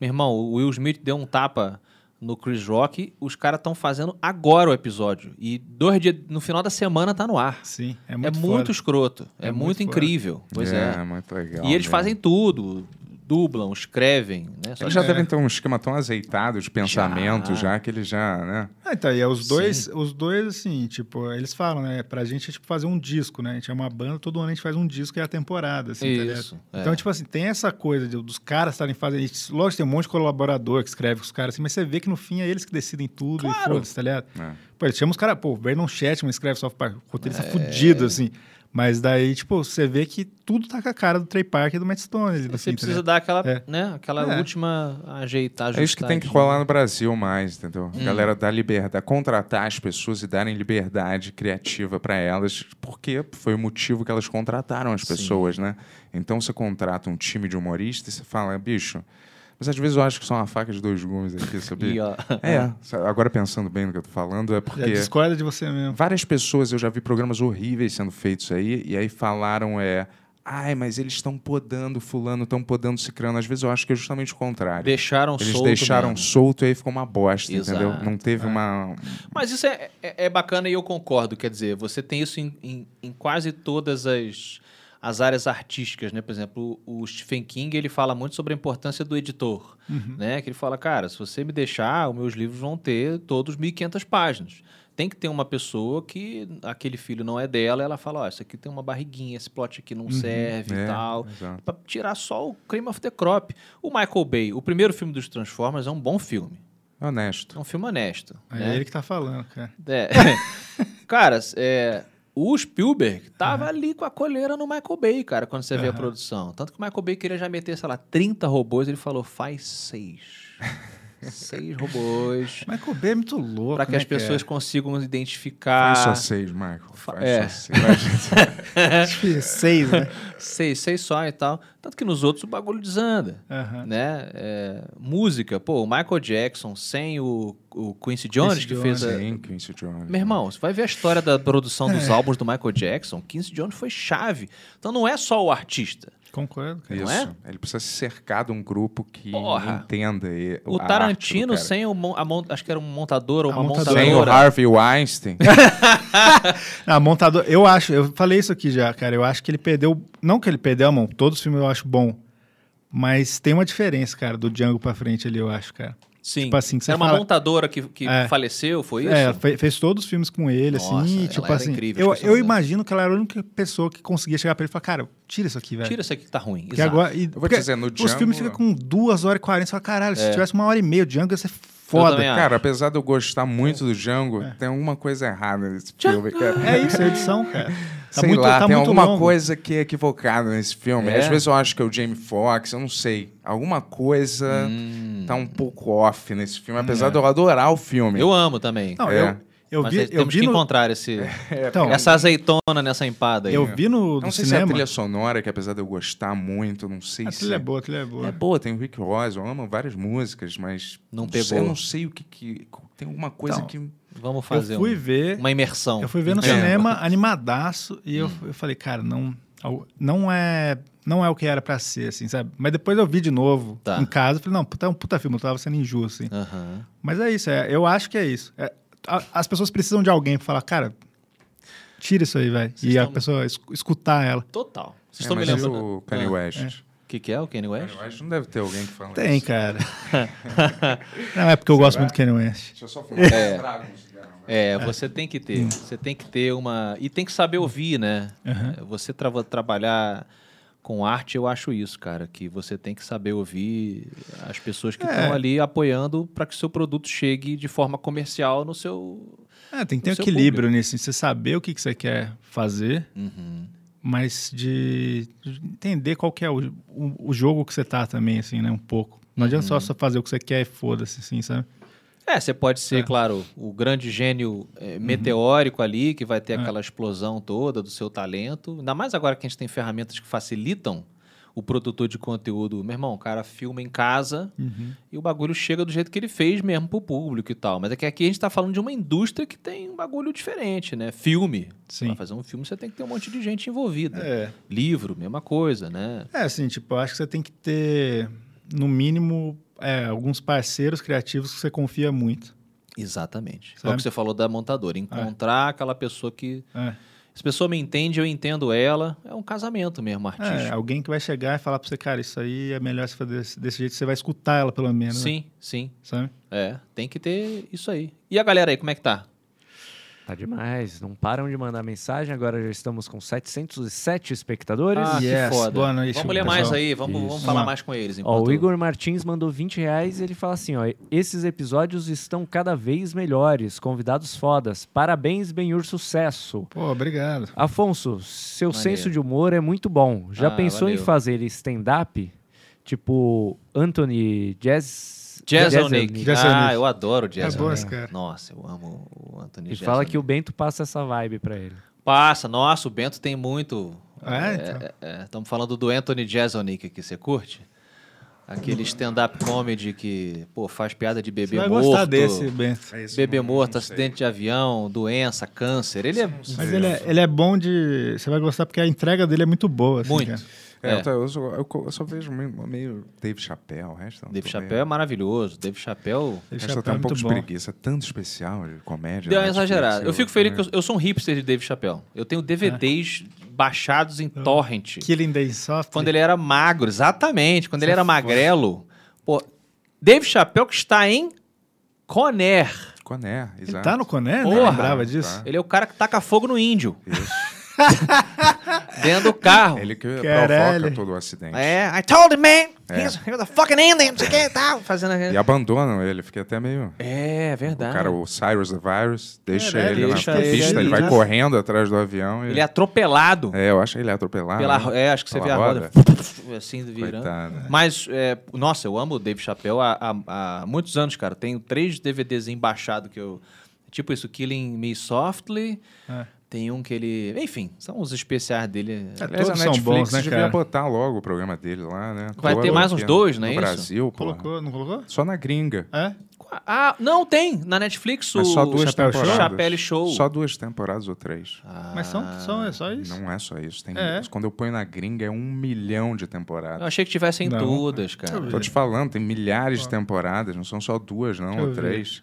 [SPEAKER 5] meu irmão, o Will Smith deu um tapa no Chris Rock, os caras estão fazendo agora o episódio e dois dias no final da semana tá no ar.
[SPEAKER 3] Sim, é
[SPEAKER 5] é
[SPEAKER 3] muito
[SPEAKER 5] muito escroto, é,
[SPEAKER 3] É
[SPEAKER 5] muito,
[SPEAKER 3] muito foda.
[SPEAKER 5] incrível. Pois é.
[SPEAKER 2] muito legal.
[SPEAKER 5] E eles
[SPEAKER 2] mesmo.
[SPEAKER 5] fazem tudo. dublam, escrevem, né?
[SPEAKER 2] Eles
[SPEAKER 5] Só que-
[SPEAKER 3] É.
[SPEAKER 2] já devem ter um esquema tão azeitado de pensamento já, que eles já, né?
[SPEAKER 3] Ah, então, e é os dois, os dois, assim, tipo, eles falam, né? Pra gente é tipo fazer um disco, né? A gente é uma banda, todo ano a gente faz um disco e é a temporada, assim, tá ligado?
[SPEAKER 5] Isso. é.
[SPEAKER 3] Então, tipo assim, tem essa coisa de- dos caras estarem fazendo. isso. Lógico, tem um monte de colaborador que escreve com os caras, assim, mas você vê que no fim é eles que decidem tudo e foda-se, tá ligado?
[SPEAKER 2] É.
[SPEAKER 3] Pô, eles chamam os caras, pô, o Vernon Chatman escreve só para roteirista
[SPEAKER 5] É.
[SPEAKER 3] fudido, assim. Mas daí, tipo, você vê que tudo tá com a cara do Trey Parker e do Matt Stone. Assim,
[SPEAKER 5] Você
[SPEAKER 3] tá
[SPEAKER 5] precisa
[SPEAKER 3] ligado?
[SPEAKER 5] dar aquela,
[SPEAKER 3] É.
[SPEAKER 5] né, aquela
[SPEAKER 3] É.
[SPEAKER 5] última ajeitar,
[SPEAKER 2] É isso que tem que
[SPEAKER 5] ajustadinha.
[SPEAKER 2] rolar no Brasil mais, entendeu? A galera dar liberdade, contratar as pessoas e darem liberdade criativa para elas, porque foi o motivo que elas contrataram as pessoas, né? Então você contrata um time de humoristas e você fala, bicho, mas às vezes eu acho que são uma faca de dois gumes aqui,
[SPEAKER 5] E,
[SPEAKER 2] sabia?
[SPEAKER 5] ó,
[SPEAKER 2] É, sa- agora pensando bem no que eu tô falando, é
[SPEAKER 3] Já
[SPEAKER 2] porque
[SPEAKER 3] discorda de você mesmo.
[SPEAKER 2] várias pessoas, eu já vi programas horríveis sendo feitos aí, e aí falaram, é. Ai, mas eles estão podando fulano, estão podando cicrano. Às vezes eu acho que é justamente o contrário.
[SPEAKER 5] deixaram
[SPEAKER 2] Eles
[SPEAKER 5] solto
[SPEAKER 2] deixaram
[SPEAKER 5] mesmo.
[SPEAKER 2] solto e aí ficou uma bosta,
[SPEAKER 5] Exato. é.
[SPEAKER 2] entendeu? Não teve uma.
[SPEAKER 5] Mas isso é, é, é bacana e eu concordo. Quer dizer, você tem isso em, em- em quase todas as, as áreas artísticas, né? Por exemplo, o o Stephen King ele fala muito sobre a importância do editor, né? Que ele fala, cara, se você me deixar, os meus livros vão ter todos 1.500 páginas. Tem que ter uma pessoa que aquele filho não é dela, ela fala, ó, isso aqui tem uma barriguinha, esse plot aqui não serve
[SPEAKER 2] É,
[SPEAKER 5] e tal.
[SPEAKER 2] exato.
[SPEAKER 5] Pra tirar só o cream of the crop. O Michael Bay, o primeiro filme dos Transformers é um bom filme.
[SPEAKER 2] Honesto.
[SPEAKER 5] É um filme honesto.
[SPEAKER 3] É,
[SPEAKER 5] né?
[SPEAKER 3] ele que tá falando, cara.
[SPEAKER 5] É. cara, é, o Spielberg tava ali com a coleira no Michael Bay, cara, quando você vê a produção. Tanto que o Michael Bay queria já meter, sei lá, 30 robôs, ele falou, faz seis. seis robôs.
[SPEAKER 3] Michael Bay é muito louco.
[SPEAKER 5] Pra que
[SPEAKER 3] né,
[SPEAKER 5] as pessoas
[SPEAKER 3] cara?
[SPEAKER 5] consigam
[SPEAKER 2] Faz só
[SPEAKER 5] identificar.
[SPEAKER 2] seis, Michael. Faz
[SPEAKER 5] Ah. é.
[SPEAKER 2] só seis.
[SPEAKER 3] Seis, né?
[SPEAKER 5] Seis, seis só e tal. Tanto que nos outros o bagulho desanda.
[SPEAKER 3] Aham.
[SPEAKER 5] Né? É, música, pô, o Michael Jackson sem o, o Quincy Jones,
[SPEAKER 3] Quincy
[SPEAKER 5] que
[SPEAKER 3] Jones,
[SPEAKER 5] fez a,
[SPEAKER 2] Sim, assim, Quincy Jones.
[SPEAKER 5] Meu irmão, você vai ver a história da produção
[SPEAKER 3] É.
[SPEAKER 5] dos álbuns do Michael Jackson. Quincy Jones foi chave. Então não é só o artista.
[SPEAKER 3] Concordo, cara.
[SPEAKER 2] Isso.
[SPEAKER 5] não é?
[SPEAKER 2] Ele precisa se cercar de um grupo que
[SPEAKER 5] Porra.
[SPEAKER 2] entenda. e-
[SPEAKER 5] O
[SPEAKER 2] a
[SPEAKER 5] Tarantino
[SPEAKER 2] arte do cara.
[SPEAKER 5] sem o mon- a mon- acho que era um montador ou
[SPEAKER 3] A
[SPEAKER 5] uma
[SPEAKER 3] montadora.
[SPEAKER 5] montadora.
[SPEAKER 2] Sem o Harvey Weinstein.
[SPEAKER 5] É,
[SPEAKER 3] Ah, montador, eu acho, eu falei isso aqui já, cara. Eu acho que ele perdeu. Não que ele perdeu a mão, todos os filmes eu acho bom. Mas tem uma diferença, cara, do Django pra frente ali, eu acho, cara.
[SPEAKER 5] Sim.
[SPEAKER 3] Tipo assim, que você
[SPEAKER 5] era uma
[SPEAKER 3] fala-
[SPEAKER 5] montadora que, que
[SPEAKER 3] É.
[SPEAKER 5] faleceu, foi isso?
[SPEAKER 3] É, fe- fez todos os filmes com ele,
[SPEAKER 5] Nossa,
[SPEAKER 3] assim, e,
[SPEAKER 5] ela
[SPEAKER 3] tipo
[SPEAKER 5] era
[SPEAKER 3] assim.
[SPEAKER 5] incrível,
[SPEAKER 3] eu
[SPEAKER 5] acho que é eu
[SPEAKER 3] eu
[SPEAKER 5] sou verdade.
[SPEAKER 3] imagino que ela era a única pessoa que conseguia chegar pra ele e falar, cara, tira isso aqui, velho.
[SPEAKER 5] Tira isso aqui que tá ruim.
[SPEAKER 3] Porque
[SPEAKER 5] Exato.
[SPEAKER 3] agora. E,
[SPEAKER 2] vou
[SPEAKER 3] porque
[SPEAKER 2] dizer, no
[SPEAKER 3] Os
[SPEAKER 2] Django-
[SPEAKER 3] filmes ficam com duas horas e 40, você fala, caralho, se tivesse uma hora e meia, o Django ia ser
[SPEAKER 5] É. Eu também
[SPEAKER 3] foda.
[SPEAKER 2] Cara, apesar de eu gostar muito do Django, tem alguma coisa errada nesse filme. Cara.
[SPEAKER 3] É isso, é edição, cara. Tá
[SPEAKER 2] Sei
[SPEAKER 3] muito,
[SPEAKER 2] lá,
[SPEAKER 3] tá
[SPEAKER 2] tem
[SPEAKER 3] muito
[SPEAKER 2] alguma
[SPEAKER 3] longo.
[SPEAKER 2] coisa que é equivocada nesse filme.
[SPEAKER 5] É?
[SPEAKER 2] Às vezes eu acho que é o Jamie Foxx, eu não sei. Alguma
[SPEAKER 3] É.
[SPEAKER 2] coisa
[SPEAKER 5] Hum.
[SPEAKER 2] tá um pouco off nesse filme, apesar de eu adorar o filme.
[SPEAKER 5] Uhum. É. Eu amo também.
[SPEAKER 3] Não,
[SPEAKER 2] É.
[SPEAKER 3] eu, eu
[SPEAKER 5] Mas
[SPEAKER 3] vi,
[SPEAKER 5] aí
[SPEAKER 3] eu
[SPEAKER 5] temos
[SPEAKER 3] vi
[SPEAKER 5] que
[SPEAKER 3] no.
[SPEAKER 5] encontrar esse,
[SPEAKER 3] Então,
[SPEAKER 5] essa azeitona nessa empada aí.
[SPEAKER 3] eu vi no,
[SPEAKER 2] Não
[SPEAKER 3] no
[SPEAKER 2] sei se é a
[SPEAKER 3] cinema.
[SPEAKER 2] trilha sonora, que apesar de eu gostar muito, não sei
[SPEAKER 3] A
[SPEAKER 2] se.
[SPEAKER 3] trilha é boa, a trilha é boa.
[SPEAKER 2] É boa, tem o Rick Ross, eu amo várias músicas, mas.
[SPEAKER 5] Não
[SPEAKER 2] sei,
[SPEAKER 5] pegou.
[SPEAKER 2] eu não sei o que. que- tem alguma coisa
[SPEAKER 3] Então,
[SPEAKER 2] que.
[SPEAKER 5] Vamos fazer
[SPEAKER 3] eu fui
[SPEAKER 5] um-
[SPEAKER 3] ver.
[SPEAKER 5] uma É. imersão.
[SPEAKER 3] Eu fui ver no
[SPEAKER 5] Entendo.
[SPEAKER 3] cinema animadaço e eu, eu falei, cara, não, au- não é não é o que era pra ser, assim, sabe? Mas depois eu vi de novo
[SPEAKER 5] Tá.
[SPEAKER 3] em casa e falei, não, puta, é um puta filme, eu tava sendo injusto, assim.
[SPEAKER 5] Aham.
[SPEAKER 3] Mas é isso, é, eu acho que é isso. É, a- as pessoas precisam de alguém pra falar, cara, tira isso aí, velho. E
[SPEAKER 5] Vocês
[SPEAKER 3] a
[SPEAKER 5] tão-
[SPEAKER 3] pessoa es- escutar ela.
[SPEAKER 5] Total. Vocês
[SPEAKER 2] É,
[SPEAKER 5] estão me
[SPEAKER 2] mas e
[SPEAKER 5] lembrando.
[SPEAKER 2] o Kanye West.
[SPEAKER 5] O que, que é o Kanye West?
[SPEAKER 2] Kanye West não deve ter alguém que fala
[SPEAKER 3] Tem,
[SPEAKER 2] isso.
[SPEAKER 3] cara. não é porque eu gosto muito do Kanye West.
[SPEAKER 2] Deixa eu só fumar.
[SPEAKER 5] É.
[SPEAKER 2] um trago, um cigarro, né?
[SPEAKER 5] É, você tem que ter. Você tem que ter uma. E tem que saber ouvir, né? É, Você trava- trabalhar com arte, eu acho isso, cara. Que você tem que saber ouvir as pessoas que estão ali apoiando para que seu produto chegue de forma comercial no seu.
[SPEAKER 3] É, tem que ter
[SPEAKER 5] O seu
[SPEAKER 3] equilíbrio nisso, você saber o que, que você quer fazer,
[SPEAKER 5] Uhum.
[SPEAKER 3] mas de de entender qual que é o, o, o jogo que você tá também, assim, né? Um pouco. Não adianta
[SPEAKER 5] Uhum.
[SPEAKER 3] só só fazer o que você quer e foda-se, assim, sabe?
[SPEAKER 5] É, você pode ser, claro, o grande gênio é, meteórico ali, que vai ter aquela explosão toda do seu talento. Ainda mais agora que a gente tem ferramentas que facilitam o produtor de conteúdo. Meu irmão, o cara filma em casa e o bagulho chega do jeito que ele fez mesmo pro público e tal. Mas é que aqui a gente tá falando de uma indústria que tem um bagulho diferente, né? Filme.
[SPEAKER 3] Sim.
[SPEAKER 5] Pra fazer um filme você tem que ter um monte de gente envolvida.
[SPEAKER 3] É.
[SPEAKER 5] Livro, mesma coisa, né?
[SPEAKER 3] É, assim, tipo, eu acho que você tem que ter, no mínimo, é, alguns parceiros criativos que você confia muito.
[SPEAKER 5] Exatamente. É o
[SPEAKER 3] Sabe?
[SPEAKER 5] que você falou da montadora. Encontrar aquela pessoa que
[SPEAKER 3] É.
[SPEAKER 5] Se a pessoa me entende, eu entendo ela. É um casamento mesmo, artístico.
[SPEAKER 3] É, alguém que vai chegar e falar pra você, cara, isso aí é melhor você fazer desse, desse jeito, você vai escutar ela pelo menos. né?
[SPEAKER 5] sim, sim.
[SPEAKER 3] Sabe?
[SPEAKER 5] É, tem que ter isso aí. E a galera aí, como é que tá?
[SPEAKER 4] Tá demais. Não param de mandar mensagem. Agora já estamos com 707 espectadores.
[SPEAKER 5] Ah, que
[SPEAKER 3] yes,
[SPEAKER 5] foda.
[SPEAKER 3] boa noite,
[SPEAKER 5] Vamos ler mais
[SPEAKER 3] pessoal.
[SPEAKER 5] aí, vamos, vamos
[SPEAKER 3] Isso.
[SPEAKER 5] falar
[SPEAKER 3] Vamos lá.
[SPEAKER 5] mais com eles.
[SPEAKER 4] Ó,
[SPEAKER 5] enquanto-
[SPEAKER 4] o Igor Martins mandou 20 reais e ele fala assim: ó, esses episódios estão cada vez melhores, convidados fodas. Parabéns, Benhur, sucesso.
[SPEAKER 3] Pô, obrigado.
[SPEAKER 4] Afonso, seu
[SPEAKER 5] Maneiro.
[SPEAKER 4] senso de humor é muito bom. Já
[SPEAKER 5] Ah,
[SPEAKER 4] pensou
[SPEAKER 5] valeu.
[SPEAKER 4] em fazer stand-up? Tipo Anthony Jazz.
[SPEAKER 5] Jazz
[SPEAKER 4] Jazz-
[SPEAKER 5] Nick.
[SPEAKER 3] Jazz
[SPEAKER 5] Ah,
[SPEAKER 3] Nick.
[SPEAKER 5] eu adoro o Jazz
[SPEAKER 3] É bom
[SPEAKER 5] Nick.
[SPEAKER 3] esse cara.
[SPEAKER 5] Nossa, eu amo o Anthony
[SPEAKER 4] E
[SPEAKER 5] Jazz
[SPEAKER 4] fala
[SPEAKER 5] Nick.
[SPEAKER 4] que o Bento passa essa vibe pra ele.
[SPEAKER 5] Passa, nossa, o Bento tem muito. né?
[SPEAKER 3] É, então.
[SPEAKER 5] Estamos falando do Anthony Jeselnik aqui, você curte? Aquele stand-up comedy que, pô, faz piada de
[SPEAKER 3] Você
[SPEAKER 5] bebê
[SPEAKER 3] vai
[SPEAKER 5] morto.
[SPEAKER 3] gostar desse, Bento.
[SPEAKER 5] É Bebê morto, acidente de avião, doença, câncer. Ele é
[SPEAKER 3] Mas ele é, ele é bom de. Você vai gostar porque a entrega dele é muito boa. assim,
[SPEAKER 5] muito.
[SPEAKER 3] cara.
[SPEAKER 2] É,
[SPEAKER 5] É.
[SPEAKER 2] Eu, tô- eu só, eu co- eu só vejo meio, meio Dave Chappelle, o resto não.
[SPEAKER 5] Dave
[SPEAKER 2] tô meio-
[SPEAKER 5] Chappelle é maravilhoso. Dave Chappelle
[SPEAKER 2] O
[SPEAKER 3] Ele
[SPEAKER 2] resto eu
[SPEAKER 3] chapéu
[SPEAKER 2] tenho
[SPEAKER 3] é
[SPEAKER 2] um pouco
[SPEAKER 3] muito
[SPEAKER 2] de
[SPEAKER 3] bom.
[SPEAKER 2] preguiça. Tanto especial de comédia.
[SPEAKER 5] deu
[SPEAKER 2] na
[SPEAKER 5] uma
[SPEAKER 2] Netflix, né?
[SPEAKER 5] exagerada. Eu fico feliz que eu,
[SPEAKER 2] também-
[SPEAKER 5] eu sou um hipster de Dave Chappelle. Eu tenho DVDs baixados em É. torrent.
[SPEAKER 3] Killing Day Soft.
[SPEAKER 5] Quando ele era magro, exatamente. Quando ele era
[SPEAKER 2] é
[SPEAKER 5] magrelo. Pô, Dave Chappelle que está em Conair.
[SPEAKER 2] Coné, exato.
[SPEAKER 3] Ele tá no Coné? Não
[SPEAKER 5] Porra!
[SPEAKER 3] lembrava disso?
[SPEAKER 2] Tá.
[SPEAKER 5] Ele é o cara que taca fogo no índio. Dentro do carro.
[SPEAKER 2] Ele que provoca
[SPEAKER 3] Caralho.
[SPEAKER 2] todo o acidente.
[SPEAKER 5] É, I told him, man. He's, he was a fucking Indian, não sei o que e tal. Fazendo...
[SPEAKER 2] É. E abandonam ele, fiquei até meio.
[SPEAKER 5] É, verdade.
[SPEAKER 2] O cara, o Cyrus the Virus, deixa
[SPEAKER 3] Caralho,
[SPEAKER 2] ele
[SPEAKER 5] deixa
[SPEAKER 2] na
[SPEAKER 5] ele,
[SPEAKER 2] pista, ele,
[SPEAKER 5] ele
[SPEAKER 3] né?
[SPEAKER 2] vai
[SPEAKER 5] já-
[SPEAKER 2] correndo atrás do avião. E...
[SPEAKER 5] Ele é atropelado.
[SPEAKER 2] É, eu acho que ele é atropelado.
[SPEAKER 5] Pela,
[SPEAKER 2] né?
[SPEAKER 5] é, acho que você
[SPEAKER 2] Pela
[SPEAKER 5] vê a roda, assim virando.
[SPEAKER 2] Coitado.
[SPEAKER 5] Mas, é, nossa, eu amo o Dave Chappelle há, há- há muitos anos, cara. Tenho três DVDs embaixados que eu. Tipo isso, Killing Me Softly.
[SPEAKER 3] É.
[SPEAKER 5] Tem um que ele. Enfim, são os especiais dele.
[SPEAKER 2] Aliás,
[SPEAKER 3] Todos
[SPEAKER 2] a
[SPEAKER 3] são
[SPEAKER 2] Netflix
[SPEAKER 3] bons, né,
[SPEAKER 2] devia
[SPEAKER 3] cara?
[SPEAKER 2] botar logo o programa dele lá, né?
[SPEAKER 5] Vai
[SPEAKER 2] Todo
[SPEAKER 5] ter mais
[SPEAKER 2] aqui
[SPEAKER 5] uns dois,
[SPEAKER 2] no
[SPEAKER 5] não é isso?
[SPEAKER 2] Brasil, pô.
[SPEAKER 3] Colocou, não colocou?
[SPEAKER 2] Só na gringa.
[SPEAKER 3] É?
[SPEAKER 5] Ah, não, tem! Na Netflix o
[SPEAKER 2] Mas só duas
[SPEAKER 5] Chappelle Show.
[SPEAKER 2] temporadas.
[SPEAKER 5] Chapelle Show.
[SPEAKER 2] Só duas temporadas ou três.
[SPEAKER 3] Mas são,
[SPEAKER 5] Ah,
[SPEAKER 3] são, é só isso?
[SPEAKER 2] Não é só isso. Tem
[SPEAKER 3] É.
[SPEAKER 2] Quando eu ponho na gringa, é um milhão de
[SPEAKER 5] Ah, Eu
[SPEAKER 2] temporadas.
[SPEAKER 5] achei que tivessem
[SPEAKER 3] Não.
[SPEAKER 5] todas, cara.
[SPEAKER 2] Tô te falando, tem milhares de temporadas, não são só duas, não,
[SPEAKER 3] Uhum. Deixa eu
[SPEAKER 2] ou
[SPEAKER 3] ver.
[SPEAKER 2] três.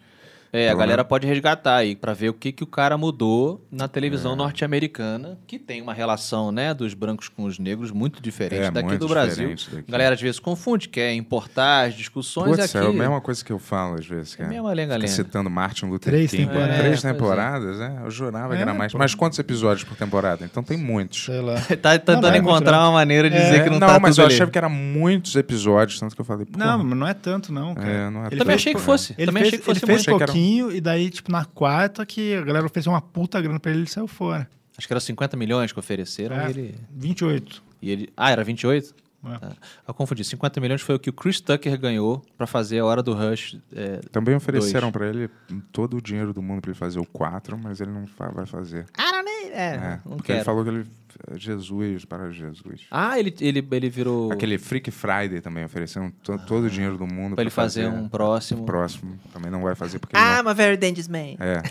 [SPEAKER 5] É, a
[SPEAKER 2] Problema.
[SPEAKER 5] galera pode resgatar aí pra ver o que, que o cara mudou na televisão
[SPEAKER 2] É.
[SPEAKER 5] norte-americana, que tem uma relação, né, dos brancos com os negros muito diferente
[SPEAKER 2] É,
[SPEAKER 5] daqui
[SPEAKER 2] muito
[SPEAKER 5] do Brasil.
[SPEAKER 2] diferente daqui.
[SPEAKER 5] A galera às vezes confunde, quer importar as discussões
[SPEAKER 2] Putz,
[SPEAKER 5] aqui. É
[SPEAKER 2] é a mesma coisa que eu falo às vezes, cara.
[SPEAKER 5] mesma lenga-lenga.
[SPEAKER 2] Fica citando Martin Luther
[SPEAKER 3] Três
[SPEAKER 2] King.
[SPEAKER 3] temporadas.
[SPEAKER 2] Três
[SPEAKER 5] É, pois é.
[SPEAKER 2] temporadas, né? Eu jurava que
[SPEAKER 3] É,
[SPEAKER 2] era mais.
[SPEAKER 3] pô.
[SPEAKER 2] Mas quantos episódios por temporada? Então tem muitos.
[SPEAKER 3] Sei lá.
[SPEAKER 5] Tá
[SPEAKER 3] Não,
[SPEAKER 5] tentando
[SPEAKER 3] não é muito,
[SPEAKER 5] encontrar
[SPEAKER 3] não.
[SPEAKER 5] uma maneira de
[SPEAKER 3] É.
[SPEAKER 5] dizer que não,
[SPEAKER 2] não,
[SPEAKER 5] tá
[SPEAKER 2] mas
[SPEAKER 5] tudo
[SPEAKER 2] eu
[SPEAKER 5] ali.
[SPEAKER 2] achava que era muitos episódios, tanto que eu falei, pô,
[SPEAKER 3] Não, mas não é tanto, não, cara.
[SPEAKER 2] É, não é
[SPEAKER 5] Eu
[SPEAKER 3] Ele
[SPEAKER 5] também
[SPEAKER 3] fez-
[SPEAKER 5] achei que
[SPEAKER 2] pô,
[SPEAKER 5] fosse.
[SPEAKER 3] Ele
[SPEAKER 5] também
[SPEAKER 3] fez,
[SPEAKER 5] achei que um
[SPEAKER 3] ele
[SPEAKER 5] fosse
[SPEAKER 3] fez
[SPEAKER 5] muito.
[SPEAKER 2] muito.
[SPEAKER 3] pouquinho e daí, tipo, na quarta que a galera ofereceu uma puta grana pra ele, ele saiu fora.
[SPEAKER 5] Acho que era 50 milhões que ofereceram
[SPEAKER 3] É,
[SPEAKER 5] e, ele,
[SPEAKER 3] 28.
[SPEAKER 5] e ele- Ah, era 28?
[SPEAKER 3] É.
[SPEAKER 5] Tá. Eu confundi. 50 milhões foi o que o Chris Tucker ganhou pra fazer a hora do Rush. é,
[SPEAKER 2] também ofereceram
[SPEAKER 5] Dois.
[SPEAKER 2] pra ele todo o dinheiro do mundo pra ele fazer o 4, mas ele não fa- vai fazer.
[SPEAKER 5] I don't need- É,
[SPEAKER 2] É,
[SPEAKER 5] não
[SPEAKER 2] porque ele
[SPEAKER 5] quero.
[SPEAKER 2] falou que ele é, Jesus para Jesus.
[SPEAKER 5] Ah, ele, ele, ele virou.
[SPEAKER 2] Aquele Freak Friday também ofereceram to- todo o dinheiro do mundo
[SPEAKER 5] Pra ele fazer um próximo.
[SPEAKER 2] próximo. Também não vai fazer porque ele não
[SPEAKER 8] I'm a very dangerous man.
[SPEAKER 2] É.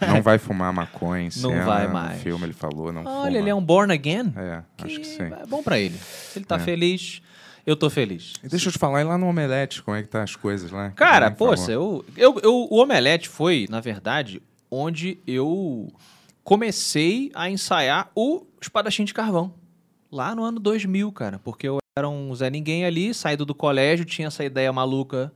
[SPEAKER 5] Ah,
[SPEAKER 2] não vai fumar maconha em
[SPEAKER 5] Não
[SPEAKER 2] cena,
[SPEAKER 5] vai
[SPEAKER 2] no
[SPEAKER 5] mais.
[SPEAKER 2] filme ele falou, não fuma.
[SPEAKER 5] Olha, ele é um born again.
[SPEAKER 2] É, acho que sim. É.
[SPEAKER 5] É bom pra ele. Se ele tá feliz, eu tô feliz.
[SPEAKER 2] E deixa eu te falar, e lá no Omelete, como é que tá as coisas lá?
[SPEAKER 5] Cara,
[SPEAKER 2] Ninguém falou.
[SPEAKER 5] poxa, eu, eu, eu- o Omelete foi, na verdade, onde eu comecei a ensaiar o Espadachim de Carvão. Lá no ano 2000, cara. Porque eu era um Zé Ninguém ali, saído do colégio, tinha essa ideia maluca.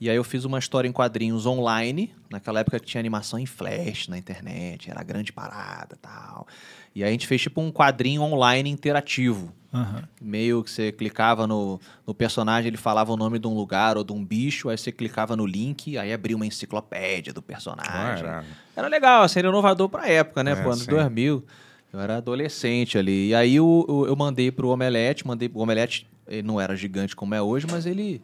[SPEAKER 5] E aí eu fiz uma história em quadrinhos online, naquela época que tinha animação em flash na internet, era a grande parada tal. E aí a gente fez tipo um quadrinho online interativo
[SPEAKER 3] Aham.
[SPEAKER 5] meio que você clicava no, no personagem, ele falava o nome de um lugar ou de um bicho, aí você clicava no link, aí abria uma enciclopédia do
[SPEAKER 2] Ah,
[SPEAKER 5] personagem.
[SPEAKER 2] era.
[SPEAKER 5] Era legal, assim, era inovador pra época, né?
[SPEAKER 2] É,
[SPEAKER 5] Pro ano
[SPEAKER 2] sim.
[SPEAKER 5] 2000. Eu era adolescente ali. E aí eu, eu, eu mandei pro Omelete, mandei o Omelete, ele não era gigante como é hoje, mas ele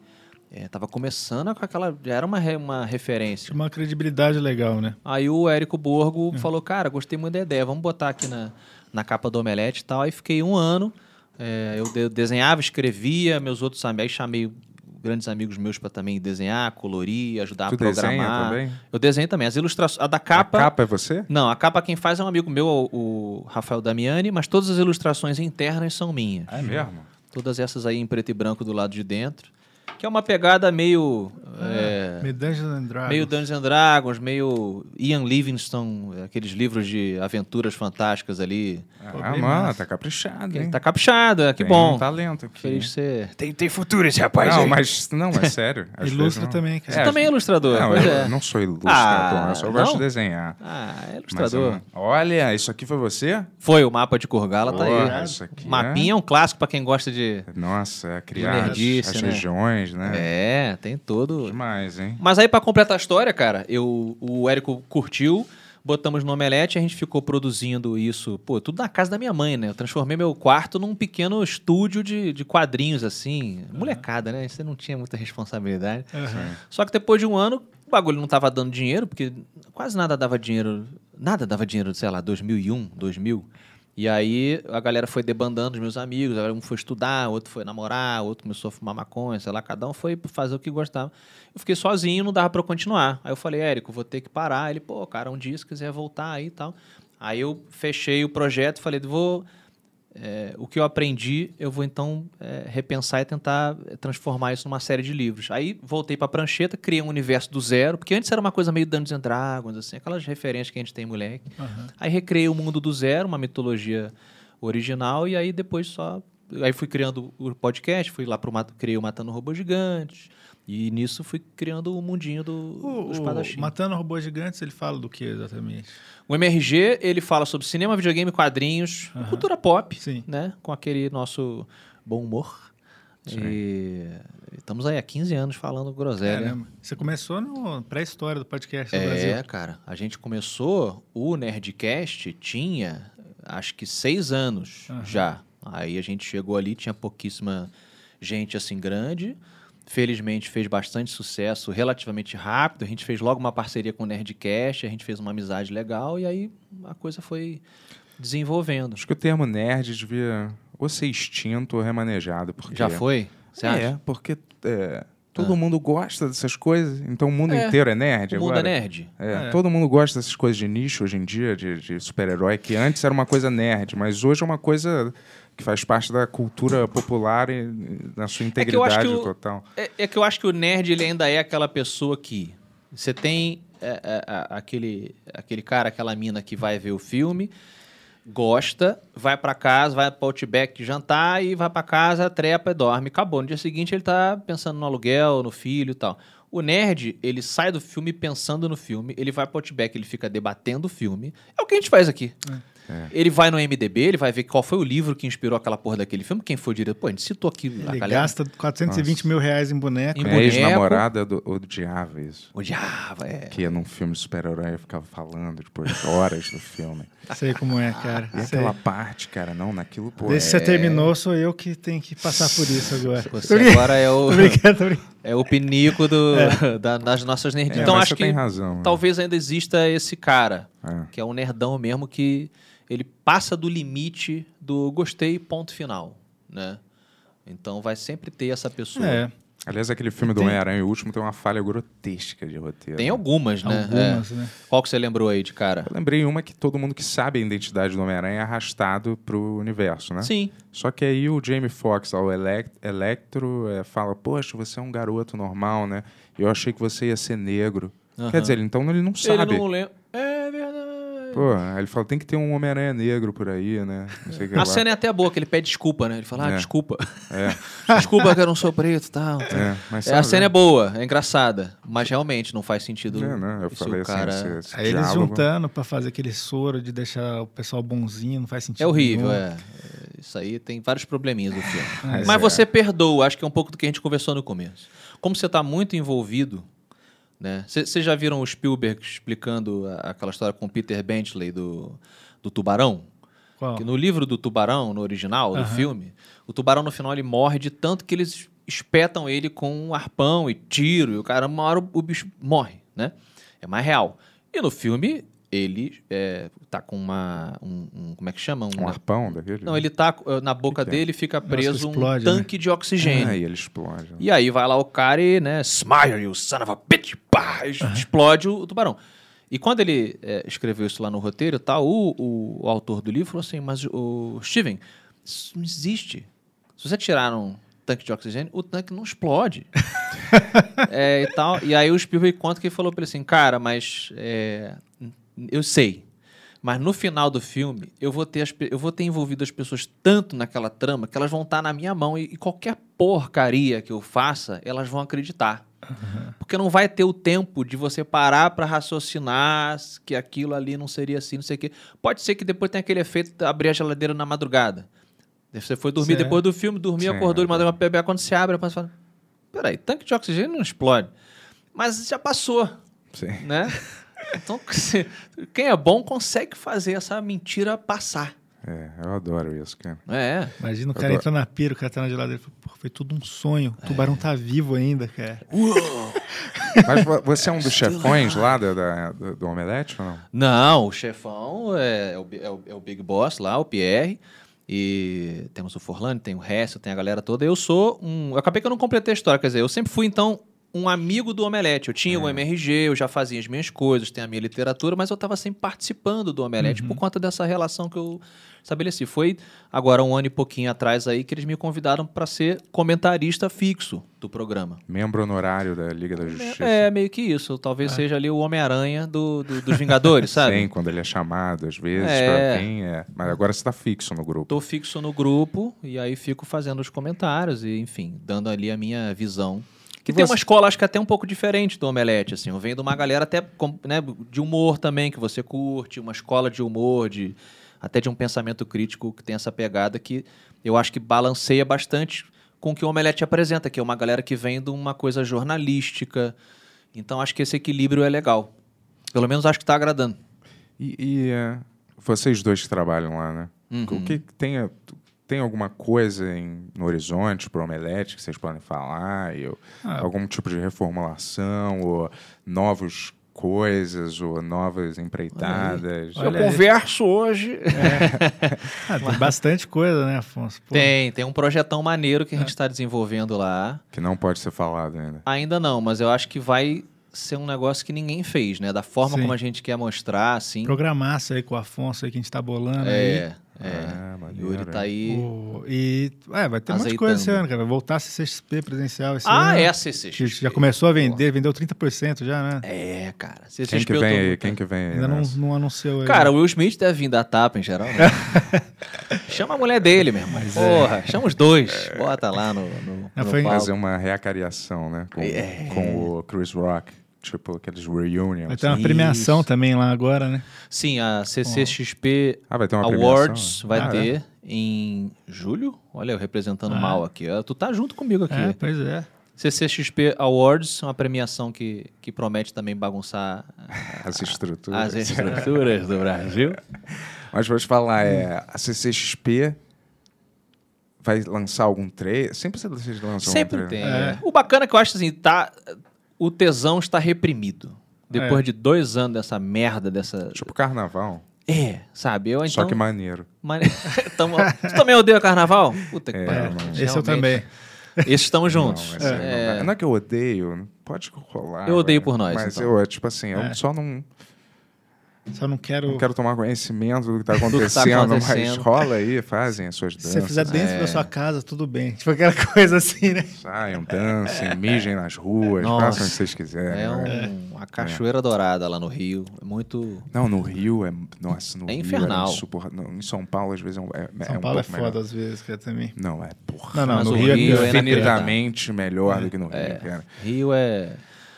[SPEAKER 5] eh, tava começando com aquela. Já era uma, re- uma referência.
[SPEAKER 3] Tinha uma credibilidade legal, né?
[SPEAKER 5] Aí o Érico
[SPEAKER 2] Hum.
[SPEAKER 5] Borgo falou, cara, gostei muito da ideia, vamos botar aqui na, na capa do Omelete e tal. Aí fiquei um ano, é, eu de- desenhava, escrevia, meus outros amigos, aí chamei grandes amigos meus para também desenhar, colorir, ajudar
[SPEAKER 2] Tu
[SPEAKER 5] a programar.
[SPEAKER 2] desenha também?
[SPEAKER 5] Eu desenho também, as ilustrações, a da
[SPEAKER 2] A
[SPEAKER 5] capa...
[SPEAKER 2] capa é você?
[SPEAKER 5] Não, a capa quem faz é um amigo meu, o o Rafael Damiani, mas todas as ilustrações internas são minhas.
[SPEAKER 2] É mesmo?
[SPEAKER 5] Todas essas aí em preto e branco do lado de dentro. Que é uma pegada meio.
[SPEAKER 2] Ah.
[SPEAKER 5] é,
[SPEAKER 3] Meio Dungeons and Dragons.
[SPEAKER 5] meio Dungeons and Dragons, meio Ian Livingstone, aqueles livros de aventuras fantásticas ali.
[SPEAKER 2] Ah, mano, tá caprichado, hein?
[SPEAKER 5] Tá caprichado, é, que
[SPEAKER 2] Tem
[SPEAKER 5] bom.
[SPEAKER 2] um talento aqui.
[SPEAKER 5] Feliz de
[SPEAKER 2] É,
[SPEAKER 5] ser.
[SPEAKER 6] Tem, tem futuro esse rapaz
[SPEAKER 2] não,
[SPEAKER 6] aí.
[SPEAKER 2] mas não, é sério. Às vezes
[SPEAKER 3] Ilustra
[SPEAKER 2] não-
[SPEAKER 3] também,
[SPEAKER 2] É,
[SPEAKER 3] cara.
[SPEAKER 5] Você também é ilustrador,
[SPEAKER 2] Não,
[SPEAKER 5] pois
[SPEAKER 2] eu
[SPEAKER 5] é.
[SPEAKER 2] não sou ilustrador,
[SPEAKER 5] Ah,
[SPEAKER 2] eu só
[SPEAKER 5] não?
[SPEAKER 2] gosto de desenhar.
[SPEAKER 5] Ah, é
[SPEAKER 2] Mas eu
[SPEAKER 5] ilustrador.
[SPEAKER 2] não- Olha, isso aqui foi você?
[SPEAKER 5] Foi o mapa de Kurgala, tá aí.
[SPEAKER 2] Porra, isso aqui é-
[SPEAKER 5] Mapinha é um clássico pra quem gosta de.
[SPEAKER 2] Nossa, é criar as,
[SPEAKER 5] Nerdice,
[SPEAKER 2] as
[SPEAKER 5] né?
[SPEAKER 2] regiões, né?
[SPEAKER 5] É, tem todo.
[SPEAKER 2] Demais, hein?
[SPEAKER 5] Mas aí, pra completar a história, cara, eu, o Érico curtiu, botamos no Omelete, a gente ficou produzindo isso, pô, tudo na casa da minha mãe, né? Eu transformei meu quarto num pequeno estúdio de, de quadrinhos, assim. Molecada, né? Você não tinha muita responsabilidade. Só que depois de um ano, o bagulho não tava dando dinheiro, porque quase nada dava dinheiro. Nada dava dinheiro, sei lá, 2001, 2000. um, E aí a galera foi debandando, os meus amigos, aí um foi estudar, outro foi namorar, outro começou a fumar maconha, sei lá, cada um foi fazer o que gostava. Eu fiquei sozinho, não dava pra eu continuar. Aí eu falei, Érico, vou ter que parar. Ele, pô, cara, um dia se quiser voltar aí e tal. Aí eu fechei o projeto, falei, vou é, o que eu aprendi, eu vou então é, repensar e tentar é, transformar isso numa série de livros. Aí voltei para a prancheta, criei um universo do zero, porque antes era uma coisa meio Dungeons and Dragons, assim, aquelas referências que a gente tem moleque. Aí recriei o mundo do zero, uma mitologia original, e aí depois só. Aí fui criando o podcast, fui lá pro Mato, criei o Matando Robô Gigante, e nisso fui criando o mundinho do,
[SPEAKER 3] O,
[SPEAKER 5] do
[SPEAKER 3] o
[SPEAKER 5] espadachim.
[SPEAKER 3] Matando Robôs Gigantes, ele fala do que exatamente?
[SPEAKER 5] O MRG, ele fala sobre cinema, videogame, quadrinhos, cultura pop,
[SPEAKER 3] Sim.
[SPEAKER 5] né? Com aquele nosso bom humor. E estamos aí há 15 anos falando groselha.
[SPEAKER 3] É, né? Você começou no pré-história do podcast do
[SPEAKER 5] É,
[SPEAKER 3] Brasil.
[SPEAKER 5] cara. A gente começou, o Nerdcast tinha acho que seis anos já. Aí a gente chegou ali, tinha pouquíssima gente assim grande. Felizmente fez bastante sucesso relativamente rápido. A gente fez logo uma parceria com o Nerdcast, a gente fez uma amizade legal e aí a coisa foi desenvolvendo.
[SPEAKER 2] Acho que o termo nerd devia ou ser extinto ou remanejado. Porque...
[SPEAKER 5] Já foi? Você acha? Ah.
[SPEAKER 2] É, porque é, todo mundo gosta dessas coisas, então o mundo inteiro é nerd
[SPEAKER 5] O mundo
[SPEAKER 2] agora.
[SPEAKER 5] é nerd.
[SPEAKER 2] É, Todo mundo gosta dessas coisas de nicho hoje em dia, de, de super-herói, que antes era uma coisa nerd, mas hoje é uma coisa que faz parte da cultura popular e, e na sua
[SPEAKER 5] É que eu acho
[SPEAKER 2] integridade
[SPEAKER 5] que o-
[SPEAKER 2] total.
[SPEAKER 5] É, é que eu acho que o nerd ele ainda é aquela pessoa que você tem é, é, a- aquele, aquele cara, aquela mina que vai ver o filme, gosta, vai pra casa, vai pro Outback jantar e vai pra casa, trepa e dorme. Acabou. No dia seguinte ele tá pensando no aluguel, no filho e tal. O nerd, ele sai do filme pensando no filme, ele vai pro Outback, ele fica debatendo o filme. É o que a gente faz aqui.
[SPEAKER 2] É.
[SPEAKER 5] Ele vai no MDB, ele vai ver qual foi o livro que inspirou aquela porra daquele filme, quem foi o diretor. Pô, a gente citou aqui a
[SPEAKER 3] Ele
[SPEAKER 5] galera.
[SPEAKER 3] gasta 420 mil reais em boneco.
[SPEAKER 5] Em
[SPEAKER 2] Minha
[SPEAKER 5] boneco.
[SPEAKER 2] ex-namorada do- odiava isso.
[SPEAKER 5] Odiava, é.
[SPEAKER 2] Que ia num filme de super-herói e ficava falando depois horas do filme.
[SPEAKER 3] Sei como é, cara.
[SPEAKER 2] E
[SPEAKER 3] Sei.
[SPEAKER 2] aquela parte, cara, não, naquilo, pô. é,
[SPEAKER 3] Desde que você terminou, sou eu que tenho que passar por isso agora.
[SPEAKER 5] Você agora é o,
[SPEAKER 3] Tô brincando, tô brincando.
[SPEAKER 5] é o pinico do, da- das nossas nerds.
[SPEAKER 2] É,
[SPEAKER 5] então
[SPEAKER 2] mas
[SPEAKER 5] acho
[SPEAKER 2] você
[SPEAKER 5] que
[SPEAKER 2] tem razão, né?
[SPEAKER 5] talvez ainda exista esse cara,
[SPEAKER 2] É.
[SPEAKER 5] que é um nerdão mesmo, que ele passa do limite do gostei, ponto final. Né? Então vai sempre ter essa pessoa.
[SPEAKER 3] É,
[SPEAKER 2] Aliás, aquele filme do Homem-Aranha, o último, tem uma falha grotesca de roteiro.
[SPEAKER 5] Tem algumas, né?
[SPEAKER 3] algumas,
[SPEAKER 5] É.
[SPEAKER 3] né?
[SPEAKER 5] Qual que você lembrou aí de cara?
[SPEAKER 2] Eu lembrei uma que todo mundo que sabe a identidade do Homem-Aranha é arrastado pro universo, né?
[SPEAKER 5] Sim.
[SPEAKER 2] Só que aí o Jamie Foxx, lá, o Elec- Electro, é, fala: Poxa, você é um garoto normal, né? Eu achei que você ia ser negro. Quer dizer, ele- então ele não sabe.
[SPEAKER 5] Ele não lembra. É verdade.
[SPEAKER 2] Pô, aí ele fala: tem que ter um Homem-Aranha negro por aí, né? Não sei o que lá.
[SPEAKER 5] A cena é até boa, que ele pede desculpa, né? Ele fala, ah,
[SPEAKER 2] É.
[SPEAKER 5] desculpa. desculpa que eu não sou preto e tal.
[SPEAKER 2] É, mas
[SPEAKER 5] É, a
[SPEAKER 2] sabe,
[SPEAKER 5] cena é boa, é engraçada, mas realmente não faz sentido.
[SPEAKER 2] É, né? Eu
[SPEAKER 5] se
[SPEAKER 2] falei
[SPEAKER 5] o
[SPEAKER 2] assim:
[SPEAKER 5] cara...
[SPEAKER 2] esse, esse
[SPEAKER 3] Aí eles
[SPEAKER 2] diálogo-
[SPEAKER 3] juntando pra fazer aquele soro de deixar o pessoal bonzinho, não faz
[SPEAKER 2] assim.
[SPEAKER 3] sentido.
[SPEAKER 5] É horrível,
[SPEAKER 3] nenhum.
[SPEAKER 5] é. É, Isso aí tem vários probleminhas do filme.
[SPEAKER 3] Mas
[SPEAKER 5] mas
[SPEAKER 3] é.
[SPEAKER 5] você perdoa, acho que é um pouco do que a gente conversou no começo. Como você está muito envolvido, né? Vocês já viram o Spielberg explicando a- aquela história com o Peter Bentley do, do Tubarão?
[SPEAKER 3] Qual?
[SPEAKER 5] Que no livro do Tubarão, no original, do
[SPEAKER 3] Aham.
[SPEAKER 5] filme, o tubarão no final ele morre de tanto que eles espetam ele com um arpão e tiro, e o cara, uma hora o- o bicho morre, né? É mais real. E no filme, ele é, tá com uma. Um, um- como é que chama? Um,
[SPEAKER 2] Um arpão daquele?
[SPEAKER 5] Não, ele tá. eh, Na boca dele fica preso
[SPEAKER 3] explode,
[SPEAKER 5] um
[SPEAKER 3] né?
[SPEAKER 5] tanque de oxigênio.
[SPEAKER 2] Aí ele explode.
[SPEAKER 5] E aí vai lá o cara e, né, smile, you son of a bitch, pá, es- explode o tubarão. E quando ele é, escreveu isso lá no roteiro, e tal, o, o, o autor do livro falou assim, mas o Steven, isso não existe. Se você tirar um, tanque de oxigênio, o tanque não explode. É, e, tal. e aí o Spielberg conta que ele falou pra ele assim, cara, mas é, eu sei, mas no final do filme eu vou ter, as pe- eu vou ter envolvido as pessoas tanto naquela trama que elas vão estar na minha mão e, e qualquer porcaria que eu faça, elas vão acreditar. Porque não vai ter o tempo de você parar pra raciocinar s- que aquilo ali não seria assim, não sei o quê. Pode ser que depois tenha aquele efeito de abrir a geladeira na madrugada. Você foi dormir
[SPEAKER 3] Certo.
[SPEAKER 5] depois do filme, dormiu,
[SPEAKER 2] Sim, é
[SPEAKER 5] acordou de madrugada pra beber, quando você abre, você fala: peraí, tanque de oxigênio não explode. Mas já passou
[SPEAKER 2] Sim.
[SPEAKER 5] né? Então, se- quem é bom consegue fazer essa mentira passar.
[SPEAKER 2] É, eu adoro isso, cara.
[SPEAKER 5] É.
[SPEAKER 3] Imagina o cara entra na pira, o cara tá na geladeira e fala, porra, foi tudo um sonho.
[SPEAKER 5] É.
[SPEAKER 3] O tubarão tá vivo ainda, cara.
[SPEAKER 2] Mas vo- você é um dos chefões lá da, da- do, do Omelete ou não?
[SPEAKER 5] Não, o chefão é, é o, bi- é o- é o Big Boss lá, o Pierre. E temos o Forlani, tem o Hessel, tem a galera toda. Eu sou um. Eu acabei que eu não completei a história, quer dizer, eu sempre fui então um amigo do Omelete. Eu tinha o MRG, eu já fazia as minhas coisas, tenho a minha literatura, mas eu estava sempre participando do Omelete por conta dessa relação que eu estabeleci. Foi agora um ano e pouquinho atrás aí que eles me convidaram para ser comentarista fixo do programa.
[SPEAKER 2] Membro honorário da Liga da Justiça.
[SPEAKER 5] É, meio que isso. Talvez seja ali o Homem-Aranha do, do- dos Vingadores, sabe?
[SPEAKER 2] Sim, quando ele é chamado, às vezes,
[SPEAKER 5] É.
[SPEAKER 2] pra vir. É. Mas agora você tá fixo no grupo.
[SPEAKER 5] Tô fixo no grupo e aí fico fazendo os comentários e, enfim, dando ali a minha visão. Que tem uma escola, acho que até um pouco diferente do Omelete, assim. Eu venho de uma galera até com- né, de humor também, que você curte, uma escola de humor, de até de um pensamento crítico que tem essa pegada que eu acho que balanceia bastante com o que o Omelete apresenta, que é uma galera que vem de uma coisa jornalística. Então acho que esse equilíbrio é legal. Pelo menos acho que tá agradando.
[SPEAKER 2] E, e, é, vocês dois que trabalham lá, né?
[SPEAKER 3] Uhum.
[SPEAKER 2] O que que tem, a- tem alguma coisa em- no horizonte pro Omelete que vocês podem falar? E, eu-
[SPEAKER 3] Ah.
[SPEAKER 2] algum tipo de reformulação ou novos coisas ou novas empreitadas?
[SPEAKER 3] Olha aí.
[SPEAKER 5] converso hoje.
[SPEAKER 3] Ah, tem bastante coisa, né, Afonso? Pô,
[SPEAKER 5] Tem, tem um projetão maneiro que a gente
[SPEAKER 2] É.
[SPEAKER 5] está desenvolvendo lá.
[SPEAKER 2] Que não pode ser falado ainda.
[SPEAKER 5] Ainda não, mas eu acho que vai ser um negócio que ninguém fez, né? Da forma
[SPEAKER 3] Sim.
[SPEAKER 5] como a gente quer mostrar, assim.
[SPEAKER 3] Programaço aí com o Afonso aí que a gente tá bolando aí.
[SPEAKER 5] É, é.
[SPEAKER 2] Ah, maneiro,
[SPEAKER 5] Yuri tá
[SPEAKER 2] hein?
[SPEAKER 5] aí.
[SPEAKER 3] O- E, é, vai ter um monte de
[SPEAKER 5] Azeitando.
[SPEAKER 3] coisa esse ano, cara. Vai voltar a CCXP presencial esse ano.
[SPEAKER 5] Ah,
[SPEAKER 2] um
[SPEAKER 5] é a
[SPEAKER 3] Que
[SPEAKER 5] CCXP.
[SPEAKER 3] já começou a vender, vendeu 30% já, né?
[SPEAKER 5] É, cara.
[SPEAKER 2] Quem
[SPEAKER 5] CCXP
[SPEAKER 2] que
[SPEAKER 5] eu tô
[SPEAKER 2] vem aí?
[SPEAKER 5] lutando.
[SPEAKER 2] Quem que vem aí?
[SPEAKER 3] Ainda não,
[SPEAKER 2] nessa?
[SPEAKER 3] não anunciou aí.
[SPEAKER 5] Cara, o Will Smith deve vir da tapa em geral, né? Chama a mulher dele, meu irmão.
[SPEAKER 2] é.
[SPEAKER 5] Porra, chama os dois. Bota lá no, no,
[SPEAKER 3] Não,
[SPEAKER 5] no
[SPEAKER 3] foi-
[SPEAKER 5] palco.
[SPEAKER 2] Fazer uma reacariação, né? Com, com o Chris Rock. Tipo, aqueles
[SPEAKER 3] É. vai
[SPEAKER 2] reunions.
[SPEAKER 3] ter uma premiação
[SPEAKER 5] Isso.
[SPEAKER 3] também lá agora, né?
[SPEAKER 5] Sim, a CCXP
[SPEAKER 2] Ah, vai ter uma
[SPEAKER 5] Awards
[SPEAKER 2] premiação?
[SPEAKER 5] vai
[SPEAKER 2] Ah, é?
[SPEAKER 5] ter em julho. Olha, eu representando mal aqui. Ah, Tu tá junto comigo aqui.
[SPEAKER 3] É, pois é.
[SPEAKER 5] CCXP Awards, uma premiação que, que promete também bagunçar
[SPEAKER 2] As estruturas.
[SPEAKER 5] as estruturas do Brasil.
[SPEAKER 2] Mas vou te
[SPEAKER 5] Hum.
[SPEAKER 2] falar, é, a CCXP vai lançar algum trailer? Sempre vocês lançam
[SPEAKER 5] Sempre
[SPEAKER 2] algum
[SPEAKER 5] tem.
[SPEAKER 2] trailer.
[SPEAKER 5] né? O bacana é que eu acho assim, tá, o tesão está reprimido. Depois
[SPEAKER 3] É.
[SPEAKER 5] de dois anos dessa merda, dessa.
[SPEAKER 2] Tipo carnaval,
[SPEAKER 5] É, sabe? Eu então.
[SPEAKER 2] só que maneiro.
[SPEAKER 5] Mas- Tamo- Tu também odeia carnaval? Puta que
[SPEAKER 3] É,
[SPEAKER 5] pariu.
[SPEAKER 3] esse eu
[SPEAKER 5] Realmente.
[SPEAKER 3] também.
[SPEAKER 5] Esses estão
[SPEAKER 2] Não,
[SPEAKER 5] juntos.
[SPEAKER 2] mas aí não,
[SPEAKER 5] É.
[SPEAKER 2] dá. não é que eu odeio, não pode rolar.
[SPEAKER 5] Eu odeio
[SPEAKER 2] velho.
[SPEAKER 5] por nós,
[SPEAKER 2] Mas
[SPEAKER 5] então.
[SPEAKER 2] eu, é tipo assim, eu
[SPEAKER 3] É.
[SPEAKER 2] só não,
[SPEAKER 3] Só não quero.
[SPEAKER 2] não quero tomar conhecimento do que tá
[SPEAKER 5] que tá
[SPEAKER 2] acontecendo, mas
[SPEAKER 5] acontecendo.
[SPEAKER 2] rola aí, fazem as suas
[SPEAKER 3] Se você
[SPEAKER 2] danças,
[SPEAKER 3] fizer dentro da sua casa, tudo bem. Tipo aquela coisa assim, né?
[SPEAKER 2] saiam, dancem, mijem nas ruas,
[SPEAKER 5] Nossa.
[SPEAKER 2] façam o que vocês quiserem.
[SPEAKER 5] É
[SPEAKER 2] né?
[SPEAKER 5] um- uma cachoeira dourada lá no Rio. É muito.
[SPEAKER 2] Não, no Rio é. Nossa, no
[SPEAKER 5] É
[SPEAKER 2] Rio
[SPEAKER 5] infernal.
[SPEAKER 2] É insupor- não, em São Paulo, às vezes, é um, é, é
[SPEAKER 3] São
[SPEAKER 2] um
[SPEAKER 3] Paulo é
[SPEAKER 2] pouco
[SPEAKER 3] foda
[SPEAKER 2] melhor.
[SPEAKER 3] às vezes, cara, também.
[SPEAKER 2] Não, é porra.
[SPEAKER 3] Não, não,
[SPEAKER 5] Mas
[SPEAKER 3] no
[SPEAKER 5] o
[SPEAKER 3] Rio,
[SPEAKER 5] Rio
[SPEAKER 3] é
[SPEAKER 5] é na-
[SPEAKER 3] pior.
[SPEAKER 2] infinitamente melhor do que no Rio, cara.
[SPEAKER 5] Rio é.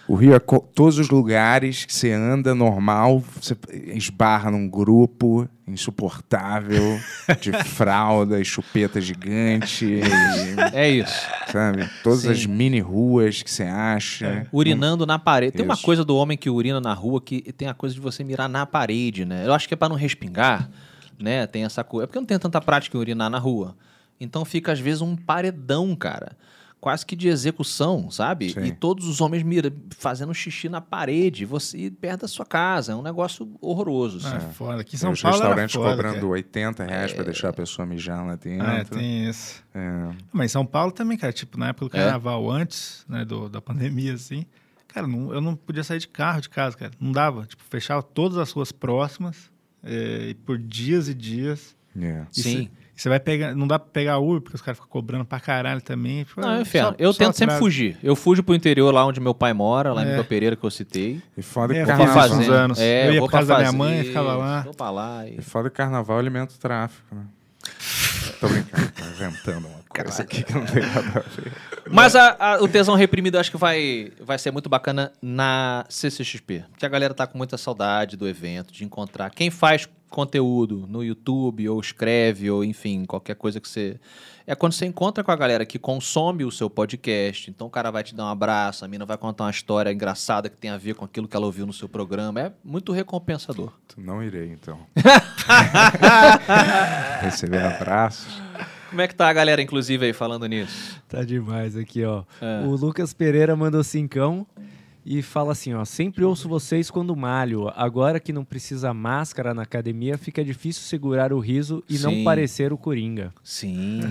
[SPEAKER 2] O Rio é co- todos os lugares que você anda normal, você esbarra num grupo insuportável de fralda e chupeta gigante, e,
[SPEAKER 5] É isso.
[SPEAKER 2] sabe? Todas as mini ruas que você
[SPEAKER 3] É.
[SPEAKER 2] acha.
[SPEAKER 5] Urinando na parede. Tem uma
[SPEAKER 2] Isso.
[SPEAKER 5] coisa do homem que urina na rua que tem a coisa de você mirar na parede, né? Eu acho que é pra não respingar, né? Tem essa coisa. É porque eu não tenho tanta prática em urinar na rua. Então fica, às vezes, um paredão, cara. Quase que de execução, sabe?
[SPEAKER 2] Sim.
[SPEAKER 5] E todos os homens mira, fazendo xixi na parede, você perto da sua casa. É um negócio horroroso.
[SPEAKER 3] Ah,
[SPEAKER 5] assim.
[SPEAKER 3] é foda. Aqui em
[SPEAKER 2] Tem
[SPEAKER 3] São
[SPEAKER 2] os
[SPEAKER 3] Paulo. Era
[SPEAKER 2] restaurantes
[SPEAKER 3] foda,
[SPEAKER 2] cobrando
[SPEAKER 3] cara.
[SPEAKER 2] 80 reais
[SPEAKER 5] É.
[SPEAKER 2] pra deixar a pessoa mijar lá dentro.
[SPEAKER 3] Ah, é,
[SPEAKER 5] tá?
[SPEAKER 3] tem isso.
[SPEAKER 2] É.
[SPEAKER 3] Mas em São Paulo também, cara, tipo, na época do
[SPEAKER 5] É?
[SPEAKER 3] carnaval, antes né, do, da pandemia, assim, cara, não- eu não podia sair de carro de casa, cara. Não dava. Tipo, fechava todas as ruas próximas, eh, e por dias e dias.
[SPEAKER 2] é.
[SPEAKER 3] E
[SPEAKER 5] Sim.
[SPEAKER 3] se- E Você vai pegar. Não dá pra pegar Uber, porque os caras ficam cobrando pra caralho também. Tipo,
[SPEAKER 5] Não,
[SPEAKER 3] é,
[SPEAKER 5] é inferno.
[SPEAKER 3] só-
[SPEAKER 5] eu
[SPEAKER 3] só
[SPEAKER 5] tento sempre
[SPEAKER 3] atraso.
[SPEAKER 5] fugir. Eu fujo pro interior lá onde meu pai mora, lá em
[SPEAKER 3] É.
[SPEAKER 5] Mica Pereira, que eu citei.
[SPEAKER 2] E foda que né?
[SPEAKER 3] É,
[SPEAKER 5] Vou pra
[SPEAKER 3] Carnaval.
[SPEAKER 2] carnaval.
[SPEAKER 5] fazenda.
[SPEAKER 3] anos.
[SPEAKER 5] É,
[SPEAKER 3] Eu ia
[SPEAKER 5] vou
[SPEAKER 3] pra casa
[SPEAKER 5] pra
[SPEAKER 3] da minha mãe,
[SPEAKER 5] fazenda,
[SPEAKER 3] ficava lá.
[SPEAKER 5] Vou pra lá. e-
[SPEAKER 2] E É foda que carnaval alimenta o tráfico, né? Tô brincando, tô inventando uma coisa aqui que não tem nada a ver.
[SPEAKER 5] Mas a- a- o tesão reprimido eu acho que vai, vai ser muito bacana na CCXP. Porque a galera tá com muita saudade do evento, de encontrar. Quem faz conteúdo no YouTube, ou escreve, ou enfim, qualquer coisa que você. É quando você encontra com a galera que consome o seu podcast. Então o cara vai te dar um abraço, a mina vai contar uma história engraçada que tem a ver com aquilo que ela ouviu no seu programa. É muito recompensador.
[SPEAKER 2] Não irei, então. Receber abraços.
[SPEAKER 5] Como é que tá a galera, inclusive, aí falando nisso?
[SPEAKER 4] Tá demais aqui, ó. O Lucas Pereira mandou cincão e fala assim, ó. Sempre ouço vocês quando malho. Agora que não precisa máscara na academia, fica difícil segurar o riso e
[SPEAKER 5] Sim.
[SPEAKER 4] não parecer o Coringa.
[SPEAKER 5] Sim.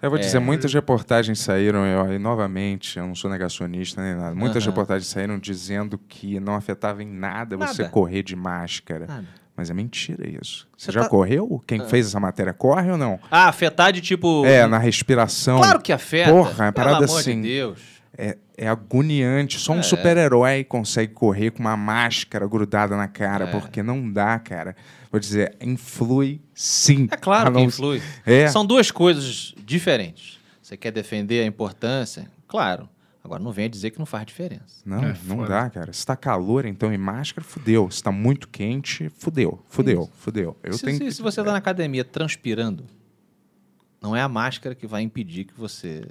[SPEAKER 2] Eu vou dizer, muitas reportagens saíram, e, ó, e novamente, eu não sou negacionista nem nada, muitas
[SPEAKER 5] Aham.
[SPEAKER 2] reportagens saíram dizendo que não afetava em nada, você
[SPEAKER 5] Nada.
[SPEAKER 2] correr de máscara.
[SPEAKER 5] Nada.
[SPEAKER 2] Mas é mentira isso. Você, Ah.
[SPEAKER 5] Você
[SPEAKER 2] já
[SPEAKER 5] tá-
[SPEAKER 2] correu? Quem fez essa matéria corre ou não?
[SPEAKER 5] Ah, afetar de tipo.
[SPEAKER 2] É, na respiração.
[SPEAKER 5] Claro que afeta.
[SPEAKER 2] Porra, é parada
[SPEAKER 5] Pelo amor
[SPEAKER 2] assim.
[SPEAKER 5] de Deus.
[SPEAKER 2] É, é agoniante.
[SPEAKER 5] É.
[SPEAKER 2] Só um super-herói consegue correr com uma máscara grudada na cara,
[SPEAKER 5] É.
[SPEAKER 2] porque não dá, cara. Vou dizer, influi sim.
[SPEAKER 5] É claro
[SPEAKER 2] A
[SPEAKER 5] que
[SPEAKER 2] não-
[SPEAKER 5] influi.
[SPEAKER 2] Ah, É.
[SPEAKER 5] São duas coisas diferentes. Você quer defender a importância? Claro. Agora não venha dizer que não faz diferença.
[SPEAKER 2] Não,
[SPEAKER 3] É,
[SPEAKER 2] não
[SPEAKER 3] foda.
[SPEAKER 2] dá, cara. Se tá calor, então, e máscara, fudeu. Se tá muito quente, fudeu, fudeu, fudeu. Eu
[SPEAKER 5] se,
[SPEAKER 2] tenho
[SPEAKER 5] se-
[SPEAKER 2] que...
[SPEAKER 5] se você está na academia transpirando, não é a máscara que vai impedir que você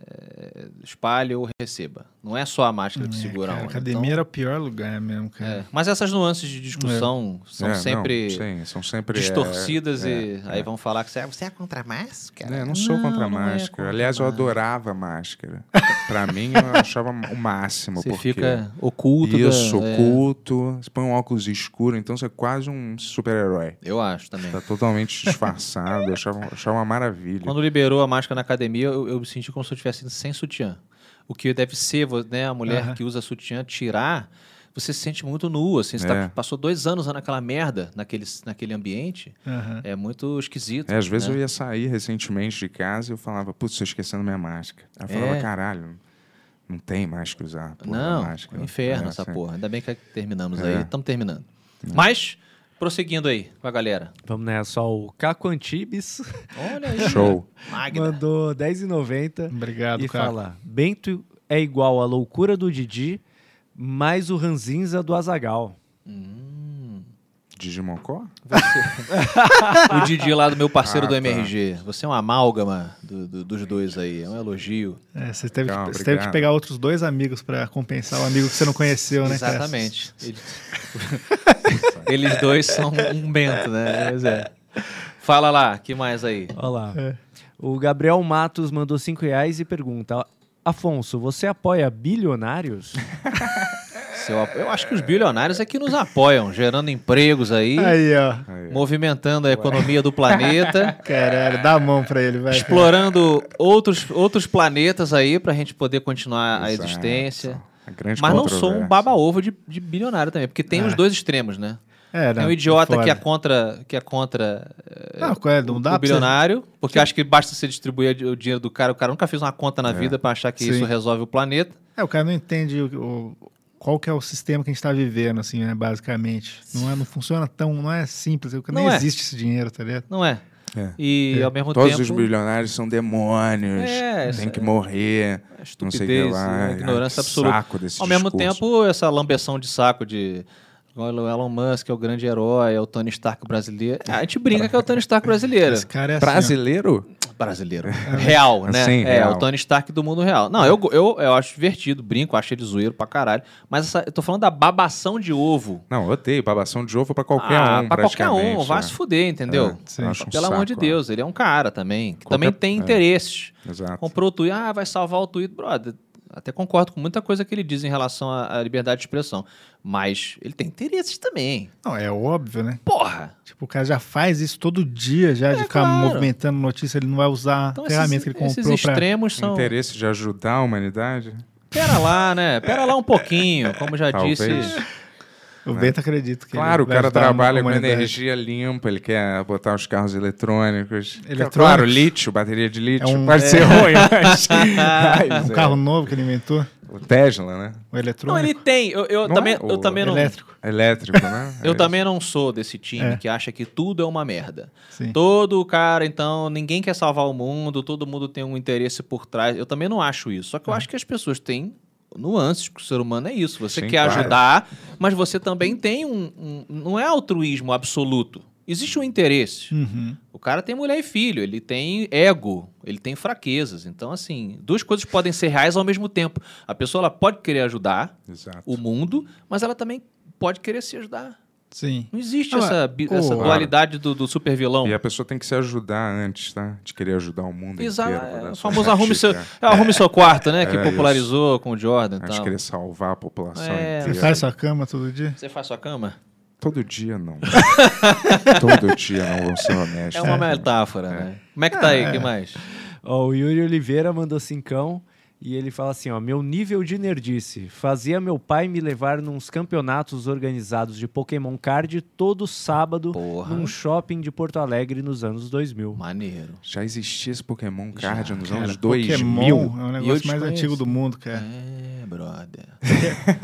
[SPEAKER 5] eh, espalhe ou receba. Não é só a máscara que segura
[SPEAKER 3] Cara,
[SPEAKER 5] a
[SPEAKER 3] a
[SPEAKER 5] onda.
[SPEAKER 3] academia era o pior lugar mesmo,
[SPEAKER 5] Então,
[SPEAKER 3] cara.
[SPEAKER 5] né, é. Mas essas nuances de discussão são
[SPEAKER 2] É, não,
[SPEAKER 5] sempre
[SPEAKER 2] sim, são sempre é,
[SPEAKER 5] distorcidas e aí vão falar que você é, você é contra a
[SPEAKER 2] É,
[SPEAKER 5] máscara.
[SPEAKER 2] não sou contra a
[SPEAKER 5] não é
[SPEAKER 2] máscara.
[SPEAKER 5] contra a
[SPEAKER 2] Aliás, eu adorava a máscara. pra mim, eu achava o máximo.
[SPEAKER 5] Você
[SPEAKER 2] porque...
[SPEAKER 5] fica oculto. da-
[SPEAKER 2] Isso,
[SPEAKER 5] é.
[SPEAKER 2] oculto. Você põe um óculos escuro, então você é quase um super-herói.
[SPEAKER 5] Eu acho também.
[SPEAKER 2] Tá totalmente disfarçado, eu achava, achava uma maravilha.
[SPEAKER 5] Quando liberou a máscara na academia, eu, eu me senti como se eu estivesse indo sem sutiã. O que deve ser, vo- né, a mulher
[SPEAKER 3] Aham.
[SPEAKER 5] que usa sutiã tirar, você se sente muito nua, assim, você tá-
[SPEAKER 2] É.
[SPEAKER 5] passou dois anos naquela merda, naquele, naquele ambiente,
[SPEAKER 3] Aham.
[SPEAKER 5] é muito esquisito.
[SPEAKER 2] É, às vezes
[SPEAKER 5] né?
[SPEAKER 2] eu ia sair recentemente de casa e eu falava, putz, tô esquecendo minha máscara. Aí eu
[SPEAKER 5] É.
[SPEAKER 2] falava, caralho, não tem mais que usar. Porra, da
[SPEAKER 5] Não, um
[SPEAKER 2] máscara.
[SPEAKER 5] inferno
[SPEAKER 2] É,
[SPEAKER 5] essa
[SPEAKER 2] assim.
[SPEAKER 5] porra. Ainda bem que terminamos
[SPEAKER 2] É.
[SPEAKER 5] aí, estamos terminando. Mas, prosseguindo aí com a galera.
[SPEAKER 4] Vamos nessa, ó. O Caco Antibes
[SPEAKER 5] Olha aí,
[SPEAKER 2] Show.
[SPEAKER 5] Magda.
[SPEAKER 4] mandou R$10,90.
[SPEAKER 3] Obrigado,
[SPEAKER 4] e
[SPEAKER 3] cara.
[SPEAKER 4] fala: Bento é igual à loucura do Didi, mais o ranzinza do Azagal.
[SPEAKER 2] Digimocó?
[SPEAKER 5] O Didi lá do meu parceiro
[SPEAKER 2] Ah, tá.
[SPEAKER 5] do MRG. Você é uma amálgama do- do- dos dois aí, é um elogio.
[SPEAKER 3] É, você teve,
[SPEAKER 2] Calma,
[SPEAKER 3] que, você teve que
[SPEAKER 2] obrigado.
[SPEAKER 3] pegar outros dois amigos pra compensar o amigo que você não conheceu, né, cara?
[SPEAKER 5] Exatamente. Eles... Eles dois são um bento, né? Pois é. Fala lá, que mais aí?
[SPEAKER 4] Olha lá.
[SPEAKER 3] É.
[SPEAKER 4] O Gabriel Matos mandou 5 reais e pergunta: Afonso, você apoia bilionários?
[SPEAKER 5] Seu apo- Eu acho que os bilionários é que nos apoiam, gerando empregos aí,
[SPEAKER 3] Aí, ó.
[SPEAKER 2] Aí, ó.
[SPEAKER 5] movimentando a economia do planeta,
[SPEAKER 3] Caralho, dá a mão pra ele, vai.
[SPEAKER 5] explorando outros, outros planetas aí pra gente poder continuar a
[SPEAKER 2] Exato.
[SPEAKER 5] existência.
[SPEAKER 2] A grande
[SPEAKER 5] Mas não sou um
[SPEAKER 2] controvérsia.
[SPEAKER 5] baba-ovo de, de bilionário também, porque tem os dois extremos, né?
[SPEAKER 3] É,
[SPEAKER 5] Tem
[SPEAKER 3] não,
[SPEAKER 5] um idiota
[SPEAKER 3] foda.
[SPEAKER 5] que é contra, que é contra eh,
[SPEAKER 3] Não, qual é? Não dá
[SPEAKER 5] o
[SPEAKER 3] pra você...
[SPEAKER 5] bilionário, porque acho que basta você distribuir o dinheiro do cara. O cara nunca fez uma
[SPEAKER 2] É.
[SPEAKER 5] conta na vida pra achar que
[SPEAKER 3] Sim.
[SPEAKER 5] isso resolve o planeta.
[SPEAKER 3] É, o cara não entende o, o- qual que é o sistema que a gente tá vivendo, assim, né, basicamente. Não, é, não funciona tão... Não é simples. Nem
[SPEAKER 5] Não é.
[SPEAKER 3] existe esse dinheiro, tá ligado?
[SPEAKER 5] Não é?
[SPEAKER 2] É.
[SPEAKER 5] E ao mesmo
[SPEAKER 2] Todos
[SPEAKER 5] tempo.
[SPEAKER 2] os bilionários são demônios,
[SPEAKER 5] É, essa-
[SPEAKER 2] tem que morrer,
[SPEAKER 5] a
[SPEAKER 2] não sei o que
[SPEAKER 5] Estupidez,
[SPEAKER 2] lá.
[SPEAKER 5] a ignorância
[SPEAKER 2] Ai, que
[SPEAKER 5] absoluta.
[SPEAKER 2] Saco desse
[SPEAKER 5] Ao mesmo
[SPEAKER 2] discurso.
[SPEAKER 5] tempo, essa lambeção de saco de. Olha, o Elon Musk é o grande herói, é o Tony Stark brasileiro. A gente brinca que é o Tony Stark brasileiro.
[SPEAKER 3] Esse cara é assim,
[SPEAKER 2] Brasileiro?
[SPEAKER 5] brasileiro. Real, né?
[SPEAKER 2] Assim,
[SPEAKER 5] é,
[SPEAKER 2] real.
[SPEAKER 5] o Tony Stark do mundo real. Não, eu, eu, eu acho divertido, brinco, acho ele zoeiro pra caralho. Mas essa- eu tô falando da babação de ovo
[SPEAKER 2] Não, eu odeio. Babação de ovo pra qualquer
[SPEAKER 5] ah,
[SPEAKER 2] um,
[SPEAKER 5] pra qualquer um,
[SPEAKER 2] praticamente,
[SPEAKER 5] vai
[SPEAKER 2] né?
[SPEAKER 5] se fuder, entendeu?
[SPEAKER 2] É,
[SPEAKER 3] Sim.
[SPEAKER 2] eu acho um
[SPEAKER 5] Pelo amor de
[SPEAKER 2] saco,
[SPEAKER 5] Deus, ele é um cara também, que
[SPEAKER 2] Qualquer-
[SPEAKER 5] também
[SPEAKER 2] é.
[SPEAKER 5] tem interesses.
[SPEAKER 2] ó. Exato. Um
[SPEAKER 5] Comprou o Twitter, ah, vai salvar o Twitter, brother. Até concordo com muita coisa que ele diz em relação à, à liberdade de expressão. Mas ele tem interesses também.
[SPEAKER 3] ó. Não, é óbvio, né?
[SPEAKER 5] Porra!
[SPEAKER 3] Tipo, o cara já faz isso todo dia, já, de ficar
[SPEAKER 5] É, claro.
[SPEAKER 3] movimentando notícia, ele não vai usar
[SPEAKER 5] Então
[SPEAKER 3] a ferramenta
[SPEAKER 5] esses,
[SPEAKER 3] que ele
[SPEAKER 5] esses
[SPEAKER 3] comprou pra...
[SPEAKER 5] extremos
[SPEAKER 2] O
[SPEAKER 5] são...
[SPEAKER 2] interesse de ajudar a humanidade?
[SPEAKER 5] Pera lá, né? Pera lá um pouquinho, como já
[SPEAKER 2] Talvez.
[SPEAKER 5] disse...
[SPEAKER 3] O Bento acredita que
[SPEAKER 2] Claro, o
[SPEAKER 3] ele vai
[SPEAKER 2] cara
[SPEAKER 3] ajudar
[SPEAKER 2] trabalha
[SPEAKER 3] a
[SPEAKER 2] com
[SPEAKER 3] humanidade.
[SPEAKER 2] energia limpa, ele quer botar os carros eletrônicos.
[SPEAKER 3] Eletrônicos?
[SPEAKER 2] Claro, lítio, bateria de lítio.
[SPEAKER 3] É um-
[SPEAKER 2] Pode
[SPEAKER 3] é.
[SPEAKER 2] ser ruim, mas... mas
[SPEAKER 3] Um
[SPEAKER 2] é.
[SPEAKER 3] carro novo que ele inventou,
[SPEAKER 2] O Tesla, né?
[SPEAKER 3] o
[SPEAKER 5] Não, ele
[SPEAKER 3] eletrônico,
[SPEAKER 5] tem. Eu, eu
[SPEAKER 2] Não
[SPEAKER 5] também,
[SPEAKER 2] é?
[SPEAKER 5] eu
[SPEAKER 2] O
[SPEAKER 5] também não.
[SPEAKER 3] elétrico.
[SPEAKER 2] Elétrico, né?
[SPEAKER 5] Eu
[SPEAKER 2] É.
[SPEAKER 5] também não sou desse time
[SPEAKER 3] É.
[SPEAKER 5] que acha que tudo é uma merda.
[SPEAKER 3] Sim.
[SPEAKER 5] Todo cara, então, ninguém quer salvar o mundo, todo mundo tem um interesse por trás. Eu também não acho isso. Só
[SPEAKER 2] É.
[SPEAKER 5] que eu acho que as pessoas têm nuances, que o ser humano é isso. Você
[SPEAKER 2] Sim,
[SPEAKER 5] quer
[SPEAKER 2] claro.
[SPEAKER 5] ajudar, mas você também tem um, um- Não é altruísmo absoluto. Existe um interesse.
[SPEAKER 3] Uhum.
[SPEAKER 5] O cara tem mulher e filho, ele tem ego, ele tem fraquezas. Então, assim, duas coisas podem ser reais ao mesmo tempo. A pessoa ela pode querer ajudar
[SPEAKER 2] Exato.
[SPEAKER 5] o mundo, mas ela também pode querer se ajudar.
[SPEAKER 3] Sim.
[SPEAKER 5] Não é, existe
[SPEAKER 3] Ah, mas-
[SPEAKER 5] essa, bi-
[SPEAKER 3] Oh.
[SPEAKER 5] essa dualidade do, do super vilão.
[SPEAKER 2] E é a pessoa tem que se ajudar antes, tá? De querer ajudar o mundo
[SPEAKER 5] Exato.
[SPEAKER 2] inteiro. pra dar
[SPEAKER 5] é O
[SPEAKER 2] sua
[SPEAKER 5] famoso arrume seu,
[SPEAKER 2] estatística.
[SPEAKER 5] é, arrume seu quarto, né? Que
[SPEAKER 2] né? É
[SPEAKER 5] popularizou com o Jordan. e
[SPEAKER 2] Acho
[SPEAKER 5] tal.
[SPEAKER 2] que ele salvar a população
[SPEAKER 5] Então. É.
[SPEAKER 3] Você
[SPEAKER 2] inteira.
[SPEAKER 3] sai da sua cama todo dia?
[SPEAKER 5] Você faz sua cama?
[SPEAKER 2] Todo dia não. Todo dia não, vou ser honesto.
[SPEAKER 5] É uma metáfora, né? Como é que tá aí? O que mais?
[SPEAKER 4] Ó, o Yuri Oliveira mandou cincão e ele fala assim, ó, meu nível de nerdice fazia meu pai me levar nos campeonatos organizados de Pokémon Card todo sábado
[SPEAKER 5] Porra.
[SPEAKER 4] num shopping de Porto Alegre nos anos 2000.
[SPEAKER 5] Maneiro.
[SPEAKER 2] Já existia esse Pokémon Card nos
[SPEAKER 3] Cara,
[SPEAKER 2] anos 2000.
[SPEAKER 3] Pokémon é o
[SPEAKER 5] E eu
[SPEAKER 3] negócio mais
[SPEAKER 5] desconheço.
[SPEAKER 3] antigo do mundo, cara.
[SPEAKER 5] É, brother.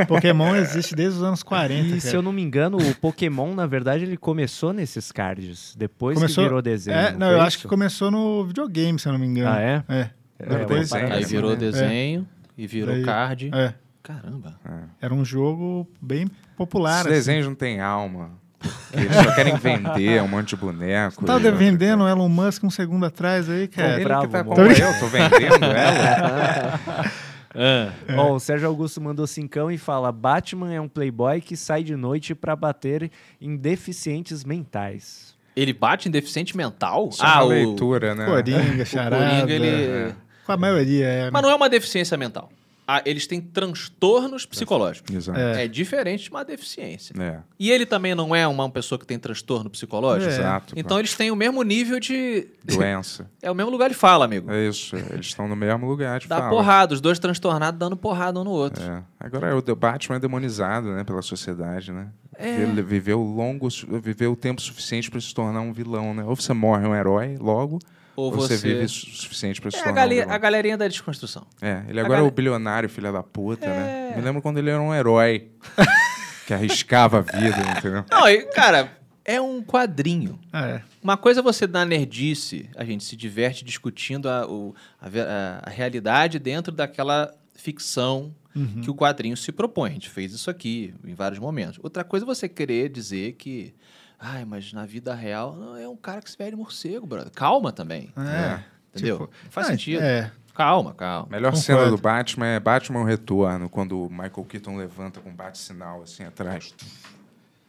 [SPEAKER 3] Pokémon existe desde os anos 40,
[SPEAKER 4] E se
[SPEAKER 3] cara.
[SPEAKER 4] eu não me engano, o Pokémon, na verdade, ele começou nesses cards, depois
[SPEAKER 3] Começou-
[SPEAKER 4] que virou desenho.
[SPEAKER 3] É, não,
[SPEAKER 4] foi
[SPEAKER 3] eu acho
[SPEAKER 4] isso?
[SPEAKER 3] que começou no videogame, se eu não me engano.
[SPEAKER 4] Ah, é?
[SPEAKER 3] É.
[SPEAKER 4] É,
[SPEAKER 3] Depois-
[SPEAKER 4] uma parada
[SPEAKER 5] Aí
[SPEAKER 2] né?
[SPEAKER 5] virou
[SPEAKER 2] É.
[SPEAKER 5] desenho e virou
[SPEAKER 3] Daí-
[SPEAKER 5] card.
[SPEAKER 3] É.
[SPEAKER 5] Caramba.
[SPEAKER 3] Era um jogo bem popular.
[SPEAKER 2] Esses
[SPEAKER 3] Assim.
[SPEAKER 2] desenhos não tem alma. porque Eles só querem vender um monte de boneco.
[SPEAKER 3] Tava
[SPEAKER 2] e outra
[SPEAKER 3] vendendo o Elon Musk um segundo atrás aí,
[SPEAKER 2] coisa. Ele
[SPEAKER 3] cara.
[SPEAKER 4] Bravo,
[SPEAKER 2] que tá
[SPEAKER 4] mano.
[SPEAKER 2] comprando, eu tô vendendo
[SPEAKER 5] É,
[SPEAKER 2] ela.
[SPEAKER 3] É.
[SPEAKER 4] Ó, o Sérgio Augusto mandou cincão e fala: Batman é um playboy que sai de noite pra bater em deficientes mentais.
[SPEAKER 5] Ele bate em deficiente mental? Ah,
[SPEAKER 2] Só é uma
[SPEAKER 5] o-
[SPEAKER 2] leitura, né?
[SPEAKER 3] Coringa, charada. é.
[SPEAKER 5] Coringa, ele- é.
[SPEAKER 3] Com a maioria é.
[SPEAKER 5] Mas não é uma deficiência mental. Ah, eles têm transtornos psicológicos.
[SPEAKER 2] Exato. É.
[SPEAKER 3] É.
[SPEAKER 5] É diferente de uma deficiência. E ele também não é uma pessoa que tem transtorno psicológico?
[SPEAKER 3] É.
[SPEAKER 2] Exato.
[SPEAKER 5] Então eles têm o mesmo nível de.
[SPEAKER 2] Doença.
[SPEAKER 5] É o mesmo lugar de fala, amigo.
[SPEAKER 2] É isso. Eles estão no mesmo lugar de
[SPEAKER 5] Dá
[SPEAKER 2] fala.
[SPEAKER 5] porrada, os dois transtornados dando porrada um no outro.
[SPEAKER 2] É. Agora o The Batman é demonizado, né, pela sociedade, né?
[SPEAKER 5] É.
[SPEAKER 2] Ele viveu longo, su- viveu o tempo suficiente para se tornar um vilão, né? Ou você morre um herói logo,
[SPEAKER 5] Ou
[SPEAKER 2] ou você,
[SPEAKER 5] você-
[SPEAKER 2] vive su- suficiente para se
[SPEAKER 5] É a,
[SPEAKER 2] tornar
[SPEAKER 5] gale-
[SPEAKER 2] um vilão.
[SPEAKER 5] a galerinha da desconstrução.
[SPEAKER 2] É, ele
[SPEAKER 5] a
[SPEAKER 2] agora é o
[SPEAKER 5] gale-
[SPEAKER 2] bilionário, filha da puta, né? Me lembro quando ele era um herói que arriscava a vida, entendeu?
[SPEAKER 5] Não, e, cara, é um quadrinho.
[SPEAKER 3] Ah, é.
[SPEAKER 5] Uma coisa é você dar nerdice, a gente se diverte discutindo a, o- a ve- a- a realidade dentro daquela ficção
[SPEAKER 3] Uhum.
[SPEAKER 5] que o quadrinho se propõe. A gente fez isso aqui em vários momentos. Outra coisa é você querer dizer que. Ai, mas na vida real não, é um cara que se veste de morcego, brother. Calma também.
[SPEAKER 3] É.
[SPEAKER 5] Entendeu?
[SPEAKER 3] Tipo,
[SPEAKER 5] Não Faz
[SPEAKER 3] ah,
[SPEAKER 5] sentido.
[SPEAKER 3] É.
[SPEAKER 5] Calma, calma.
[SPEAKER 2] Melhor
[SPEAKER 3] Concordo.
[SPEAKER 2] cena do Batman é Batman Retorno, quando o Michael Keaton levanta com um bate-sinal assim atrás.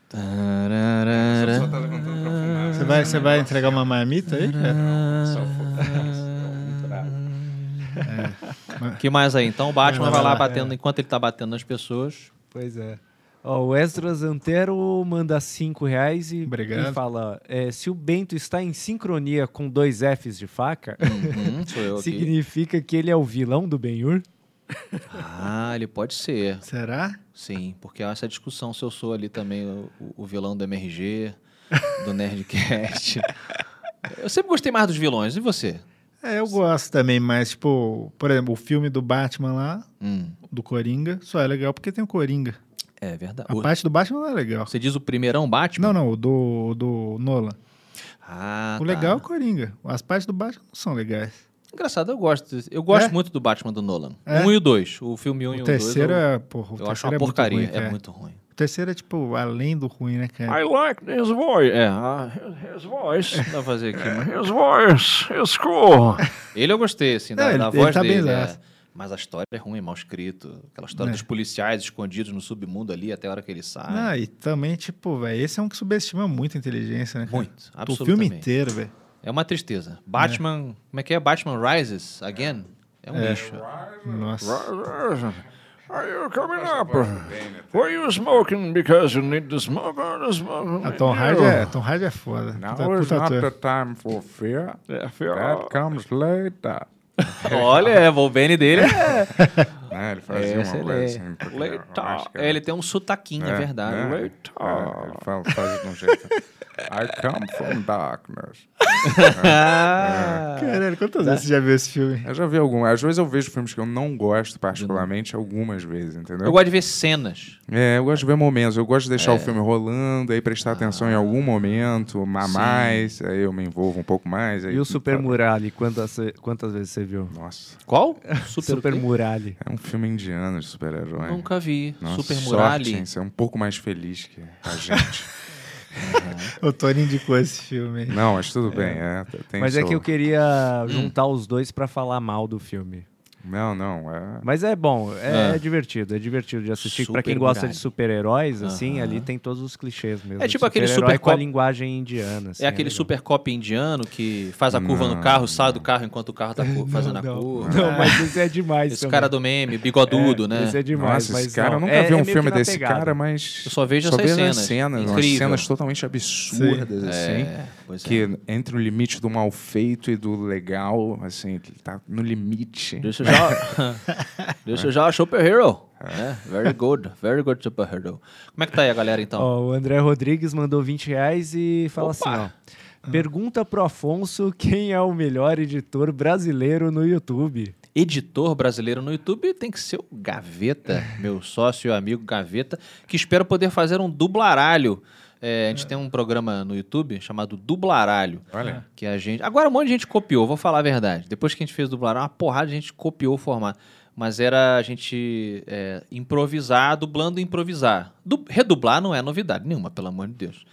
[SPEAKER 2] Só tá levantando pra fumar.
[SPEAKER 3] Você vai, você vai entregar uma marmita aí, cara?
[SPEAKER 2] Só fumar.
[SPEAKER 5] que mais aí? Então o Batman
[SPEAKER 3] Vai
[SPEAKER 5] vai lá
[SPEAKER 3] lá,
[SPEAKER 5] batendo, enquanto ele tá batendo nas pessoas.
[SPEAKER 4] Pois é. Ó, o Esdras Antero manda cinco reais e,
[SPEAKER 3] Obrigado.
[SPEAKER 4] e fala: é, se o Bento está em sincronia com dois Fs de faca,
[SPEAKER 5] Hum, sou eu aqui.
[SPEAKER 4] significa que ele é o vilão do Benhur?
[SPEAKER 5] Ah, ele pode ser.
[SPEAKER 3] Será?
[SPEAKER 5] Sim, porque há essa discussão se eu sou ali também o, o vilão do MRG, do Nerdcast. Eu sempre gostei mais dos vilões. E você?
[SPEAKER 3] É, eu gosto também, mas, tipo, por exemplo, o filme do Batman lá,
[SPEAKER 5] Hum,
[SPEAKER 3] do Coringa, só é legal porque tem o Coringa.
[SPEAKER 5] é verdade.
[SPEAKER 3] A
[SPEAKER 5] O-
[SPEAKER 3] parte do Batman não é legal.
[SPEAKER 5] Você diz o primeirão Batman?
[SPEAKER 3] Não, não, o do, o do Nolan.
[SPEAKER 5] Ah,
[SPEAKER 3] o
[SPEAKER 5] tá.
[SPEAKER 3] legal é o Coringa. As partes do Batman não são legais.
[SPEAKER 5] Engraçado, eu gosto. desse- Eu gosto
[SPEAKER 3] É?
[SPEAKER 5] muito do Batman do Nolan.
[SPEAKER 3] É?
[SPEAKER 5] Um e o dois. O filme um e
[SPEAKER 3] o
[SPEAKER 5] o
[SPEAKER 3] terceiro
[SPEAKER 5] dois.
[SPEAKER 3] é, porra, o
[SPEAKER 5] Eu, eu
[SPEAKER 3] terceiro
[SPEAKER 5] acho
[SPEAKER 3] é
[SPEAKER 5] uma
[SPEAKER 3] muito
[SPEAKER 5] porcaria.
[SPEAKER 3] ruim, cara.
[SPEAKER 5] é muito ruim.
[SPEAKER 3] O terceiro é, tipo, além do ruim, né, cara?
[SPEAKER 6] I like his voice.
[SPEAKER 5] É, ah, his voice. Dá pra fazer aqui. mas-
[SPEAKER 6] His voice is cool.
[SPEAKER 5] Ele eu gostei, assim, da,
[SPEAKER 3] É, ele-
[SPEAKER 5] da
[SPEAKER 3] ele
[SPEAKER 5] voz
[SPEAKER 3] tá bem
[SPEAKER 5] dele.
[SPEAKER 3] zaço.
[SPEAKER 5] é. Mas a história é ruim, mal escrito. Aquela história
[SPEAKER 3] É.
[SPEAKER 5] dos policiais escondidos no submundo ali até a hora que ele sai.
[SPEAKER 3] Ah, e também, tipo, velho, esse é um que subestima muito a inteligência, né? cara?
[SPEAKER 5] Muito,
[SPEAKER 3] O filme
[SPEAKER 5] absolutamente.
[SPEAKER 3] inteiro, velho.
[SPEAKER 5] É uma tristeza. Batman. Como é que é? Batman Rises Again? É um lixo.
[SPEAKER 3] Nossa.
[SPEAKER 6] Are you coming up? Were you smoking because you need to smoke or to smoke?
[SPEAKER 3] A Tom Hardy é, Tom Hardy é foda. Puta-
[SPEAKER 2] Now is
[SPEAKER 3] puta
[SPEAKER 2] not
[SPEAKER 3] ator.
[SPEAKER 2] the time for fear.
[SPEAKER 6] Yeah,
[SPEAKER 2] That comes later.
[SPEAKER 5] Olha, é, o Bane dele. é-
[SPEAKER 2] né? Ele fazia
[SPEAKER 5] Essa
[SPEAKER 2] uma coisa
[SPEAKER 3] é
[SPEAKER 5] ideia.
[SPEAKER 2] assim. porque eu acho
[SPEAKER 5] Leita.
[SPEAKER 2] que era-
[SPEAKER 5] É, ele tem um sotaquinho, é, verdade.
[SPEAKER 2] né?
[SPEAKER 5] Leita.
[SPEAKER 2] É, ele fala, faz de um jeito. I come from darkness.
[SPEAKER 3] Caralho, quantas vezes você já viu esse filme?
[SPEAKER 2] Eu já vi algumas. Às vezes eu vejo filmes que eu não gosto particularmente, algumas vezes, entendeu?
[SPEAKER 5] Eu gosto de ver cenas.
[SPEAKER 2] É, eu gosto de ver momentos. Eu gosto de
[SPEAKER 4] É.
[SPEAKER 2] deixar o filme rolando, aí prestar atenção
[SPEAKER 4] Ah.
[SPEAKER 2] em algum momento, a mais, aí eu me envolvo um pouco mais. Aí
[SPEAKER 4] E o
[SPEAKER 5] Tá
[SPEAKER 4] Super Murali, quantas, quantas vezes você viu?
[SPEAKER 2] Nossa,
[SPEAKER 5] Qual?
[SPEAKER 4] Super,
[SPEAKER 5] o quê?
[SPEAKER 4] Murali.
[SPEAKER 2] é um filme indiano de super-herói.
[SPEAKER 5] Nunca vi.
[SPEAKER 2] Nossa,
[SPEAKER 5] Super
[SPEAKER 2] sorte,
[SPEAKER 5] Murali.
[SPEAKER 2] hein? Você é um pouco mais feliz que a gente.
[SPEAKER 3] O Tony indicou esse filme.
[SPEAKER 2] não, mas tudo bem. É, t- tem
[SPEAKER 4] Mas é
[SPEAKER 2] seu-
[SPEAKER 4] que eu
[SPEAKER 5] um.
[SPEAKER 4] queria juntar os dois pra falar mal do filme.
[SPEAKER 2] Não, não. É...
[SPEAKER 4] Mas é bom, é,
[SPEAKER 5] Ah.
[SPEAKER 4] divertido, é divertido de assistir. Pra
[SPEAKER 5] Super
[SPEAKER 4] quem gosta
[SPEAKER 5] Murali.
[SPEAKER 4] de super-heróis, assim,
[SPEAKER 5] Aham.
[SPEAKER 4] ali tem todos os clichês mesmo.
[SPEAKER 5] É tipo aquele
[SPEAKER 4] super-herói
[SPEAKER 5] super
[SPEAKER 4] com a
[SPEAKER 5] cop-
[SPEAKER 4] linguagem indiana. assim,
[SPEAKER 5] É aquele
[SPEAKER 4] legal.
[SPEAKER 5] super cop indiano que faz a curva no carro, sai do carro enquanto o carro tá cu- fazendo a curva.
[SPEAKER 4] Não, mas esse é demais.
[SPEAKER 5] Esse
[SPEAKER 4] também.
[SPEAKER 5] cara do meme, bigodudo,
[SPEAKER 4] É,
[SPEAKER 5] né?
[SPEAKER 4] Esse é demais.
[SPEAKER 2] Nossa, esse
[SPEAKER 4] mas
[SPEAKER 2] cara,
[SPEAKER 4] não,
[SPEAKER 2] eu nunca
[SPEAKER 4] é-
[SPEAKER 2] vi um
[SPEAKER 4] é meio que
[SPEAKER 2] filme
[SPEAKER 4] na
[SPEAKER 2] desse
[SPEAKER 4] pegada.
[SPEAKER 2] cara, mas.
[SPEAKER 5] Eu só vejo
[SPEAKER 2] só
[SPEAKER 5] essas
[SPEAKER 2] vejo as
[SPEAKER 5] cenas.
[SPEAKER 2] cenas, umas
[SPEAKER 5] Incrível.
[SPEAKER 2] cenas totalmente absurdas, assim.
[SPEAKER 5] É, pois é.
[SPEAKER 2] que entre o limite do mal feito e do legal, assim, ele tá no limite.
[SPEAKER 5] This is our, this is our superhero. É, very good, very good superhero. Como é que tá aí a galera então?
[SPEAKER 4] Ó, o André Rodrigues mandou 20 reais e fala
[SPEAKER 5] Opa!
[SPEAKER 4] assim, ó. Pergunta pro Afonso quem é o melhor editor brasileiro no YouTube.
[SPEAKER 5] Editor brasileiro no YouTube tem que ser o Gaveta, meu sócio e amigo Gaveta, que espero poder fazer um dublaralho. É, a gente tem um programa no YouTube chamado Dublaralho.
[SPEAKER 2] Olha.
[SPEAKER 5] Que a gente. Agora um monte de gente copiou, vou falar a verdade. Depois que a gente fez o dublaralho, uma porrada de gente copiou o formato. Mas era a gente é, improvisar, dublando e improvisar. Du- Redublar não é novidade nenhuma, pelo amor de Deus.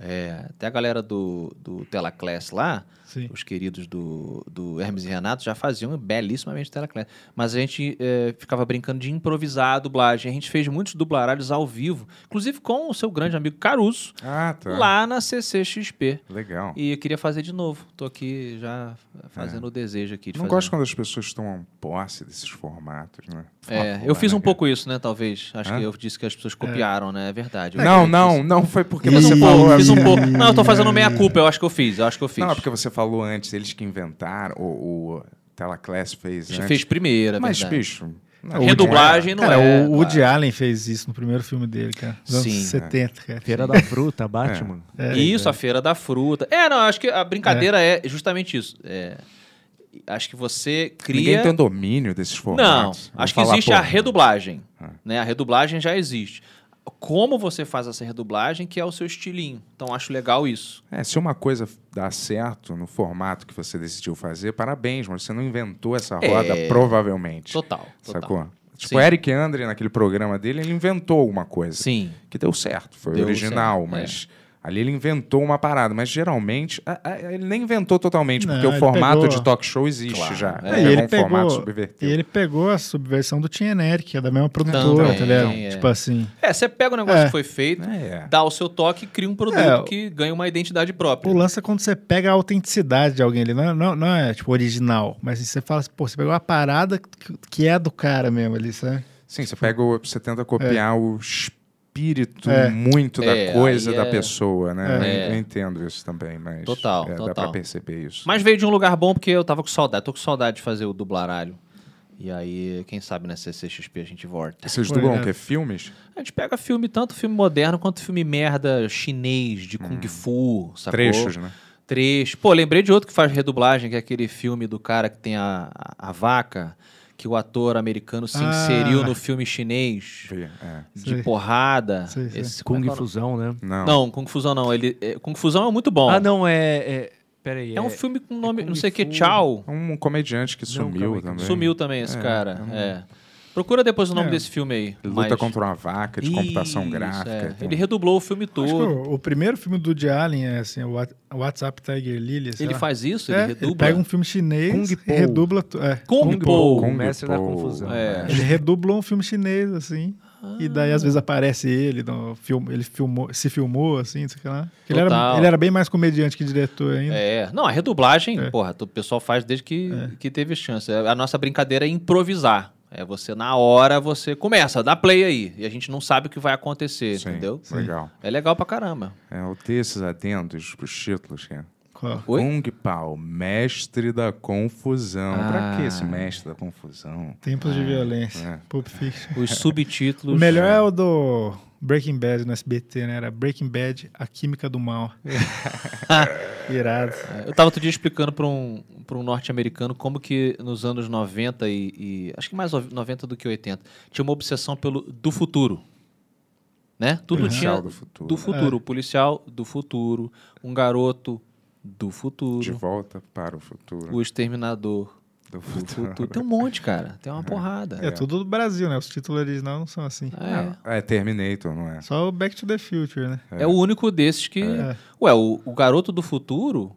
[SPEAKER 5] É, até a galera do, do Telaclass lá,
[SPEAKER 3] Sim.
[SPEAKER 5] os queridos do, do Hermes e Renato já faziam belíssimamente Teleclass. Mas a gente eh, ficava brincando de improvisar a dublagem. A gente fez muitos dublaralhos ao vivo, inclusive com o seu grande amigo Caruso,
[SPEAKER 2] Ah, tá.
[SPEAKER 5] lá na CCXP.
[SPEAKER 2] Legal.
[SPEAKER 5] E eu queria fazer de novo. Tô aqui já fazendo o desejo aqui
[SPEAKER 2] É.
[SPEAKER 5] de
[SPEAKER 2] Não
[SPEAKER 5] fazer. um
[SPEAKER 2] gosto quando as pessoas tomam posse desses formatos, né?
[SPEAKER 5] É,
[SPEAKER 2] Fala,
[SPEAKER 5] eu fiz
[SPEAKER 2] né,
[SPEAKER 5] um
[SPEAKER 2] cara?
[SPEAKER 5] pouco isso, né? Talvez. Acho
[SPEAKER 2] Hã?
[SPEAKER 5] que eu disse que as pessoas copiaram, né? É verdade. Eu
[SPEAKER 2] Não,
[SPEAKER 5] fiz
[SPEAKER 2] não,
[SPEAKER 5] isso.
[SPEAKER 2] não foi porque
[SPEAKER 5] Fiz
[SPEAKER 2] você
[SPEAKER 5] um
[SPEAKER 2] falou.
[SPEAKER 5] pouco, fiz um
[SPEAKER 2] antes.
[SPEAKER 5] pouco. Não, eu tô fazendo meia culpa. Eu acho que eu fiz. Eu acho que eu fiz.
[SPEAKER 2] Não, é porque você falou antes, eles que inventaram, o, o Telaclass fez.
[SPEAKER 5] Fiz-
[SPEAKER 2] Antes.
[SPEAKER 5] Fiz primeira,
[SPEAKER 2] Mas,
[SPEAKER 5] é verdade.
[SPEAKER 2] bicho. não,
[SPEAKER 5] Redublagem não
[SPEAKER 3] Cara,
[SPEAKER 5] é.
[SPEAKER 3] o
[SPEAKER 5] claro.
[SPEAKER 3] Woody Allen fez isso no primeiro filme dele, cara. Nos anos
[SPEAKER 5] Sim. né?
[SPEAKER 3] 70, cara.
[SPEAKER 4] Feira da Fruta, Batman.
[SPEAKER 3] É,
[SPEAKER 5] isso, a feira da fruta. É, não, acho que a brincadeira é, justamente isso. É, acho que você
[SPEAKER 2] Ninguém
[SPEAKER 5] cria.
[SPEAKER 2] tem domínio desses
[SPEAKER 5] não,
[SPEAKER 2] formatos. Vou
[SPEAKER 5] acho que
[SPEAKER 2] falar,
[SPEAKER 5] existe
[SPEAKER 2] pô,
[SPEAKER 5] a redublagem.
[SPEAKER 2] Ah.
[SPEAKER 5] Né? A redublagem já existe. Como você faz essa redublagem, que é o seu estilinho. Então acho legal isso.
[SPEAKER 2] É, se uma coisa dá certo no formato que você decidiu fazer, parabéns, mas você não inventou essa roda,
[SPEAKER 5] É.
[SPEAKER 2] provavelmente.
[SPEAKER 5] Total. total.
[SPEAKER 2] Sacou? Tipo,
[SPEAKER 5] Sim.
[SPEAKER 2] Eric Andre, naquele programa dele, ele inventou alguma coisa.
[SPEAKER 5] Sim.
[SPEAKER 2] Que deu certo, foi
[SPEAKER 5] Deu
[SPEAKER 2] original,
[SPEAKER 5] certo, é.
[SPEAKER 2] mas ali ele inventou uma parada. Mas geralmente, a- a- ele nem inventou totalmente,
[SPEAKER 3] Não,
[SPEAKER 2] porque o
[SPEAKER 3] ele
[SPEAKER 2] formato
[SPEAKER 3] pegou-
[SPEAKER 2] de talk show existe
[SPEAKER 5] Claro.
[SPEAKER 2] já.
[SPEAKER 5] É,
[SPEAKER 3] É,
[SPEAKER 2] pegou
[SPEAKER 3] e, ele
[SPEAKER 2] um formato
[SPEAKER 3] pegou, e
[SPEAKER 2] subvertido.
[SPEAKER 3] ele pegou a subversão do Tiener, que é da mesma produtora,
[SPEAKER 5] Também,
[SPEAKER 3] tá ligado?
[SPEAKER 5] é.
[SPEAKER 3] Tipo assim.
[SPEAKER 5] É, você pega o negócio
[SPEAKER 3] É.
[SPEAKER 5] que foi feito,
[SPEAKER 2] É.
[SPEAKER 5] dá o seu toque e cria um produto
[SPEAKER 3] É, o-
[SPEAKER 5] que ganha uma identidade própria.
[SPEAKER 3] O lance é quando você pega a autenticidade de alguém ali. Não, é- não, não é, tipo, original. Mas você fala assim, pô, você pegou a parada que, que é do cara mesmo ali, sabe?
[SPEAKER 2] Sim,
[SPEAKER 4] Tipo,
[SPEAKER 2] você pega o, você tenta
[SPEAKER 4] é.
[SPEAKER 2] copiar o espírito
[SPEAKER 3] É.
[SPEAKER 2] muito
[SPEAKER 5] É,
[SPEAKER 2] da coisa
[SPEAKER 5] aí
[SPEAKER 2] da
[SPEAKER 5] é-
[SPEAKER 2] pessoa, né?
[SPEAKER 5] É.
[SPEAKER 2] Eu, eu entendo isso também, mas
[SPEAKER 5] Total,
[SPEAKER 2] é, dá
[SPEAKER 5] total.
[SPEAKER 2] pra perceber isso.
[SPEAKER 5] Mas veio de um lugar bom porque eu tava com saudade. Tô com saudade de fazer o dublaralho. E aí, quem sabe né, na CCXP a gente volta.
[SPEAKER 2] Vocês
[SPEAKER 3] Foi,
[SPEAKER 2] dublam
[SPEAKER 3] né?
[SPEAKER 2] o quê? Filmes?
[SPEAKER 5] A gente pega filme, tanto filme moderno quanto filme merda chinês, de Kung Fu, sacou?
[SPEAKER 2] Hum. Trechos, né?
[SPEAKER 5] Trechos. Pô, lembrei de outro que faz redublagem, que é aquele filme do cara que tem a, a, a vaca, que o ator americano se
[SPEAKER 3] Ah.
[SPEAKER 5] inseriu no filme chinês
[SPEAKER 2] Vi, é.
[SPEAKER 5] de
[SPEAKER 3] Sei.
[SPEAKER 5] porrada.
[SPEAKER 3] Sei, sei.
[SPEAKER 5] Esse, como é
[SPEAKER 4] Kung
[SPEAKER 5] que é o nome?
[SPEAKER 4] Fusão, né?
[SPEAKER 2] Não.
[SPEAKER 5] Não, Kung Fusão não. Ele, é, Kung Fusão é muito bom.
[SPEAKER 4] Ah, não, é... é peraí,
[SPEAKER 5] É um filme com nome,
[SPEAKER 4] Kung
[SPEAKER 5] não sei o que,
[SPEAKER 4] Fu.
[SPEAKER 5] tchau.
[SPEAKER 2] Um comediante que
[SPEAKER 4] calma aí,
[SPEAKER 2] sumiu
[SPEAKER 4] calma
[SPEAKER 2] também.
[SPEAKER 5] Sumiu também esse
[SPEAKER 2] É,
[SPEAKER 5] cara.
[SPEAKER 2] eu não-
[SPEAKER 5] é. Procura depois o nome
[SPEAKER 3] É.
[SPEAKER 5] desse filme aí.
[SPEAKER 2] Ele
[SPEAKER 5] mas-
[SPEAKER 2] Luta contra uma vaca de computação
[SPEAKER 5] Isso, é.
[SPEAKER 2] gráfica. tem-
[SPEAKER 5] Ele redublou o filme
[SPEAKER 3] Acho que
[SPEAKER 5] todo.
[SPEAKER 3] o, o primeiro filme do Woody Allen é assim, o What- WhatsApp Tiger Lily. sei
[SPEAKER 5] Ele
[SPEAKER 3] lá.
[SPEAKER 5] faz isso,
[SPEAKER 3] É,
[SPEAKER 5] ele redubla.
[SPEAKER 3] pega um filme chinês
[SPEAKER 4] Kung
[SPEAKER 3] e
[SPEAKER 4] Po.
[SPEAKER 3] redubla. tu- É.
[SPEAKER 5] Kung
[SPEAKER 4] Kung
[SPEAKER 5] Po.
[SPEAKER 4] O
[SPEAKER 2] Kung
[SPEAKER 4] mestre da
[SPEAKER 2] Po.
[SPEAKER 4] confusão. né?
[SPEAKER 5] É.
[SPEAKER 3] Ele redublou um filme chinês, assim. E daí, às vezes, aparece ele, no filme, ele filmou, se filmou, assim, não sei o que lá. Ele
[SPEAKER 5] Total.
[SPEAKER 3] era, ele era bem mais comediante que diretor ainda.
[SPEAKER 5] É, não, a redublagem,
[SPEAKER 3] É.
[SPEAKER 5] porra, o pessoal faz desde que, que teve chance. A nossa brincadeira é improvisar. É você, na hora, você começa, dá play aí. E a gente não sabe o que vai acontecer,
[SPEAKER 2] Sim,
[SPEAKER 5] entendeu?
[SPEAKER 2] Legal.
[SPEAKER 5] É legal pra caramba.
[SPEAKER 2] É, eu tenho esses adendos pros títulos, cara.
[SPEAKER 3] Qual?
[SPEAKER 5] Oi?
[SPEAKER 2] Kung Pao, mestre da confusão. Pra
[SPEAKER 5] Ah.
[SPEAKER 2] que esse mestre da confusão?
[SPEAKER 3] Tempos de Violência.
[SPEAKER 2] é.
[SPEAKER 3] Pulp Fiction.
[SPEAKER 5] Os
[SPEAKER 3] O
[SPEAKER 5] subtítulos.
[SPEAKER 3] melhor é o do Breaking Bad no SBT, né? Era Breaking Bad, A Química do Mal. Irado.
[SPEAKER 5] Eu tava outro dia explicando pra um, pra um norte-americano como que nos anos 90 e, e- Acho que mais nove- 90 do que 80, tinha uma obsessão pelo do futuro. Né?
[SPEAKER 3] Uhum.
[SPEAKER 5] Tudo
[SPEAKER 2] Policial
[SPEAKER 5] tinha
[SPEAKER 2] do futuro. né?
[SPEAKER 5] do futuro. O policial do futuro. Um garoto do futuro.
[SPEAKER 2] De volta para o futuro.
[SPEAKER 5] O exterminador
[SPEAKER 2] Do
[SPEAKER 5] do
[SPEAKER 2] futuro.
[SPEAKER 5] futuro. Tem um monte, cara. Tem uma porrada.
[SPEAKER 3] É, tudo do Brasil, né? Os títulos originais não são assim.
[SPEAKER 5] É.
[SPEAKER 2] É, Terminator, não é?
[SPEAKER 3] Só o Back to the Future, né?
[SPEAKER 5] É o único desses que.
[SPEAKER 3] É.
[SPEAKER 5] Ué, o, o garoto do futuro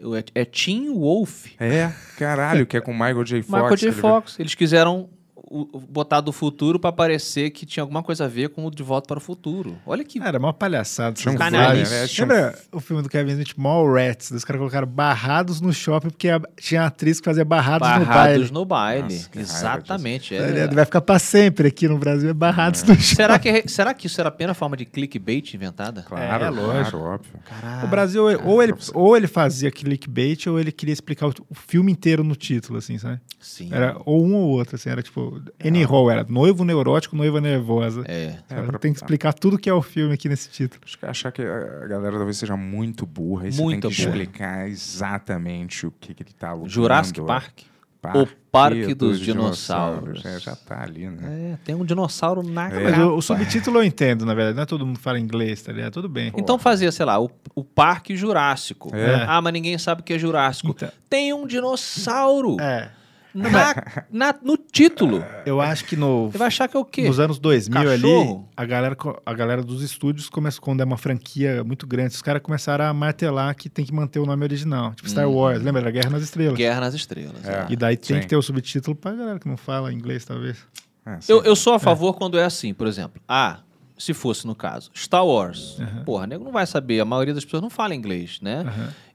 [SPEAKER 5] o- é, é Tim Wolf.
[SPEAKER 2] É, caralho, que é com Michael J. Fox.
[SPEAKER 5] Michael J.
[SPEAKER 2] ele-
[SPEAKER 5] Fox. Eles quiseram o- o- botar do futuro pra parecer que tinha alguma coisa a ver com o De Volta para o Futuro. Olha que.
[SPEAKER 3] Ah, Era mó palhaçada.
[SPEAKER 2] Tinha um
[SPEAKER 3] essas
[SPEAKER 5] Canalha.
[SPEAKER 3] coisas.
[SPEAKER 2] vários, né?
[SPEAKER 3] Lembra o filme do Kevin Smith, Mallrats? Os caras colocaram barrados no shopping porque a- tinha atriz que fazia barrados, no baile.
[SPEAKER 5] Barrados no baile.
[SPEAKER 2] Nossa, que raiva
[SPEAKER 5] Exatamente. é
[SPEAKER 3] Tá ligado?
[SPEAKER 5] verdade.
[SPEAKER 3] Vai ficar pra sempre aqui no Brasil, é barrados no shopping.
[SPEAKER 5] será, que, será que isso era apenas forma de clickbait inventada?
[SPEAKER 2] Claro,
[SPEAKER 3] É, lógico.
[SPEAKER 2] claro, óbvio.
[SPEAKER 3] O Brasil, ou, ele,
[SPEAKER 2] professor.
[SPEAKER 3] ou ele fazia clickbait ou ele queria explicar o, t- o filme inteiro no título, assim, sabe?
[SPEAKER 5] Sim.
[SPEAKER 3] Era ou um ou outro, assim, era tipo, Annie Hall, era noivo neurótico, noiva nervosa.
[SPEAKER 5] É.
[SPEAKER 3] Sabe?
[SPEAKER 2] É, pra-
[SPEAKER 3] Tem que explicar tudo que é o filme aqui nesse título.
[SPEAKER 2] Acho que achar que a galera talvez seja muito burra e você tem
[SPEAKER 5] Muito
[SPEAKER 2] que
[SPEAKER 5] burra.
[SPEAKER 2] explicar exatamente o que, que ele tá alugando.
[SPEAKER 5] Jurassic Park. O Parque dos Dinossauros.
[SPEAKER 2] É, já tá ali, né?
[SPEAKER 5] É, tem um dinossauro na
[SPEAKER 3] É. Mas
[SPEAKER 5] capa.
[SPEAKER 3] o, o subtítulo eu entendo, na verdade. Não é todo mundo que fala inglês, tá ligado? Tudo bem.
[SPEAKER 5] Então fazia, sei lá, o, o Parque Jurássico.
[SPEAKER 3] É.
[SPEAKER 5] Ah, mas ninguém sabe o que é Jurássico.
[SPEAKER 3] Então.
[SPEAKER 5] Tem um dinossauro
[SPEAKER 3] É,
[SPEAKER 5] na, na- no título.
[SPEAKER 3] eu acho que no,
[SPEAKER 5] Você vai achar que é o quê?
[SPEAKER 3] nos anos 2000 ali,
[SPEAKER 5] Cachorro?
[SPEAKER 3] a galera, co- a galera dos estúdios começou, quando é uma franquia muito grande, os caras começaram a martelar que tem que manter o nome original. Tipo Star Wars, lembra? Era Guerra nas Estrelas.
[SPEAKER 5] Guerra nas Estrelas.
[SPEAKER 2] É.
[SPEAKER 5] né?
[SPEAKER 3] E daí tem
[SPEAKER 2] Sim.
[SPEAKER 3] que ter o subtítulo pra galera que não fala inglês, talvez.
[SPEAKER 2] É, sim.
[SPEAKER 5] Eu, eu sou a favor quando é assim, por exemplo. Ah, se fosse no caso, Star Wars. Porra, nego não vai saber. A maioria das pessoas não fala inglês, né?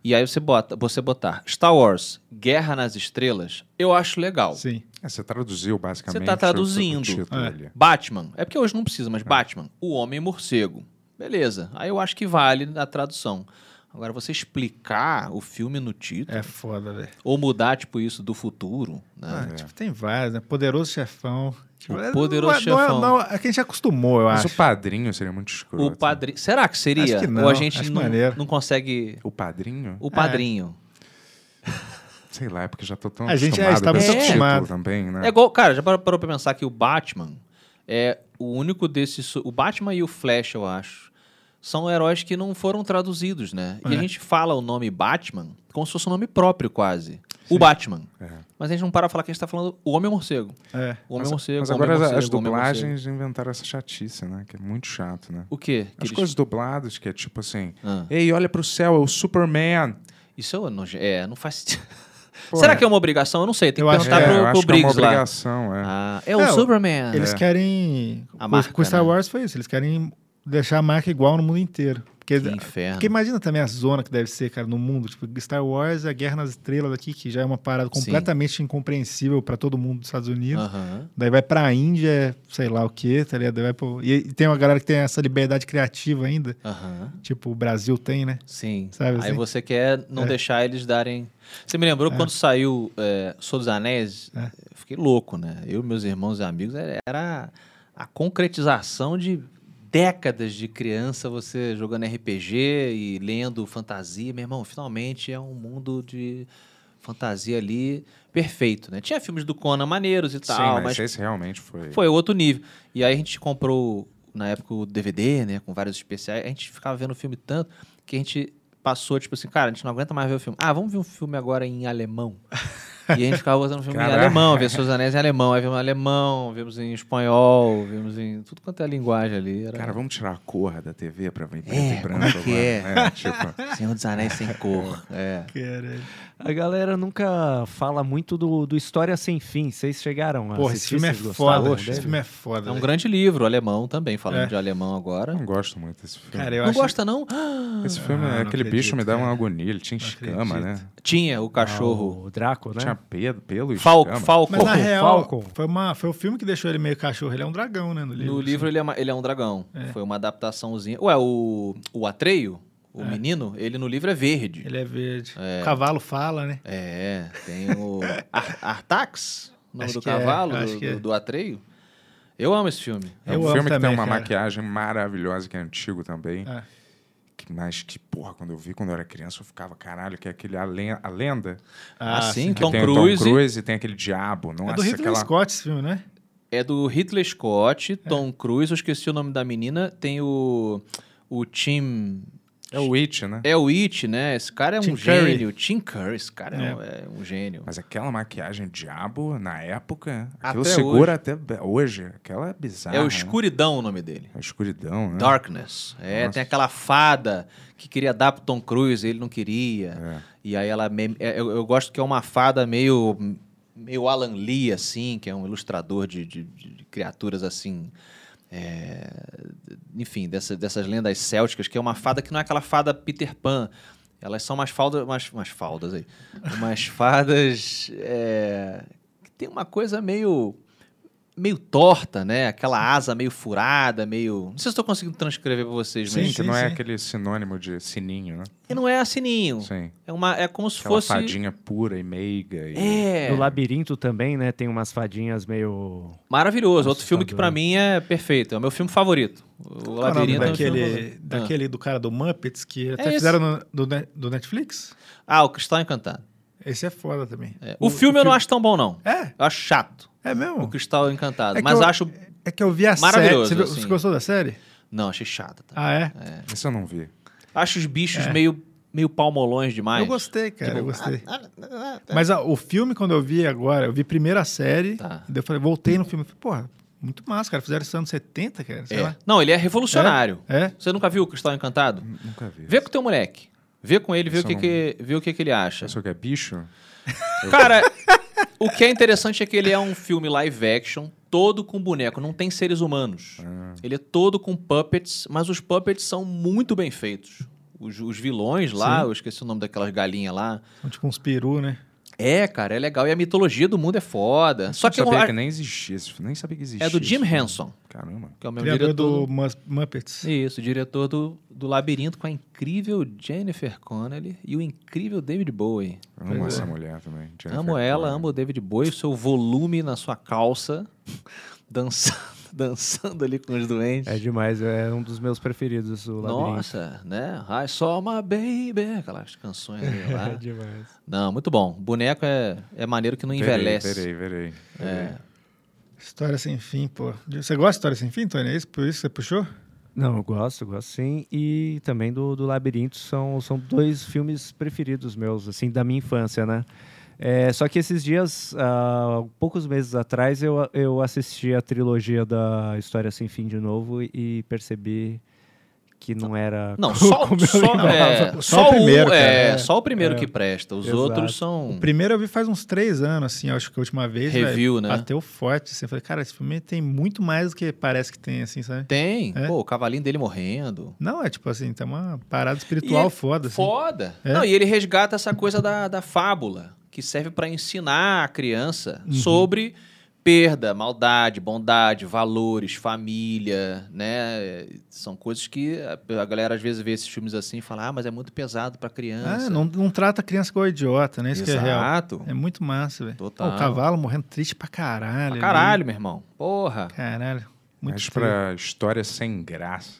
[SPEAKER 5] E aí você bota, você botar Star Wars, Guerra nas Estrelas, eu acho legal.
[SPEAKER 3] Sim.
[SPEAKER 2] É, você traduziu basicamente.
[SPEAKER 5] Você tá
[SPEAKER 2] o- o
[SPEAKER 5] traduzindo.
[SPEAKER 2] título
[SPEAKER 3] É.
[SPEAKER 2] ali.
[SPEAKER 5] Batman. É porque hoje não precisa,
[SPEAKER 3] Ah.
[SPEAKER 5] mas Batman, o Homem Morcego. Beleza. Aí eu acho que vale a tradução. Agora, você explicar o filme no título,
[SPEAKER 3] É foda, velho.
[SPEAKER 5] ou mudar, tipo, isso do futuro,
[SPEAKER 3] Ah,
[SPEAKER 5] né?
[SPEAKER 3] tipo, tem várias, né? Poderoso Chefão. Tipo, é-
[SPEAKER 5] Poderoso
[SPEAKER 3] não é- não é-
[SPEAKER 5] Chefão.
[SPEAKER 3] Não, é, que a gente acostumou, eu
[SPEAKER 2] Mas
[SPEAKER 3] acho.
[SPEAKER 2] o padrinho seria muito escroto. né?
[SPEAKER 5] o padrinho. Será que seria?
[SPEAKER 3] né? Acho que não,
[SPEAKER 5] ou a gente
[SPEAKER 3] acho
[SPEAKER 5] não,
[SPEAKER 3] maneiro. É.
[SPEAKER 5] não consegue.
[SPEAKER 2] O padrinho?
[SPEAKER 5] O padrinho.
[SPEAKER 2] Sei lá, é porque já tô tão
[SPEAKER 3] A gente, é,
[SPEAKER 2] acostumado
[SPEAKER 3] está
[SPEAKER 2] com
[SPEAKER 3] muito
[SPEAKER 2] esse título
[SPEAKER 3] acostumado.
[SPEAKER 2] também, né?
[SPEAKER 5] É igual, cara, já parou, parou pra pensar que o Batman é o único desses. su- O Batman e o Flash, eu acho. São heróis que não foram traduzidos, né?
[SPEAKER 2] É.
[SPEAKER 5] E a gente fala o nome Batman como se fosse um nome próprio, quase. O Batman. Mas a gente não para pra falar que a gente tá falando o Homem Morcego.
[SPEAKER 3] É.
[SPEAKER 5] O Homem
[SPEAKER 2] É. mas,
[SPEAKER 5] Morcego.
[SPEAKER 2] mas
[SPEAKER 5] o Homem
[SPEAKER 2] agora as-
[SPEAKER 5] Morcego,
[SPEAKER 2] as
[SPEAKER 5] o Homem Morcego.
[SPEAKER 2] dublagens inventaram essa chatice, né? Que é muito chato, né?
[SPEAKER 5] O quê? Que
[SPEAKER 2] As
[SPEAKER 5] eles-
[SPEAKER 2] coisas dubladas, que é tipo assim...
[SPEAKER 5] Ah.
[SPEAKER 2] Ei, olha pro céu, é o Superman.
[SPEAKER 5] Isso é, noje- é, não faz sentido.
[SPEAKER 2] Porra.
[SPEAKER 5] Será que é uma obrigação? Eu não sei. Tem
[SPEAKER 3] Eu
[SPEAKER 5] que
[SPEAKER 3] acho
[SPEAKER 5] perguntar
[SPEAKER 3] que é,
[SPEAKER 5] tá pro,
[SPEAKER 2] eu
[SPEAKER 5] pro
[SPEAKER 2] acho que é uma
[SPEAKER 5] Briggs lá.
[SPEAKER 2] obrigação, é.
[SPEAKER 5] Ah, é o
[SPEAKER 3] É, o-
[SPEAKER 5] Superman.
[SPEAKER 3] Eles
[SPEAKER 2] É.
[SPEAKER 3] querem.
[SPEAKER 5] A
[SPEAKER 3] com-
[SPEAKER 5] marca,
[SPEAKER 3] com Star
[SPEAKER 5] né?
[SPEAKER 3] Wars foi isso. Eles querem deixar a marca igual no mundo inteiro. Porque,
[SPEAKER 5] Que inferno.
[SPEAKER 3] porque imagina também a zona que deve ser, cara, no mundo. Tipo, Star Wars, a Guerra nas Estrelas aqui, que já é uma parada
[SPEAKER 5] Sim.
[SPEAKER 3] completamente incompreensível pra todo mundo dos Estados Unidos.
[SPEAKER 5] Aham.
[SPEAKER 3] Daí vai pra Índia, sei lá o quê, tá ligado? Daí vai pro... E e tem uma galera que tem essa liberdade criativa ainda.
[SPEAKER 5] Aham.
[SPEAKER 3] Tipo, o Brasil tem, né?
[SPEAKER 5] Sim.
[SPEAKER 3] Sabe
[SPEAKER 5] Aí
[SPEAKER 3] assim?
[SPEAKER 5] você quer não
[SPEAKER 3] É.
[SPEAKER 5] deixar eles darem. Você me lembrou quando saiu é, Senhor dos Anéis?
[SPEAKER 3] É.
[SPEAKER 5] Eu Fiquei louco, né? Eu, meus irmãos e amigos, era- era a concretização de décadas de criança você jogando RPG e lendo fantasia. Meu irmão, finalmente é um mundo de fantasia ali perfeito, né? Tinha filmes do Conan maneiros e
[SPEAKER 2] Sim,
[SPEAKER 5] tal,
[SPEAKER 2] mas,
[SPEAKER 5] tá, mas
[SPEAKER 2] esse realmente foi...
[SPEAKER 5] foi outro nível. E aí a gente comprou, na época, o DVD, né? Com vários especiais. A gente ficava vendo o filme tanto que a gente passou, tipo assim, cara, a gente não aguenta mais ver o filme. Ah, vamos ver um filme agora em alemão. E a gente ficava botando filme em
[SPEAKER 2] Caraca.
[SPEAKER 5] alemão, ver Seus Anéis em alemão. Aí vimos em alemão, vimos em espanhol, vimos em tudo quanto é linguagem ali. Era...
[SPEAKER 2] Cara, vamos tirar a cor da TV pra vir preto
[SPEAKER 5] É,
[SPEAKER 2] e
[SPEAKER 5] como
[SPEAKER 2] branco
[SPEAKER 5] é que
[SPEAKER 2] agora.
[SPEAKER 5] é?
[SPEAKER 2] tipo,
[SPEAKER 5] Senhor dos Anéis sem cor. É.
[SPEAKER 3] Caralho.
[SPEAKER 4] A galera nunca fala muito do, do História Sem Fim. Vocês chegaram a
[SPEAKER 3] Porra, esse
[SPEAKER 4] assistir?
[SPEAKER 3] filme é
[SPEAKER 4] Vocês gostaram
[SPEAKER 3] foda. Esse
[SPEAKER 4] dele?
[SPEAKER 3] filme é foda.
[SPEAKER 5] É um
[SPEAKER 3] velho.
[SPEAKER 5] grande livro, alemão também, falando
[SPEAKER 3] É.
[SPEAKER 5] de alemão agora.
[SPEAKER 2] eu não gosto muito desse filme.
[SPEAKER 3] Cara, eu
[SPEAKER 5] não
[SPEAKER 3] acho...
[SPEAKER 5] gosta, não?
[SPEAKER 2] esse filme, é
[SPEAKER 3] Ah, não
[SPEAKER 2] aquele
[SPEAKER 3] acredito,
[SPEAKER 2] bicho me dá uma
[SPEAKER 3] cara.
[SPEAKER 2] agonia. Ele tinha escama, né?
[SPEAKER 5] Tinha o cachorro.
[SPEAKER 4] Ah, O Draco, né?
[SPEAKER 2] Tinha pelo, pelo e
[SPEAKER 5] Fal
[SPEAKER 2] escama.
[SPEAKER 5] Falco.
[SPEAKER 3] Mas na real,
[SPEAKER 4] Falcon.
[SPEAKER 3] foi, uma, foi o filme que deixou ele meio cachorro. Ele é um dragão, né? No livro. É.
[SPEAKER 5] No livro ele é, ma- ele é um dragão. Foi uma adaptaçãozinha. Ué, o, o Atreio, o menino, ele no livro é verde.
[SPEAKER 3] Ele é verde. O cavalo fala, né?
[SPEAKER 5] É, tem o Ar- Artax, o nome
[SPEAKER 3] Acho
[SPEAKER 5] do
[SPEAKER 3] que é,
[SPEAKER 5] cavalo,
[SPEAKER 3] acho
[SPEAKER 5] do,
[SPEAKER 3] que é.
[SPEAKER 5] do Atreio. Eu amo esse filme.
[SPEAKER 2] É
[SPEAKER 3] Eu
[SPEAKER 2] um
[SPEAKER 3] amo
[SPEAKER 2] filme que
[SPEAKER 3] também,
[SPEAKER 2] tem uma
[SPEAKER 3] cara.
[SPEAKER 2] maquiagem maravilhosa, que é antigo também.
[SPEAKER 3] É.
[SPEAKER 2] Que, mas que, porra, quando eu vi quando eu era criança, eu ficava, caralho, que é aquele A, Len- A Lenda.
[SPEAKER 5] assim,
[SPEAKER 2] que
[SPEAKER 5] Tom
[SPEAKER 2] tem o
[SPEAKER 5] Cruise.
[SPEAKER 2] Tom Cruise e tem aquele diabo. Nossa,
[SPEAKER 3] Ah, É do Hitler
[SPEAKER 2] aquela...
[SPEAKER 3] Scott esse filme, né?
[SPEAKER 5] É do Ridley
[SPEAKER 3] É.
[SPEAKER 5] Scott, Tom Cruise, eu esqueci o nome da menina. Tem o, o Tim.
[SPEAKER 2] É o It, né?
[SPEAKER 5] É o It, né? Esse cara é um
[SPEAKER 3] Tim Curry.
[SPEAKER 5] gênio. Tim Curry, esse cara é, um, é um gênio.
[SPEAKER 2] Mas aquela maquiagem diabo, na época, aquilo
[SPEAKER 5] Até
[SPEAKER 2] segura até be- hoje. Aquela é bizarra.
[SPEAKER 3] ah,
[SPEAKER 5] é o
[SPEAKER 2] né?
[SPEAKER 5] Escuridão o nome dele.
[SPEAKER 2] É o escuridão, né?
[SPEAKER 5] Darkness. É,
[SPEAKER 2] Nossa.
[SPEAKER 5] tem aquela fada que queria dar pro Tom Cruise, ele não queria. E aí ela. me- é, Eu, eu gosto que é uma fada meio. meio Alan Lee, assim, que é um ilustrador de, de- de criaturas assim. é, enfim, dessa- dessas lendas célticas, que é uma fada que não é aquela fada Peter Pan. Elas são umas faldas. Umas, umas faldas aí. umas fadas. é, que tem uma coisa meio meio torta, né? Aquela asa meio furada, meio. Não sei se estou conseguindo transcrever para vocês,
[SPEAKER 2] Sim,
[SPEAKER 5] mas.
[SPEAKER 3] Sim,
[SPEAKER 2] que não é
[SPEAKER 3] sim.
[SPEAKER 2] aquele sinônimo de sininho, né?
[SPEAKER 5] E não é sininho.
[SPEAKER 2] Sim.
[SPEAKER 5] É, uma, é como se
[SPEAKER 2] Aquela
[SPEAKER 5] fosse.
[SPEAKER 2] fadinha pura e meiga. E...
[SPEAKER 5] É.
[SPEAKER 4] No labirinto também, né? Tem umas fadinhas meio.
[SPEAKER 5] Maravilhoso. Outro
[SPEAKER 4] Assustador.
[SPEAKER 5] filme que para mim é perfeito. É o meu filme favorito. O
[SPEAKER 3] Qual é o nome
[SPEAKER 5] Labirinto é o meu filme
[SPEAKER 3] daquele,
[SPEAKER 5] favorito.
[SPEAKER 3] daquele do cara do Muppets que até
[SPEAKER 5] esse.
[SPEAKER 3] fizeram no- do, ne- do Netflix?
[SPEAKER 5] Ah, o Cristal Encantado.
[SPEAKER 3] Esse é foda também.
[SPEAKER 5] É. O, filme eu não acho tão bom, não.
[SPEAKER 3] É?
[SPEAKER 5] Eu acho chato.
[SPEAKER 3] É mesmo?
[SPEAKER 5] O Cristal Encantado.
[SPEAKER 3] É que
[SPEAKER 5] mas
[SPEAKER 3] eu-
[SPEAKER 5] acho.
[SPEAKER 3] É que eu vi a série.
[SPEAKER 5] Maravilhoso,
[SPEAKER 3] Você, viu-
[SPEAKER 5] assim.
[SPEAKER 3] você gostou da série?
[SPEAKER 5] Não, achei chato. tá?
[SPEAKER 3] Ah, é?
[SPEAKER 2] Isso eu não vi.
[SPEAKER 5] Acho os bichos meio, meio palmolões demais.
[SPEAKER 3] Eu gostei, cara.
[SPEAKER 5] Tipo,
[SPEAKER 3] eu gostei.
[SPEAKER 5] ah, ah, ah, ah.
[SPEAKER 3] Mas ó, o filme, quando eu vi agora, eu vi primeiro a série.
[SPEAKER 5] Tá.
[SPEAKER 3] E daí eu falei, voltei no filme. eu Falei, porra, muito massa, cara. Fizeram isso nos anos 70, cara. Sei
[SPEAKER 5] É.
[SPEAKER 3] lá.
[SPEAKER 5] Não, ele é revolucionário.
[SPEAKER 3] É?
[SPEAKER 5] Você nunca viu o Cristal Encantado?
[SPEAKER 2] Nunca vi.
[SPEAKER 5] Vê com o teu moleque. Vê com ele, vê o
[SPEAKER 2] Isso
[SPEAKER 5] que,
[SPEAKER 2] eu
[SPEAKER 5] que, vê o que, que ele acha.
[SPEAKER 2] Isso que é bicho?
[SPEAKER 5] Cara, o que é interessante é que ele é um filme live action, todo com boneco, não tem seres humanos.
[SPEAKER 3] Ah.
[SPEAKER 5] Ele é todo com puppets, mas os puppets são muito bem feitos. Os, os vilões lá, eu esqueci o nome daquelas galinhas lá.
[SPEAKER 3] São tipo uns peru, né?
[SPEAKER 5] É, cara, é legal. E a mitologia do mundo é foda. Só
[SPEAKER 2] Não
[SPEAKER 5] que, eu-
[SPEAKER 2] sabia que nem existia. esse- Nem sabia que existia.
[SPEAKER 5] é do Jim
[SPEAKER 2] isso.
[SPEAKER 5] Henson,
[SPEAKER 2] Caramba.
[SPEAKER 5] que é o meu
[SPEAKER 3] né? Criador
[SPEAKER 5] diretor.
[SPEAKER 3] do Mus- Muppets.
[SPEAKER 5] Isso, o diretor do, do Labirinto com a incrível Jennifer Connelly e o incrível David Bowie.
[SPEAKER 2] Eu amo
[SPEAKER 3] é.
[SPEAKER 2] essa mulher também. Jennifer
[SPEAKER 5] amo ela,
[SPEAKER 2] Connelly.
[SPEAKER 5] amo o David Bowie, o seu volume na sua calça, dançando, dançando ali com os doentes.
[SPEAKER 4] É demais, é um dos meus preferidos, o labirinto.
[SPEAKER 5] Nossa, né? I saw my baby, aquelas canções ali
[SPEAKER 4] É
[SPEAKER 5] lá.
[SPEAKER 4] demais.
[SPEAKER 5] Não, muito bom. Boneco é, é maneiro que não envelhece.
[SPEAKER 2] Verei, verei. verei.
[SPEAKER 3] História sem fim, pô. Você gosta de História sem fim, Tony? É isso? Por isso que você puxou?
[SPEAKER 4] Não, eu gosto, eu gosto sim. E também do, do Labirinto são, são dois filmes preferidos meus, assim, da minha infância, né? É, só que esses dias, ah, poucos meses atrás, eu, eu assisti a trilogia da História Sem Fim de novo e percebi que não era.
[SPEAKER 5] Não, só,
[SPEAKER 4] como eu
[SPEAKER 5] só,
[SPEAKER 4] lembrava.
[SPEAKER 5] é,
[SPEAKER 3] Só o
[SPEAKER 5] só o
[SPEAKER 3] primeiro, cara.
[SPEAKER 5] é,
[SPEAKER 3] É.
[SPEAKER 5] só o primeiro que presta. Os
[SPEAKER 4] Exato.
[SPEAKER 5] outros são.
[SPEAKER 3] Primeiro eu vi faz uns três anos, assim, acho que a última vez. velho,
[SPEAKER 5] Review, né?
[SPEAKER 3] Bateu forte, assim. Eu falei, cara, esse filme tem muito mais do que parece que tem, assim, sabe?
[SPEAKER 5] Tem.
[SPEAKER 3] É.
[SPEAKER 5] Pô, o cavalinho dele morrendo.
[SPEAKER 3] Não, é tipo assim, tem uma parada
[SPEAKER 5] E
[SPEAKER 3] espiritual
[SPEAKER 5] ele-
[SPEAKER 3] foda, assim.
[SPEAKER 5] Foda.
[SPEAKER 3] É.
[SPEAKER 5] Não, e ele resgata essa coisa da, da fábula, que serve pra ensinar a criança
[SPEAKER 3] Uhum.
[SPEAKER 5] sobre perda, maldade, bondade, valores, família, né? São coisas que a, a galera às vezes vê esses filmes assim e fala, ah, mas é muito pesado pra criança.
[SPEAKER 3] Ah, não, não trata a criança igual idiota, né? Isso que é real.
[SPEAKER 5] Exato.
[SPEAKER 3] É muito massa, velho.
[SPEAKER 5] Total.
[SPEAKER 3] Ó, O cavalo morrendo triste pra caralho.
[SPEAKER 5] Pra
[SPEAKER 3] ali.
[SPEAKER 5] caralho, meu irmão. Porra.
[SPEAKER 3] Caralho. Muito
[SPEAKER 2] Mas
[SPEAKER 3] triste.
[SPEAKER 2] pra história sem graça.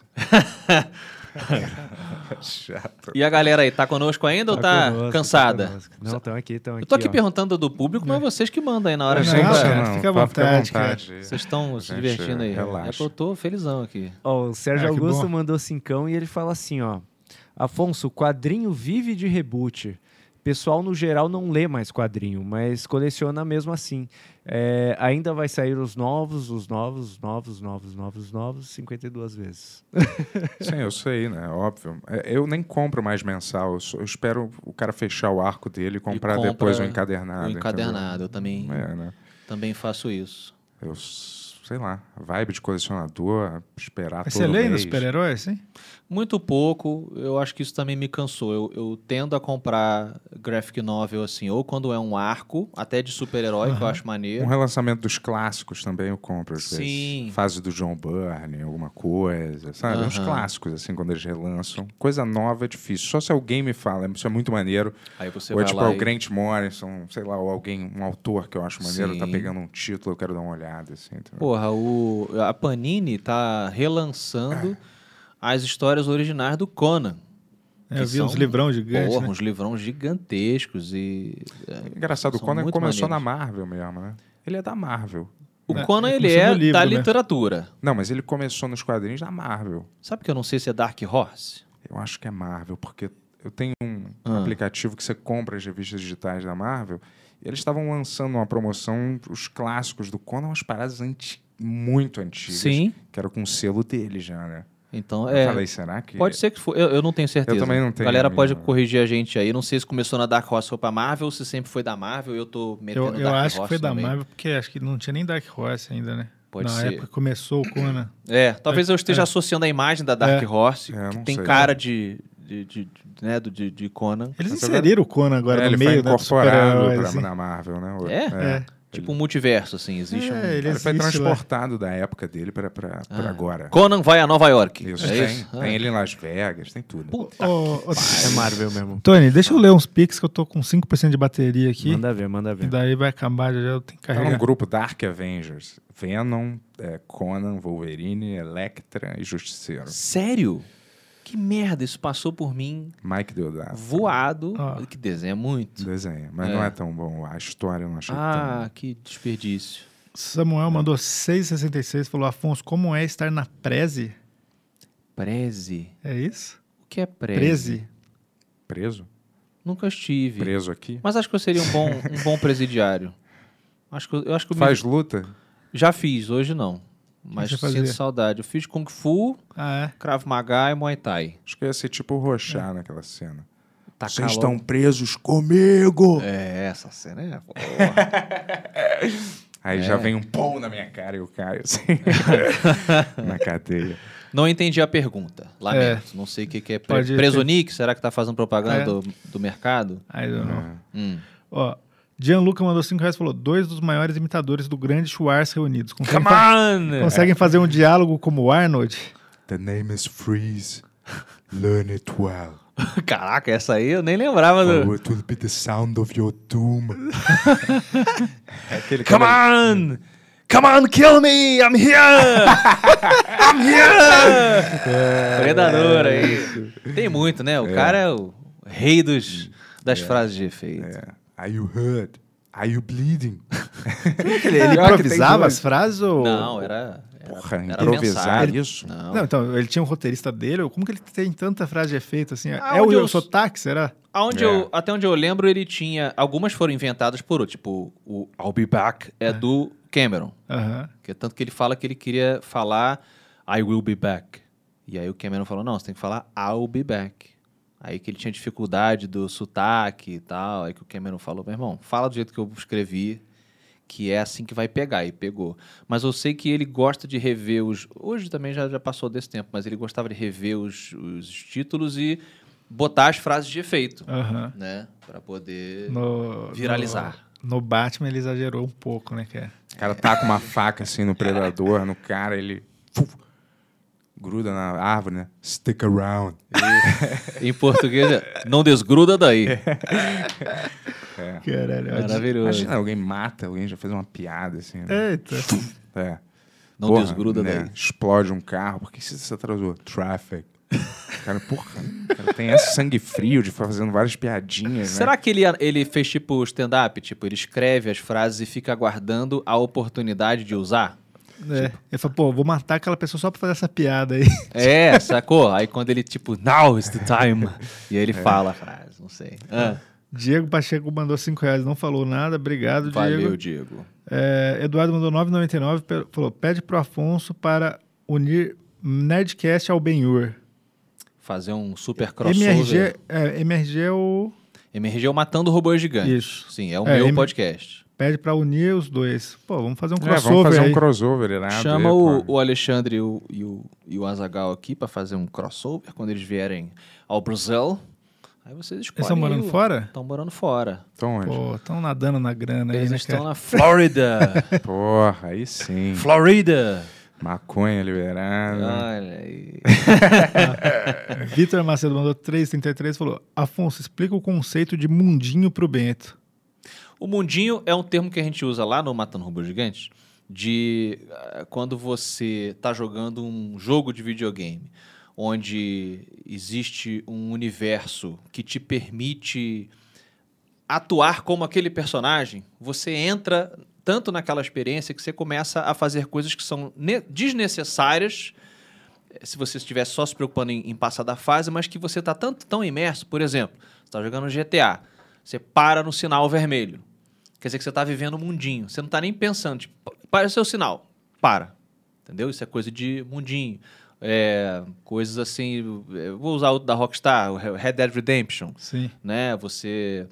[SPEAKER 2] Chato.
[SPEAKER 5] E a galera aí, tá conosco ainda ou tá
[SPEAKER 4] conosco,
[SPEAKER 5] cansada?
[SPEAKER 4] conosco. não, estão aqui, estão aqui.
[SPEAKER 5] Eu tô aqui
[SPEAKER 4] ó.
[SPEAKER 5] perguntando do público, mas vocês que mandam aí na hora.
[SPEAKER 3] É. Não,
[SPEAKER 5] né, cara?
[SPEAKER 3] cara, fica à
[SPEAKER 2] pode ficar
[SPEAKER 3] vontade, cara.
[SPEAKER 5] Vocês estão se
[SPEAKER 2] Gente,
[SPEAKER 5] divertindo aí.
[SPEAKER 2] relaxa.
[SPEAKER 5] É que eu tô felizão aqui.
[SPEAKER 4] Ó, o Sérgio
[SPEAKER 3] Ah, que
[SPEAKER 4] Augusto
[SPEAKER 3] bom.
[SPEAKER 4] mandou cincão e ele fala assim, ó. Afonso, o quadrinho vive de reboot. Pessoal, no geral, não lê mais quadrinho, mas coleciona mesmo assim. É, ainda vai sair os novos, os novos, novos, novos, novos, novos, 52 vezes.
[SPEAKER 2] Sim, eu sei, né? Óbvio. É, Eu nem compro mais mensal. Eu, só- eu espero o cara fechar o arco dele e comprar
[SPEAKER 5] compra
[SPEAKER 2] depois o encadernado.
[SPEAKER 5] O
[SPEAKER 2] entendeu?
[SPEAKER 5] encadernado, eu também,
[SPEAKER 2] É, né?
[SPEAKER 5] também faço isso.
[SPEAKER 2] Eu s- sei lá, vibe de colecionador, esperar
[SPEAKER 3] Mas
[SPEAKER 2] todo
[SPEAKER 3] você lê ainda
[SPEAKER 2] mês.
[SPEAKER 3] super-herói, assim?
[SPEAKER 5] Muito pouco, eu acho que isso também me cansou. Eu, eu tendo a comprar graphic novel assim, ou quando é um arco, até de super-herói, que eu acho
[SPEAKER 2] Um
[SPEAKER 5] maneiro.
[SPEAKER 2] relançamento dos clássicos também eu compro, às vezes.
[SPEAKER 5] Sim.
[SPEAKER 2] Fase do John Byrne, alguma coisa, sabe? Uns
[SPEAKER 5] Aham.
[SPEAKER 2] clássicos, assim, quando eles relançam. Coisa nova é difícil. Só se alguém me fala, isso é muito maneiro.
[SPEAKER 5] Aí você
[SPEAKER 2] ou é
[SPEAKER 5] vai
[SPEAKER 2] tipo,
[SPEAKER 5] lá
[SPEAKER 2] é o
[SPEAKER 5] e-
[SPEAKER 2] Grant Morrison, sei lá, ou alguém, um autor que eu acho maneiro, tá
[SPEAKER 5] Sim.
[SPEAKER 2] pegando um título, eu quero dar uma olhada, assim. entendeu?
[SPEAKER 5] Porra, o, a Panini tá relançando as histórias originais do Conan.
[SPEAKER 3] É, eu
[SPEAKER 5] que
[SPEAKER 3] vi
[SPEAKER 5] são-
[SPEAKER 3] uns livrão gigantes,
[SPEAKER 5] Porra,
[SPEAKER 3] né?
[SPEAKER 5] uns livrão gigantescos e... é,
[SPEAKER 2] Engraçado, o
[SPEAKER 5] são
[SPEAKER 2] Conan
[SPEAKER 5] muito
[SPEAKER 2] começou
[SPEAKER 5] maneiros.
[SPEAKER 2] na Marvel mesmo, né? Ele é da Marvel.
[SPEAKER 5] O
[SPEAKER 3] É,
[SPEAKER 5] Conan,
[SPEAKER 3] ele
[SPEAKER 5] ele é
[SPEAKER 3] começou no livro, né?
[SPEAKER 5] da literatura.
[SPEAKER 2] Não, mas ele começou nos quadrinhos da Marvel.
[SPEAKER 5] Sabe que eu não sei se é Dark Horse?
[SPEAKER 2] Eu acho que é Marvel, porque eu tenho um
[SPEAKER 5] Ah.
[SPEAKER 2] aplicativo que você compra as revistas digitais da Marvel e eles estavam lançando uma promoção, os clássicos do Conan, umas paradas anti- muito antigas.
[SPEAKER 5] Sim.
[SPEAKER 2] Que era com o selo dele já, né?
[SPEAKER 5] Então,
[SPEAKER 2] Eu
[SPEAKER 5] é...
[SPEAKER 2] falei, será que.
[SPEAKER 5] Pode ser que for. Eu, eu não tenho certeza.
[SPEAKER 2] Eu também não tenho,
[SPEAKER 5] A galera pode
[SPEAKER 2] amigo.
[SPEAKER 5] corrigir a gente aí. Não sei se começou na Dark Horse ou pra Marvel, ou se sempre foi da Marvel. Eu tô metendo
[SPEAKER 3] Eu, eu
[SPEAKER 5] Dark
[SPEAKER 3] acho
[SPEAKER 5] Horse
[SPEAKER 3] que foi da
[SPEAKER 5] no meio.
[SPEAKER 3] Marvel, porque acho que não tinha nem Dark Horse ainda, né?
[SPEAKER 5] Pode
[SPEAKER 3] Na
[SPEAKER 5] ser.
[SPEAKER 3] época que começou o Conan.
[SPEAKER 5] É, talvez eu esteja
[SPEAKER 3] é.
[SPEAKER 5] associando a imagem da Dark
[SPEAKER 3] É.
[SPEAKER 5] Horse,
[SPEAKER 2] É,
[SPEAKER 5] que
[SPEAKER 2] não
[SPEAKER 5] tem
[SPEAKER 2] sei.
[SPEAKER 5] cara de, de, de- de- né, do- de, de Conan.
[SPEAKER 3] Eles
[SPEAKER 2] Mas
[SPEAKER 3] inseriram o Conan agora
[SPEAKER 2] É, ele
[SPEAKER 3] no
[SPEAKER 2] foi
[SPEAKER 3] meio da
[SPEAKER 2] incorporado
[SPEAKER 3] super-herói,
[SPEAKER 2] pra-
[SPEAKER 3] assim.
[SPEAKER 2] na Marvel, né?
[SPEAKER 5] É?
[SPEAKER 3] É.
[SPEAKER 5] Tipo um multiverso, assim. Existe um.
[SPEAKER 3] É, ele
[SPEAKER 2] Ele foi
[SPEAKER 3] existe lá.
[SPEAKER 2] transportado da época dele pra, pra, pra agora.
[SPEAKER 5] Conan vai a Nova York.
[SPEAKER 2] é. Isso,
[SPEAKER 5] Ah. é
[SPEAKER 2] tem.
[SPEAKER 5] isso? Ah.
[SPEAKER 2] Tem ele em Las Vegas, tem tudo.
[SPEAKER 5] Puta.
[SPEAKER 3] Ô, ô,
[SPEAKER 4] É Marvel mesmo.
[SPEAKER 3] Tony, deixa eu ler uns pics que eu tô com 5% de bateria aqui.
[SPEAKER 4] Manda ver, manda
[SPEAKER 3] E
[SPEAKER 4] ver.
[SPEAKER 3] daí vai acabar, já, já eu tenho que
[SPEAKER 2] Tá num
[SPEAKER 3] carregar.
[SPEAKER 2] grupo Dark Avengers. Venom, é, Conan, Wolverine, Electra e Justiceiro.
[SPEAKER 5] Sério? Que merda, isso passou por mim
[SPEAKER 2] Mike Deodato.
[SPEAKER 5] voado.
[SPEAKER 3] Ah.
[SPEAKER 5] Que desenha muito.
[SPEAKER 2] Desenha, mas
[SPEAKER 5] É.
[SPEAKER 2] não é tão bom. A história eu não achei
[SPEAKER 5] Ah, que desperdício.
[SPEAKER 3] Samuel mandou 6,66 falou, Afonso, como é estar na Preze?
[SPEAKER 5] Preze.
[SPEAKER 3] É isso?
[SPEAKER 5] O que é preze?
[SPEAKER 3] Preze?
[SPEAKER 2] tão preso.
[SPEAKER 5] Nunca estive.
[SPEAKER 2] Preso aqui.
[SPEAKER 5] Mas acho que eu seria um bom, um bom presidiário. Acho que eu, eu acho que eu me-
[SPEAKER 2] Faz luta?
[SPEAKER 5] já fiz, hoje não. Mas
[SPEAKER 3] você
[SPEAKER 5] sinto
[SPEAKER 3] fazia?
[SPEAKER 5] saudade. Eu fiz Kung Fu,
[SPEAKER 3] Ah,
[SPEAKER 5] Krav Maga e Muay Thai.
[SPEAKER 2] Acho que ia ser tipo o
[SPEAKER 6] É.
[SPEAKER 2] Rochá naquela cena.
[SPEAKER 6] Tá
[SPEAKER 5] Tacar
[SPEAKER 2] Vocês
[SPEAKER 5] logo-
[SPEAKER 2] estão presos comigo!
[SPEAKER 5] É, essa cena é... porra.
[SPEAKER 2] Aí
[SPEAKER 6] É.
[SPEAKER 2] já vem um pão na minha cara e eu caio assim. na cadeia.
[SPEAKER 5] não entendi a pergunta. Lamento. Não sei o que, que é. Pre...
[SPEAKER 3] Pode-
[SPEAKER 5] Presonic? Será que tá fazendo propaganda
[SPEAKER 3] É.
[SPEAKER 5] do, do mercado?
[SPEAKER 3] é? I don't know.
[SPEAKER 5] Hum.
[SPEAKER 3] Ó, Gianluca mandou 5 reais e falou: dois dos maiores imitadores do grande Schwarz reunidos. Conseguem, fa-
[SPEAKER 5] Mano!
[SPEAKER 3] conseguem fazer um diálogo como o Arnold?
[SPEAKER 7] The name is Freeze. Learn it well.
[SPEAKER 5] Caraca, essa aí eu nem lembrava do...
[SPEAKER 7] Or it will be the sound of your doom.
[SPEAKER 2] É Aquele
[SPEAKER 6] Come
[SPEAKER 2] cara-
[SPEAKER 6] on! Come on, kill me! I'm here!
[SPEAKER 5] Predador aí. É. Tem muito, né? O cara é o rei dos... das frases de efeito.
[SPEAKER 2] É.
[SPEAKER 7] Are you hurt? Are you bleeding?
[SPEAKER 3] Ele,
[SPEAKER 2] Pior que tem
[SPEAKER 3] improvisava
[SPEAKER 2] dois.
[SPEAKER 3] as frases ou.
[SPEAKER 5] Não, é era. era-
[SPEAKER 2] Porra,
[SPEAKER 5] era
[SPEAKER 2] improvisar
[SPEAKER 5] mensagem.
[SPEAKER 2] isso?
[SPEAKER 5] Não.
[SPEAKER 3] Não, então, ele tinha um roteirista dele? ou Como que ele tem tanta frase de efeito assim?
[SPEAKER 5] Ah,
[SPEAKER 3] é o
[SPEAKER 5] onde
[SPEAKER 3] Eu
[SPEAKER 5] eu-
[SPEAKER 3] Sou Táxi, será?
[SPEAKER 5] Aonde
[SPEAKER 2] É.
[SPEAKER 5] eu- até onde eu lembro, ele tinha. Algumas foram inventadas por outro. Tipo, o I'll be back é, do Cameron.
[SPEAKER 3] Aham.
[SPEAKER 5] Que é tanto que ele fala que ele queria falar I will be back. E aí o Cameron falou: não, você tem que falar I'll be back. Aí que ele tinha dificuldade do sotaque e tal. Aí que o Cameron falou: meu irmão, fala do jeito que eu escrevi, que é assim que vai pegar. E pegou. Mas eu sei que ele gosta de rever os. Hoje também já, já passou desse tempo, mas ele gostava de rever os, os títulos e botar as frases de efeito,
[SPEAKER 3] Aham.
[SPEAKER 5] né? Pra poder
[SPEAKER 3] No-
[SPEAKER 5] viralizar.
[SPEAKER 3] No, no Batman ele exagerou um pouco, né, cara?
[SPEAKER 2] O cara taca uma faca assim no predador, no cara, ele. fuf, gruda na árvore, né?
[SPEAKER 7] Stick around.
[SPEAKER 5] Em português, é, não desgruda daí.
[SPEAKER 3] Caralho. ó,
[SPEAKER 5] Maravilhoso.
[SPEAKER 2] Imagina, alguém mata, alguém já fez uma piada assim. Né?
[SPEAKER 3] Eita.
[SPEAKER 2] É.
[SPEAKER 5] Não
[SPEAKER 2] Porra,
[SPEAKER 5] desgruda
[SPEAKER 2] né?
[SPEAKER 5] daí.
[SPEAKER 2] Explode um carro. Por que você se atrasou? Traffic. Cara, porra, o cara tem esse sangue frio de ficar fazendo várias piadinhas, né?
[SPEAKER 5] Será que ele, ele fez tipo stand-up? Tipo, ele escreve as frases e fica aguardando a oportunidade de usar?
[SPEAKER 3] É.
[SPEAKER 5] Tipo,
[SPEAKER 3] Ele falou, pô, vou matar aquela pessoa só pra fazer essa piada aí.
[SPEAKER 5] É, sacou? Aí quando ele, tipo, now is the time. E aí ele fala a frase, não sei. Ah,
[SPEAKER 3] Diego Pacheco mandou 5 reais, não falou nada. Obrigado, Diego.
[SPEAKER 5] valeu, Diego.
[SPEAKER 3] É, Eduardo mandou 9,99 pe- falou: pede pro Afonso para unir Nerdcast ao Benhur.
[SPEAKER 5] Fazer um super crossover.
[SPEAKER 3] MRG, é, MRG é o.
[SPEAKER 5] MRG. é o Matando Robôs Gigantes.
[SPEAKER 3] Isso.
[SPEAKER 5] Sim, é o
[SPEAKER 3] É,
[SPEAKER 5] meu
[SPEAKER 3] M-
[SPEAKER 5] podcast.
[SPEAKER 3] pede pra unir os dois. Pô, vamos fazer um
[SPEAKER 2] É,
[SPEAKER 3] crossover
[SPEAKER 2] vamos fazer
[SPEAKER 3] aí.
[SPEAKER 2] um crossover, irado.
[SPEAKER 5] Chama
[SPEAKER 2] aí,
[SPEAKER 5] o,
[SPEAKER 2] é, pô.
[SPEAKER 5] o Alexandre e o, e, o, e o Azagal aqui pra fazer um crossover quando eles vierem ao Brasil. Aí vocês escolhem.
[SPEAKER 3] Eles estão morando fora?
[SPEAKER 5] Estão morando fora.
[SPEAKER 2] Então, onde?
[SPEAKER 3] Pô, estão nadando na grana aí,
[SPEAKER 5] Eles
[SPEAKER 3] né,
[SPEAKER 5] estão
[SPEAKER 3] cara?
[SPEAKER 5] na Flórida.
[SPEAKER 2] Porra, aí sim.
[SPEAKER 5] Florida.
[SPEAKER 2] Maconha liberada.
[SPEAKER 5] Olha aí.
[SPEAKER 3] Vitor Macedo mandou 333 e falou: Afonso, explica o conceito de mundinho pro Bento.
[SPEAKER 5] O mundinho é um termo que a gente usa lá no Matando Robôs Gigantes de ah, quando você está jogando um jogo de videogame onde existe um universo que te permite atuar como aquele personagem, você entra tanto naquela experiência que você começa a fazer coisas que são ne- desnecessárias eh, se você estiver só se preocupando em, em passar da fase, mas que você está tanto tão imerso, por exemplo, você está jogando GTA, você para no sinal vermelho. Quer dizer que você está vivendo o mundinho. Você não está nem pensando. Tipo, "Pa- para o seu sinal. Para. Entendeu? Isso é coisa de mundinho. É, coisas assim. eu Vou usar outro da Rockstar, o Red Dead Redemption
[SPEAKER 3] Sim.
[SPEAKER 5] né? Você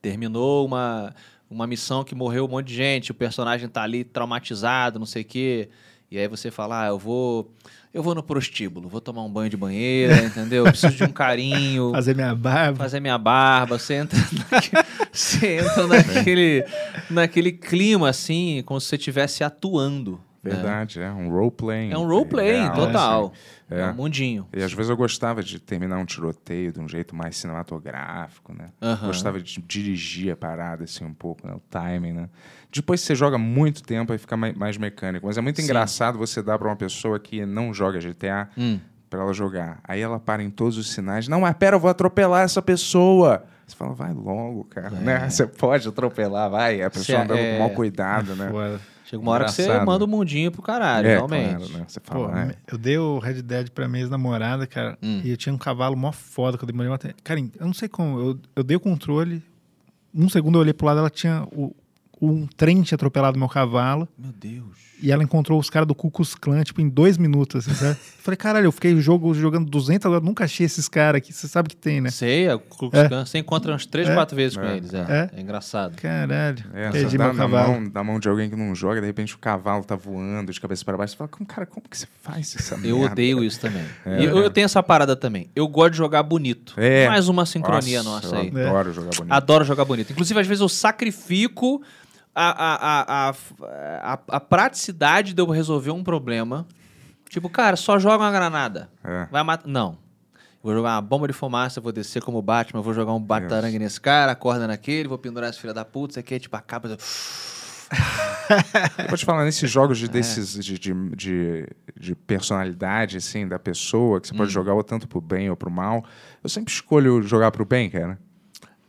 [SPEAKER 5] terminou uma, uma missão que morreu um monte de gente, o personagem tá ali traumatizado, não sei o quê. E aí você fala, ah, eu vou, eu vou no prostíbulo, vou tomar um banho de banheira, entendeu? Eu preciso de um carinho,
[SPEAKER 3] Fazer minha barba.
[SPEAKER 5] fazer minha barba. Você entra, naque- você entra naquele, naquele clima, assim, como se você estivesse atuando. né?
[SPEAKER 2] Verdade, é. um roleplay.
[SPEAKER 5] É um roleplay,
[SPEAKER 2] real,
[SPEAKER 5] total.
[SPEAKER 2] assim.
[SPEAKER 5] É. um mundinho.
[SPEAKER 2] E às vezes eu gostava de terminar um tiroteio de um jeito mais cinematográfico, né?
[SPEAKER 5] Aham.
[SPEAKER 2] Gostava de dirigir a parada, assim, um pouco, né? O timing, né? Depois você joga muito tempo, aí fica mai- mais mecânico. Mas é muito
[SPEAKER 5] Sim.
[SPEAKER 2] engraçado você dar pra uma pessoa que não joga GTA
[SPEAKER 5] Hum.
[SPEAKER 2] pra ela jogar. Aí ela para em todos os sinais. Não, mas pera, eu vou atropelar essa pessoa. Você fala, vai logo, cara. Né? Você pode atropelar, vai. A pessoa
[SPEAKER 5] É. Cê-
[SPEAKER 2] andando
[SPEAKER 5] é-
[SPEAKER 2] com mau cuidado, né?
[SPEAKER 3] Foda.
[SPEAKER 5] Chega uma hora que você
[SPEAKER 2] Engraçado.
[SPEAKER 5] manda o mundinho pro caralho,
[SPEAKER 2] é,
[SPEAKER 5] realmente.
[SPEAKER 2] claro, né? Você fala,
[SPEAKER 3] Pô,
[SPEAKER 2] né? Hum.
[SPEAKER 3] eu dei o Red Dead pra minha ex-namorada, cara, e eu tinha um cavalo mó foda que eu demorei uma te- Cara, eu não sei como, eu, eu dei o controle, um segundo eu olhei pro lado, ela tinha o- um trem tinha atropelado meu cavalo. Meu Deus. E ela encontrou os caras do Cucus Clan, tipo, em dois minutos, assim, sabe? Eu Falei, caralho, eu fiquei jogo, jogando 200 horas, nunca achei esses caras aqui, você sabe que tem, né?
[SPEAKER 5] Sei, é o Ku Klux Klan. Você encontra umas três, quatro vezes com eles. É, é. engraçado.
[SPEAKER 3] Caralho,
[SPEAKER 2] É,
[SPEAKER 3] perdi
[SPEAKER 2] você dá
[SPEAKER 3] meu
[SPEAKER 2] na
[SPEAKER 3] cavalo.
[SPEAKER 2] mão, na mão de alguém que não joga, de repente o cavalo tá voando de cabeça para baixo. Você fala, como, cara, como que você faz essa
[SPEAKER 5] Eu
[SPEAKER 2] merda?
[SPEAKER 5] odeio isso também. E eu, eu tenho essa parada também. Eu gosto de jogar bonito.
[SPEAKER 2] É.
[SPEAKER 5] Mais uma sincronia
[SPEAKER 2] Nossa,
[SPEAKER 5] nossa aí.
[SPEAKER 3] É.
[SPEAKER 2] Eu adoro jogar bonito.
[SPEAKER 5] Adoro jogar bonito. Inclusive, às vezes eu sacrifico a, a, a, a, a, a praticidade de eu resolver um problema. Tipo, cara, só joga uma granada.
[SPEAKER 2] É.
[SPEAKER 5] Vai matar. Não. Eu Vou jogar uma bomba de fumaça, vou descer como Batman, vou jogar um batarangue nesse cara, acorda naquele, vou pendurar esse filho da puta, isso aqui, tipo, acaba.
[SPEAKER 2] Eu vou te falar, nesses jogos
[SPEAKER 5] É.
[SPEAKER 2] de, desses, de, de, de- de personalidade, assim, da pessoa, que você
[SPEAKER 5] Hum.
[SPEAKER 2] pode jogar ou tanto pro bem ou pro mal, eu sempre escolho jogar pro bem, cara.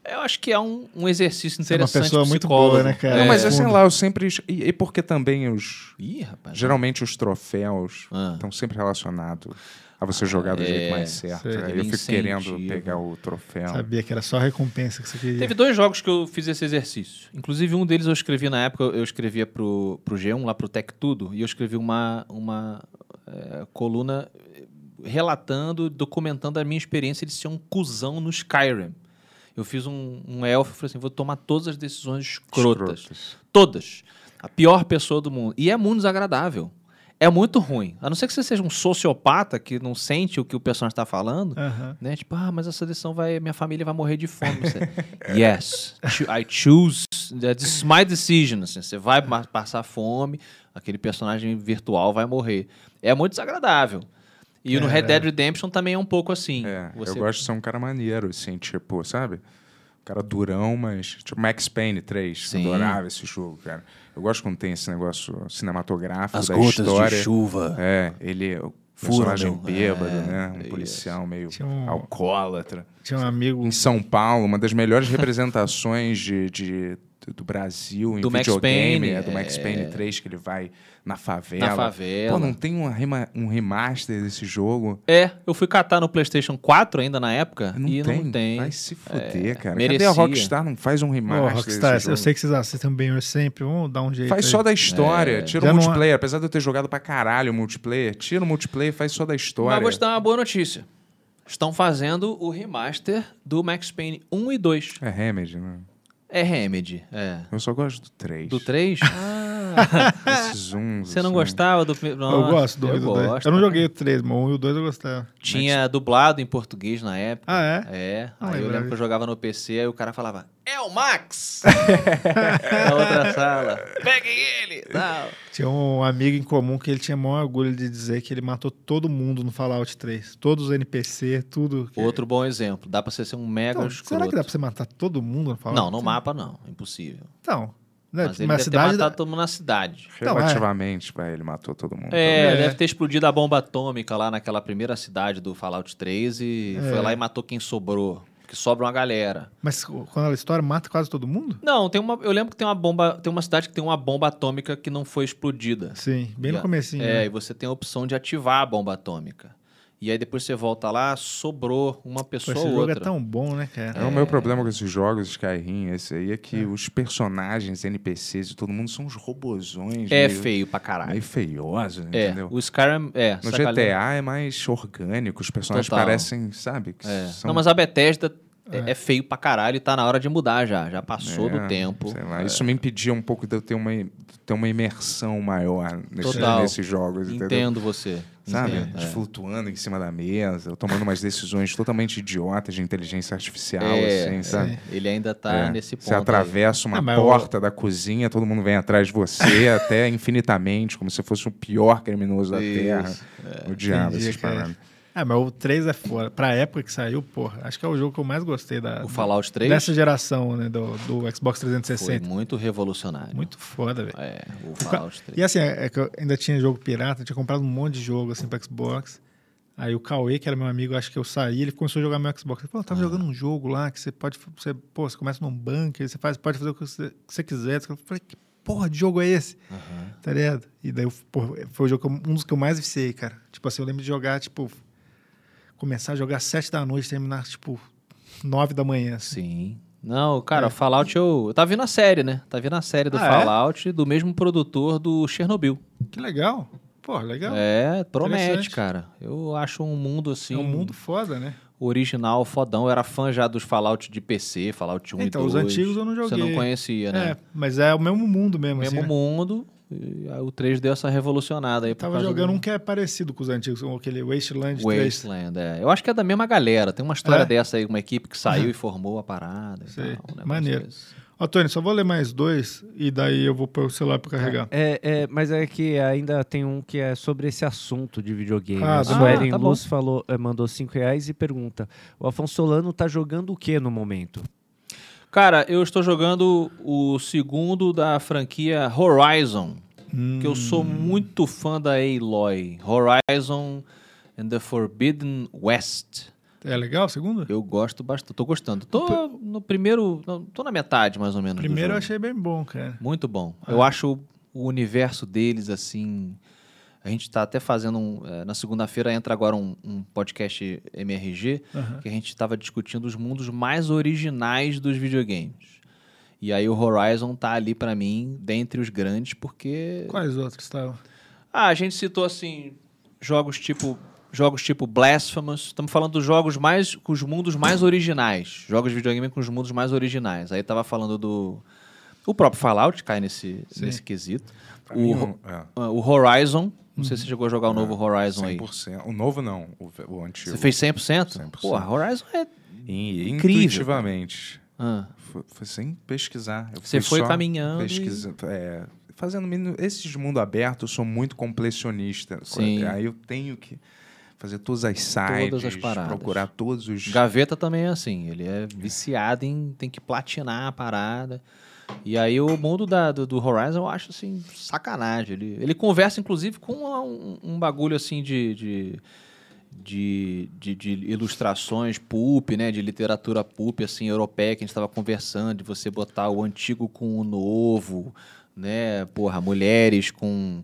[SPEAKER 5] Eu acho que é um, um exercício
[SPEAKER 3] Você é uma
[SPEAKER 5] interessante.
[SPEAKER 3] pessoa muito
[SPEAKER 5] psicólogo.
[SPEAKER 3] boa, né, cara?
[SPEAKER 2] Não, mas eu
[SPEAKER 3] assim
[SPEAKER 2] sei lá, eu sempre. es- E, e porque também os.
[SPEAKER 5] Ih, rapaz.
[SPEAKER 2] Geralmente os troféus
[SPEAKER 5] é. Ah. é.
[SPEAKER 2] estão sempre relacionados a você jogar do jeito mais certo.
[SPEAKER 3] Sei.
[SPEAKER 2] Aí Eu fico
[SPEAKER 5] um Incentivo.
[SPEAKER 2] querendo pegar o troféu.
[SPEAKER 3] Sabia que era só a recompensa que você queria.
[SPEAKER 5] Teve dois jogos que eu fiz esse exercício. Inclusive, um deles eu escrevi na época, eu escrevia pro, pro G1, lá pro Tech Tudo, e eu escrevi uma, uma eh, coluna eh, relatando, documentando a minha experiência de ser um cuzão no Skyrim. Eu fiz um, um elfo e falei assim: vou tomar todas as decisões escrotas.
[SPEAKER 2] Escrotas.
[SPEAKER 5] Todas. A pior pessoa do mundo. E é muito desagradável. É muito ruim. A não ser que você seja um sociopata que não sente o que o personagem está falando,
[SPEAKER 3] Aham.
[SPEAKER 5] né? Tipo, ah, mas essa decisão vai. Minha família vai morrer de fome. Você,
[SPEAKER 2] É.
[SPEAKER 5] yes, cho- I choose. That is my decision. assim. você vai ma- passar fome, aquele personagem virtual vai morrer. É muito desagradável. E no Red Dead Redemption também é um pouco assim.
[SPEAKER 2] É,
[SPEAKER 5] Você-
[SPEAKER 2] eu gosto de ser um cara maneiro, assim, tipo, sabe? Um cara durão, mas. Tipo, Max Payne 3.
[SPEAKER 5] Sim.
[SPEAKER 2] Adorava esse jogo, cara. Eu gosto quando tem esse negócio cinematográfico
[SPEAKER 6] As
[SPEAKER 2] da
[SPEAKER 6] gotas
[SPEAKER 2] história.
[SPEAKER 6] de chuva.
[SPEAKER 2] É, ele é um
[SPEAKER 6] Fura,
[SPEAKER 2] personagem
[SPEAKER 6] meu.
[SPEAKER 2] bêbado,
[SPEAKER 5] É,
[SPEAKER 2] né? Um
[SPEAKER 5] isso.
[SPEAKER 2] policial meio
[SPEAKER 3] Tinha um-
[SPEAKER 2] alcoólatra.
[SPEAKER 3] Tinha um amigo
[SPEAKER 2] Em São Paulo, uma das melhores representações de, de- do Brasil em
[SPEAKER 5] Do Max
[SPEAKER 2] videogame
[SPEAKER 5] Payne,
[SPEAKER 2] é do Max
[SPEAKER 5] é.
[SPEAKER 2] Payne 3, que ele vai na favela.
[SPEAKER 5] tá Na favela.
[SPEAKER 2] Pô, não tem uma rema- um remaster desse jogo?
[SPEAKER 5] É, eu fui catar no PlayStation 4 ainda na época
[SPEAKER 2] Ah, Não
[SPEAKER 5] e
[SPEAKER 2] tem.
[SPEAKER 5] não tem. É,
[SPEAKER 2] Vai se fuder, cara. Cadê
[SPEAKER 5] merecia.
[SPEAKER 2] a Rockstar? Não faz um
[SPEAKER 3] Ô,
[SPEAKER 2] remaster.
[SPEAKER 3] Rockstar,
[SPEAKER 2] desse
[SPEAKER 3] eu
[SPEAKER 2] jogo?
[SPEAKER 3] sei que vocês assistem bem Banger sempre, vamos dar um jeito.
[SPEAKER 2] Faz
[SPEAKER 3] aí.
[SPEAKER 2] só da história. Tira
[SPEAKER 3] Já
[SPEAKER 2] o
[SPEAKER 3] não é há-
[SPEAKER 2] multiplayer. Apesar de eu ter jogado pra caralho o multiplayer, tira o multiplayer, faz só da história.
[SPEAKER 5] Mas vou te dar uma boa notícia. Estão fazendo o remaster do Max Payne 1 e 2.
[SPEAKER 2] É Remedy, né?
[SPEAKER 5] É Remedy, é.
[SPEAKER 2] Eu só gosto do 3.
[SPEAKER 5] Do 3?
[SPEAKER 2] Ah. Esses uns,
[SPEAKER 5] Você não
[SPEAKER 2] assim.
[SPEAKER 5] gostava do primeiro?
[SPEAKER 3] eu gosto do 1 e
[SPEAKER 5] eu
[SPEAKER 3] do 2.
[SPEAKER 5] gosto.
[SPEAKER 3] Eu não joguei o 3, mas o 1 e o 2 eu gostava.
[SPEAKER 5] Tinha dublado em português na época.
[SPEAKER 3] Ah, é?
[SPEAKER 5] É.
[SPEAKER 3] Não
[SPEAKER 5] aí eu
[SPEAKER 3] lembrava
[SPEAKER 5] lembro que eu
[SPEAKER 3] disso.
[SPEAKER 5] jogava no PC, aí o cara falava, é o Max! na outra sala. Peguem ele! Tal.
[SPEAKER 3] Tinha um amigo em comum que ele tinha maior orgulho de dizer que ele matou todo mundo no Fallout 3. Todos os NPC, tudo. que-
[SPEAKER 5] Outro bom exemplo. Dá pra você ser um mega
[SPEAKER 3] Então,
[SPEAKER 5] escroto.
[SPEAKER 3] será que dá pra você assim? matar todo mundo no Fallout?
[SPEAKER 5] Não, no mapa não. Impossível.
[SPEAKER 3] Então. Né,
[SPEAKER 5] Mas ele
[SPEAKER 3] mas
[SPEAKER 5] deve
[SPEAKER 3] a cidade
[SPEAKER 5] ter
[SPEAKER 3] da-
[SPEAKER 5] matado todo mundo na cidade.
[SPEAKER 3] Não, é.
[SPEAKER 2] Relativamente, pá, ele matou todo mundo.
[SPEAKER 5] É,
[SPEAKER 3] É.
[SPEAKER 5] deve ter explodido a bomba atômica lá naquela primeira cidade do Fallout 3 e
[SPEAKER 3] É.
[SPEAKER 5] foi lá e matou quem sobrou. Que sobra uma galera.
[SPEAKER 3] Mas quando ela estoura, mata quase todo mundo?
[SPEAKER 5] Não, tem uma. Eu lembro que tem uma bomba. Tem uma cidade que tem uma bomba atômica que não foi explodida.
[SPEAKER 3] Sim, bem
[SPEAKER 5] E a-
[SPEAKER 3] no comecinho.
[SPEAKER 5] É,
[SPEAKER 3] né?
[SPEAKER 5] e você tem a opção de ativar a bomba atômica. E aí depois você volta lá, sobrou uma
[SPEAKER 3] Pô,
[SPEAKER 5] pessoa
[SPEAKER 3] esse
[SPEAKER 5] ou
[SPEAKER 3] jogo
[SPEAKER 5] outra.
[SPEAKER 3] é tão bom, né, cara?
[SPEAKER 2] É o meu problema com esses jogos, Skyrim, esse aí, é que os personagens, NPCs e todo mundo são uns robozões.
[SPEAKER 5] É
[SPEAKER 2] meio,
[SPEAKER 5] feio pra caralho.
[SPEAKER 2] Meio feiosos,
[SPEAKER 5] É,
[SPEAKER 2] entendeu?
[SPEAKER 5] o Skyrim é.
[SPEAKER 2] No
[SPEAKER 5] sacanagem.
[SPEAKER 2] GTA é mais orgânico, os personagens
[SPEAKER 5] Total.
[SPEAKER 2] parecem, sabe? que
[SPEAKER 5] É.
[SPEAKER 2] são-
[SPEAKER 5] Não, mas a Bethesda é. é feio pra caralho e tá na hora de mudar já. Já passou
[SPEAKER 2] É,
[SPEAKER 5] do tempo. É.
[SPEAKER 2] sei lá, Isso me impedia um pouco de eu ter uma, de ter uma imersão maior nesse-
[SPEAKER 5] Total.
[SPEAKER 2] nesses jogos, entendeu?
[SPEAKER 5] É, Entendo você.
[SPEAKER 2] Sabe?
[SPEAKER 5] Entendo, é.
[SPEAKER 2] Eles Flutuando em cima da mesa, tomando umas decisões totalmente idiotas de inteligência artificial,
[SPEAKER 5] É,
[SPEAKER 2] assim,
[SPEAKER 5] é.
[SPEAKER 2] sabe?
[SPEAKER 5] Ele ainda tá
[SPEAKER 2] É.
[SPEAKER 5] nesse ponto.
[SPEAKER 2] Você atravessa uma
[SPEAKER 3] Ah, mas eu-
[SPEAKER 2] porta da cozinha, todo mundo vem atrás de você até infinitamente, como se fosse o pior criminoso da
[SPEAKER 5] Isso, é.
[SPEAKER 2] Terra. O diabo,
[SPEAKER 3] Entendi,
[SPEAKER 2] essas
[SPEAKER 3] cara.
[SPEAKER 2] paradas.
[SPEAKER 3] Ah, mas o 3 é fora. Pra época que saiu, porra, acho que é o jogo que eu mais gostei da,
[SPEAKER 5] Aí. O Fallout 3
[SPEAKER 3] dessa geração, né, do, do Xbox
[SPEAKER 5] É foi né?
[SPEAKER 3] 360.
[SPEAKER 5] muito revolucionário.
[SPEAKER 3] Muito foda, velho.
[SPEAKER 5] É, o Fallout 3.
[SPEAKER 3] E assim, é que eu ainda tinha jogo pirata, eu tinha comprado um monte de jogo assim pra Xbox. Aí o Cauê, que era meu amigo, acho que eu saí, ele começou a jogar meu Xbox. Ele falou, eu tava jogando um jogo lá que você pode. Você, pô, você começa num bunker, você faz, pode fazer o que você, que você quiser. Eu falei, que porra de jogo é esse? Tá ligado? E daí eu- pô, foi o jogo que eu- um dos que eu mais viciei, cara. Tipo assim, eu lembro de jogar, tipo. Começar a jogar às sete da noite, terminar, tipo, nove da manhã. Assim.
[SPEAKER 5] Sim. Não, cara, Fallout eu. Tá vindo a série, né? Tá vindo a série do
[SPEAKER 3] É. Ah, é?
[SPEAKER 5] Fallout do mesmo produtor do Chernobyl.
[SPEAKER 3] Que legal. Pô, legal. É,
[SPEAKER 5] É, promete,
[SPEAKER 3] Interessante.
[SPEAKER 5] cara. Eu acho um mundo assim.
[SPEAKER 3] um mundo foda, né?
[SPEAKER 5] original, fodão. Eu era fã já dos Fallout de PC, Fallout 1
[SPEAKER 3] Então,
[SPEAKER 5] e 2.
[SPEAKER 3] os antigos eu não
[SPEAKER 5] Você não
[SPEAKER 3] joguei.
[SPEAKER 5] conhecia, né?
[SPEAKER 3] É, mas é o mesmo mundo mesmo, assim.
[SPEAKER 5] mesmo
[SPEAKER 3] né?
[SPEAKER 5] mundo. e aí o 3 deu essa revolucionada aí. por
[SPEAKER 3] Tava
[SPEAKER 5] causa
[SPEAKER 3] jogando
[SPEAKER 5] do
[SPEAKER 3] um que é parecido com os antigos, com aquele Wasteland 3.
[SPEAKER 5] Wasteland, é. Eu acho que é da mesma galera. Tem uma história
[SPEAKER 3] É?
[SPEAKER 5] dessa aí, uma equipe que saiu e formou a parada. e
[SPEAKER 3] Sei.
[SPEAKER 5] tal, um negócio
[SPEAKER 3] Maneiro.
[SPEAKER 5] desse.
[SPEAKER 3] Ó, Tony, só vou ler mais dois e daí eu vou pôr o celular pra carregar.
[SPEAKER 4] É, é, mas é que ainda tem um que é sobre esse assunto de videogame.
[SPEAKER 3] Ah,
[SPEAKER 4] a
[SPEAKER 3] tá
[SPEAKER 4] Suelen
[SPEAKER 5] bom.
[SPEAKER 4] Luz falou, eh, mandou 5 reais e pergunta: O Afonso Solano tá jogando o que no momento?
[SPEAKER 5] Cara, eu estou jogando o segundo da franquia Horizon.
[SPEAKER 3] Hum,
[SPEAKER 5] Que eu sou muito fã da Aloy. Horizon and the Forbidden West.
[SPEAKER 3] É legal o segundo?
[SPEAKER 5] Eu gosto bastante. Tô gostando. Tô no primeiro. não, Tô na metade, mais ou menos. do
[SPEAKER 3] Primeiro eu
[SPEAKER 5] jogo.
[SPEAKER 3] achei bem bom, cara.
[SPEAKER 5] Muito bom. Eu acho o universo deles, assim. A gente tá até fazendo um. eh, na segunda-feira entra agora um, um podcast MRG
[SPEAKER 3] Aham.
[SPEAKER 5] que a gente estava discutindo os mundos mais originais dos videogames. E aí o Horizon tá ali pra mim, dentre os grandes, porque.
[SPEAKER 3] Quais outros estavam?
[SPEAKER 5] Ah, a gente citou assim jogos tipo jogos tipo Blasphemous. Estamos falando dos jogos mais com os mundos mais originais, jogos de videogame com os mundos mais originais. Aí tava falando do o próprio Fallout cai nesse nesse quesito.
[SPEAKER 2] Pra mim, Uhum.
[SPEAKER 5] O, Ho-
[SPEAKER 2] é,
[SPEAKER 5] ah, o Horizon, não sei se você chegou a jogar o novo Horizon aí.
[SPEAKER 2] 100%. O novo não, o, ve- o antigo.
[SPEAKER 5] Você fez 100%?
[SPEAKER 2] 100%.
[SPEAKER 5] Porra, Horizon é
[SPEAKER 2] In-
[SPEAKER 5] Incrível.
[SPEAKER 2] Intuitivamente.
[SPEAKER 5] ah,
[SPEAKER 2] Foi, foi sem pesquisar. Eu
[SPEAKER 5] Você
[SPEAKER 2] fui
[SPEAKER 5] foi
[SPEAKER 2] só
[SPEAKER 5] caminhando e-
[SPEAKER 2] Pesquisando. é, fazendo mínimo- esses mundo aberto, eu sou muito completionista. é,
[SPEAKER 5] Sim.
[SPEAKER 2] Aí eu tenho que fazer todas as sites,
[SPEAKER 5] Todas as paradas.
[SPEAKER 2] procurar todos os.
[SPEAKER 5] Gaveta também é assim, ele é viciado em tem que platinar a parada. E aí o mundo da- do, do Horizon eu acho assim, sacanagem. Ele, ele conversa, inclusive, com um, um bagulho assim de. de de, de- de ilustrações pulp, né, de literatura pulp assim europeia que a gente estava conversando, de você botar o antigo com o novo, né, porra, mulheres com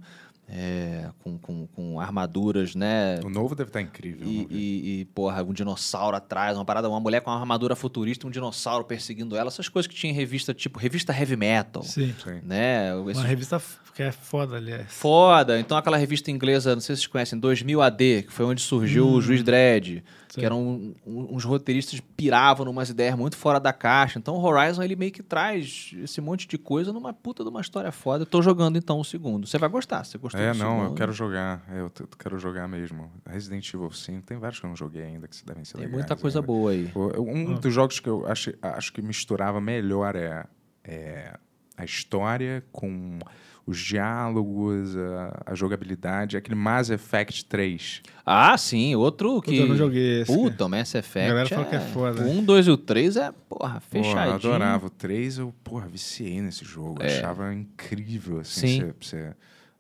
[SPEAKER 5] é, com, com, com armaduras, né?
[SPEAKER 2] O novo deve estar incrível. É,
[SPEAKER 5] E,
[SPEAKER 2] vamos ver.
[SPEAKER 5] e, e, porra, um dinossauro atrás, uma parada, uma mulher com uma armadura futurista, um dinossauro perseguindo ela, essas coisas que tinha em revista, tipo, revista heavy metal.
[SPEAKER 3] Sim.
[SPEAKER 5] Né?
[SPEAKER 3] Uma
[SPEAKER 5] Esses-
[SPEAKER 3] revista f- que é foda, aliás.
[SPEAKER 5] Foda. Então aquela revista inglesa, não sei se vocês conhecem, 2000 AD, que foi onde surgiu o
[SPEAKER 2] Hum,
[SPEAKER 5] Juiz Dredd, que eram um- um- uns roteiristas que piravam numas ideias muito fora da caixa. Então o Horizon ele meio que traz esse monte de coisa numa puta de uma história foda. Eu tô jogando então o segundo. Você vai gostar, você gostou
[SPEAKER 2] É,
[SPEAKER 5] do
[SPEAKER 2] não, eu
[SPEAKER 5] segundo.
[SPEAKER 2] quero jogar. Eu t- quero jogar mesmo. Resident Evil 5, tem vários que eu não joguei ainda que devem ser
[SPEAKER 5] Tem
[SPEAKER 2] legais né?
[SPEAKER 5] muita coisa
[SPEAKER 2] ainda.
[SPEAKER 5] boa aí.
[SPEAKER 2] O- eu-
[SPEAKER 5] Ah.
[SPEAKER 2] Um dos jogos que eu acho, acho que misturava melhor é, é a história com os diálogos, a, a jogabilidade. Aquele Mass Effect 3.
[SPEAKER 5] Ah, sim, outro que.
[SPEAKER 3] Puta, eu não joguei esse, é.
[SPEAKER 5] Puta, o Mass Effect.
[SPEAKER 3] A galera fala que é foda,
[SPEAKER 5] O
[SPEAKER 3] né?
[SPEAKER 5] 1, 2 e o 3 é, porra,
[SPEAKER 2] Porra,
[SPEAKER 5] fechadinho. É.
[SPEAKER 2] eu adorava. O 3 eu, porra, viciei nesse jogo. Achava incrível, assim,
[SPEAKER 5] Sim.
[SPEAKER 2] cê- cê-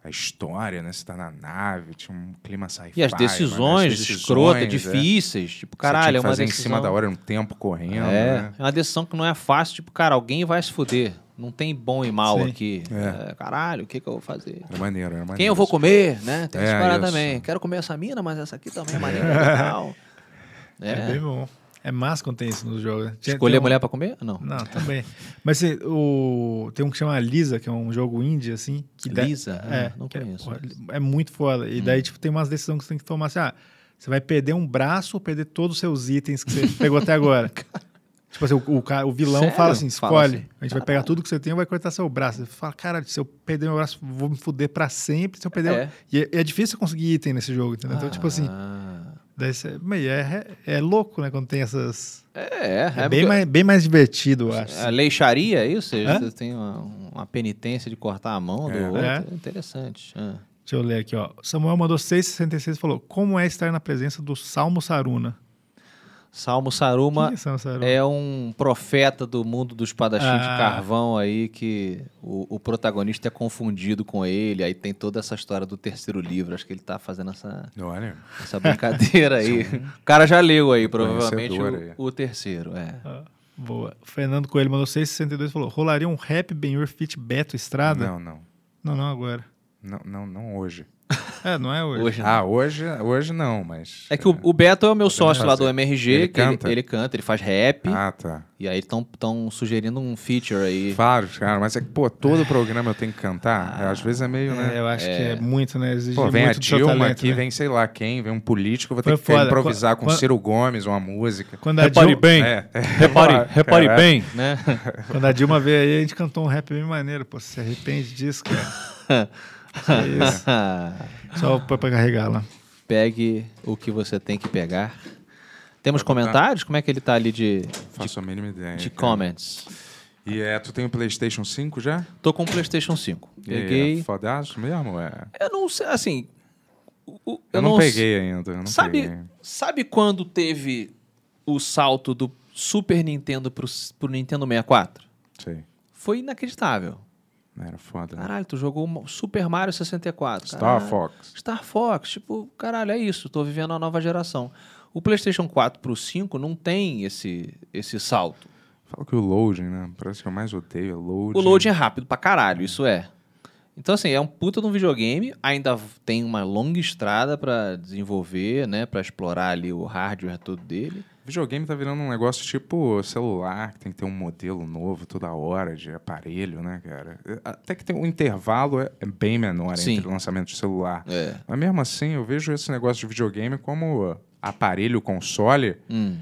[SPEAKER 2] a história, né? Você tá na nave, tinha um clima sci-fi.
[SPEAKER 5] E as
[SPEAKER 2] mas
[SPEAKER 5] decisões,
[SPEAKER 2] decisões,
[SPEAKER 5] escrotas,
[SPEAKER 2] é.
[SPEAKER 5] difíceis. Tipo,
[SPEAKER 2] Você tinha
[SPEAKER 5] caralho,
[SPEAKER 2] que
[SPEAKER 5] é uma
[SPEAKER 2] fazer
[SPEAKER 5] decisão.
[SPEAKER 2] em cima da hora, um tempo correndo,
[SPEAKER 5] É,
[SPEAKER 2] né?
[SPEAKER 5] é uma decisão que não é fácil, tipo, cara, alguém vai se fuder. Não tem bom e mal
[SPEAKER 3] Sim.
[SPEAKER 5] aqui. É, caralho, o que, que eu vou fazer?
[SPEAKER 2] Era maneiro, era maneiro.
[SPEAKER 5] Quem eu vou comer, né? Tem essa
[SPEAKER 2] É,
[SPEAKER 5] parada
[SPEAKER 2] isso.
[SPEAKER 5] também. Quero comer essa mina, mas essa aqui também é maneira legal.
[SPEAKER 3] É.
[SPEAKER 5] É.
[SPEAKER 3] bem bom. É massa quando tem isso nos jogos. né? Tinha-
[SPEAKER 5] Escolher
[SPEAKER 3] tem
[SPEAKER 5] a
[SPEAKER 3] um-
[SPEAKER 5] mulher pra comer? Não.
[SPEAKER 3] Não, também. Mas assim, o... tem um que chama Lisa, que é um jogo indie, assim. Que dá-
[SPEAKER 5] Lisa?
[SPEAKER 3] É,
[SPEAKER 5] Ah, não
[SPEAKER 3] que é,
[SPEAKER 5] conheço. Hum.
[SPEAKER 3] porra, É, muito foda. E daí, tipo, tem umas decisões que você tem que tomar assim, ah, você vai perder um braço ou perder todos os seus itens que você pegou até agora. Tipo assim, o, o, cara- o vilão
[SPEAKER 5] Sério?
[SPEAKER 3] fala assim, escolhe.
[SPEAKER 5] Fala assim.
[SPEAKER 3] A gente vai pegar tudo que você tem e vai cortar seu braço. Você fala, cara, se eu perder meu braço, vou me fuder pra sempre. Se eu perder...
[SPEAKER 5] É.
[SPEAKER 3] E é, é difícil conseguir item nesse jogo, entendeu? Então, tipo assim,
[SPEAKER 5] Ah.
[SPEAKER 3] daí você, meio, é, é louco, né, quando tem essas...
[SPEAKER 5] É, é,
[SPEAKER 3] É, bem, mais, bem mais divertido, eu acho.
[SPEAKER 5] A leixaria, é isso?
[SPEAKER 3] Hã?
[SPEAKER 5] Você tem uma, uma penitência de cortar a mão do
[SPEAKER 2] É.
[SPEAKER 5] outro.
[SPEAKER 3] É.
[SPEAKER 5] Interessante. Ah.
[SPEAKER 3] Deixa eu ler aqui, ó. Samuel mandou 666 e falou: Como é estar na presença do Salmo Saruna?
[SPEAKER 5] Salmo Saruma
[SPEAKER 3] Quem é Salmo Saruna?
[SPEAKER 5] é um profeta do mundo dos padachins de
[SPEAKER 3] Ah.
[SPEAKER 5] carvão aí que o, o protagonista é confundido com ele. Aí tem toda essa história do terceiro livro. Acho que ele tá fazendo essa,
[SPEAKER 2] Olha,
[SPEAKER 5] essa brincadeira aí. O cara já leu aí, provavelmente,
[SPEAKER 2] conhecedor
[SPEAKER 5] o-
[SPEAKER 2] aí.
[SPEAKER 5] o, terceiro. É.
[SPEAKER 3] Ah, boa. Fernando Coelho mandou 662 e falou: Rolaria um rap Ben Fit Beto Estrada?
[SPEAKER 2] não, não.
[SPEAKER 3] Não, não agora.
[SPEAKER 2] Não, não, não hoje.
[SPEAKER 3] É, não é hoje.
[SPEAKER 5] Hoje
[SPEAKER 2] Ah, hoje, hoje não, mas.
[SPEAKER 5] É que o, o Beto é o meu sócio lá do
[SPEAKER 2] fazer.
[SPEAKER 5] MRG,
[SPEAKER 2] Ele
[SPEAKER 5] que ele-
[SPEAKER 2] canta?
[SPEAKER 5] Ele, canta, ele faz rap.
[SPEAKER 2] Ah, tá.
[SPEAKER 5] E aí estão sugerindo um feature aí.
[SPEAKER 2] Vários, cara, mas é que, pô, todo programa eu tenho que cantar. Às vezes é meio,
[SPEAKER 3] É,
[SPEAKER 2] né?
[SPEAKER 3] eu acho que é muito, né? Exige
[SPEAKER 2] Pô, vem a
[SPEAKER 3] muito do seu
[SPEAKER 2] Dilma
[SPEAKER 3] talento,
[SPEAKER 2] aqui,
[SPEAKER 3] né?
[SPEAKER 2] vem sei lá quem, vem um político, eu vou ter
[SPEAKER 3] Foi
[SPEAKER 2] que
[SPEAKER 3] foda.
[SPEAKER 2] improvisar com
[SPEAKER 3] Quan-
[SPEAKER 2] Ciro Gomes uma música.
[SPEAKER 3] Quando a, Dilma,
[SPEAKER 4] bem,
[SPEAKER 2] É, é.
[SPEAKER 4] repare, repare bem.
[SPEAKER 5] Né?
[SPEAKER 3] quando a Dilma veio aí, a gente cantou um rap bem maneiro. Pô, você se arrepende disso, cara.
[SPEAKER 2] É
[SPEAKER 5] É
[SPEAKER 3] Que isso. Só pra pra carregar lá.
[SPEAKER 5] Pegue o que você tem que pegar. Temos comentários? Como é que ele tá ali de,
[SPEAKER 2] Faço a mínima ideia.
[SPEAKER 5] de
[SPEAKER 2] É, cara.
[SPEAKER 5] comments?
[SPEAKER 2] E é, tu tem o PlayStation 5 já?
[SPEAKER 5] Tô com o PlayStation 5.
[SPEAKER 2] E é
[SPEAKER 5] Peguei.
[SPEAKER 2] Fodaço mesmo? É.
[SPEAKER 5] Eu não sei, assim. o- o-
[SPEAKER 2] Eu, não,
[SPEAKER 5] s-
[SPEAKER 2] peguei ainda. Eu não
[SPEAKER 5] Sabe,
[SPEAKER 2] peguei.
[SPEAKER 5] sabe quando teve o salto do Super Nintendo pro, s- pro Nintendo 64?
[SPEAKER 2] Sei.
[SPEAKER 5] Foi inacreditável.
[SPEAKER 2] Era foda. né?
[SPEAKER 5] Caralho, tu jogou mo- Super Mario 64.
[SPEAKER 2] Star
[SPEAKER 5] caralho.
[SPEAKER 2] Fox.
[SPEAKER 5] Star Fox, tipo, caralho, é isso, tô vivendo a nova geração. O PlayStation 4 pro 5 não tem esse, esse salto.
[SPEAKER 2] Fala que o loading, né? Parece que eu mais odeio é loading.
[SPEAKER 5] O loading é rápido pra caralho, isso é. Então, assim, é um puta de um videogame, ainda v- tem uma longa estrada pra desenvolver, né, Pra explorar ali o hardware todo dele.
[SPEAKER 2] Videogame tá virando um negócio tipo celular, que tem que ter um modelo novo toda hora de aparelho, né, cara? É, Até que tem um intervalo é é bem menor
[SPEAKER 5] Sim.
[SPEAKER 2] entre o lançamento de celular.
[SPEAKER 5] É.
[SPEAKER 2] Mas mesmo assim, eu vejo esse negócio de videogame como aparelho, console,
[SPEAKER 5] Hum.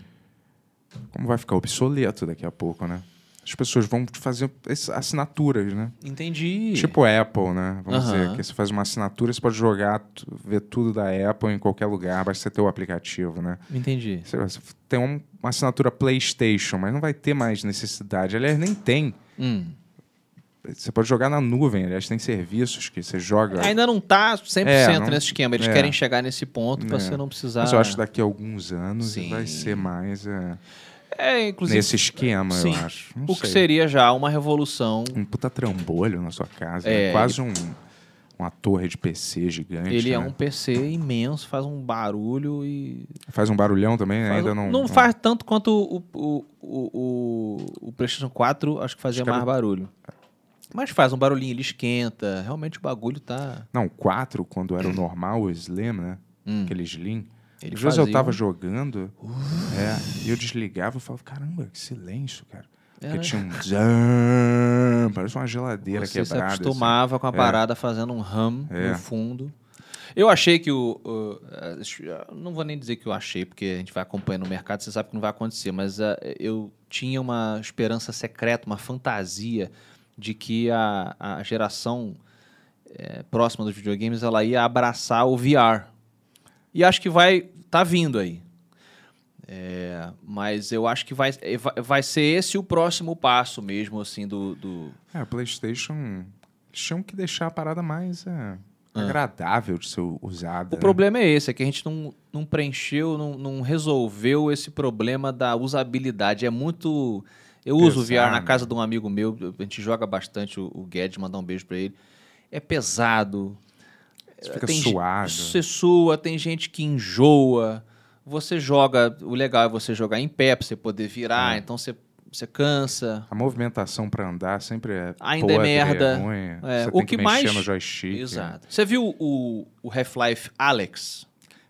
[SPEAKER 2] como vai ficar obsoleto daqui a pouco, né? As pessoas vão fazer ess- assinaturas, né?
[SPEAKER 5] Entendi.
[SPEAKER 2] Tipo Apple, né? Vamos
[SPEAKER 5] Aham.
[SPEAKER 2] dizer, que você faz uma assinatura, você pode jogar, tu- ver tudo da Apple em qualquer lugar, basta você ter o aplicativo, né?
[SPEAKER 5] Entendi.
[SPEAKER 2] Sei lá, Você tem um- uma assinatura PlayStation, mas não vai ter mais necessidade. Aliás, nem tem.
[SPEAKER 5] Hum.
[SPEAKER 2] Você pode jogar na nuvem, aliás, tem serviços que você joga.
[SPEAKER 5] Ainda não tá 100%
[SPEAKER 2] É, não-
[SPEAKER 5] nesse esquema. Eles
[SPEAKER 2] é.
[SPEAKER 5] querem chegar nesse ponto pra
[SPEAKER 2] É.
[SPEAKER 5] você não precisar...
[SPEAKER 2] Mas eu acho que daqui a alguns anos
[SPEAKER 5] Sim.
[SPEAKER 2] vai ser mais é,
[SPEAKER 5] É, inclusive...
[SPEAKER 2] nesse esquema,
[SPEAKER 5] Sim.
[SPEAKER 2] eu acho. Não
[SPEAKER 5] O que
[SPEAKER 2] sei.
[SPEAKER 5] seria já uma revolução
[SPEAKER 2] Um puta trambolho na sua casa.
[SPEAKER 5] É,
[SPEAKER 2] né? Quase um, uma torre de PC gigante.
[SPEAKER 5] Ele é
[SPEAKER 2] né?
[SPEAKER 5] um PC imenso, faz um barulho e.
[SPEAKER 2] Faz um barulhão também, né?
[SPEAKER 5] faz
[SPEAKER 2] ainda
[SPEAKER 5] um-
[SPEAKER 2] não.
[SPEAKER 5] faz tanto quanto o, o, o, o, o PlayStation 4, acho que fazia
[SPEAKER 2] Acho que
[SPEAKER 5] mais
[SPEAKER 2] era-
[SPEAKER 5] barulho. Mas faz um barulhinho, ele esquenta. Realmente o bagulho tá.
[SPEAKER 2] Não, 4, quando era o normal, o Slim, né? Aquele Slim.
[SPEAKER 5] Hum. Ele
[SPEAKER 2] Às vezes eu
[SPEAKER 5] fazia
[SPEAKER 2] tava
[SPEAKER 5] um-
[SPEAKER 2] jogando é, e eu desligava e falava, caramba, que silêncio, cara. Porque
[SPEAKER 5] né?
[SPEAKER 2] tinha um zam, parece uma geladeira
[SPEAKER 5] Você se
[SPEAKER 2] quebrada. assim.
[SPEAKER 5] acostumava com a parada fazendo um ram
[SPEAKER 2] É.
[SPEAKER 5] no fundo. Eu achei que o. o- as- não vou nem dizer que eu achei, porque a gente vai acompanhando o mercado, você sabe que não vai acontecer, mas ah, eu tinha uma esperança secreta, uma fantasia de que a, a geração eh, próxima dos videogames ela ia abraçar o VR. E acho que vai. tá vindo aí. É, mas eu acho que vai, eh, vai ser esse o próximo passo mesmo, assim, do- do,
[SPEAKER 2] É, a PlayStation eles tinham que deixar a parada mais é, agradável de ser usada.
[SPEAKER 5] Ah.
[SPEAKER 2] né?
[SPEAKER 5] O problema é esse, é que a gente não, não preencheu, não, não resolveu esse problema da usabilidade. É muito. Eu uso o VR na
[SPEAKER 2] Pesado.
[SPEAKER 5] casa de um amigo meu, a gente joga bastante o, o Guedes, mandar um beijo pra ele. É pesado.
[SPEAKER 2] Você fica
[SPEAKER 5] Tem ge-
[SPEAKER 2] suado.
[SPEAKER 5] Você sua, tem gente que enjoa. Você joga. O legal é você jogar em pé pra você poder
[SPEAKER 2] É.
[SPEAKER 5] virar, então você, você cansa.
[SPEAKER 2] A movimentação pra andar sempre é
[SPEAKER 5] Ainda é
[SPEAKER 2] podre,
[SPEAKER 5] merda.
[SPEAKER 2] ruim.
[SPEAKER 5] É,
[SPEAKER 2] Você
[SPEAKER 5] o
[SPEAKER 2] tem
[SPEAKER 5] que
[SPEAKER 2] que, mexer
[SPEAKER 5] mais-
[SPEAKER 2] no joystick. é.
[SPEAKER 5] Exato. Você viu o, o Half-Life Alex?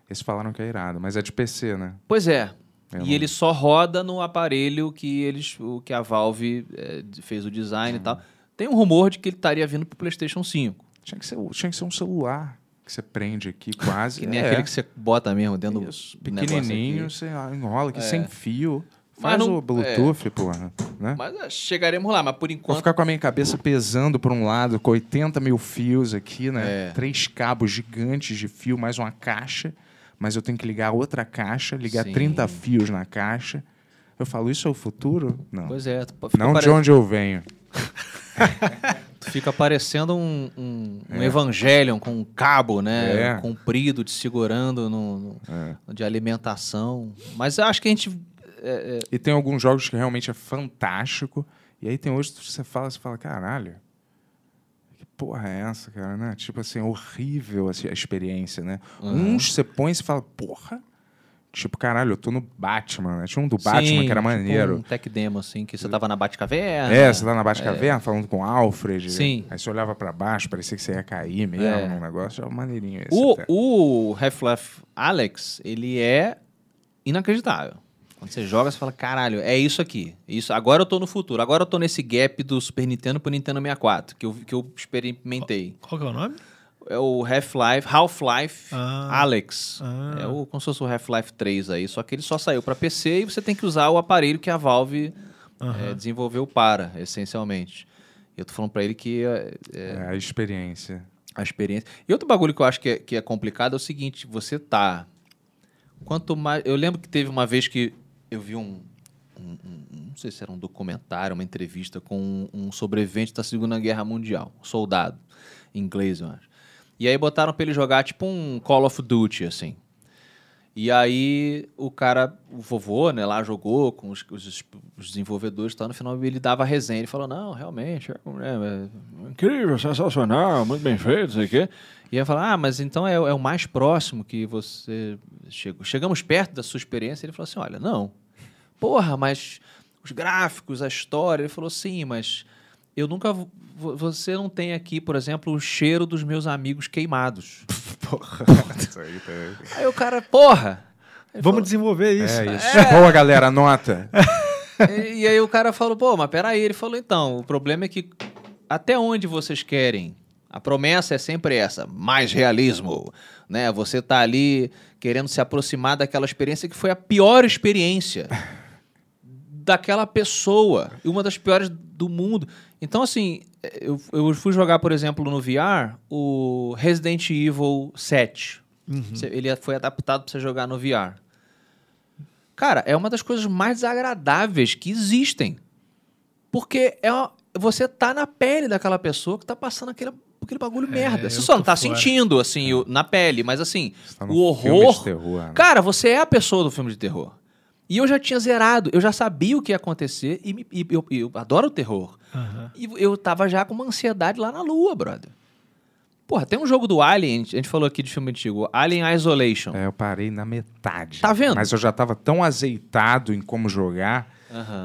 [SPEAKER 2] Eles falaram que é irado, mas é de PC, né?
[SPEAKER 5] Pois é.
[SPEAKER 2] Eu
[SPEAKER 5] e
[SPEAKER 2] não-
[SPEAKER 5] ele só roda no aparelho que eles, o que a Valve eh, fez o
[SPEAKER 2] É.
[SPEAKER 5] design e tal. Tem um rumor de que ele estaria vindo pro PlayStation 5,
[SPEAKER 2] Tinha que ser, tinha que ser um celular que você prende aqui quase.
[SPEAKER 5] que nem
[SPEAKER 2] É,
[SPEAKER 5] aquele que você bota mesmo dentro
[SPEAKER 2] isso,
[SPEAKER 5] do negócio
[SPEAKER 2] pequenininho,
[SPEAKER 5] aqui. É.
[SPEAKER 2] você enrola aqui sem fio.
[SPEAKER 5] Mas
[SPEAKER 2] Faz
[SPEAKER 5] não- é.
[SPEAKER 2] o Bluetooth, porra, né?
[SPEAKER 5] Mas eh, chegaremos lá, mas por
[SPEAKER 2] Vou
[SPEAKER 5] enquanto
[SPEAKER 2] ficar com a minha cabeça pesando por um lado, com 80 mil fios aqui, né?
[SPEAKER 5] É.
[SPEAKER 2] Três cabos gigantes de fio, mais uma caixa. Mas eu tenho que ligar outra caixa, ligar
[SPEAKER 5] Sim.
[SPEAKER 2] 30 fios na caixa. Eu falo, isso é o futuro? Não.
[SPEAKER 5] Pois é, tu fica,
[SPEAKER 2] Não de
[SPEAKER 5] pare-
[SPEAKER 2] onde eu venho.
[SPEAKER 5] tu fica parecendo um, um, um Evangelion com um cabo, né?
[SPEAKER 2] É.
[SPEAKER 5] Comprido, te segurando no, no- de alimentação. Mas eu acho que a gente. eh, eh,
[SPEAKER 2] E tem alguns jogos que realmente é fantástico. E aí tem outros que você fala, você fala, caralho. Que porra é essa, cara? Né? Tipo assim, horrível assim, a experiência, né? Uns você põe e você fala, porra. Tipo, caralho, eu tô no Batman, né? Tinha um do Batman
[SPEAKER 5] sim,
[SPEAKER 2] que era
[SPEAKER 5] tipo
[SPEAKER 2] maneiro.
[SPEAKER 5] um tech demo, assim, que você tava na Batcaverna.
[SPEAKER 2] É, você tá na Baixa Caverna falando com o Alfred. né?
[SPEAKER 5] Sim.
[SPEAKER 2] Aí você olhava pra baixo, parecia que você ia cair mesmo
[SPEAKER 5] É.
[SPEAKER 2] num negócio. Era maneirinho esse.
[SPEAKER 5] O,
[SPEAKER 2] até.
[SPEAKER 5] o Half-Life Alex, ele é inacreditável. Quando você joga, você fala, caralho, é isso aqui. Isso, agora eu tô no futuro. Agora eu tô nesse gap do Super Nintendo pro Nintendo 64, que eu, que eu experimentei.
[SPEAKER 3] Qual que é o nome?
[SPEAKER 5] É o Half-Life, Half-Life
[SPEAKER 3] Ah.
[SPEAKER 5] Alex.
[SPEAKER 3] Ah.
[SPEAKER 5] É o, como se fosse o Half-Life 3 aí, só que ele só saiu pra PC e você tem que usar o aparelho que a Valve eh, desenvolveu para, essencialmente. Eu tô falando pra ele que eh,
[SPEAKER 2] É, a experiência.
[SPEAKER 5] a experiência. E outro bagulho que eu acho que é, que é complicado é o seguinte: você tá. Quanto mais. Eu lembro que teve uma vez que eu vi um. um- um- um- não sei se era um documentário, uma entrevista com um, um sobrevivente da Segunda Guerra Mundial, um soldado inglês, eu acho. E aí botaram pra ele jogar tipo um Call of Duty, assim. E aí o cara, o vovô, né, lá jogou com os, os- os desenvolvedores e tal. No final ele dava resenha. Ele falou, não, realmente, é, é, é incrível, sensacional, muito bem feito, não sei o
[SPEAKER 6] ¿eh?
[SPEAKER 5] quê. E ia falar, ah, mas então é, o- é o mais próximo que você... Chegou. Chegamos perto da sua experiência. Ele falou assim, olha, não. Porra, mas os gráficos, a história... Ele falou, sim, mas eu nunca... vo- vo- Você não tem aqui, por exemplo, o cheiro dos meus amigos queimados.
[SPEAKER 2] Isso aí, tá aí.
[SPEAKER 5] Aí o cara, porra... Ele
[SPEAKER 3] Vamos desenvolver isso.
[SPEAKER 2] É isso. Boa, galera, anota.
[SPEAKER 5] e, e aí o cara falou, pô, mas peraí. Ele falou, então, o problema é que até onde vocês querem? A promessa é sempre essa, mais realismo, né? Você tá ali querendo se aproximar daquela experiência que foi a pior experiência daquela pessoa, e uma das piores do mundo. Então, assim, eu, eu fui jogar, por exemplo, no VR, o Resident Evil 7.
[SPEAKER 2] Uhum.
[SPEAKER 5] Cê- Ele foi adaptado pra você jogar no VR. Cara, é uma das coisas mais desagradáveis que existem. Porque é uma- você tá na pele daquela pessoa que tá passando aquele, aquele bagulho
[SPEAKER 2] É,
[SPEAKER 5] merda. Você
[SPEAKER 3] eu
[SPEAKER 5] só não
[SPEAKER 3] tô
[SPEAKER 5] tá
[SPEAKER 3] fora.
[SPEAKER 5] sentindo, assim, o- na pele, mas assim,
[SPEAKER 2] Você tá num
[SPEAKER 5] o
[SPEAKER 2] filme
[SPEAKER 5] horror.
[SPEAKER 2] de terror, né?
[SPEAKER 5] Cara, você é a pessoa do filme de terror. E eu já tinha zerado, eu já sabia o que ia acontecer e, me- e eu, eu adoro o terror.
[SPEAKER 3] Aham.
[SPEAKER 5] E eu tava já com uma ansiedade lá na lua, brother. Porra, tem um jogo do Alien, a gente falou aqui de filme antigo, Alien Isolation.
[SPEAKER 2] É, eu É, parei na metade.
[SPEAKER 5] Então. Tá vendo?
[SPEAKER 2] Mas eu já tava tão azeitado em como jogar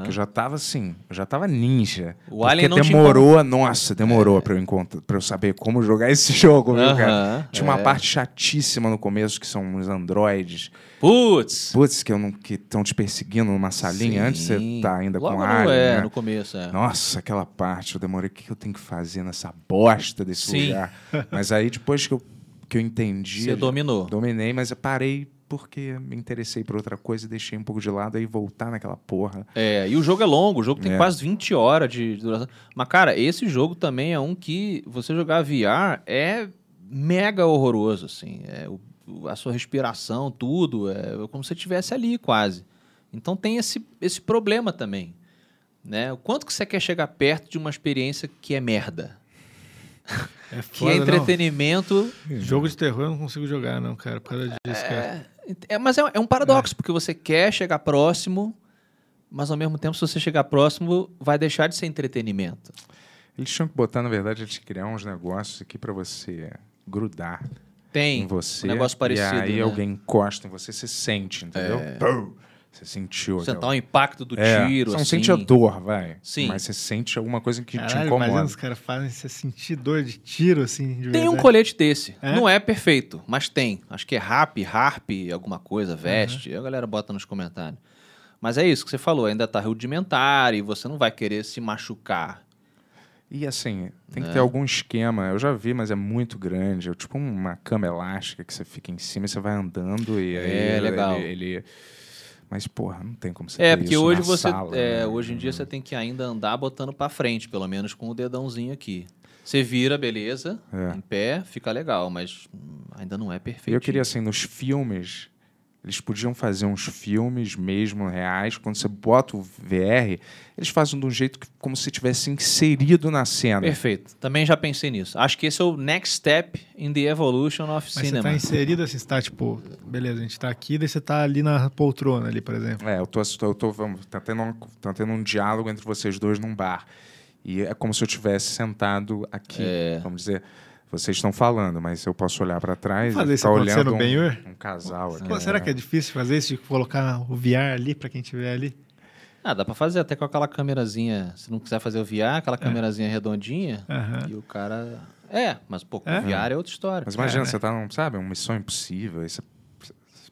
[SPEAKER 2] Que eu já tava assim, eu já tava ninja.
[SPEAKER 5] O Alien não te É.
[SPEAKER 2] demorou, nossa, demorou pra, eu encontrar, pra eu saber como jogar esse jogo, viu,
[SPEAKER 5] Aham,
[SPEAKER 2] cara? Tinha uma
[SPEAKER 5] é.
[SPEAKER 2] parte chatíssima no começo, que são os androides.
[SPEAKER 5] Putz!
[SPEAKER 2] Putz, que eu não- que estão te perseguindo numa salinha antes você
[SPEAKER 5] Sim.
[SPEAKER 2] tá ainda
[SPEAKER 5] Logo
[SPEAKER 2] com
[SPEAKER 5] no-
[SPEAKER 2] alien,
[SPEAKER 5] É,
[SPEAKER 2] né?
[SPEAKER 5] no começo, é.
[SPEAKER 2] Nossa, aquela parte, eu demorei, o que que eu tenho que fazer nessa bosta desse
[SPEAKER 5] Sim.
[SPEAKER 2] lugar? Mas aí depois que eu, que eu entendi.
[SPEAKER 5] Você dominou.
[SPEAKER 2] Dominei, mas eu parei porque me interessei por outra coisa e deixei um pouco de lado aí voltar naquela porra.
[SPEAKER 5] É, e o jogo é longo, o jogo tem
[SPEAKER 2] É.
[SPEAKER 5] quase 20 horas de duração. Mas, cara, esse jogo também é um que você jogar VR é mega horroroso, assim. É, o- o- a sua respiração, tudo, é como se você estivesse ali quase. Então tem esse, esse problema também. Né? O quanto que você quer chegar perto de uma experiência que é merda?
[SPEAKER 3] É
[SPEAKER 5] Que
[SPEAKER 3] foda,
[SPEAKER 5] é
[SPEAKER 3] não.
[SPEAKER 5] entretenimento.
[SPEAKER 3] Jogo de terror eu não consigo jogar, não, cara. Por causa disso, cara.
[SPEAKER 5] É, mas é, é um paradoxo, porque você quer chegar próximo, mas ao mesmo tempo, se você chegar próximo, vai deixar de ser entretenimento.
[SPEAKER 2] Eles tinham que botar, na verdade, eles criar uns negócios aqui pra você grudar
[SPEAKER 5] Tem.
[SPEAKER 2] em você.
[SPEAKER 5] Um negócio parecido.
[SPEAKER 2] E aí
[SPEAKER 5] né? É.
[SPEAKER 2] alguém encosta em você, você sente, entendeu? Pum! Você sentiu. aquela-
[SPEAKER 5] Sentar o impacto do
[SPEAKER 2] É,
[SPEAKER 5] tá tiro,
[SPEAKER 2] Você não
[SPEAKER 5] assim.
[SPEAKER 2] sente a dor, vai.
[SPEAKER 5] Sim.
[SPEAKER 2] Mas você sente alguma coisa que te
[SPEAKER 3] Caralho, imagina
[SPEAKER 2] incomoda.
[SPEAKER 3] os caras fazem você sentir dor de tiro, assim, de
[SPEAKER 5] Tem um
[SPEAKER 2] né?
[SPEAKER 3] verdade.
[SPEAKER 5] colete desse.
[SPEAKER 3] É?
[SPEAKER 5] Não é perfeito, mas tem. Acho que é rap, harp, alguma coisa, veste. A galera bota nos comentários. Mas é isso que você falou, ainda tá rudimentar e você não vai querer se machucar.
[SPEAKER 2] E assim, tem
[SPEAKER 5] Né?
[SPEAKER 2] que ter algum esquema. Eu já vi, mas é muito grande. É tipo uma cama elástica que você fica em cima e você vai andando e aí
[SPEAKER 5] É,
[SPEAKER 2] ele-
[SPEAKER 5] legal.
[SPEAKER 2] ele. ele- Mas, porra, não tem como você
[SPEAKER 5] É,
[SPEAKER 2] ter
[SPEAKER 5] porque
[SPEAKER 2] isso
[SPEAKER 5] hoje
[SPEAKER 2] na
[SPEAKER 5] você.
[SPEAKER 2] sala,
[SPEAKER 5] é,
[SPEAKER 2] né?
[SPEAKER 5] Hoje em dia você tem que ainda andar botando pra frente, pelo menos com o dedãozinho aqui. Você vira, beleza, em pé, fica legal, mas hum, ainda não é
[SPEAKER 2] E
[SPEAKER 5] perfeito.
[SPEAKER 2] É. eu queria, assim, nos filmes, eles podiam fazer uns filmes mesmo reais. Quando você bota o VR, eles fazem de um jeito que, como se tivesse inserido na cena.
[SPEAKER 5] Perfeito. Também já pensei nisso. Acho que esse é o next step in the evolution of
[SPEAKER 3] Mas
[SPEAKER 5] cinema.
[SPEAKER 3] você tá inserido assim, você tá tipo, beleza, a gente tá aqui, daí você tá ali na poltrona ali, por exemplo.
[SPEAKER 2] É, eu tô, assi- eu tô vamos, tá, tendo um, tá tendo um diálogo entre vocês dois num bar. E é como se eu tivesse sentado aqui.
[SPEAKER 5] É.
[SPEAKER 2] Vamos dizer, vocês estão falando, mas eu posso olhar pra trás
[SPEAKER 3] Vamos fazer
[SPEAKER 2] e
[SPEAKER 3] isso
[SPEAKER 2] ficar
[SPEAKER 3] acontecer
[SPEAKER 2] tá olhando
[SPEAKER 3] no Ben-Hur?
[SPEAKER 2] um, um casal aqui.
[SPEAKER 3] Pô, será que é difícil fazer isso de colocar o VR ali pra quem tiver ali?
[SPEAKER 5] Ah, dá pra fazer até com aquela câmerazinha. Se não quiser fazer o VR,
[SPEAKER 2] É.
[SPEAKER 5] aquela câmerazinha redondinha.
[SPEAKER 3] Aham.
[SPEAKER 5] E o cara. É, mas pô, com
[SPEAKER 3] É?
[SPEAKER 5] o VR é outra história.
[SPEAKER 2] Mas imagina, você tá num, sabe, uma missão impossível. Aí você,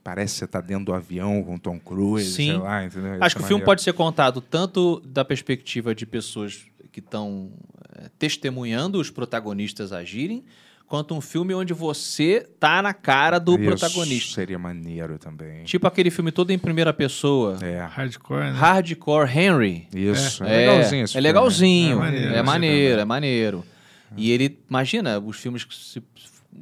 [SPEAKER 2] parece que você tá dentro do avião com o Tom Cruise, sei
[SPEAKER 5] Sim.
[SPEAKER 2] lá, entendeu? Ia
[SPEAKER 5] Acho
[SPEAKER 2] ser
[SPEAKER 5] que o filme
[SPEAKER 2] maneiro.
[SPEAKER 5] pode ser contado tanto da perspectiva de pessoas que estão é, testemunhando os protagonistas agirem, quanto um filme onde você tá na cara do
[SPEAKER 2] Isso
[SPEAKER 5] protagonista.
[SPEAKER 2] Seria maneiro também.
[SPEAKER 5] Tipo aquele filme todo em primeira pessoa.
[SPEAKER 2] É.
[SPEAKER 3] Hardcore, né?
[SPEAKER 5] Hardcore Henry.
[SPEAKER 2] Isso. É,
[SPEAKER 5] É,
[SPEAKER 2] legalzinho esse
[SPEAKER 5] É
[SPEAKER 2] filme. É.
[SPEAKER 5] legalzinho. É
[SPEAKER 3] É
[SPEAKER 5] maneiro,
[SPEAKER 3] maneiro,
[SPEAKER 5] é
[SPEAKER 3] né?
[SPEAKER 5] maneiro. E ele, imagina, os filmes que se-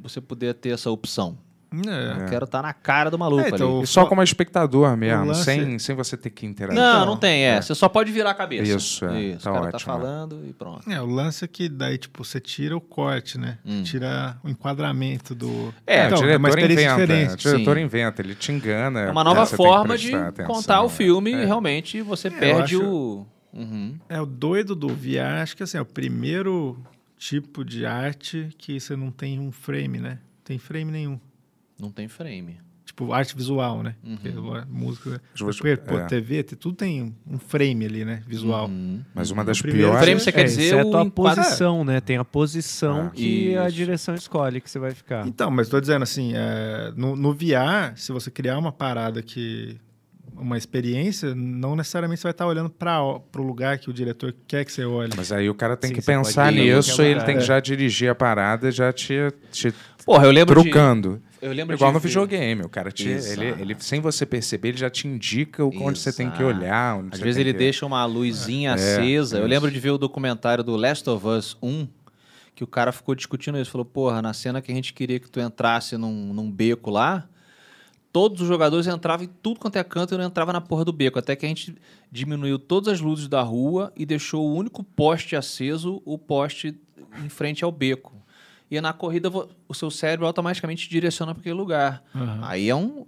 [SPEAKER 5] você poder ter essa opção.
[SPEAKER 2] É.
[SPEAKER 5] Eu quero estar na cara do maluco
[SPEAKER 3] É, então,
[SPEAKER 5] ali.
[SPEAKER 2] né? E só como espectador
[SPEAKER 3] O
[SPEAKER 2] mesmo,
[SPEAKER 3] lance-
[SPEAKER 2] sem, sem você ter que interagir.
[SPEAKER 5] Não, não tem, é. Você só pode virar a cabeça.
[SPEAKER 2] então, Isso, é.
[SPEAKER 5] Isso,
[SPEAKER 2] Tá
[SPEAKER 5] o cara tá
[SPEAKER 2] ótimo, é.
[SPEAKER 5] falando e pronto.
[SPEAKER 3] É, o lance é que daí, tipo, você tira o corte, né? Tira o enquadramento do.
[SPEAKER 5] É,
[SPEAKER 3] então,
[SPEAKER 2] Hum. o
[SPEAKER 3] é uma
[SPEAKER 2] diretor
[SPEAKER 3] experiência
[SPEAKER 2] inventa. né? O
[SPEAKER 3] diferente.
[SPEAKER 2] diretor inventa, ele te engana.
[SPEAKER 5] É uma nova
[SPEAKER 2] você tem que
[SPEAKER 5] forma de
[SPEAKER 2] prestar atenção,
[SPEAKER 5] contar o
[SPEAKER 2] né? É,
[SPEAKER 5] filme e realmente você perde
[SPEAKER 3] acho-
[SPEAKER 5] o... Uhum.
[SPEAKER 3] É, o doido do VR, acho que assim, é o primeiro tipo de arte que você não tem um frame, né? Não Tem frame nenhum.
[SPEAKER 5] Não tem frame.
[SPEAKER 3] Tipo, arte visual, né?
[SPEAKER 2] Uhum.
[SPEAKER 3] Porque, ó, música. né?
[SPEAKER 2] Eu vou-
[SPEAKER 3] Porque, pô,
[SPEAKER 2] é.
[SPEAKER 3] TV, te- tudo tem um frame ali, né? Visual.
[SPEAKER 5] Uhum.
[SPEAKER 2] Mas uma das
[SPEAKER 3] O primeiro
[SPEAKER 2] piores.
[SPEAKER 5] frame você quer
[SPEAKER 4] É,
[SPEAKER 5] dizer
[SPEAKER 4] exceto
[SPEAKER 5] o
[SPEAKER 4] a
[SPEAKER 5] enquadra-
[SPEAKER 4] posição, né? Tem a posição
[SPEAKER 2] Ah.
[SPEAKER 4] que a
[SPEAKER 5] Isso.
[SPEAKER 4] direção escolhe que você vai
[SPEAKER 2] Tá.
[SPEAKER 4] ficar.
[SPEAKER 3] Então, mas tô dizendo assim, é, no, no VR, se você criar uma parada que. Uma experiência, não necessariamente você vai estar olhando para o lugar que o diretor quer que você olhe.
[SPEAKER 2] Mas aí o cara tem
[SPEAKER 4] Sim,
[SPEAKER 2] que
[SPEAKER 4] você pode
[SPEAKER 2] pensar
[SPEAKER 5] ir em
[SPEAKER 2] nisso
[SPEAKER 4] qualquer
[SPEAKER 2] e ele
[SPEAKER 4] lugar,
[SPEAKER 2] tem que
[SPEAKER 4] é.
[SPEAKER 2] já dirigir a parada já te, te
[SPEAKER 5] Porra, eu lembro de...
[SPEAKER 2] trucando.
[SPEAKER 5] Eu lembro
[SPEAKER 2] Igual
[SPEAKER 5] de
[SPEAKER 2] no
[SPEAKER 5] ver-
[SPEAKER 2] videogame. O cara te.
[SPEAKER 5] Exato.
[SPEAKER 2] Ele, ele, sem você perceber, ele já te indica o- onde você tem que
[SPEAKER 5] Exato.
[SPEAKER 2] olhar. onde
[SPEAKER 5] Às
[SPEAKER 2] você
[SPEAKER 5] vezes
[SPEAKER 2] tem
[SPEAKER 5] ele
[SPEAKER 2] que- é.
[SPEAKER 5] deixa uma luzinha acesa. Eu lembro de ver o documentário do Last of Us 1, que o cara ficou discutindo isso. Falou, porra, na cena que a gente queria que tu entrasse num, num beco lá, todos os jogadores entravam em tudo quanto é canto e não entrava na porra do beco. Até que a gente diminuiu todas as luzes da rua e deixou o único poste aceso, o poste em frente ao beco. E na corrida vo- o seu cérebro automaticamente te direciona para aquele lugar.
[SPEAKER 3] Ah,
[SPEAKER 5] Aí é um.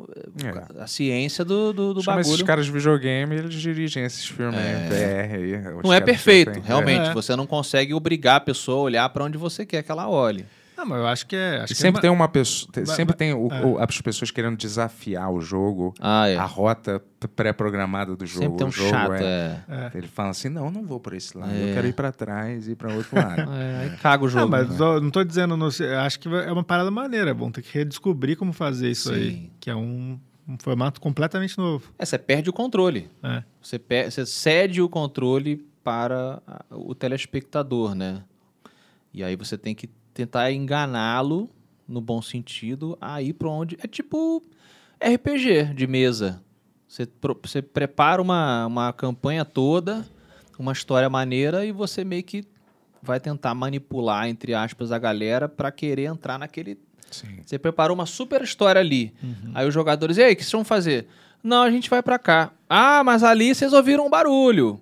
[SPEAKER 2] É.
[SPEAKER 5] A ciência do, do, do
[SPEAKER 2] Ah. Chama esses
[SPEAKER 5] bagulho.
[SPEAKER 2] caras de videogame eles dirigem esses filmes aí, VR aí. os
[SPEAKER 5] Não é
[SPEAKER 2] caras já
[SPEAKER 5] perfeito,
[SPEAKER 2] têm- é.
[SPEAKER 5] realmente.
[SPEAKER 3] É.
[SPEAKER 5] Você não consegue obrigar a pessoa a olhar pra onde você quer que ela olhe.
[SPEAKER 3] Não, Ah, mas eu acho que é. Acho
[SPEAKER 2] E
[SPEAKER 3] que
[SPEAKER 2] sempre
[SPEAKER 3] é
[SPEAKER 2] tem uma pessoa. tem-
[SPEAKER 3] Vai-
[SPEAKER 2] Sempre
[SPEAKER 3] vai-
[SPEAKER 2] tem o- o- as pessoas querendo desafiar o jogo,
[SPEAKER 5] Ah, é.
[SPEAKER 2] a rota p- pré-programada do jogo.
[SPEAKER 5] Sempre tem um
[SPEAKER 2] o jogo
[SPEAKER 5] chato,
[SPEAKER 2] é-
[SPEAKER 5] é.
[SPEAKER 2] Ele fala assim: não, não vou por esse lado,
[SPEAKER 5] É.
[SPEAKER 2] eu quero ir pra trás e ir pra outro lado.
[SPEAKER 5] É, aí caga o jogo.
[SPEAKER 3] Não, mas
[SPEAKER 2] né?
[SPEAKER 3] eu não tô dizendo. No, eu acho que é uma parada maneira. É bom ter que redescobrir como fazer isso aí.
[SPEAKER 5] Sim.
[SPEAKER 3] Que é um, um formato completamente novo.
[SPEAKER 5] É, você perde o controle.
[SPEAKER 3] É.
[SPEAKER 5] Você, pe- você cede o controle para a- o telespectador, né? E aí você tem que tentar enganá-lo, no bom sentido, a ir para onde. É tipo RPG de mesa. Você, pro- você prepara uma, uma campanha toda, uma história maneira, e você meio que vai tentar manipular, entre aspas, a galera para querer entrar naquele
[SPEAKER 2] Sim.
[SPEAKER 5] você preparou uma super história ali.
[SPEAKER 2] Uhum.
[SPEAKER 5] Aí os jogadores, e aí, o que vocês vão fazer? Não, a gente vai pra cá. Ah, mas ali vocês ouviram um barulho.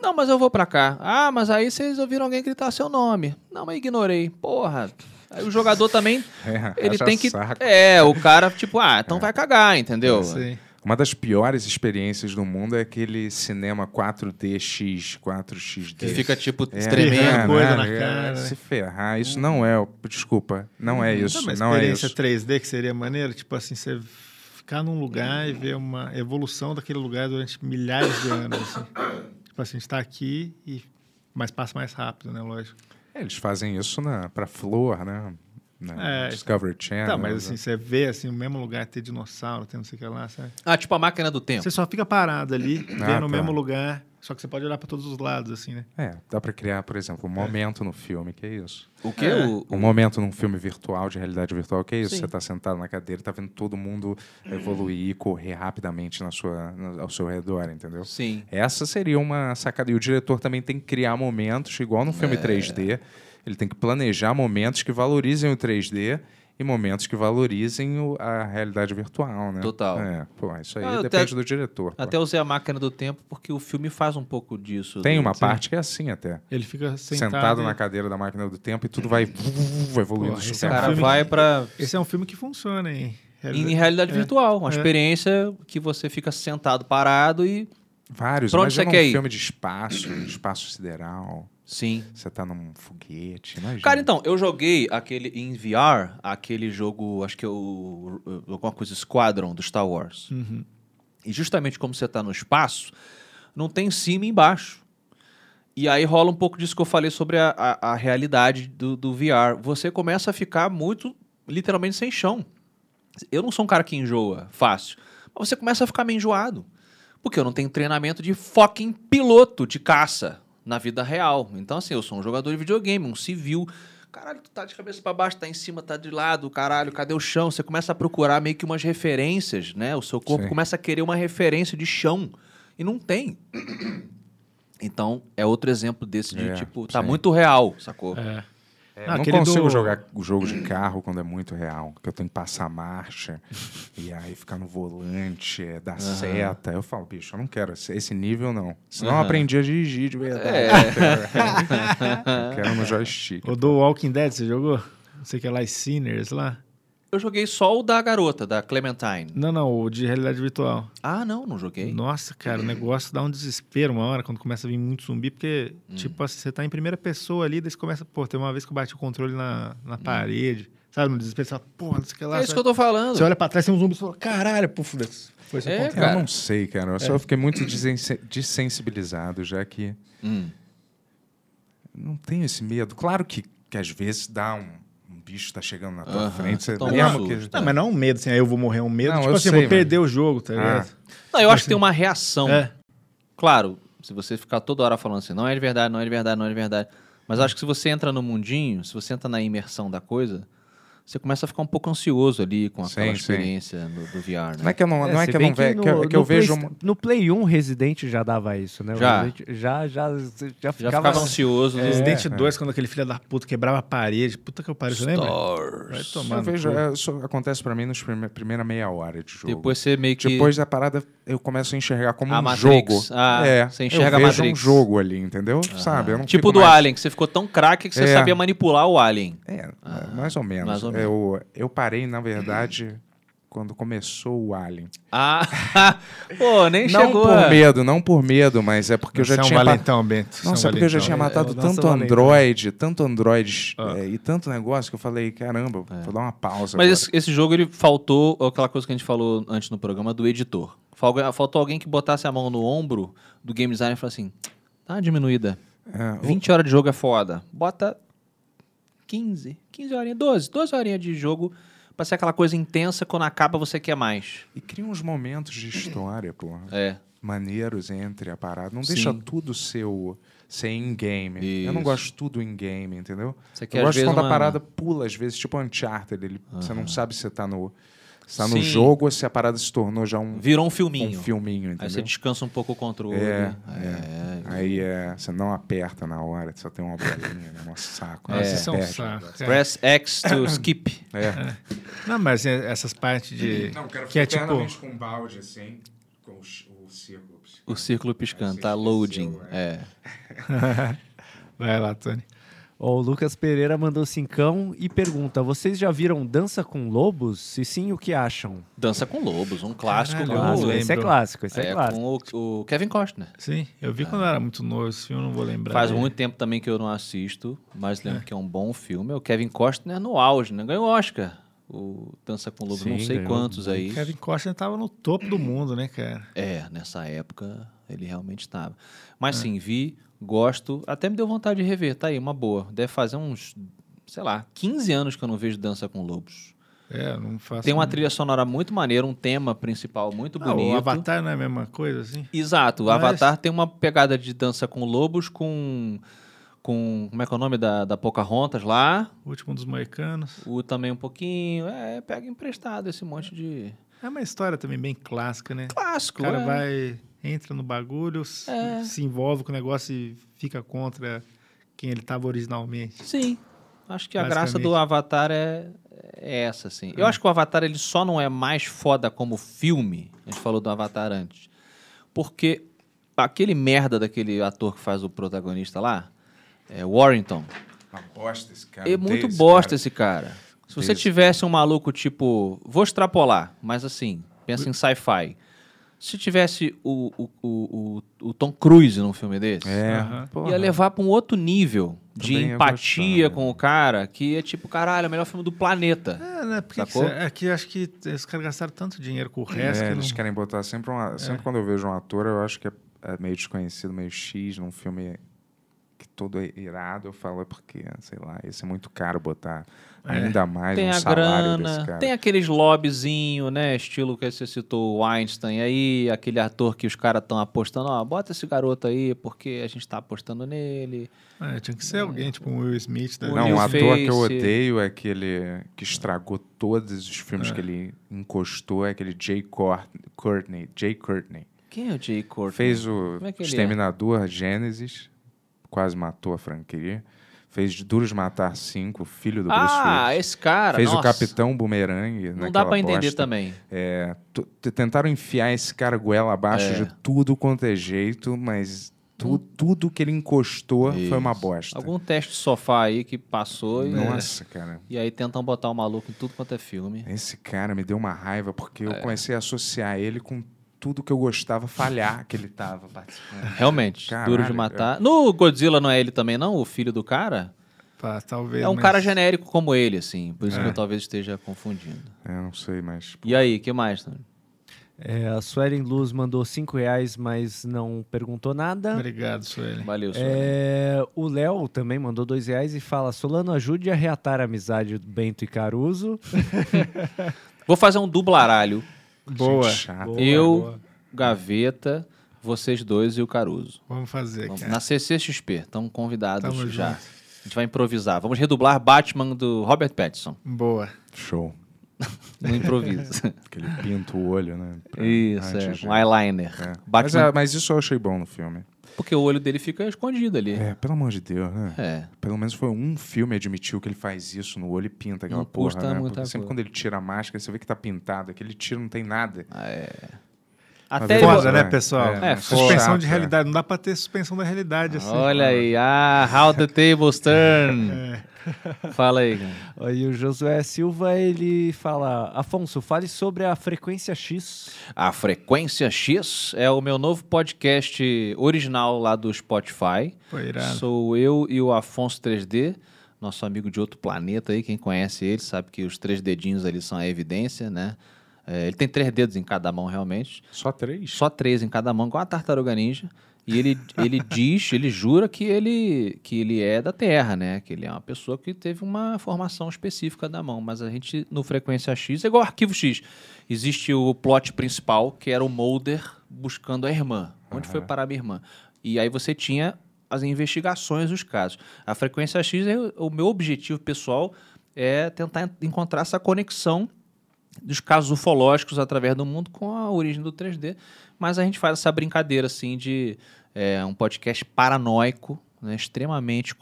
[SPEAKER 5] Não, mas eu vou pra cá. Ah, mas aí vocês ouviram alguém gritar seu nome. Não, mas ignorei. Porra. Aí o jogador também,
[SPEAKER 2] É,
[SPEAKER 5] ele
[SPEAKER 2] acha
[SPEAKER 5] tem que...
[SPEAKER 2] saco.
[SPEAKER 5] É, o cara, tipo, ah,
[SPEAKER 2] É.
[SPEAKER 5] então vai cagar, entendeu?
[SPEAKER 3] Sim.
[SPEAKER 2] Uma das piores experiências do mundo é aquele cinema 4DX, 4XD.
[SPEAKER 5] Que fica, tipo,
[SPEAKER 2] É,
[SPEAKER 5] tremendo.
[SPEAKER 2] né,
[SPEAKER 3] coisa
[SPEAKER 2] né,
[SPEAKER 3] na
[SPEAKER 2] é,
[SPEAKER 3] cara.
[SPEAKER 2] Se ferrar, isso não é. o- Desculpa, não é isso.
[SPEAKER 3] Sabe uma
[SPEAKER 2] Não é
[SPEAKER 3] experiência
[SPEAKER 2] isso.
[SPEAKER 3] 3D que seria maneira, tipo assim, você ficar num lugar e ver uma evolução daquele lugar durante milhares de anos. assim. Tipo assim, a gente tá aqui e. Mas passa mais rápido, né? Lógico.
[SPEAKER 2] É, Eles fazem isso na, pra Flor, né? Na
[SPEAKER 3] É,
[SPEAKER 2] Discovery Channel.
[SPEAKER 3] tá, mas assim, você vê assim, o mesmo lugar ter dinossauro, tem não sei o que lá, sabe?
[SPEAKER 5] Ah, tipo a máquina do tempo.
[SPEAKER 3] Você só fica parado ali, vendo
[SPEAKER 2] Ah,
[SPEAKER 3] o
[SPEAKER 2] tá.
[SPEAKER 3] mesmo lugar, só que você pode olhar pra todos os lados, assim, né?
[SPEAKER 2] É, dá pra criar, por exemplo,
[SPEAKER 5] É.
[SPEAKER 2] um momento no filme, que é isso.
[SPEAKER 5] O que? O,
[SPEAKER 2] Um momento num filme virtual, de realidade virtual, que é isso. Você tá sentado na cadeira, tá vendo todo mundo evoluir, correr rapidamente na sua, na- ao seu redor, entendeu?
[SPEAKER 5] sim.
[SPEAKER 2] Essa seria uma sacada. E o diretor também tem que criar momentos, igual no
[SPEAKER 5] É.
[SPEAKER 2] filme 3D. Ele tem que planejar momentos que valorizem o 3D e momentos que valorizem o- a realidade virtual, né?
[SPEAKER 5] Total.
[SPEAKER 2] É, pô, isso aí
[SPEAKER 5] Ah, até-
[SPEAKER 2] depende do diretor. pô.
[SPEAKER 5] Até usei a máquina do tempo porque o filme faz um pouco disso.
[SPEAKER 2] Tem
[SPEAKER 5] do-
[SPEAKER 2] uma parte que é assim até.
[SPEAKER 3] Ele fica sentado. né?
[SPEAKER 2] Sentado,
[SPEAKER 3] e-
[SPEAKER 2] na cadeira da máquina do tempo e tudo vai evoluindo
[SPEAKER 3] Porra, esse
[SPEAKER 5] O
[SPEAKER 2] super
[SPEAKER 5] Uhum. cara
[SPEAKER 2] rápido.
[SPEAKER 5] vai pra
[SPEAKER 3] Esse é um filme que funciona, hein?
[SPEAKER 5] Em realidade
[SPEAKER 3] É.
[SPEAKER 5] virtual, uma
[SPEAKER 3] É.
[SPEAKER 5] experiência que você fica sentado, parado e.
[SPEAKER 2] Vários.
[SPEAKER 5] Pra onde
[SPEAKER 2] imagina
[SPEAKER 5] você quer
[SPEAKER 2] um
[SPEAKER 5] ir?
[SPEAKER 2] filme de espaço, um espaço sideral.
[SPEAKER 5] Sim.
[SPEAKER 2] Você tá num foguete, imagina.
[SPEAKER 5] Cara, então, eu joguei aquele em VR, aquele jogo, acho que é o. alguma coisa Squadron do Star Wars.
[SPEAKER 3] Uhum.
[SPEAKER 5] E justamente como você tá no espaço, não tem cima e embaixo. E aí rola um pouco disso que eu falei sobre a, a- a realidade do, do VR. Você começa a ficar muito, literalmente, sem chão. Eu não sou um cara que enjoa fácil, mas você começa a ficar meio enjoado. Porque eu não tenho treinamento de fucking piloto de caça na vida real. Então, assim, eu sou um jogador de videogame, um civil. Caralho, tu tá de cabeça pra baixo, tá em cima, tá de lado, caralho, cadê o chão? Você começa a procurar meio que umas referências, né? O seu corpo
[SPEAKER 2] Sim.
[SPEAKER 5] começa a querer uma referência de chão. E não tem. Então, é outro exemplo desse de,
[SPEAKER 2] É,
[SPEAKER 5] tipo, tá
[SPEAKER 2] sim.
[SPEAKER 5] muito real, sacou?
[SPEAKER 3] É.
[SPEAKER 2] É,
[SPEAKER 3] Ah,
[SPEAKER 2] não
[SPEAKER 3] aquele
[SPEAKER 2] consigo
[SPEAKER 3] do-
[SPEAKER 2] jogar o jogo de carro quando é muito real. Que eu tenho que passar marcha e aí ficar no volante, é, dar seta. Eu falo, bicho, eu não quero esse, esse nível, não. Senão
[SPEAKER 5] Aham. É.
[SPEAKER 2] eu aprendi a dirigir de verdade. eu quero no joystick.
[SPEAKER 3] O do Walking Dead, você jogou? Não sei o que lá, Sinners lá.
[SPEAKER 5] Eu joguei só o da garota, da Clementine.
[SPEAKER 3] Não, não, o de realidade virtual.
[SPEAKER 5] Ah, não, não joguei.
[SPEAKER 3] Nossa, cara, o negócio dá um desespero uma hora quando começa a vir muito zumbi, porque,
[SPEAKER 5] Hum.
[SPEAKER 3] tipo, assim, você tá em primeira pessoa ali, daí você começa, pô, tem uma vez que eu bati o controle na, na parede, sabe? No desespero, você fala, porra, não sei o que lá.
[SPEAKER 5] Hum. é isso que eu
[SPEAKER 3] sabe?
[SPEAKER 5] tô falando.
[SPEAKER 3] Você olha pra trás, tem um zumbi, você fala, caralho, puf, foi seu controle.
[SPEAKER 5] É,
[SPEAKER 2] Eu
[SPEAKER 5] Cara. É.
[SPEAKER 2] não sei, cara. Eu só fiquei muito desense- dessensibilizado, já que
[SPEAKER 5] Hum.
[SPEAKER 2] não tenho esse medo. Claro que, que às vezes dá um, um bicho tá chegando na tua
[SPEAKER 5] Aham,
[SPEAKER 2] frente. Você
[SPEAKER 5] toma um
[SPEAKER 2] mesmo que-
[SPEAKER 5] susto.
[SPEAKER 3] Não, mas não é um medo, assim, aí eu vou morrer, é um medo,
[SPEAKER 2] Não,
[SPEAKER 3] tipo
[SPEAKER 2] eu
[SPEAKER 3] assim, eu
[SPEAKER 2] sei, Ah.
[SPEAKER 3] vou perder o jogo, tá ligado?
[SPEAKER 5] Não, eu acho que tem uma reação.
[SPEAKER 3] É.
[SPEAKER 5] Claro, se você ficar toda hora falando assim, não é de verdade, não é de verdade, não é de verdade. Mas eu acho que se você entra no mundinho, se você entra na imersão da coisa, você começa a ficar um pouco ansioso ali com aquela
[SPEAKER 2] Sim, sim.
[SPEAKER 5] experiência do, do VR,
[SPEAKER 2] Não
[SPEAKER 5] né?
[SPEAKER 2] é que eu não, não é
[SPEAKER 4] se
[SPEAKER 2] que eu
[SPEAKER 4] bem
[SPEAKER 2] não vejo. Que, eu-
[SPEAKER 4] no-
[SPEAKER 2] que eu
[SPEAKER 4] no Play-
[SPEAKER 2] vejo. um- uma-
[SPEAKER 4] No Play 1, Resident já dava isso, né? O
[SPEAKER 5] Já.
[SPEAKER 4] Resident já, já, já,
[SPEAKER 5] Já ficava ansioso. né?
[SPEAKER 3] Resident 2, quando aquele filho da puta quebrava a parede, puta que eu pariu, você lembra? Vai
[SPEAKER 2] Eu
[SPEAKER 3] tomar no
[SPEAKER 2] vejo,
[SPEAKER 3] cu.
[SPEAKER 4] né?
[SPEAKER 2] é, isso acontece pra mim nos prime primeira meia hora de jogo.
[SPEAKER 5] Depois você meio que...
[SPEAKER 2] Depois da parada, eu começo a enxergar como
[SPEAKER 5] A
[SPEAKER 2] um
[SPEAKER 5] Matrix.
[SPEAKER 2] jogo.
[SPEAKER 5] Ah,
[SPEAKER 2] é,
[SPEAKER 5] você enxerga a
[SPEAKER 2] eu vejo
[SPEAKER 5] Matrix.
[SPEAKER 2] um jogo ali, entendeu? Sabe? Eu não
[SPEAKER 5] tipo
[SPEAKER 2] fico
[SPEAKER 5] do
[SPEAKER 2] mais...
[SPEAKER 5] Alien, que você ficou tão craque que você
[SPEAKER 2] É.
[SPEAKER 5] sabia manipular o Alien.
[SPEAKER 2] É, mais ou menos.
[SPEAKER 5] mais ou
[SPEAKER 2] Eu, eu parei, na verdade, quando começou o Alien.
[SPEAKER 5] Ah, pô, nem
[SPEAKER 2] Não
[SPEAKER 5] chegou.
[SPEAKER 2] por
[SPEAKER 5] a-
[SPEAKER 2] medo, não por medo, mas é porque eu já
[SPEAKER 3] Você é um
[SPEAKER 2] tinha. pa-
[SPEAKER 3] valentão, Bento. você é um
[SPEAKER 2] Nossa, é porque eu já
[SPEAKER 3] valentão.
[SPEAKER 2] tinha matado
[SPEAKER 4] eu não sou
[SPEAKER 2] tanto
[SPEAKER 4] valentão.
[SPEAKER 2] Android, tanto Android
[SPEAKER 3] Ah.
[SPEAKER 2] eh, e tanto negócio que eu falei, caramba, vou dar uma pausa.
[SPEAKER 5] Mas
[SPEAKER 2] agora.
[SPEAKER 5] esse, esse jogo ele faltou aquela coisa que a gente falou antes no programa do editor. Falga- Faltou alguém que botasse a mão no ombro do game designer e falasse assim: tá diminuída.
[SPEAKER 2] É, o-
[SPEAKER 5] 20 horas de jogo é foda. Bota 15, 15 horinhas, 12, 12 horinhas de jogo pra ser aquela coisa intensa, quando acaba você quer mais.
[SPEAKER 2] E cria uns momentos de história, porra.
[SPEAKER 5] É.
[SPEAKER 2] maneiros entre a parada. Não deixa
[SPEAKER 5] Sim.
[SPEAKER 2] tudo seu ser in-game. Eu não
[SPEAKER 5] Isso.
[SPEAKER 2] gosto de tudo in-game, entendeu?
[SPEAKER 5] Você quer,
[SPEAKER 2] Eu
[SPEAKER 5] às
[SPEAKER 2] gosto
[SPEAKER 5] vezes,
[SPEAKER 2] quando a
[SPEAKER 5] uma-
[SPEAKER 2] parada pula, às vezes, tipo Uncharted. Ele, Você não sabe se você tá no, se tá
[SPEAKER 5] Sim.
[SPEAKER 2] no jogo ou se a parada se tornou já um,
[SPEAKER 5] Virou um filminho.
[SPEAKER 2] um filminho,
[SPEAKER 5] Aí você
[SPEAKER 2] entendeu?
[SPEAKER 5] descansa um pouco o controle.
[SPEAKER 2] É,
[SPEAKER 5] é.
[SPEAKER 2] Aí é, você não aperta na hora, só tem uma bolinha, né? Nossa, saco. né?
[SPEAKER 3] Nossa, isso é um
[SPEAKER 2] Perde.
[SPEAKER 3] saco. É.
[SPEAKER 5] Press X to skip.
[SPEAKER 2] É.
[SPEAKER 3] Não, mas é, essas partes de.
[SPEAKER 2] Uhum.
[SPEAKER 3] que é tipo.
[SPEAKER 2] com um balde, assim, com o círculo. assim.
[SPEAKER 5] O círculo piscando,
[SPEAKER 2] Você
[SPEAKER 5] tá
[SPEAKER 2] esqueceu,
[SPEAKER 5] loading.
[SPEAKER 2] é.
[SPEAKER 5] É.
[SPEAKER 3] Vai lá, Tony.
[SPEAKER 4] Ó, o Lucas Pereira mandou cincão e pergunta: vocês já viram Dança com Lobos? Se sim, o que acham?
[SPEAKER 5] Dança com Lobos, um clássico.
[SPEAKER 3] Caralho,
[SPEAKER 5] com-
[SPEAKER 3] não lembro.
[SPEAKER 4] esse é clássico, esse é,
[SPEAKER 5] é,
[SPEAKER 4] clássico.
[SPEAKER 5] com o, o Kevin Costner.
[SPEAKER 3] Sim, eu
[SPEAKER 2] Ah.
[SPEAKER 3] vi quando eu era muito novo esse filme, não vou lembrar.
[SPEAKER 5] Faz um
[SPEAKER 3] dele.
[SPEAKER 5] muito tempo também que eu não assisto, mas lembro que é um bom filme. É o Kevin Costner no auge, né? Ganhou Oscar. O Dança com Lobos,
[SPEAKER 4] Sim,
[SPEAKER 5] não sei
[SPEAKER 4] ganhou.
[SPEAKER 5] quantos aí.
[SPEAKER 3] Kevin Costner tava no topo do mundo, né, cara?
[SPEAKER 5] É, nessa época ele realmente estava. Mas sim, vi, gosto, até me deu vontade de rever, tá aí, uma boa. Deve fazer uns, sei lá, 15 anos que eu não vejo Dança com Lobos.
[SPEAKER 3] É, não faço.
[SPEAKER 5] Tem uma trilha sonora muito maneira, um tema principal muito
[SPEAKER 3] Ah,
[SPEAKER 5] bonito.
[SPEAKER 3] o Avatar não é a mesma coisa, assim?
[SPEAKER 5] Exato, o
[SPEAKER 3] Mas-
[SPEAKER 5] Avatar tem uma pegada de Dança com Lobos com... Com, como é que é o nome da, da Pocahontas lá?
[SPEAKER 3] O último dos moicanos.
[SPEAKER 5] O também um pouquinho. É, pega emprestado esse monte de.
[SPEAKER 3] É uma história também bem clássica, né?
[SPEAKER 5] Clássico,
[SPEAKER 3] O cara
[SPEAKER 5] é.
[SPEAKER 3] vai, entra no bagulho, se-
[SPEAKER 5] É.
[SPEAKER 3] se envolve com o negócio e fica contra quem ele tava originalmente.
[SPEAKER 5] Sim. Acho que a graça do
[SPEAKER 3] Basicamente. Hum.
[SPEAKER 5] Avatar é, é essa, assim. Eu acho que o Avatar ele só não é mais foda como filme. A gente falou do Avatar antes. Porque aquele merda daquele ator que faz o protagonista lá, é Warrington,
[SPEAKER 2] Uma bosta esse cara.
[SPEAKER 5] é
[SPEAKER 2] odeio
[SPEAKER 5] muito
[SPEAKER 2] esse
[SPEAKER 5] bosta
[SPEAKER 2] cara.
[SPEAKER 5] esse cara. Se você
[SPEAKER 2] Odeio esse
[SPEAKER 5] tivesse um maluco tipo. Vou extrapolar, mas assim, pensa em sci-fi. Se tivesse o, o, o, o- o Tom Cruise num filme desse,
[SPEAKER 2] É,
[SPEAKER 3] Aham.
[SPEAKER 2] porra.
[SPEAKER 5] ia levar pra um outro nível de
[SPEAKER 2] Também é né? ia
[SPEAKER 5] empatia
[SPEAKER 2] gostar,
[SPEAKER 5] com o cara, que é tipo, caralho, é o melhor filme do planeta.
[SPEAKER 3] É, né? Porque
[SPEAKER 5] Sacou?
[SPEAKER 3] é que acho que esses caras gastaram tanto dinheiro com o resto
[SPEAKER 2] É,
[SPEAKER 3] que
[SPEAKER 2] eles
[SPEAKER 3] não...
[SPEAKER 2] querem botar sempre uma. Sempre quando eu vejo um ator, eu acho que é, é meio desconhecido, meio X, num filme que todo é irado, eu falo, é porque, sei lá, isso é muito caro botar ainda mais
[SPEAKER 5] tem
[SPEAKER 2] um
[SPEAKER 5] a
[SPEAKER 2] salário desse
[SPEAKER 5] grana,
[SPEAKER 2] cara.
[SPEAKER 5] tem aqueles lobbyzinho, né? Estilo que você citou o Einstein aí, aquele ator que os caras estão apostando, ó, bota esse garoto aí, porque a gente tá apostando nele.
[SPEAKER 3] É, tinha que ser alguém, tipo um Will Smith. Da...
[SPEAKER 5] O
[SPEAKER 2] Não,
[SPEAKER 5] Will
[SPEAKER 2] um
[SPEAKER 5] Neil
[SPEAKER 2] ator que eu
[SPEAKER 5] Face.
[SPEAKER 2] odeio é aquele que estragou todos os filmes que ele encostou, é aquele Jay Court- Courtney. Jay Courtney.
[SPEAKER 5] Quem é o Jay Courtney?
[SPEAKER 2] Fez o
[SPEAKER 5] Como é que ele é?
[SPEAKER 2] Exterminador, Gênesis, quase matou a franquia. Fez Duros Matar 5, Filho do Bruce
[SPEAKER 5] Ah,
[SPEAKER 2] Willis.
[SPEAKER 5] esse cara.
[SPEAKER 2] Fez o
[SPEAKER 5] nossa.
[SPEAKER 2] Capitão Boomerang.
[SPEAKER 5] Não dá pra entender
[SPEAKER 2] bosta.
[SPEAKER 5] também.
[SPEAKER 2] É, tu- t- tentaram enfiar esse cara goela abaixo
[SPEAKER 5] É.
[SPEAKER 2] de tudo quanto é jeito, mas tu- tudo que ele encostou foi uma
[SPEAKER 5] Isso.
[SPEAKER 2] bosta.
[SPEAKER 5] Algum teste de sofá aí que passou e,
[SPEAKER 2] Nossa, cara.
[SPEAKER 5] e aí tentam botar o maluco em tudo quanto é filme.
[SPEAKER 2] Esse cara me deu uma raiva porque
[SPEAKER 5] É.
[SPEAKER 2] eu comecei a associar ele com tudo que eu gostava falhar que ele tava participando.
[SPEAKER 5] Realmente,
[SPEAKER 2] Caralho,
[SPEAKER 5] duro de matar. No Godzilla não é ele também, não? O filho do cara?
[SPEAKER 3] Tá, talvez,
[SPEAKER 5] É um
[SPEAKER 3] mas-
[SPEAKER 5] cara genérico como ele, assim. Por isso
[SPEAKER 2] É.
[SPEAKER 5] que eu talvez esteja confundindo.
[SPEAKER 2] Eu não sei, mas.
[SPEAKER 5] E aí, que mais? Tony?
[SPEAKER 4] É, a Suelen Luz mandou cinco reais, mas não perguntou nada.
[SPEAKER 3] Obrigado, Sueli.
[SPEAKER 5] Valeu, senhor. né?
[SPEAKER 4] É, o Léo também mandou dois reais e fala: Solano, ajude a reatar a amizade do Bento e Caruso.
[SPEAKER 5] Vou fazer um dublaralho.
[SPEAKER 3] Boa.
[SPEAKER 2] Gente chata.
[SPEAKER 4] Boa,
[SPEAKER 5] Ah, eu,
[SPEAKER 3] boa.
[SPEAKER 5] Gaveta, vocês dois e o Caruso.
[SPEAKER 3] Vamos fazer,
[SPEAKER 5] Vamos,
[SPEAKER 3] cara.
[SPEAKER 5] na CCXP, estão convidados
[SPEAKER 3] Tamo
[SPEAKER 5] já.
[SPEAKER 3] junto.
[SPEAKER 5] A gente vai improvisar. Vamos redublar Batman do Robert Pattinson.
[SPEAKER 3] Boa.
[SPEAKER 2] Show.
[SPEAKER 5] No improviso.
[SPEAKER 2] Que ele pinta o olho, né? pra-
[SPEAKER 5] Isso,
[SPEAKER 2] antes
[SPEAKER 5] é,
[SPEAKER 2] de-
[SPEAKER 5] um eyeliner.
[SPEAKER 2] É. Mas,
[SPEAKER 5] Batman,
[SPEAKER 2] ah, mas isso eu achei bom no filme.
[SPEAKER 5] porque o olho dele fica escondido ali.
[SPEAKER 2] É, pelo amor de Deus, né?
[SPEAKER 5] É.
[SPEAKER 2] Pelo menos foi um filme admitiu que ele faz isso no olho e pinta aquela
[SPEAKER 5] Não
[SPEAKER 2] porra,
[SPEAKER 5] custa
[SPEAKER 2] né?
[SPEAKER 5] muita
[SPEAKER 2] Porque sempre
[SPEAKER 5] coisa.
[SPEAKER 2] quando ele tira a máscara, você vê que tá pintado. Aquele tiro não tem nada.
[SPEAKER 5] Ah, Até
[SPEAKER 2] Foda,
[SPEAKER 5] ele-
[SPEAKER 3] Foda,
[SPEAKER 2] né,
[SPEAKER 3] né, pessoal?
[SPEAKER 2] É,
[SPEAKER 5] é
[SPEAKER 3] Suspensão
[SPEAKER 2] foda.
[SPEAKER 3] de
[SPEAKER 5] né?
[SPEAKER 3] realidade. Não dá pra ter suspensão da realidade, assim.
[SPEAKER 5] Olha aí, ah, how the tables turn. Fala aí.
[SPEAKER 4] Aí o Josué Silva, ele fala... Afonso, fale sobre a frequência X.
[SPEAKER 5] A Frequência X é o meu novo podcast original lá do Spotify.
[SPEAKER 3] Pô, irado.
[SPEAKER 5] Sou eu e o Afonso 3D, nosso amigo de outro planeta aí. Quem conhece ele sabe que os três dedinhos ali são a evidência, né? É, ele tem três dedos em cada mão, realmente.
[SPEAKER 2] Só três?
[SPEAKER 5] Só três em cada mão, igual a tartaruga ninja. E ele, ele diz, ele jura que ele, que ele é da Terra, né? Que ele é uma pessoa que teve uma formação específica da mão. Mas a gente, no Frequência X, é igual ao Arquivo X. Existe o plot principal, que era o Mulder buscando a irmã. Onde foi parar minha irmã? E aí você tinha as investigações dos casos. A Frequência X, é o- o meu objetivo pessoal é tentar en- encontrar essa conexão dos casos ufológicos através do mundo com a origem do 3D. Mas a gente faz essa brincadeira assim de é, um podcast paranoico, né, extremamente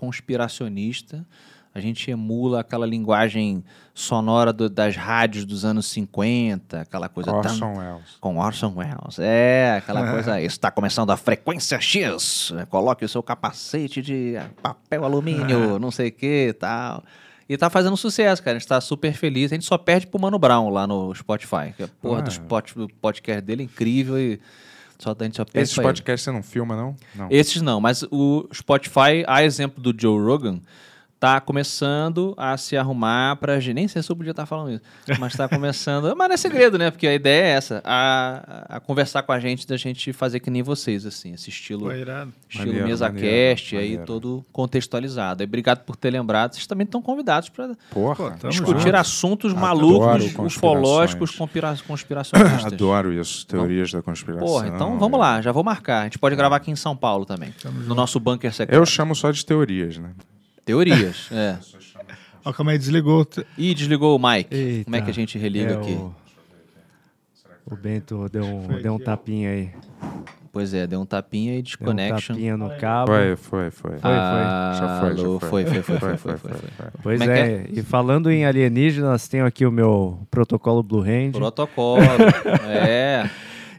[SPEAKER 5] conspiracionista. A gente emula aquela linguagem sonora do- das rádios dos anos 50, aquela coisa tan-
[SPEAKER 7] Orson Welles.
[SPEAKER 5] com Orson Welles. É, aquela coisa. Está começando a frequência X. né? Coloque o seu capacete de papel alumínio, não sei o que e tal. E tá fazendo sucesso, cara. A gente tá super feliz. A gente só perde pro Mano Brown lá no Spotify. Que é a porra
[SPEAKER 7] Ah.
[SPEAKER 5] do, spot, do podcast dele é incrível e só, a gente só perde
[SPEAKER 2] Esses
[SPEAKER 5] pra ele.
[SPEAKER 2] podcasts você não filma, não? Não.
[SPEAKER 5] Esses não, mas o Spotify, a exemplo do Joe Rogan, tá começando a se arrumar pra. gen- Nem sei se eu podia estar falando isso, mas tá começando. mas não é segredo, né? Porque a ideia é essa: a, a conversar com a gente, da gente fazer que nem vocês, assim, esse estilo.
[SPEAKER 3] Pô, irado.
[SPEAKER 5] Estilo
[SPEAKER 2] Maneiro,
[SPEAKER 5] MesaCast,
[SPEAKER 2] maneiro,
[SPEAKER 5] aí
[SPEAKER 2] maneiro.
[SPEAKER 5] todo contextualizado. Aí, obrigado por ter lembrado. Vocês também estão convidados para
[SPEAKER 2] Porra.
[SPEAKER 3] Pô, tamo
[SPEAKER 5] discutir
[SPEAKER 3] junto.
[SPEAKER 5] assuntos
[SPEAKER 2] Adoro
[SPEAKER 5] malucos,
[SPEAKER 2] conspirações.
[SPEAKER 5] ufológicos, conspira- conspiracionistas.
[SPEAKER 2] Adoro isso, teorias da conspiração.
[SPEAKER 5] Porra, então vamos lá, já vou marcar. A gente
[SPEAKER 2] É.
[SPEAKER 5] pode gravar aqui em São Paulo também. No nosso bunker secreto.
[SPEAKER 2] Eu chamo só de teorias, né?
[SPEAKER 5] Teorias, é.
[SPEAKER 3] Ó, calma aí, desligou.
[SPEAKER 5] Ih, desligou o mic.
[SPEAKER 4] Eita.
[SPEAKER 5] Como é que a gente religa
[SPEAKER 4] É,
[SPEAKER 5] aqui?
[SPEAKER 4] O... o Bento deu um,
[SPEAKER 3] Foi
[SPEAKER 4] deu um
[SPEAKER 3] aqui, ó.
[SPEAKER 4] tapinha aí.
[SPEAKER 5] Pois é, deu um tapinha e
[SPEAKER 4] Deu um
[SPEAKER 5] desconnection.
[SPEAKER 4] tapinha no
[SPEAKER 5] Tá
[SPEAKER 4] cabo.
[SPEAKER 2] Foi, foi, foi.
[SPEAKER 4] Foi,
[SPEAKER 5] Ah,
[SPEAKER 2] Já foi, já
[SPEAKER 5] alô,
[SPEAKER 2] foi.
[SPEAKER 5] foi, foi, foi, foi, foi, foi.
[SPEAKER 4] Pois
[SPEAKER 5] Como é
[SPEAKER 4] é, e falando em alienígenas, tenho aqui o meu protocolo Blue Hand.
[SPEAKER 5] Protocolo. é.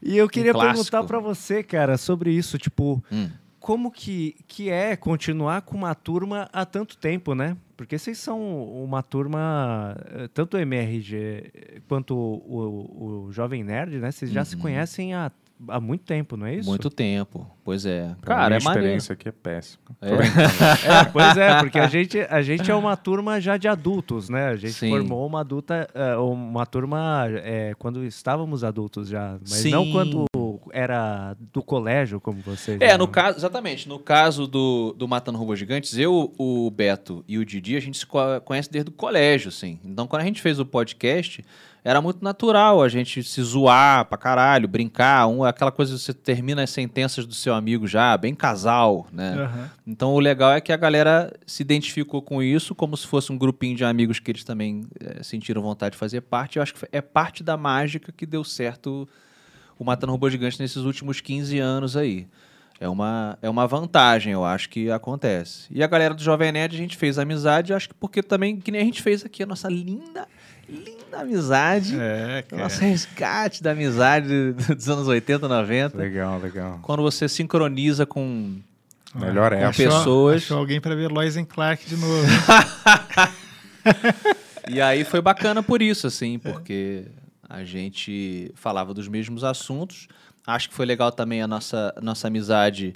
[SPEAKER 4] E eu queria
[SPEAKER 5] clássico.
[SPEAKER 4] perguntar pra você, cara, sobre isso, tipo,
[SPEAKER 5] Hum.
[SPEAKER 4] como que, que é continuar com uma turma há tanto tempo, né? Porque vocês são uma turma, eh, tanto o MRG eh, quanto o, o, o Jovem Nerd, né? Vocês já se conhecem há, há muito tempo, não é isso?
[SPEAKER 5] Uhum. Muito tempo. Pois é.
[SPEAKER 2] Pra
[SPEAKER 5] Cara,
[SPEAKER 2] minha
[SPEAKER 5] é maneiro.
[SPEAKER 2] experiência aqui é péssima.
[SPEAKER 5] É.
[SPEAKER 4] É, pois é, porque a gente, a gente é uma turma já de adultos, né? A gente
[SPEAKER 5] Sim.
[SPEAKER 4] formou uma adulta, eh, uma turma eh, quando estávamos adultos já, mas não
[SPEAKER 5] Sim.
[SPEAKER 4] quando era do colégio, como vocês.
[SPEAKER 5] É,
[SPEAKER 4] né?
[SPEAKER 5] no caso, exatamente. No caso do, do Matando Robôs Gigantes, eu, o Beto e o Didi, a gente se co- conhece desde o colégio, assim. Então, quando a gente fez o podcast, era muito natural a gente se zoar pra caralho, brincar. Um, aquela coisa que você termina as sentenças do seu amigo já, bem casal, né?
[SPEAKER 3] Aham.
[SPEAKER 5] Então o legal é que a galera se identificou com isso como se fosse um grupinho de amigos que eles também eh, sentiram vontade de fazer parte. Eu acho que é parte da mágica que deu certo o Matando Robô Gigante nesses últimos 15 anos aí. É uma, é uma vantagem, eu acho, que acontece. E a galera do Jovem Nerd, a gente fez amizade, eu acho que porque também, que nem a gente fez aqui, a nossa linda, linda amizade.
[SPEAKER 3] É, cara.
[SPEAKER 5] Nosso resgate da amizade dos anos 80, 90.
[SPEAKER 2] Legal, legal.
[SPEAKER 5] Quando você sincroniza Ah, com
[SPEAKER 2] Melhor
[SPEAKER 3] Achou-
[SPEAKER 2] época.
[SPEAKER 5] pessoas.
[SPEAKER 3] Achou alguém pra ver Lois and Clark de novo.
[SPEAKER 5] E aí foi bacana por isso, assim, porque a gente falava dos mesmos assuntos. Acho que foi legal também a nossa, nossa amizade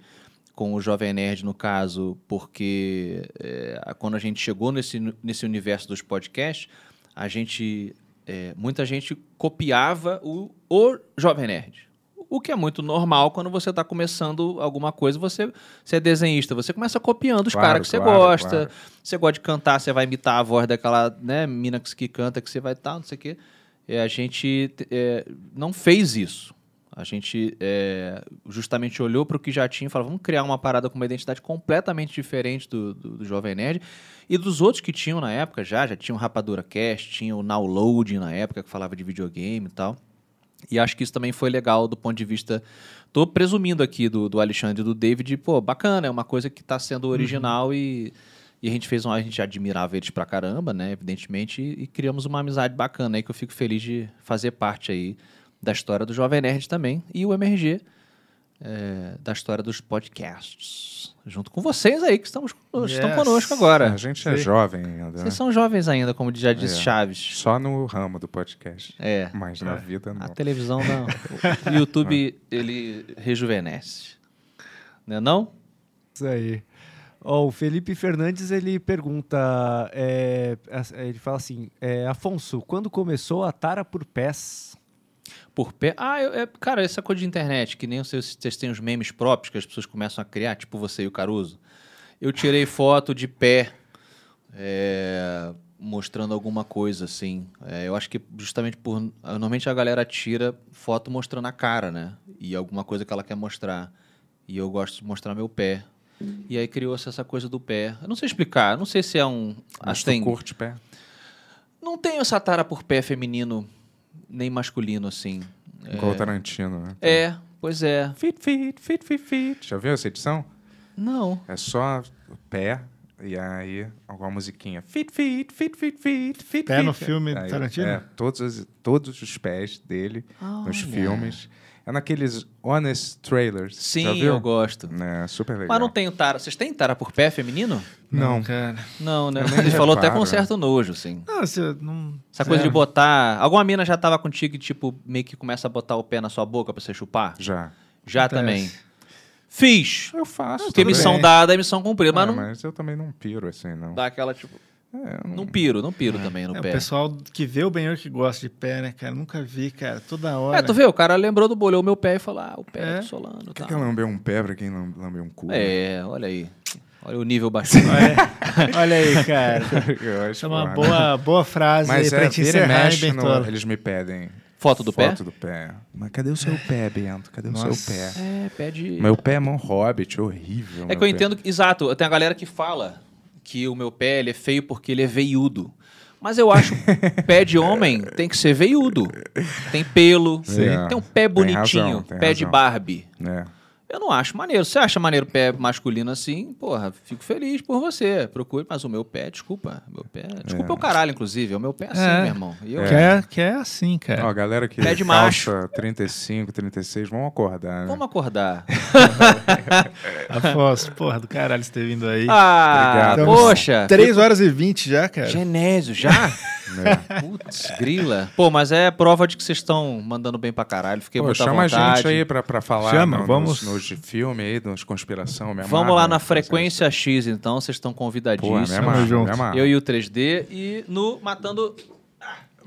[SPEAKER 5] com o Jovem Nerd, no caso, porque é, a- quando a gente chegou nesse, nu- nesse universo dos podcasts, a gente. é, muita gente copiava o, o Jovem Nerd. O que é muito normal quando você está começando alguma coisa, você, você é desenhista, você começa copiando os
[SPEAKER 2] Claro,
[SPEAKER 5] caras que você
[SPEAKER 2] claro,
[SPEAKER 5] gosta,
[SPEAKER 2] claro.
[SPEAKER 5] você gosta de cantar, você vai imitar a voz daquela né, mina que, que canta, que você vai tal, não sei o quê. É, a gente é, não fez isso. A gente é, justamente olhou para o que já tinha e falou: vamos criar uma parada com uma identidade completamente diferente do, do, do Jovem Nerd e dos outros que tinham na época já. Já tinha o Rapadura Cast, tinha o Nowload na época, que falava de videogame e tal. E acho que isso também foi legal do ponto de vista. Tô presumindo aqui do, do Alexandre e do David, pô, bacana, é uma coisa que tá
[SPEAKER 2] Uhum.
[SPEAKER 5] sendo original e, e a gente fez um. A gente admirava eles pra caramba, né? Evidentemente, e, e criamos uma amizade bacana aí que eu fico feliz de fazer parte aí da história do Jovem Nerd também. E o MRG é, da história dos podcasts. Junto com vocês aí, que estamos, estão
[SPEAKER 3] Yes.
[SPEAKER 5] conosco
[SPEAKER 2] A
[SPEAKER 5] agora.
[SPEAKER 2] gente é
[SPEAKER 3] Sim.
[SPEAKER 2] jovem ainda. né?
[SPEAKER 5] Vocês são jovens ainda, como já disse
[SPEAKER 2] É.
[SPEAKER 5] Chaves.
[SPEAKER 2] Só no ramo do podcast.
[SPEAKER 5] É.
[SPEAKER 2] Mas na vida
[SPEAKER 5] A
[SPEAKER 2] não.
[SPEAKER 5] televisão não. O YouTube, ele rejuvenesce. Não é não?
[SPEAKER 4] Isso aí. Ó, o Felipe Fernandes ele pergunta, é, as- ele fala assim, é, Afonso, quando começou a tara por pés?
[SPEAKER 5] Por pé. Ah, eu- é- cara, essa coisa de internet, que nem os seus, vocês têm os memes próprios que as pessoas começam a criar, tipo você e o Caruso. Eu tirei foto de pé, é, mostrando alguma coisa, assim. É, eu acho que justamente por. Normalmente a galera tira foto mostrando a cara, né? E alguma coisa que ela quer mostrar. E eu gosto de mostrar meu pé. E aí criou-se essa coisa do pé. Eu não sei explicar, eu não sei se é um.
[SPEAKER 2] Mas
[SPEAKER 5] assim,
[SPEAKER 2] tu curte pé.
[SPEAKER 5] Não tenho essa tara por pé feminino, nem masculino, assim.
[SPEAKER 2] Igual o Tarantino, né?
[SPEAKER 5] É, pois é.
[SPEAKER 4] Fit, fit, fit, fit, fit.
[SPEAKER 2] Já viu essa edição?
[SPEAKER 5] Não.
[SPEAKER 2] É só o pé e aí alguma musiquinha.
[SPEAKER 4] Fit, fit, fit, fit, fit, fit.
[SPEAKER 3] Pé no
[SPEAKER 4] fit.
[SPEAKER 3] filme
[SPEAKER 2] Aí,
[SPEAKER 3] do Tarantino?
[SPEAKER 2] é, todos, os- todos os pés dele nos
[SPEAKER 5] Olha.
[SPEAKER 2] filmes. É naqueles honest trailers. já
[SPEAKER 5] Sim,
[SPEAKER 2] viu?
[SPEAKER 5] eu gosto.
[SPEAKER 2] É, super legal.
[SPEAKER 5] Mas não tenho tara. Vocês têm tara por pé feminino?
[SPEAKER 2] Não.
[SPEAKER 3] Cara.
[SPEAKER 5] Não, né?
[SPEAKER 2] Eu nem
[SPEAKER 5] Ele falou até
[SPEAKER 2] reparo,
[SPEAKER 5] com um
[SPEAKER 2] né? É.
[SPEAKER 5] certo nojo, assim.
[SPEAKER 3] Não, assim, não...
[SPEAKER 5] Essa coisa de botar. Alguma mina já tava contigo e, tipo, meio que começa a botar o pé na sua boca pra você chupar?
[SPEAKER 2] Já.
[SPEAKER 5] Já também. Fiz.
[SPEAKER 2] Eu faço.
[SPEAKER 5] Porque
[SPEAKER 2] Ah, tudo
[SPEAKER 5] missão
[SPEAKER 2] bem.
[SPEAKER 5] dada é missão cumprida,
[SPEAKER 2] É,
[SPEAKER 5] mas não
[SPEAKER 2] mas eu também não piro assim, não.
[SPEAKER 5] dá aquela, tipo.
[SPEAKER 2] É, eu não-
[SPEAKER 5] Não piro, não piro também no
[SPEAKER 3] É, o
[SPEAKER 5] pé.
[SPEAKER 3] pessoal que vê o banheiro que gosta de pé, né, cara? Nunca vi, cara. Toda hora.
[SPEAKER 5] É, tu vê, o cara lembrou do bolhão meu pé e falou: ah, o pé
[SPEAKER 3] É.
[SPEAKER 5] do Solano.
[SPEAKER 2] Quer
[SPEAKER 5] Tá.
[SPEAKER 2] né? que eu lambei um pé pra quem lam- lambeu um cu?
[SPEAKER 5] É, olha aí. Olha o nível baixinho.
[SPEAKER 2] É.
[SPEAKER 3] Olha aí, cara.
[SPEAKER 2] Eu acho
[SPEAKER 3] Isso é uma
[SPEAKER 2] foda.
[SPEAKER 3] boa, boa frase aí
[SPEAKER 2] Mas
[SPEAKER 3] pra
[SPEAKER 2] é,
[SPEAKER 3] te
[SPEAKER 2] vira e
[SPEAKER 3] encerrar, hein,
[SPEAKER 2] mexe, no-
[SPEAKER 3] Bertola.
[SPEAKER 2] eles me pedem
[SPEAKER 5] Foto do pé?
[SPEAKER 2] foto do pé. Mas cadê o seu pé, Bento? Cadê o
[SPEAKER 3] Nossa.
[SPEAKER 2] seu pé?
[SPEAKER 5] É, pé de.
[SPEAKER 2] Meu pé é mão hobbit, horrível. meu
[SPEAKER 5] É que eu
[SPEAKER 2] pé.
[SPEAKER 5] entendo, que- exato, tem a galera que fala que o meu pé ele é feio porque ele é veiudo. Mas eu acho que pé de homem tem que ser veiudo. Tem pelo,
[SPEAKER 2] Sim.
[SPEAKER 5] tem um pé
[SPEAKER 2] Tem
[SPEAKER 5] bonitinho,
[SPEAKER 2] razão, tem
[SPEAKER 5] pé de
[SPEAKER 2] razão.
[SPEAKER 5] Barbie.
[SPEAKER 2] É.
[SPEAKER 5] Eu não acho maneiro. Você acha maneiro pé masculino assim? Porra, fico feliz por você. Procure, mas o meu pé, desculpa. Meu pé, desculpa o caralho, inclusive. É o meu pé assim,
[SPEAKER 3] É.
[SPEAKER 5] meu irmão. E eu,
[SPEAKER 3] Que, é, que é assim, cara.
[SPEAKER 2] Ó, galera que
[SPEAKER 5] Pé de
[SPEAKER 2] calça 35, 36, vamos acordar, né?
[SPEAKER 5] Vamos acordar.
[SPEAKER 2] é.
[SPEAKER 3] Afonso, porra do caralho você ter vindo aí.
[SPEAKER 5] Ah,
[SPEAKER 2] Obrigado.
[SPEAKER 5] poxa.
[SPEAKER 3] 3 horas e 20 já, cara.
[SPEAKER 5] Genésio, já?
[SPEAKER 2] É.
[SPEAKER 5] Putz, grila. Pô, mas é prova de que vocês estão mandando bem pra caralho. Fiquei
[SPEAKER 2] Pô,
[SPEAKER 5] muito à
[SPEAKER 2] chama a
[SPEAKER 5] vontade.
[SPEAKER 2] gente aí pra, pra falar
[SPEAKER 3] Chama,
[SPEAKER 2] no-
[SPEAKER 3] vamos.
[SPEAKER 2] nos, nos de filme aí, nos conspiração, me
[SPEAKER 5] Vamos
[SPEAKER 2] amarra,
[SPEAKER 5] lá na
[SPEAKER 2] É fazer
[SPEAKER 5] frequência X, então. Vocês estão
[SPEAKER 2] isso. Pô, é me
[SPEAKER 5] convidadíssimos.
[SPEAKER 3] Tamo
[SPEAKER 2] amarra, me
[SPEAKER 3] junto.
[SPEAKER 2] amarra.
[SPEAKER 5] Eu e o 3D. E no Matando...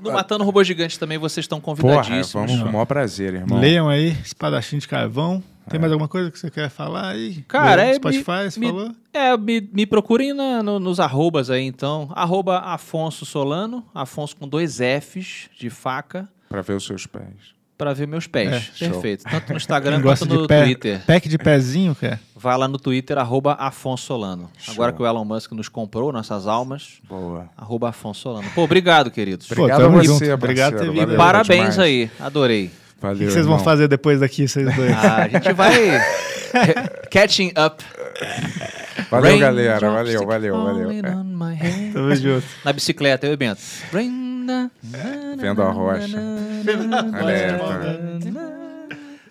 [SPEAKER 5] No Matando Robô Gigante também vocês estão
[SPEAKER 2] Ah. Porra, é,
[SPEAKER 5] convidadíssimos.
[SPEAKER 2] vamos com o maior prazer, irmão.
[SPEAKER 3] Leiam aí, Espadachim de Carvão. Tem
[SPEAKER 2] É.
[SPEAKER 3] mais alguma coisa que você quer falar aí?
[SPEAKER 5] Cara,
[SPEAKER 3] Lê,
[SPEAKER 5] é,
[SPEAKER 3] Spotify,
[SPEAKER 5] me-
[SPEAKER 3] você
[SPEAKER 5] me-
[SPEAKER 3] falou?
[SPEAKER 5] É, me, me procurem na- no- nos arrobas aí, então. Arroba Afonso Solano. Afonso com dois Fs de faca.
[SPEAKER 2] Pra ver os seus pés.
[SPEAKER 5] Pra ver meus pés.
[SPEAKER 2] É, show.
[SPEAKER 5] Perfeito. Tanto no
[SPEAKER 3] Quem
[SPEAKER 5] Instagram
[SPEAKER 3] gosta
[SPEAKER 5] quanto
[SPEAKER 3] de
[SPEAKER 5] no
[SPEAKER 3] pé,
[SPEAKER 5] Twitter.
[SPEAKER 3] pack de pezinho, cara.
[SPEAKER 5] Vai lá no Twitter, arroba Afonso Solano.
[SPEAKER 2] Show.
[SPEAKER 5] Agora que o Elon Musk nos comprou nossas almas,
[SPEAKER 2] Boa.
[SPEAKER 5] arroba Afonso Solano. Pô, obrigado, queridos.
[SPEAKER 3] Pô,
[SPEAKER 2] Obrigado
[SPEAKER 3] tamo
[SPEAKER 2] a você,
[SPEAKER 3] junto. Obrigado por ter
[SPEAKER 2] parceiro, valeu.
[SPEAKER 3] vindo.
[SPEAKER 5] Parabéns
[SPEAKER 2] demais.
[SPEAKER 5] aí, adorei.
[SPEAKER 3] O
[SPEAKER 2] Valeu,
[SPEAKER 3] que, que vocês vão
[SPEAKER 2] irmão.
[SPEAKER 3] fazer depois daqui, vocês dois?
[SPEAKER 5] Ah, a gente vai catching up.
[SPEAKER 2] Valeu,
[SPEAKER 5] Raindrops
[SPEAKER 2] galera. Valeu,
[SPEAKER 5] keep
[SPEAKER 2] valeu, valeu.
[SPEAKER 5] falling
[SPEAKER 2] É.
[SPEAKER 5] on my head.
[SPEAKER 3] Tamo junto.
[SPEAKER 5] Na bicicleta, eu e Bento. Rain- na-
[SPEAKER 2] Vendo a rocha. tá Alerta.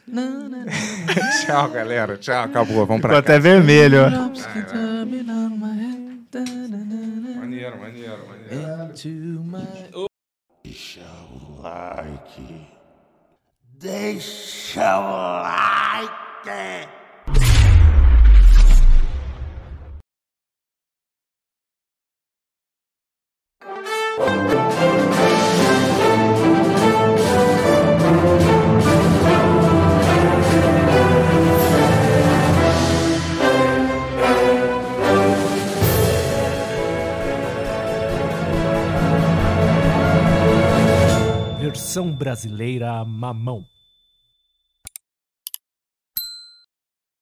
[SPEAKER 5] na- na-
[SPEAKER 2] Tchau, galera. Tchau, acabou. Vamos
[SPEAKER 3] Ficou
[SPEAKER 2] pra cá.
[SPEAKER 3] até vermelho, ó.
[SPEAKER 5] coming on my head. Da- na- na- na-
[SPEAKER 2] Maneiro, maneiro, maneiro.
[SPEAKER 5] into my
[SPEAKER 4] Versão brasileira mamão.